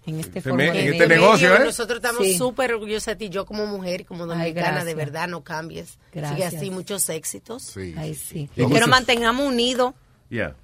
Speaker 20: en este,
Speaker 8: Este
Speaker 20: forma
Speaker 8: me-
Speaker 20: de
Speaker 8: en este
Speaker 20: medio.
Speaker 8: negocio, ¿eh?
Speaker 15: Nosotros estamos
Speaker 20: Sí.
Speaker 15: súper orgullosos de ti. Yo como mujer, como dominicana,
Speaker 20: gracias.
Speaker 15: de verdad, no cambies. Sigue
Speaker 20: Gracias.
Speaker 15: así, muchos éxitos.
Speaker 7: Sí.
Speaker 20: Ay, sí.
Speaker 8: Y
Speaker 20: Que
Speaker 8: muchos-
Speaker 20: nos mantengamos unidos,
Speaker 8: Yeah.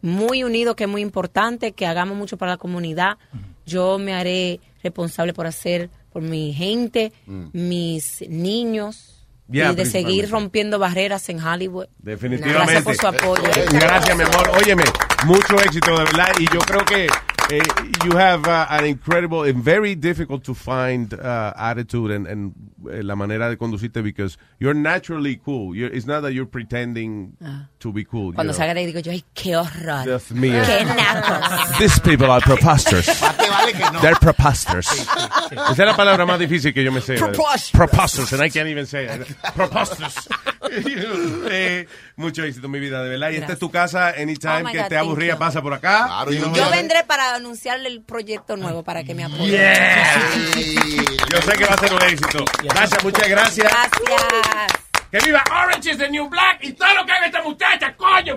Speaker 20: muy unidos, que es muy importante, que hagamos mucho para la comunidad. Yo me haré responsable por hacer por mi gente,
Speaker 8: Mm.
Speaker 20: mis niños.
Speaker 8: Yeah,
Speaker 20: y de seguir
Speaker 8: principalmente.
Speaker 20: rompiendo barreras en Hollywood.
Speaker 8: Definitivamente. Eh,
Speaker 20: Gracias por su apoyo.
Speaker 8: Gracias, mi amor. Óyeme, mucho éxito, de verdad. Y yo creo que eh, you have uh, an incredible and very difficult to find uh, attitude and, and eh, la manera de conducirte because you're naturally cool. You're- it's not that you're pretending
Speaker 20: Ah.
Speaker 8: to be cool.
Speaker 20: Cuando
Speaker 8: you know.
Speaker 20: salga de ahí digo yo, ay, qué horror.
Speaker 8: Dios mío.
Speaker 20: Qué nacos.
Speaker 8: These people are preposterous.
Speaker 7: vale que no.
Speaker 8: They're preposterous. Esa es la palabra más difícil que yo me sé.
Speaker 16: Preposterous.
Speaker 8: Preposterous, and I can't even say it. Preposterous. Eh, mucho éxito, mi vida, de verdad. Y esta es tu casa. Anytime
Speaker 20: Oh, my
Speaker 8: que
Speaker 20: God,
Speaker 8: te
Speaker 20: thank
Speaker 8: aburría,
Speaker 20: you.
Speaker 8: pasa por acá. Y nos
Speaker 20: Yo
Speaker 8: vemos.
Speaker 20: vendré para anunciarle el proyecto nuevo para que me apoyen.
Speaker 8: Yeah. Yo sé que va a ser un éxito. Gracias, muchas gracias.
Speaker 20: Gracias.
Speaker 8: Que viva Orange is the New Black y todo lo que haga esta muchacha, coño.